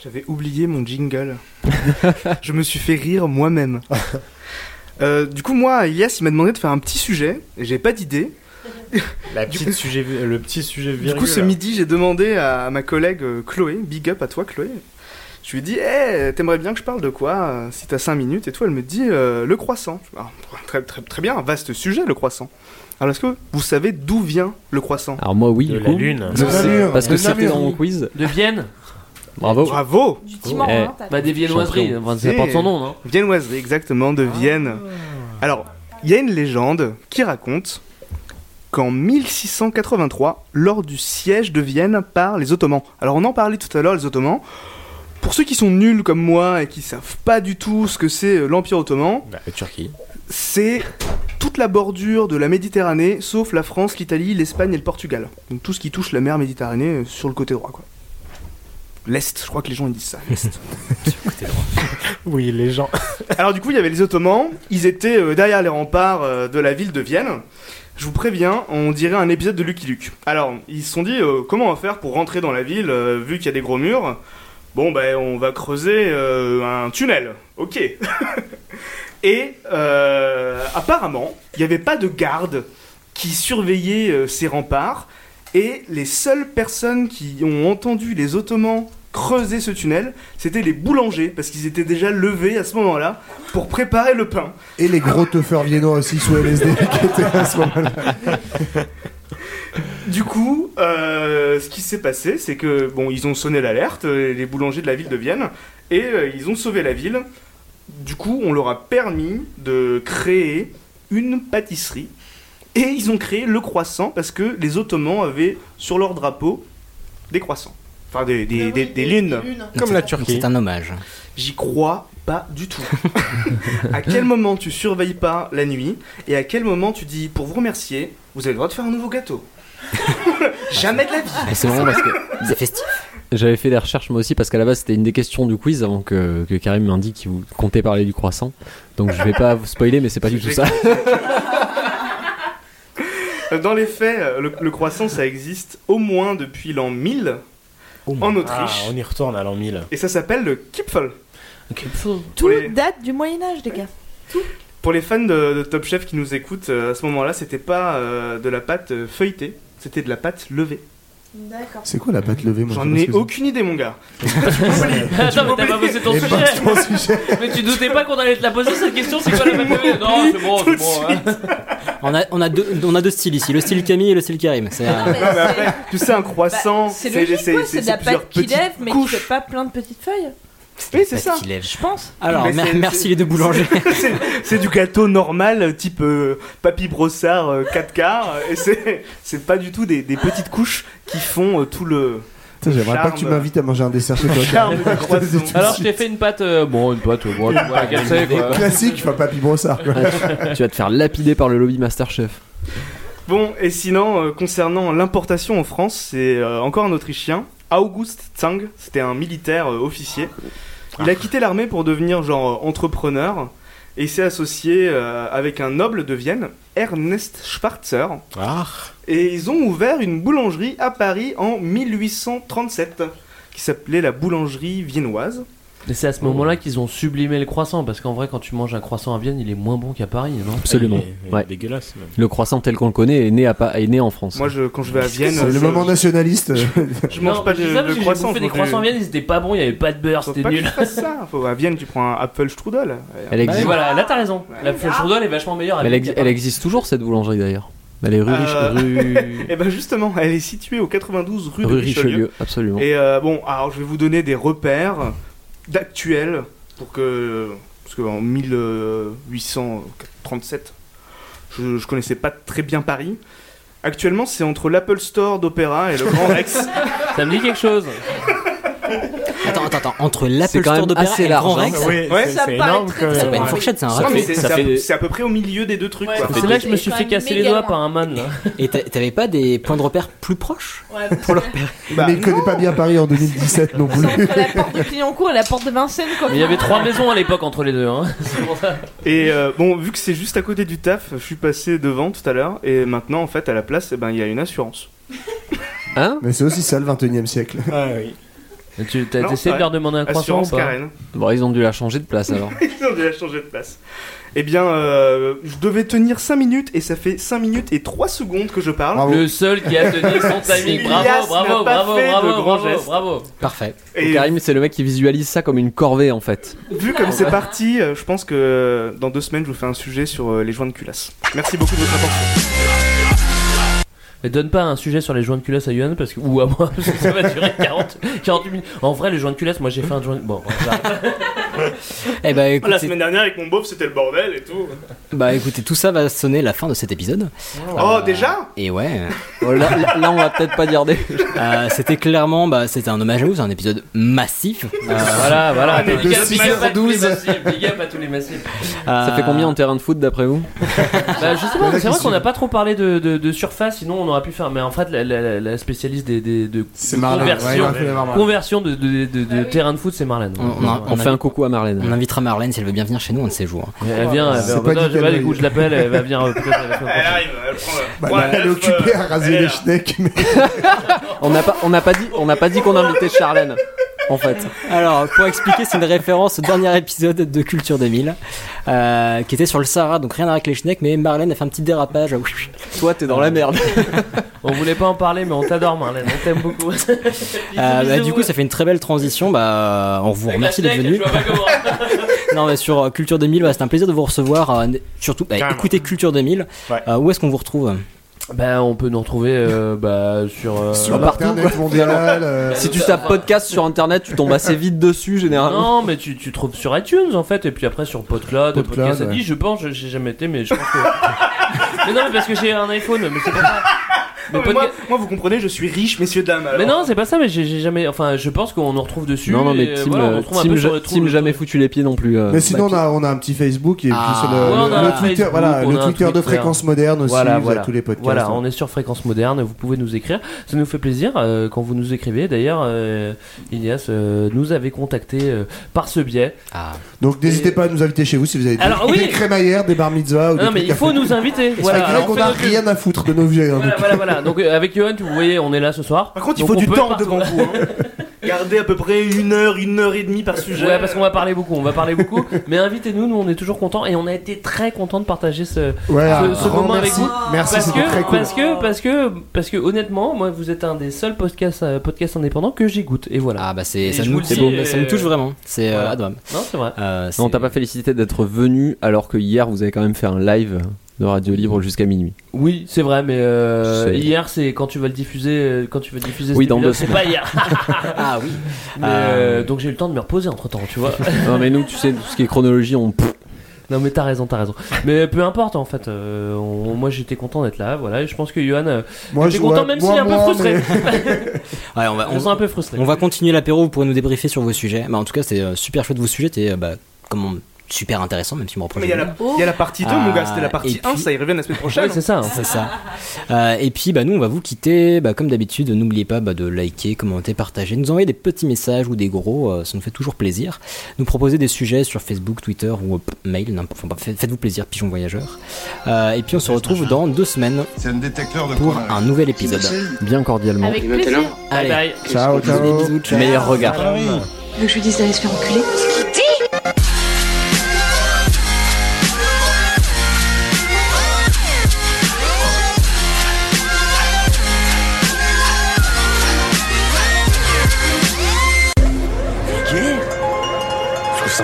[SPEAKER 6] J'avais oublié mon jingle. je me suis fait rire moi-même. Euh, du coup, moi, Elias, il m'a demandé de faire un petit sujet. et J'ai pas d'idée.
[SPEAKER 4] La petite sujet, le petit sujet
[SPEAKER 6] Du
[SPEAKER 4] virgule.
[SPEAKER 6] coup, ce
[SPEAKER 4] là.
[SPEAKER 6] midi, j'ai demandé à ma collègue euh, Chloé, big up à toi, Chloé. Je lui ai dit, Eh, t'aimerais bien que je parle de quoi euh, si t'as 5 minutes et tout Elle me dit, euh, le croissant. Je- Alors, très, très, très bien, vaste sujet, le croissant. Alors, est-ce que vous savez d'où vient le croissant
[SPEAKER 5] Alors moi oui,
[SPEAKER 4] De
[SPEAKER 5] du
[SPEAKER 4] la
[SPEAKER 5] coup,
[SPEAKER 4] Lune.
[SPEAKER 5] parce que
[SPEAKER 4] De la
[SPEAKER 5] c'était-
[SPEAKER 4] Lune.
[SPEAKER 5] parce que
[SPEAKER 4] De
[SPEAKER 5] c'était
[SPEAKER 4] Namur.
[SPEAKER 5] dans mon quiz.
[SPEAKER 2] De Vienne
[SPEAKER 5] Bravo.
[SPEAKER 6] Bravo
[SPEAKER 2] Du Timor, Eh, hein, t'as- bah, des viennoiseries, enfin, ça
[SPEAKER 6] C'est-
[SPEAKER 2] porte son nom, hein. non
[SPEAKER 6] Viennoiseries,
[SPEAKER 2] Ah.
[SPEAKER 6] exactement, de Vienne. Alors, il y a une légende qui raconte que qu'en 1683, lors du siège de Vienne par les Ottomans. Alors on en parlait tout à l'heure, les Ottomans. Pour ceux qui sont nuls comme moi et qui savent pas du tout ce que c'est euh, l'Empire Ottoman,
[SPEAKER 4] La Bah, Turquie.
[SPEAKER 6] c'est toute la bordure de la Méditerranée, sauf la France, l'Italie, l'Espagne et le Portugal. Donc tout ce qui touche la mer Méditerranée euh, sur le côté droit, quoi. L'Est, je crois que les gens ils disent ça. L'Est.
[SPEAKER 4] Oui, les gens.
[SPEAKER 6] Alors du coup, il y avait les Ottomans, ils étaient euh, derrière les remparts euh, de la ville de Vienne. Je vous préviens, on dirait un épisode de Lucky Luke. Alors, ils se sont dit, euh, comment on va faire pour rentrer dans la ville, euh, vu qu'il y a des gros murs Bon, ben, on va creuser euh, un tunnel. Ok. Et euh, apparemment, il n'y avait pas de garde qui surveillait euh, ces remparts. Et les seules personnes qui ont entendu les Ottomans creuser ce tunnel, c'était les boulangers, parce qu'ils étaient déjà levés à ce moment-là pour préparer le pain.
[SPEAKER 1] Et les gros teufeurs viennois aussi sous LSD qui étaient à ce moment-là.
[SPEAKER 6] Du coup, euh, ce qui s'est passé, c'est que bon, ils ont sonné l'alerte, euh, les boulangers de la ville de Vienne, et euh, ils ont sauvé la ville. Du coup, on leur a permis de créer une pâtisserie, et ils ont créé le croissant parce que les Ottomans avaient sur leur drapeau des croissants, enfin des, des- des- Ah des lunes,
[SPEAKER 10] Comme la Turquie. C'est un hommage.
[SPEAKER 6] J'y crois pas du tout. à quel moment tu surveilles pas la nuit et à quel moment tu dis pour vous remercier, vous avez le droit de faire un nouveau gâteau. Jamais de la vie.
[SPEAKER 5] Et Ah, c'est marrant parce que c'est festif. J'avais fait des recherches moi aussi parce qu'à la base c'était une des questions du quiz avant que, que Karim m'indique qu'il vous comptait parler du croissant. Donc je vais pas vous spoiler mais c'est pas du tout ça.
[SPEAKER 6] Dans les faits, euh, le, le croissant, ça existe au moins depuis l'an 1000 en Autriche.
[SPEAKER 4] Ah, on y retourne à l'an 1000.
[SPEAKER 6] Et ça s'appelle le Kipfel.
[SPEAKER 9] Tout
[SPEAKER 6] Pour, les,
[SPEAKER 9] date du Moyen-Âge, les gars.
[SPEAKER 6] pour les fans de, de Top Chef qui nous écoutent, euh, à ce moment-là, c'était pas euh, de la pâte euh, feuilletée, c'était de la pâte levée.
[SPEAKER 9] D'accord.
[SPEAKER 1] C'est quoi la pâte levée moi,
[SPEAKER 6] J'en
[SPEAKER 1] je sais
[SPEAKER 6] ai
[SPEAKER 1] pas ce que
[SPEAKER 6] aucune idée, mon gars.
[SPEAKER 2] Attends, mais t'as pas bossé ton
[SPEAKER 1] Eh ben,
[SPEAKER 2] sujet. Mais tu doutais pas qu'on allait te la poser cette question C'est quoi la même Non, c'est bon, c'est bon. hein.
[SPEAKER 10] On a, on, a deux, on a deux styles ici, le style Camille et le style Karim. C'est un-
[SPEAKER 6] Non, mais après, tu sais, un croissant,
[SPEAKER 9] Bah, c'est logique, quoi. C'est de la
[SPEAKER 6] plusieurs
[SPEAKER 9] pâte qui
[SPEAKER 6] petites
[SPEAKER 9] lève, mais qui
[SPEAKER 6] couches.
[SPEAKER 9] fait pas plein de petites feuilles.
[SPEAKER 6] Oui, c'est ça.
[SPEAKER 9] Je pense.
[SPEAKER 10] Alors,
[SPEAKER 6] Mais
[SPEAKER 10] mer-
[SPEAKER 6] c'est-
[SPEAKER 10] merci
[SPEAKER 6] c'est-
[SPEAKER 10] les deux boulangers.
[SPEAKER 6] c'est- C'est du gâteau normal, euh, type euh, papy brossard euh, 4 quarts. euh, Et c'est- c'est pas du tout des, des petites couches qui font euh, tout le.
[SPEAKER 1] Putain, J'aimerais pas
[SPEAKER 6] charme.
[SPEAKER 1] que tu m'invites à manger un dessert chez toi.
[SPEAKER 6] Charme du croissant.
[SPEAKER 2] Alors, je t'ai fait une pâte. euh, bon, une pâte, euh, bon, tu vois, qu'elle sait, quoi.
[SPEAKER 1] Classique, enfin papy brossard. quoi.
[SPEAKER 5] tu vas te faire lapider par le lobby Masterchef.
[SPEAKER 6] Bon, et sinon, euh, concernant l'importation en France, c'est euh, encore un Autrichien, August Tsang, c'était un militaire euh, officier. Il a quitté l'armée pour devenir genre euh, entrepreneur et il s'est associé euh, avec un noble de Vienne, Ernest Schwarzer. Et ils ont ouvert une boulangerie à Paris en 1837 qui s'appelait la boulangerie viennoise.
[SPEAKER 2] Mais c'est à ce moment-là qu'ils ont sublimé le croissant, parce qu'en vrai, quand tu manges un croissant à Vienne, il est moins bon qu'à Paris, non
[SPEAKER 5] Absolument. Ouais.
[SPEAKER 4] Dégueulasse.
[SPEAKER 5] Le croissant tel qu'on le connaît est né, à Pa- est né en France.
[SPEAKER 6] Moi, je, quand je vais à Vienne,
[SPEAKER 1] C'est le
[SPEAKER 6] je-
[SPEAKER 1] moment nationaliste.
[SPEAKER 6] je mange
[SPEAKER 2] Non,
[SPEAKER 6] pas
[SPEAKER 2] je
[SPEAKER 6] de,
[SPEAKER 2] dis ça parce
[SPEAKER 6] de
[SPEAKER 2] que j'ai
[SPEAKER 6] croissants.
[SPEAKER 2] bouffé
[SPEAKER 6] je
[SPEAKER 2] des
[SPEAKER 6] mange
[SPEAKER 2] croissants à Vienne, ils étaient pas bons, il y avait pas de beurre,
[SPEAKER 6] Faut
[SPEAKER 2] c'était
[SPEAKER 6] pas que tu
[SPEAKER 2] nul.
[SPEAKER 6] fasses ça. Faut- à Vienne, tu prends un apple strudel.
[SPEAKER 5] Elle existe.
[SPEAKER 2] Voilà, là t'as raison. La fleur Jourdain est vachement meilleure. à
[SPEAKER 6] Ah,
[SPEAKER 5] Mais elle,
[SPEAKER 2] Vienne
[SPEAKER 5] ex-
[SPEAKER 2] qu'à
[SPEAKER 5] elle
[SPEAKER 2] Paris.
[SPEAKER 5] existe toujours cette boulangerie d'ailleurs. Elle est rue, Riche-
[SPEAKER 6] Euh,
[SPEAKER 5] rue-
[SPEAKER 6] Et ben justement, elle est située au 92 rue, de
[SPEAKER 5] rue
[SPEAKER 6] Richelieu.
[SPEAKER 5] Richelieu, absolument.
[SPEAKER 6] Et euh, bon, alors je vais vous donner des repères d'actuels pour que. Parce qu'en 1837, je, je connaissais pas très bien Paris. Actuellement, c'est entre l'Apple Store d'Opéra et le Grand Rex.
[SPEAKER 2] Ça me dit quelque chose.
[SPEAKER 10] Attends, attends, attends. Entre
[SPEAKER 5] C'est
[SPEAKER 10] l'Apple
[SPEAKER 5] quand
[SPEAKER 10] Store
[SPEAKER 5] même
[SPEAKER 10] d'Opéra
[SPEAKER 5] assez
[SPEAKER 10] et le Grand
[SPEAKER 5] large, hein.
[SPEAKER 10] Rex.
[SPEAKER 4] Oui,
[SPEAKER 6] Ouais,
[SPEAKER 4] c'est-
[SPEAKER 6] ça
[SPEAKER 4] c'est
[SPEAKER 6] paraît
[SPEAKER 4] énorme
[SPEAKER 6] très,
[SPEAKER 4] quand
[SPEAKER 10] C'est pas
[SPEAKER 4] même.
[SPEAKER 10] une fourchette, c'est un
[SPEAKER 4] Ça
[SPEAKER 10] rack.
[SPEAKER 4] fait-
[SPEAKER 6] mais c'est-
[SPEAKER 4] ça
[SPEAKER 6] c'est à-
[SPEAKER 4] fait-
[SPEAKER 6] c'est à, peu près au milieu des deux trucs. quoi.
[SPEAKER 2] C'est là que je me suis fait casser les doigts par un man. là.
[SPEAKER 10] Et t'a- t'avais pas des points de repère plus proches
[SPEAKER 9] Pour leur
[SPEAKER 6] Bah,
[SPEAKER 1] Mais il connaît pas bien Paris en 2017 non plus.
[SPEAKER 9] Entre la porte de Clignancourt et la porte de Vincennes, quoi.
[SPEAKER 2] Mais il y avait trois maisons à l'époque entre les deux. Hein. C'est pour ça.
[SPEAKER 6] Et euh, bon, vu que c'est juste à côté du taf, je suis passé devant tout à l'heure. Et maintenant, en fait, à la place, eh ben, il y a une assurance.
[SPEAKER 5] Hein
[SPEAKER 1] Mais c'est aussi ça le 21 e siècle.
[SPEAKER 4] Ah oui.
[SPEAKER 2] Et Tu t'as
[SPEAKER 6] Non,
[SPEAKER 2] essayé
[SPEAKER 6] ouais.
[SPEAKER 2] de leur demander un croissant ou
[SPEAKER 6] Assurance
[SPEAKER 2] pas
[SPEAKER 6] Karen.
[SPEAKER 5] Bon, ils ont dû la changer de place alors.
[SPEAKER 6] Ils ont déjà changé de place. Eh bien, euh, je devais tenir 5 minutes et ça fait 5 minutes et 3 secondes que je parle.
[SPEAKER 1] Bravo.
[SPEAKER 2] Le seul qui a tenu son timing.
[SPEAKER 6] Elias
[SPEAKER 2] Bravo,
[SPEAKER 6] n'a
[SPEAKER 2] bravo,
[SPEAKER 6] pas
[SPEAKER 2] bravo,
[SPEAKER 6] fait de
[SPEAKER 2] bravo,
[SPEAKER 6] grands
[SPEAKER 2] bravo,
[SPEAKER 6] gestes.
[SPEAKER 2] bravo.
[SPEAKER 10] Parfait.
[SPEAKER 5] Donc,
[SPEAKER 6] Et
[SPEAKER 5] Karim, c'est le mec qui visualise ça comme une corvée en fait.
[SPEAKER 6] vu comme c'est parti, euh, je pense que euh, dans 2 semaines, je vous fais un sujet sur euh, les joints de culasse. Merci beaucoup de votre attention.
[SPEAKER 2] Mais donne pas un sujet sur les joints de culasse à Yohan parce que, ou à moi, parce que ça va durer 40, 48 minutes. En vrai, les joints de culasse, moi j'ai fait un joint. Bon, j'arrête.
[SPEAKER 10] Eh ben, écoutez-
[SPEAKER 6] La semaine dernière, avec mon beauf, c'était le bordel et tout.
[SPEAKER 10] Bah écoutez, tout ça va sonner la fin de cet épisode. Ah.
[SPEAKER 6] Oh, déjà
[SPEAKER 10] Et ouais.
[SPEAKER 5] Oh,
[SPEAKER 10] là, on va peut-être pas garder. c'était clairement, bah, c'était un hommage à vous, c'est un épisode massif. Euh,
[SPEAKER 2] Ah, Voilà, voilà.
[SPEAKER 10] de
[SPEAKER 2] Big up, big up à Euh, tous les
[SPEAKER 10] 6h12.
[SPEAKER 2] massifs, Big up à tous les massifs.
[SPEAKER 10] Euh,
[SPEAKER 5] Ça fait combien en terrain de foot d'après vous
[SPEAKER 2] Bah, je sais
[SPEAKER 5] Il y en a
[SPEAKER 2] pas,
[SPEAKER 5] qui
[SPEAKER 2] c'est vrai qu'on
[SPEAKER 5] suivent.
[SPEAKER 2] n'a pas trop parlé de, de- de surface, sinon on aurait pu faire. Mais en fait, la, la- la spécialiste des, des- de de
[SPEAKER 5] Marlène, ouais, il
[SPEAKER 2] conversion,
[SPEAKER 5] a fait la Marlène.
[SPEAKER 2] conversion de, de- de- de terrain de foot, c'est Marlène.
[SPEAKER 10] On, a- on a-
[SPEAKER 5] coucou à Marlène.
[SPEAKER 10] On invitera Marlène si elle veut bien venir chez nous un de ces jours.
[SPEAKER 2] Elle vient, elle va- bah, non, je- bah, écoute, je l'appelle, elle va venir. euh, peut-être, elle va faire-
[SPEAKER 1] Bah, là, elle est occupée à raser les schnecks. mais-
[SPEAKER 5] On n'a pas, on n'a pas dit, on n'a pas dit qu'on invitait Charlène. En fait.
[SPEAKER 10] Alors, pour expliquer, c'est une référence au dernier épisode de Culture 2000, euh, qui était sur le Sahara, donc rien à voir avec les Schneck, mais Marlène a fait un petit dérapage. ah
[SPEAKER 5] Toi, t'es dans la merde.
[SPEAKER 2] on voulait pas en parler, mais on t'adore, Marlène, on t'aime beaucoup.
[SPEAKER 10] Euh, bah, du coup, ça fait une très belle transition. Bah, on vous remercie d'être venu. non, mais sur euh, Culture 2000, bah, c'est un plaisir de vous recevoir. euh, n- surtout, bah, écoutez Culture 2000. Euh, où est-ce qu'on vous retrouve
[SPEAKER 2] Bah, on peut nous retrouver euh, bah, sur. euh,
[SPEAKER 5] Sur partout,
[SPEAKER 1] Internet
[SPEAKER 5] quoi.
[SPEAKER 1] mondial, euh,
[SPEAKER 5] Si tu tapes podcast sur internet, tu tombes assez vite dessus généralement.
[SPEAKER 2] Non, mais tu, tu trouves sur iTunes en fait, et puis après sur PodCloud,
[SPEAKER 5] PodCloud,
[SPEAKER 2] Podcast
[SPEAKER 5] ouais.
[SPEAKER 2] Addict, je pense, je- j'ai jamais été, mais je pense que. mais non, mais parce que j'ai un iPhone, mais c'est pas ça. Mais
[SPEAKER 6] Non, mais moi,
[SPEAKER 2] podca-
[SPEAKER 6] moi, vous comprenez, je suis riche, messieurs dames. alors.
[SPEAKER 2] Mais non, c'est pas ça, mais j'ai j'ai jamais. Enfin, je pense qu'on en retrouve dessus.
[SPEAKER 5] Non, non,
[SPEAKER 2] et,
[SPEAKER 5] mais
[SPEAKER 2] euh,
[SPEAKER 5] Tim,
[SPEAKER 2] voilà, on
[SPEAKER 5] euh,
[SPEAKER 2] retrouve un
[SPEAKER 5] Tim
[SPEAKER 2] peu sur
[SPEAKER 5] ja-
[SPEAKER 2] le trou-
[SPEAKER 5] Tim jamais foutu les pieds non plus. euh,
[SPEAKER 1] Mais sinon,
[SPEAKER 5] bah,
[SPEAKER 1] on a, on a un petit Facebook et
[SPEAKER 5] Ah.
[SPEAKER 1] puis sur le,
[SPEAKER 5] Ouais, on a
[SPEAKER 1] le
[SPEAKER 5] un
[SPEAKER 1] Twitter,
[SPEAKER 2] Facebook,
[SPEAKER 1] voilà,
[SPEAKER 2] on
[SPEAKER 1] le
[SPEAKER 2] a un
[SPEAKER 1] Twitter de fréquence moderne aussi,
[SPEAKER 2] Voilà,
[SPEAKER 1] vous avez
[SPEAKER 2] voilà.
[SPEAKER 1] tous les podcasts. hein.
[SPEAKER 2] Voilà, on est sur fréquence moderne, vous pouvez nous écrire. Ça nous fait plaisir euh, quand vous nous écrivez. D'ailleurs, euh, Ilias euh, nous avait contacté euh, par ce biais.
[SPEAKER 1] Donc n'hésitez pas à nous inviter Ah. chez vous si vous avez des,
[SPEAKER 2] Alors, oui.
[SPEAKER 1] des crémaillères, des bar mitzvahs ou des
[SPEAKER 2] Non, mais
[SPEAKER 1] trucs
[SPEAKER 2] il
[SPEAKER 1] à
[SPEAKER 2] faut
[SPEAKER 1] foutre.
[SPEAKER 2] nous inviter.
[SPEAKER 1] C'est
[SPEAKER 2] Voilà,
[SPEAKER 1] vrai
[SPEAKER 2] alors,
[SPEAKER 1] qu'on
[SPEAKER 2] on fait
[SPEAKER 1] n'a
[SPEAKER 2] notre-
[SPEAKER 1] rien à foutre de nos vieux. hein, donc.
[SPEAKER 2] Voilà, voilà. Donc euh, avec Johan, vous voyez, on est là ce soir.
[SPEAKER 6] Par contre, il
[SPEAKER 2] Donc,
[SPEAKER 6] faut
[SPEAKER 2] on
[SPEAKER 6] du
[SPEAKER 2] peut
[SPEAKER 6] temps
[SPEAKER 2] partout.
[SPEAKER 6] devant vous. hein. Gardez à peu près une heure, une heure et demie par sujet.
[SPEAKER 2] Ouais, parce qu'on va parler beaucoup, on va parler beaucoup. mais invitez-nous, nous on est toujours contents et on a été très contents de partager ce,
[SPEAKER 1] Ouais,
[SPEAKER 2] ce-
[SPEAKER 1] un
[SPEAKER 2] ce
[SPEAKER 1] grand
[SPEAKER 2] moment avec
[SPEAKER 1] merci.
[SPEAKER 2] vous.
[SPEAKER 1] Merci,
[SPEAKER 2] parce
[SPEAKER 1] c'était
[SPEAKER 2] que,
[SPEAKER 1] très cool.
[SPEAKER 2] parce que, parce que, parce que, honnêtement, moi vous êtes un des seuls podcasts, euh, podcasts indépendants que j'écoute. Et voilà.
[SPEAKER 10] Ah bah c'est,
[SPEAKER 2] Et
[SPEAKER 10] ça,
[SPEAKER 2] je vous
[SPEAKER 10] nous,
[SPEAKER 2] le
[SPEAKER 10] c'est
[SPEAKER 2] dis,
[SPEAKER 10] beau,
[SPEAKER 2] euh,
[SPEAKER 10] ça nous touche vraiment. C'est euh, adorable.
[SPEAKER 2] Non, c'est vrai.
[SPEAKER 10] Euh,
[SPEAKER 5] Non, t'as pas félicité d'être venu alors que hier vous avez quand même fait un live de Radio Libre jusqu'à minuit.
[SPEAKER 2] Oui, c'est vrai, mais euh,
[SPEAKER 5] C'est-
[SPEAKER 2] hier c'est quand tu vas le diffuser, euh, quand tu vas diffuser.
[SPEAKER 5] Oui,
[SPEAKER 2] cet
[SPEAKER 5] dans
[SPEAKER 2] épisode,
[SPEAKER 5] deux
[SPEAKER 2] C'est
[SPEAKER 5] semaines. Ah.
[SPEAKER 2] pas hier.
[SPEAKER 10] ah oui.
[SPEAKER 2] Mais, euh, donc j'ai eu le temps de me reposer entre temps, tu vois.
[SPEAKER 5] non, mais nous, tu sais, tout ce qui est chronologie, on.
[SPEAKER 2] Non mais t'as raison, t'as raison. Mais peu importe en fait. euh, on- moi j'étais content d'être là. Voilà, et je pense que Johan, euh,
[SPEAKER 1] Moi,
[SPEAKER 2] était
[SPEAKER 1] je
[SPEAKER 2] content
[SPEAKER 1] vois-
[SPEAKER 2] même
[SPEAKER 1] moi,
[SPEAKER 2] s'il est un peu
[SPEAKER 1] moi,
[SPEAKER 2] frustré.
[SPEAKER 10] Ouais, on, va,
[SPEAKER 2] Je me sens un peu frustré.
[SPEAKER 10] on va continuer l'apéro, vous pourrez nous débriefer sur vos sujets. Bah, en tout cas, c'était euh, super chouette vos sujets, c'était euh, bah, comment, super intéressant, même si on me reproche.
[SPEAKER 6] Mais il y, a
[SPEAKER 10] de
[SPEAKER 6] la-
[SPEAKER 10] dire.
[SPEAKER 6] il y a la partie 2, mon gars, c'était la
[SPEAKER 10] Ah, et
[SPEAKER 6] partie 1,
[SPEAKER 10] puis-
[SPEAKER 6] ça y revient la semaine prochaine.
[SPEAKER 10] Ouais, C'est ça. Euh, et puis, bah, nous, on va vous quitter. Bah, comme d'habitude, n'oubliez pas bah, de liker, commenter, partager, nous envoyer des petits messages ou des gros. euh, ça nous fait toujours plaisir. Nous proposer des sujets sur Facebook, Twitter ou euh, mail. n'importe- enfin, bah, fait- Faites-vous plaisir, pigeon voyageur. Euh, et puis, on se retrouve dans deux semaines pour un nouvel épisode.
[SPEAKER 5] Bien cordialement.
[SPEAKER 11] Avec Et maintenant, plaisir.
[SPEAKER 10] Allez.
[SPEAKER 11] bye bye.
[SPEAKER 10] Ciao, ciao.
[SPEAKER 5] Meilleur regard.
[SPEAKER 11] veux que je lui dise d'aller se faire enculer
[SPEAKER 12] Vulgaire Je trouve ça